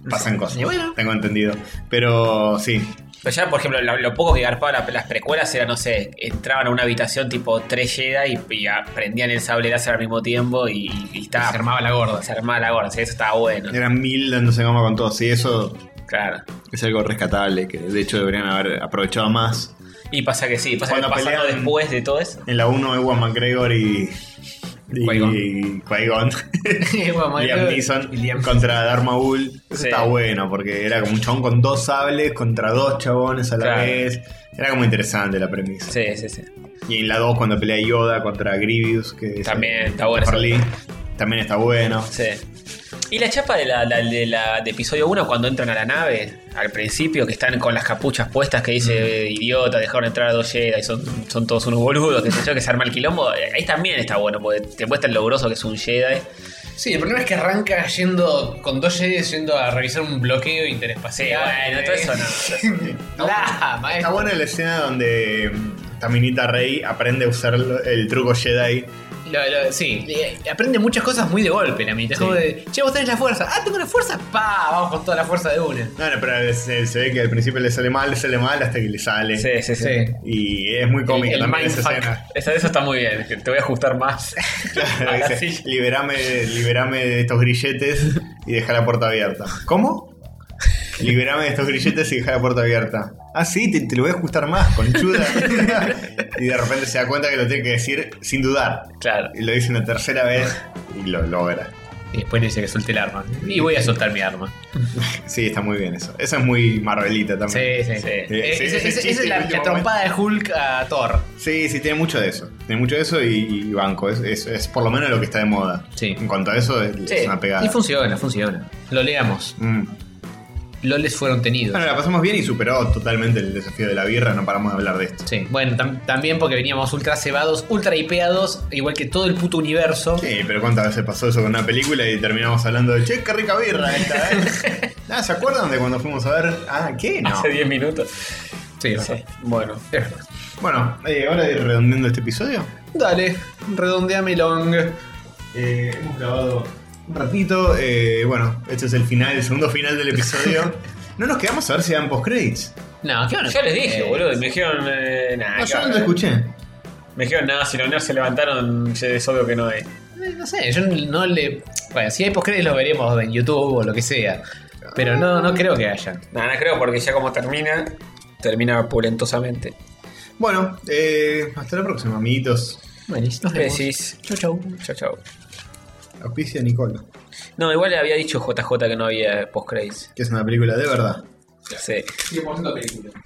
Speaker 4: pasan cosas.
Speaker 3: Y bueno.
Speaker 4: Tengo entendido. Pero sí,
Speaker 5: Pero ya, por ejemplo, lo, lo poco que garpaba la- las precuelas era, no sé, entraban a una habitación tipo tres Jedi y, y a- prendían el sable láser al mismo tiempo y, y estaba.
Speaker 3: Se armaba la gorda.
Speaker 5: Se armaba la gorda, sí, eso estaba bueno.
Speaker 4: eran mil dándose goma con todos. Y eso
Speaker 5: Claro.
Speaker 4: es algo rescatable, que de hecho deberían haber aprovechado más.
Speaker 5: Y pasa que sí, pasa que
Speaker 4: Cuando
Speaker 5: pasando
Speaker 4: pelean-
Speaker 5: después de todo eso.
Speaker 4: En la 1 Ewan McGregor y. y
Speaker 3: Qui-Gon.
Speaker 4: y Qui-Gon.
Speaker 3: Bueno,
Speaker 4: Liam
Speaker 3: creo-
Speaker 4: Neeson
Speaker 3: Liam-
Speaker 4: contra Darth Maul. Eso
Speaker 5: Sí.
Speaker 4: estaba bueno, porque era como un chabón con dos sables contra dos chabones a la
Speaker 5: Claro.
Speaker 4: vez. Era como interesante la premisa.
Speaker 5: Sí, sí, sí.
Speaker 4: Y en la 2 cuando pelea Yoda contra Grievous, que es
Speaker 5: También
Speaker 4: el-
Speaker 5: está bueno eso.
Speaker 4: Farley, también está bueno.
Speaker 5: Sí. Y la chapa de, la, la- de, la- de episodio 1 cuando entran a la nave, al principio, que están con las capuchas puestas, que dice idiota, dejaron entrar a dos Jedi, son, son todos unos boludos, que sé yo, que se arma el quilombo. Eh, Ahí también está bueno, porque te muestra lo groso que es un Jedi.
Speaker 3: Sí, el problema es que arranca yendo con dos Jedi yendo a revisar un bloqueo interespacial.
Speaker 5: bueno, todo eso no.
Speaker 3: La,
Speaker 4: Está
Speaker 3: maestro.
Speaker 4: buena la escena donde mm, Taminita Rey aprende a usar lo- el truco Jedi.
Speaker 3: Lo- lo- sí, eh, aprende muchas cosas muy de golpe la mitad. Es como de, che, vos tenés la fuerza. Ah, tengo la fuerza. Pa, vamos con toda la fuerza de una.
Speaker 4: No, no, pero se, se ve que al principio le sale mal, le sale mal hasta que le sale.
Speaker 5: Sí, sí, sí.
Speaker 4: Y es muy cómica
Speaker 3: El- el
Speaker 4: también esa
Speaker 3: mindfuck.
Speaker 4: escena.
Speaker 5: Esa, eso está muy bien, que te voy a ajustar más.
Speaker 4: Claro,
Speaker 5: A la
Speaker 4: dice,
Speaker 5: silla.
Speaker 4: liberame, liberame de estos grilletes y deja la puerta abierta. ¿Cómo? Liberame de estos grilletes y deja la puerta abierta. Ah, sí, te, te lo voy a ajustar más, conchuda. y de repente se da cuenta que lo tiene que decir sin dudar.
Speaker 5: Claro.
Speaker 4: Y lo dice una tercera vez y lo logra.
Speaker 3: Y después le dice que suelte el arma. Y voy a soltar mi arma.
Speaker 4: Sí, está muy bien eso. Eso es muy Marvelita también.
Speaker 3: Sí, sí, sí. Eh,
Speaker 4: sí,
Speaker 3: ese-
Speaker 4: ese
Speaker 3: ese- Esa
Speaker 4: chiste
Speaker 3: es la,
Speaker 4: del último
Speaker 3: la trompada de Hulk a Thor.
Speaker 4: Sí, sí, tiene mucho de eso. Tiene mucho de eso y, y banco. Es, es- es por lo menos lo que está de moda.
Speaker 3: Sí.
Speaker 4: En cuanto a eso, es, es una pegada.
Speaker 3: Y funciona, funciona. Lo leamos.
Speaker 4: Mm.
Speaker 3: Loles fueron tenidos.
Speaker 4: Bueno, la pasamos bien y superó totalmente el desafío de la birra. No paramos de hablar de esto.
Speaker 3: Sí, bueno, tam- también porque veníamos ultra cebados, ultra hipeados, igual que todo el puto universo.
Speaker 4: Sí, pero ¿cuántas veces pasó eso con una película y terminamos hablando de che, qué rica birra esta, eh? ah, ¿se acuerdan de cuando fuimos a ver? Ah, ¿qué? No.
Speaker 5: Hace 10 minutos.
Speaker 3: Sí,
Speaker 5: Sí. Bueno.
Speaker 4: Bueno, eh, ahora de ir redondeando este episodio.
Speaker 3: Dale, redondeame long.
Speaker 4: Eh, hemos grabado un ratito. eh, bueno, este es el final, el segundo final del episodio. no nos quedamos a ver si dan post-credits.
Speaker 3: No, qué bueno.
Speaker 5: Ya les dije,
Speaker 3: Eh,
Speaker 5: boludo, me dijeron. eh, nah,
Speaker 4: No,
Speaker 5: qué
Speaker 4: yo no
Speaker 5: bárbaro.
Speaker 4: te escuché.
Speaker 5: Me dijeron, no, si los nerds se levantaron, ya es obvio que no es.
Speaker 3: Eh, No sé, yo no le. Bueno, si hay postcréditos lo veremos en YouTube o lo que sea. Pero no, no creo que hayan.
Speaker 5: Nada, no creo, porque ya como termina, termina pulentosamente.
Speaker 4: Bueno, eh, hasta la próxima, amiguitos.
Speaker 3: Bueno, y nos vemos.
Speaker 5: Besis.
Speaker 3: Chau, chau.
Speaker 5: Chau, chau.
Speaker 4: Auspicia Nicola,
Speaker 5: No, igual le había dicho JJ que no había post-credits.
Speaker 4: que es una película de verdad.
Speaker 5: Sí.
Speaker 2: 100% película.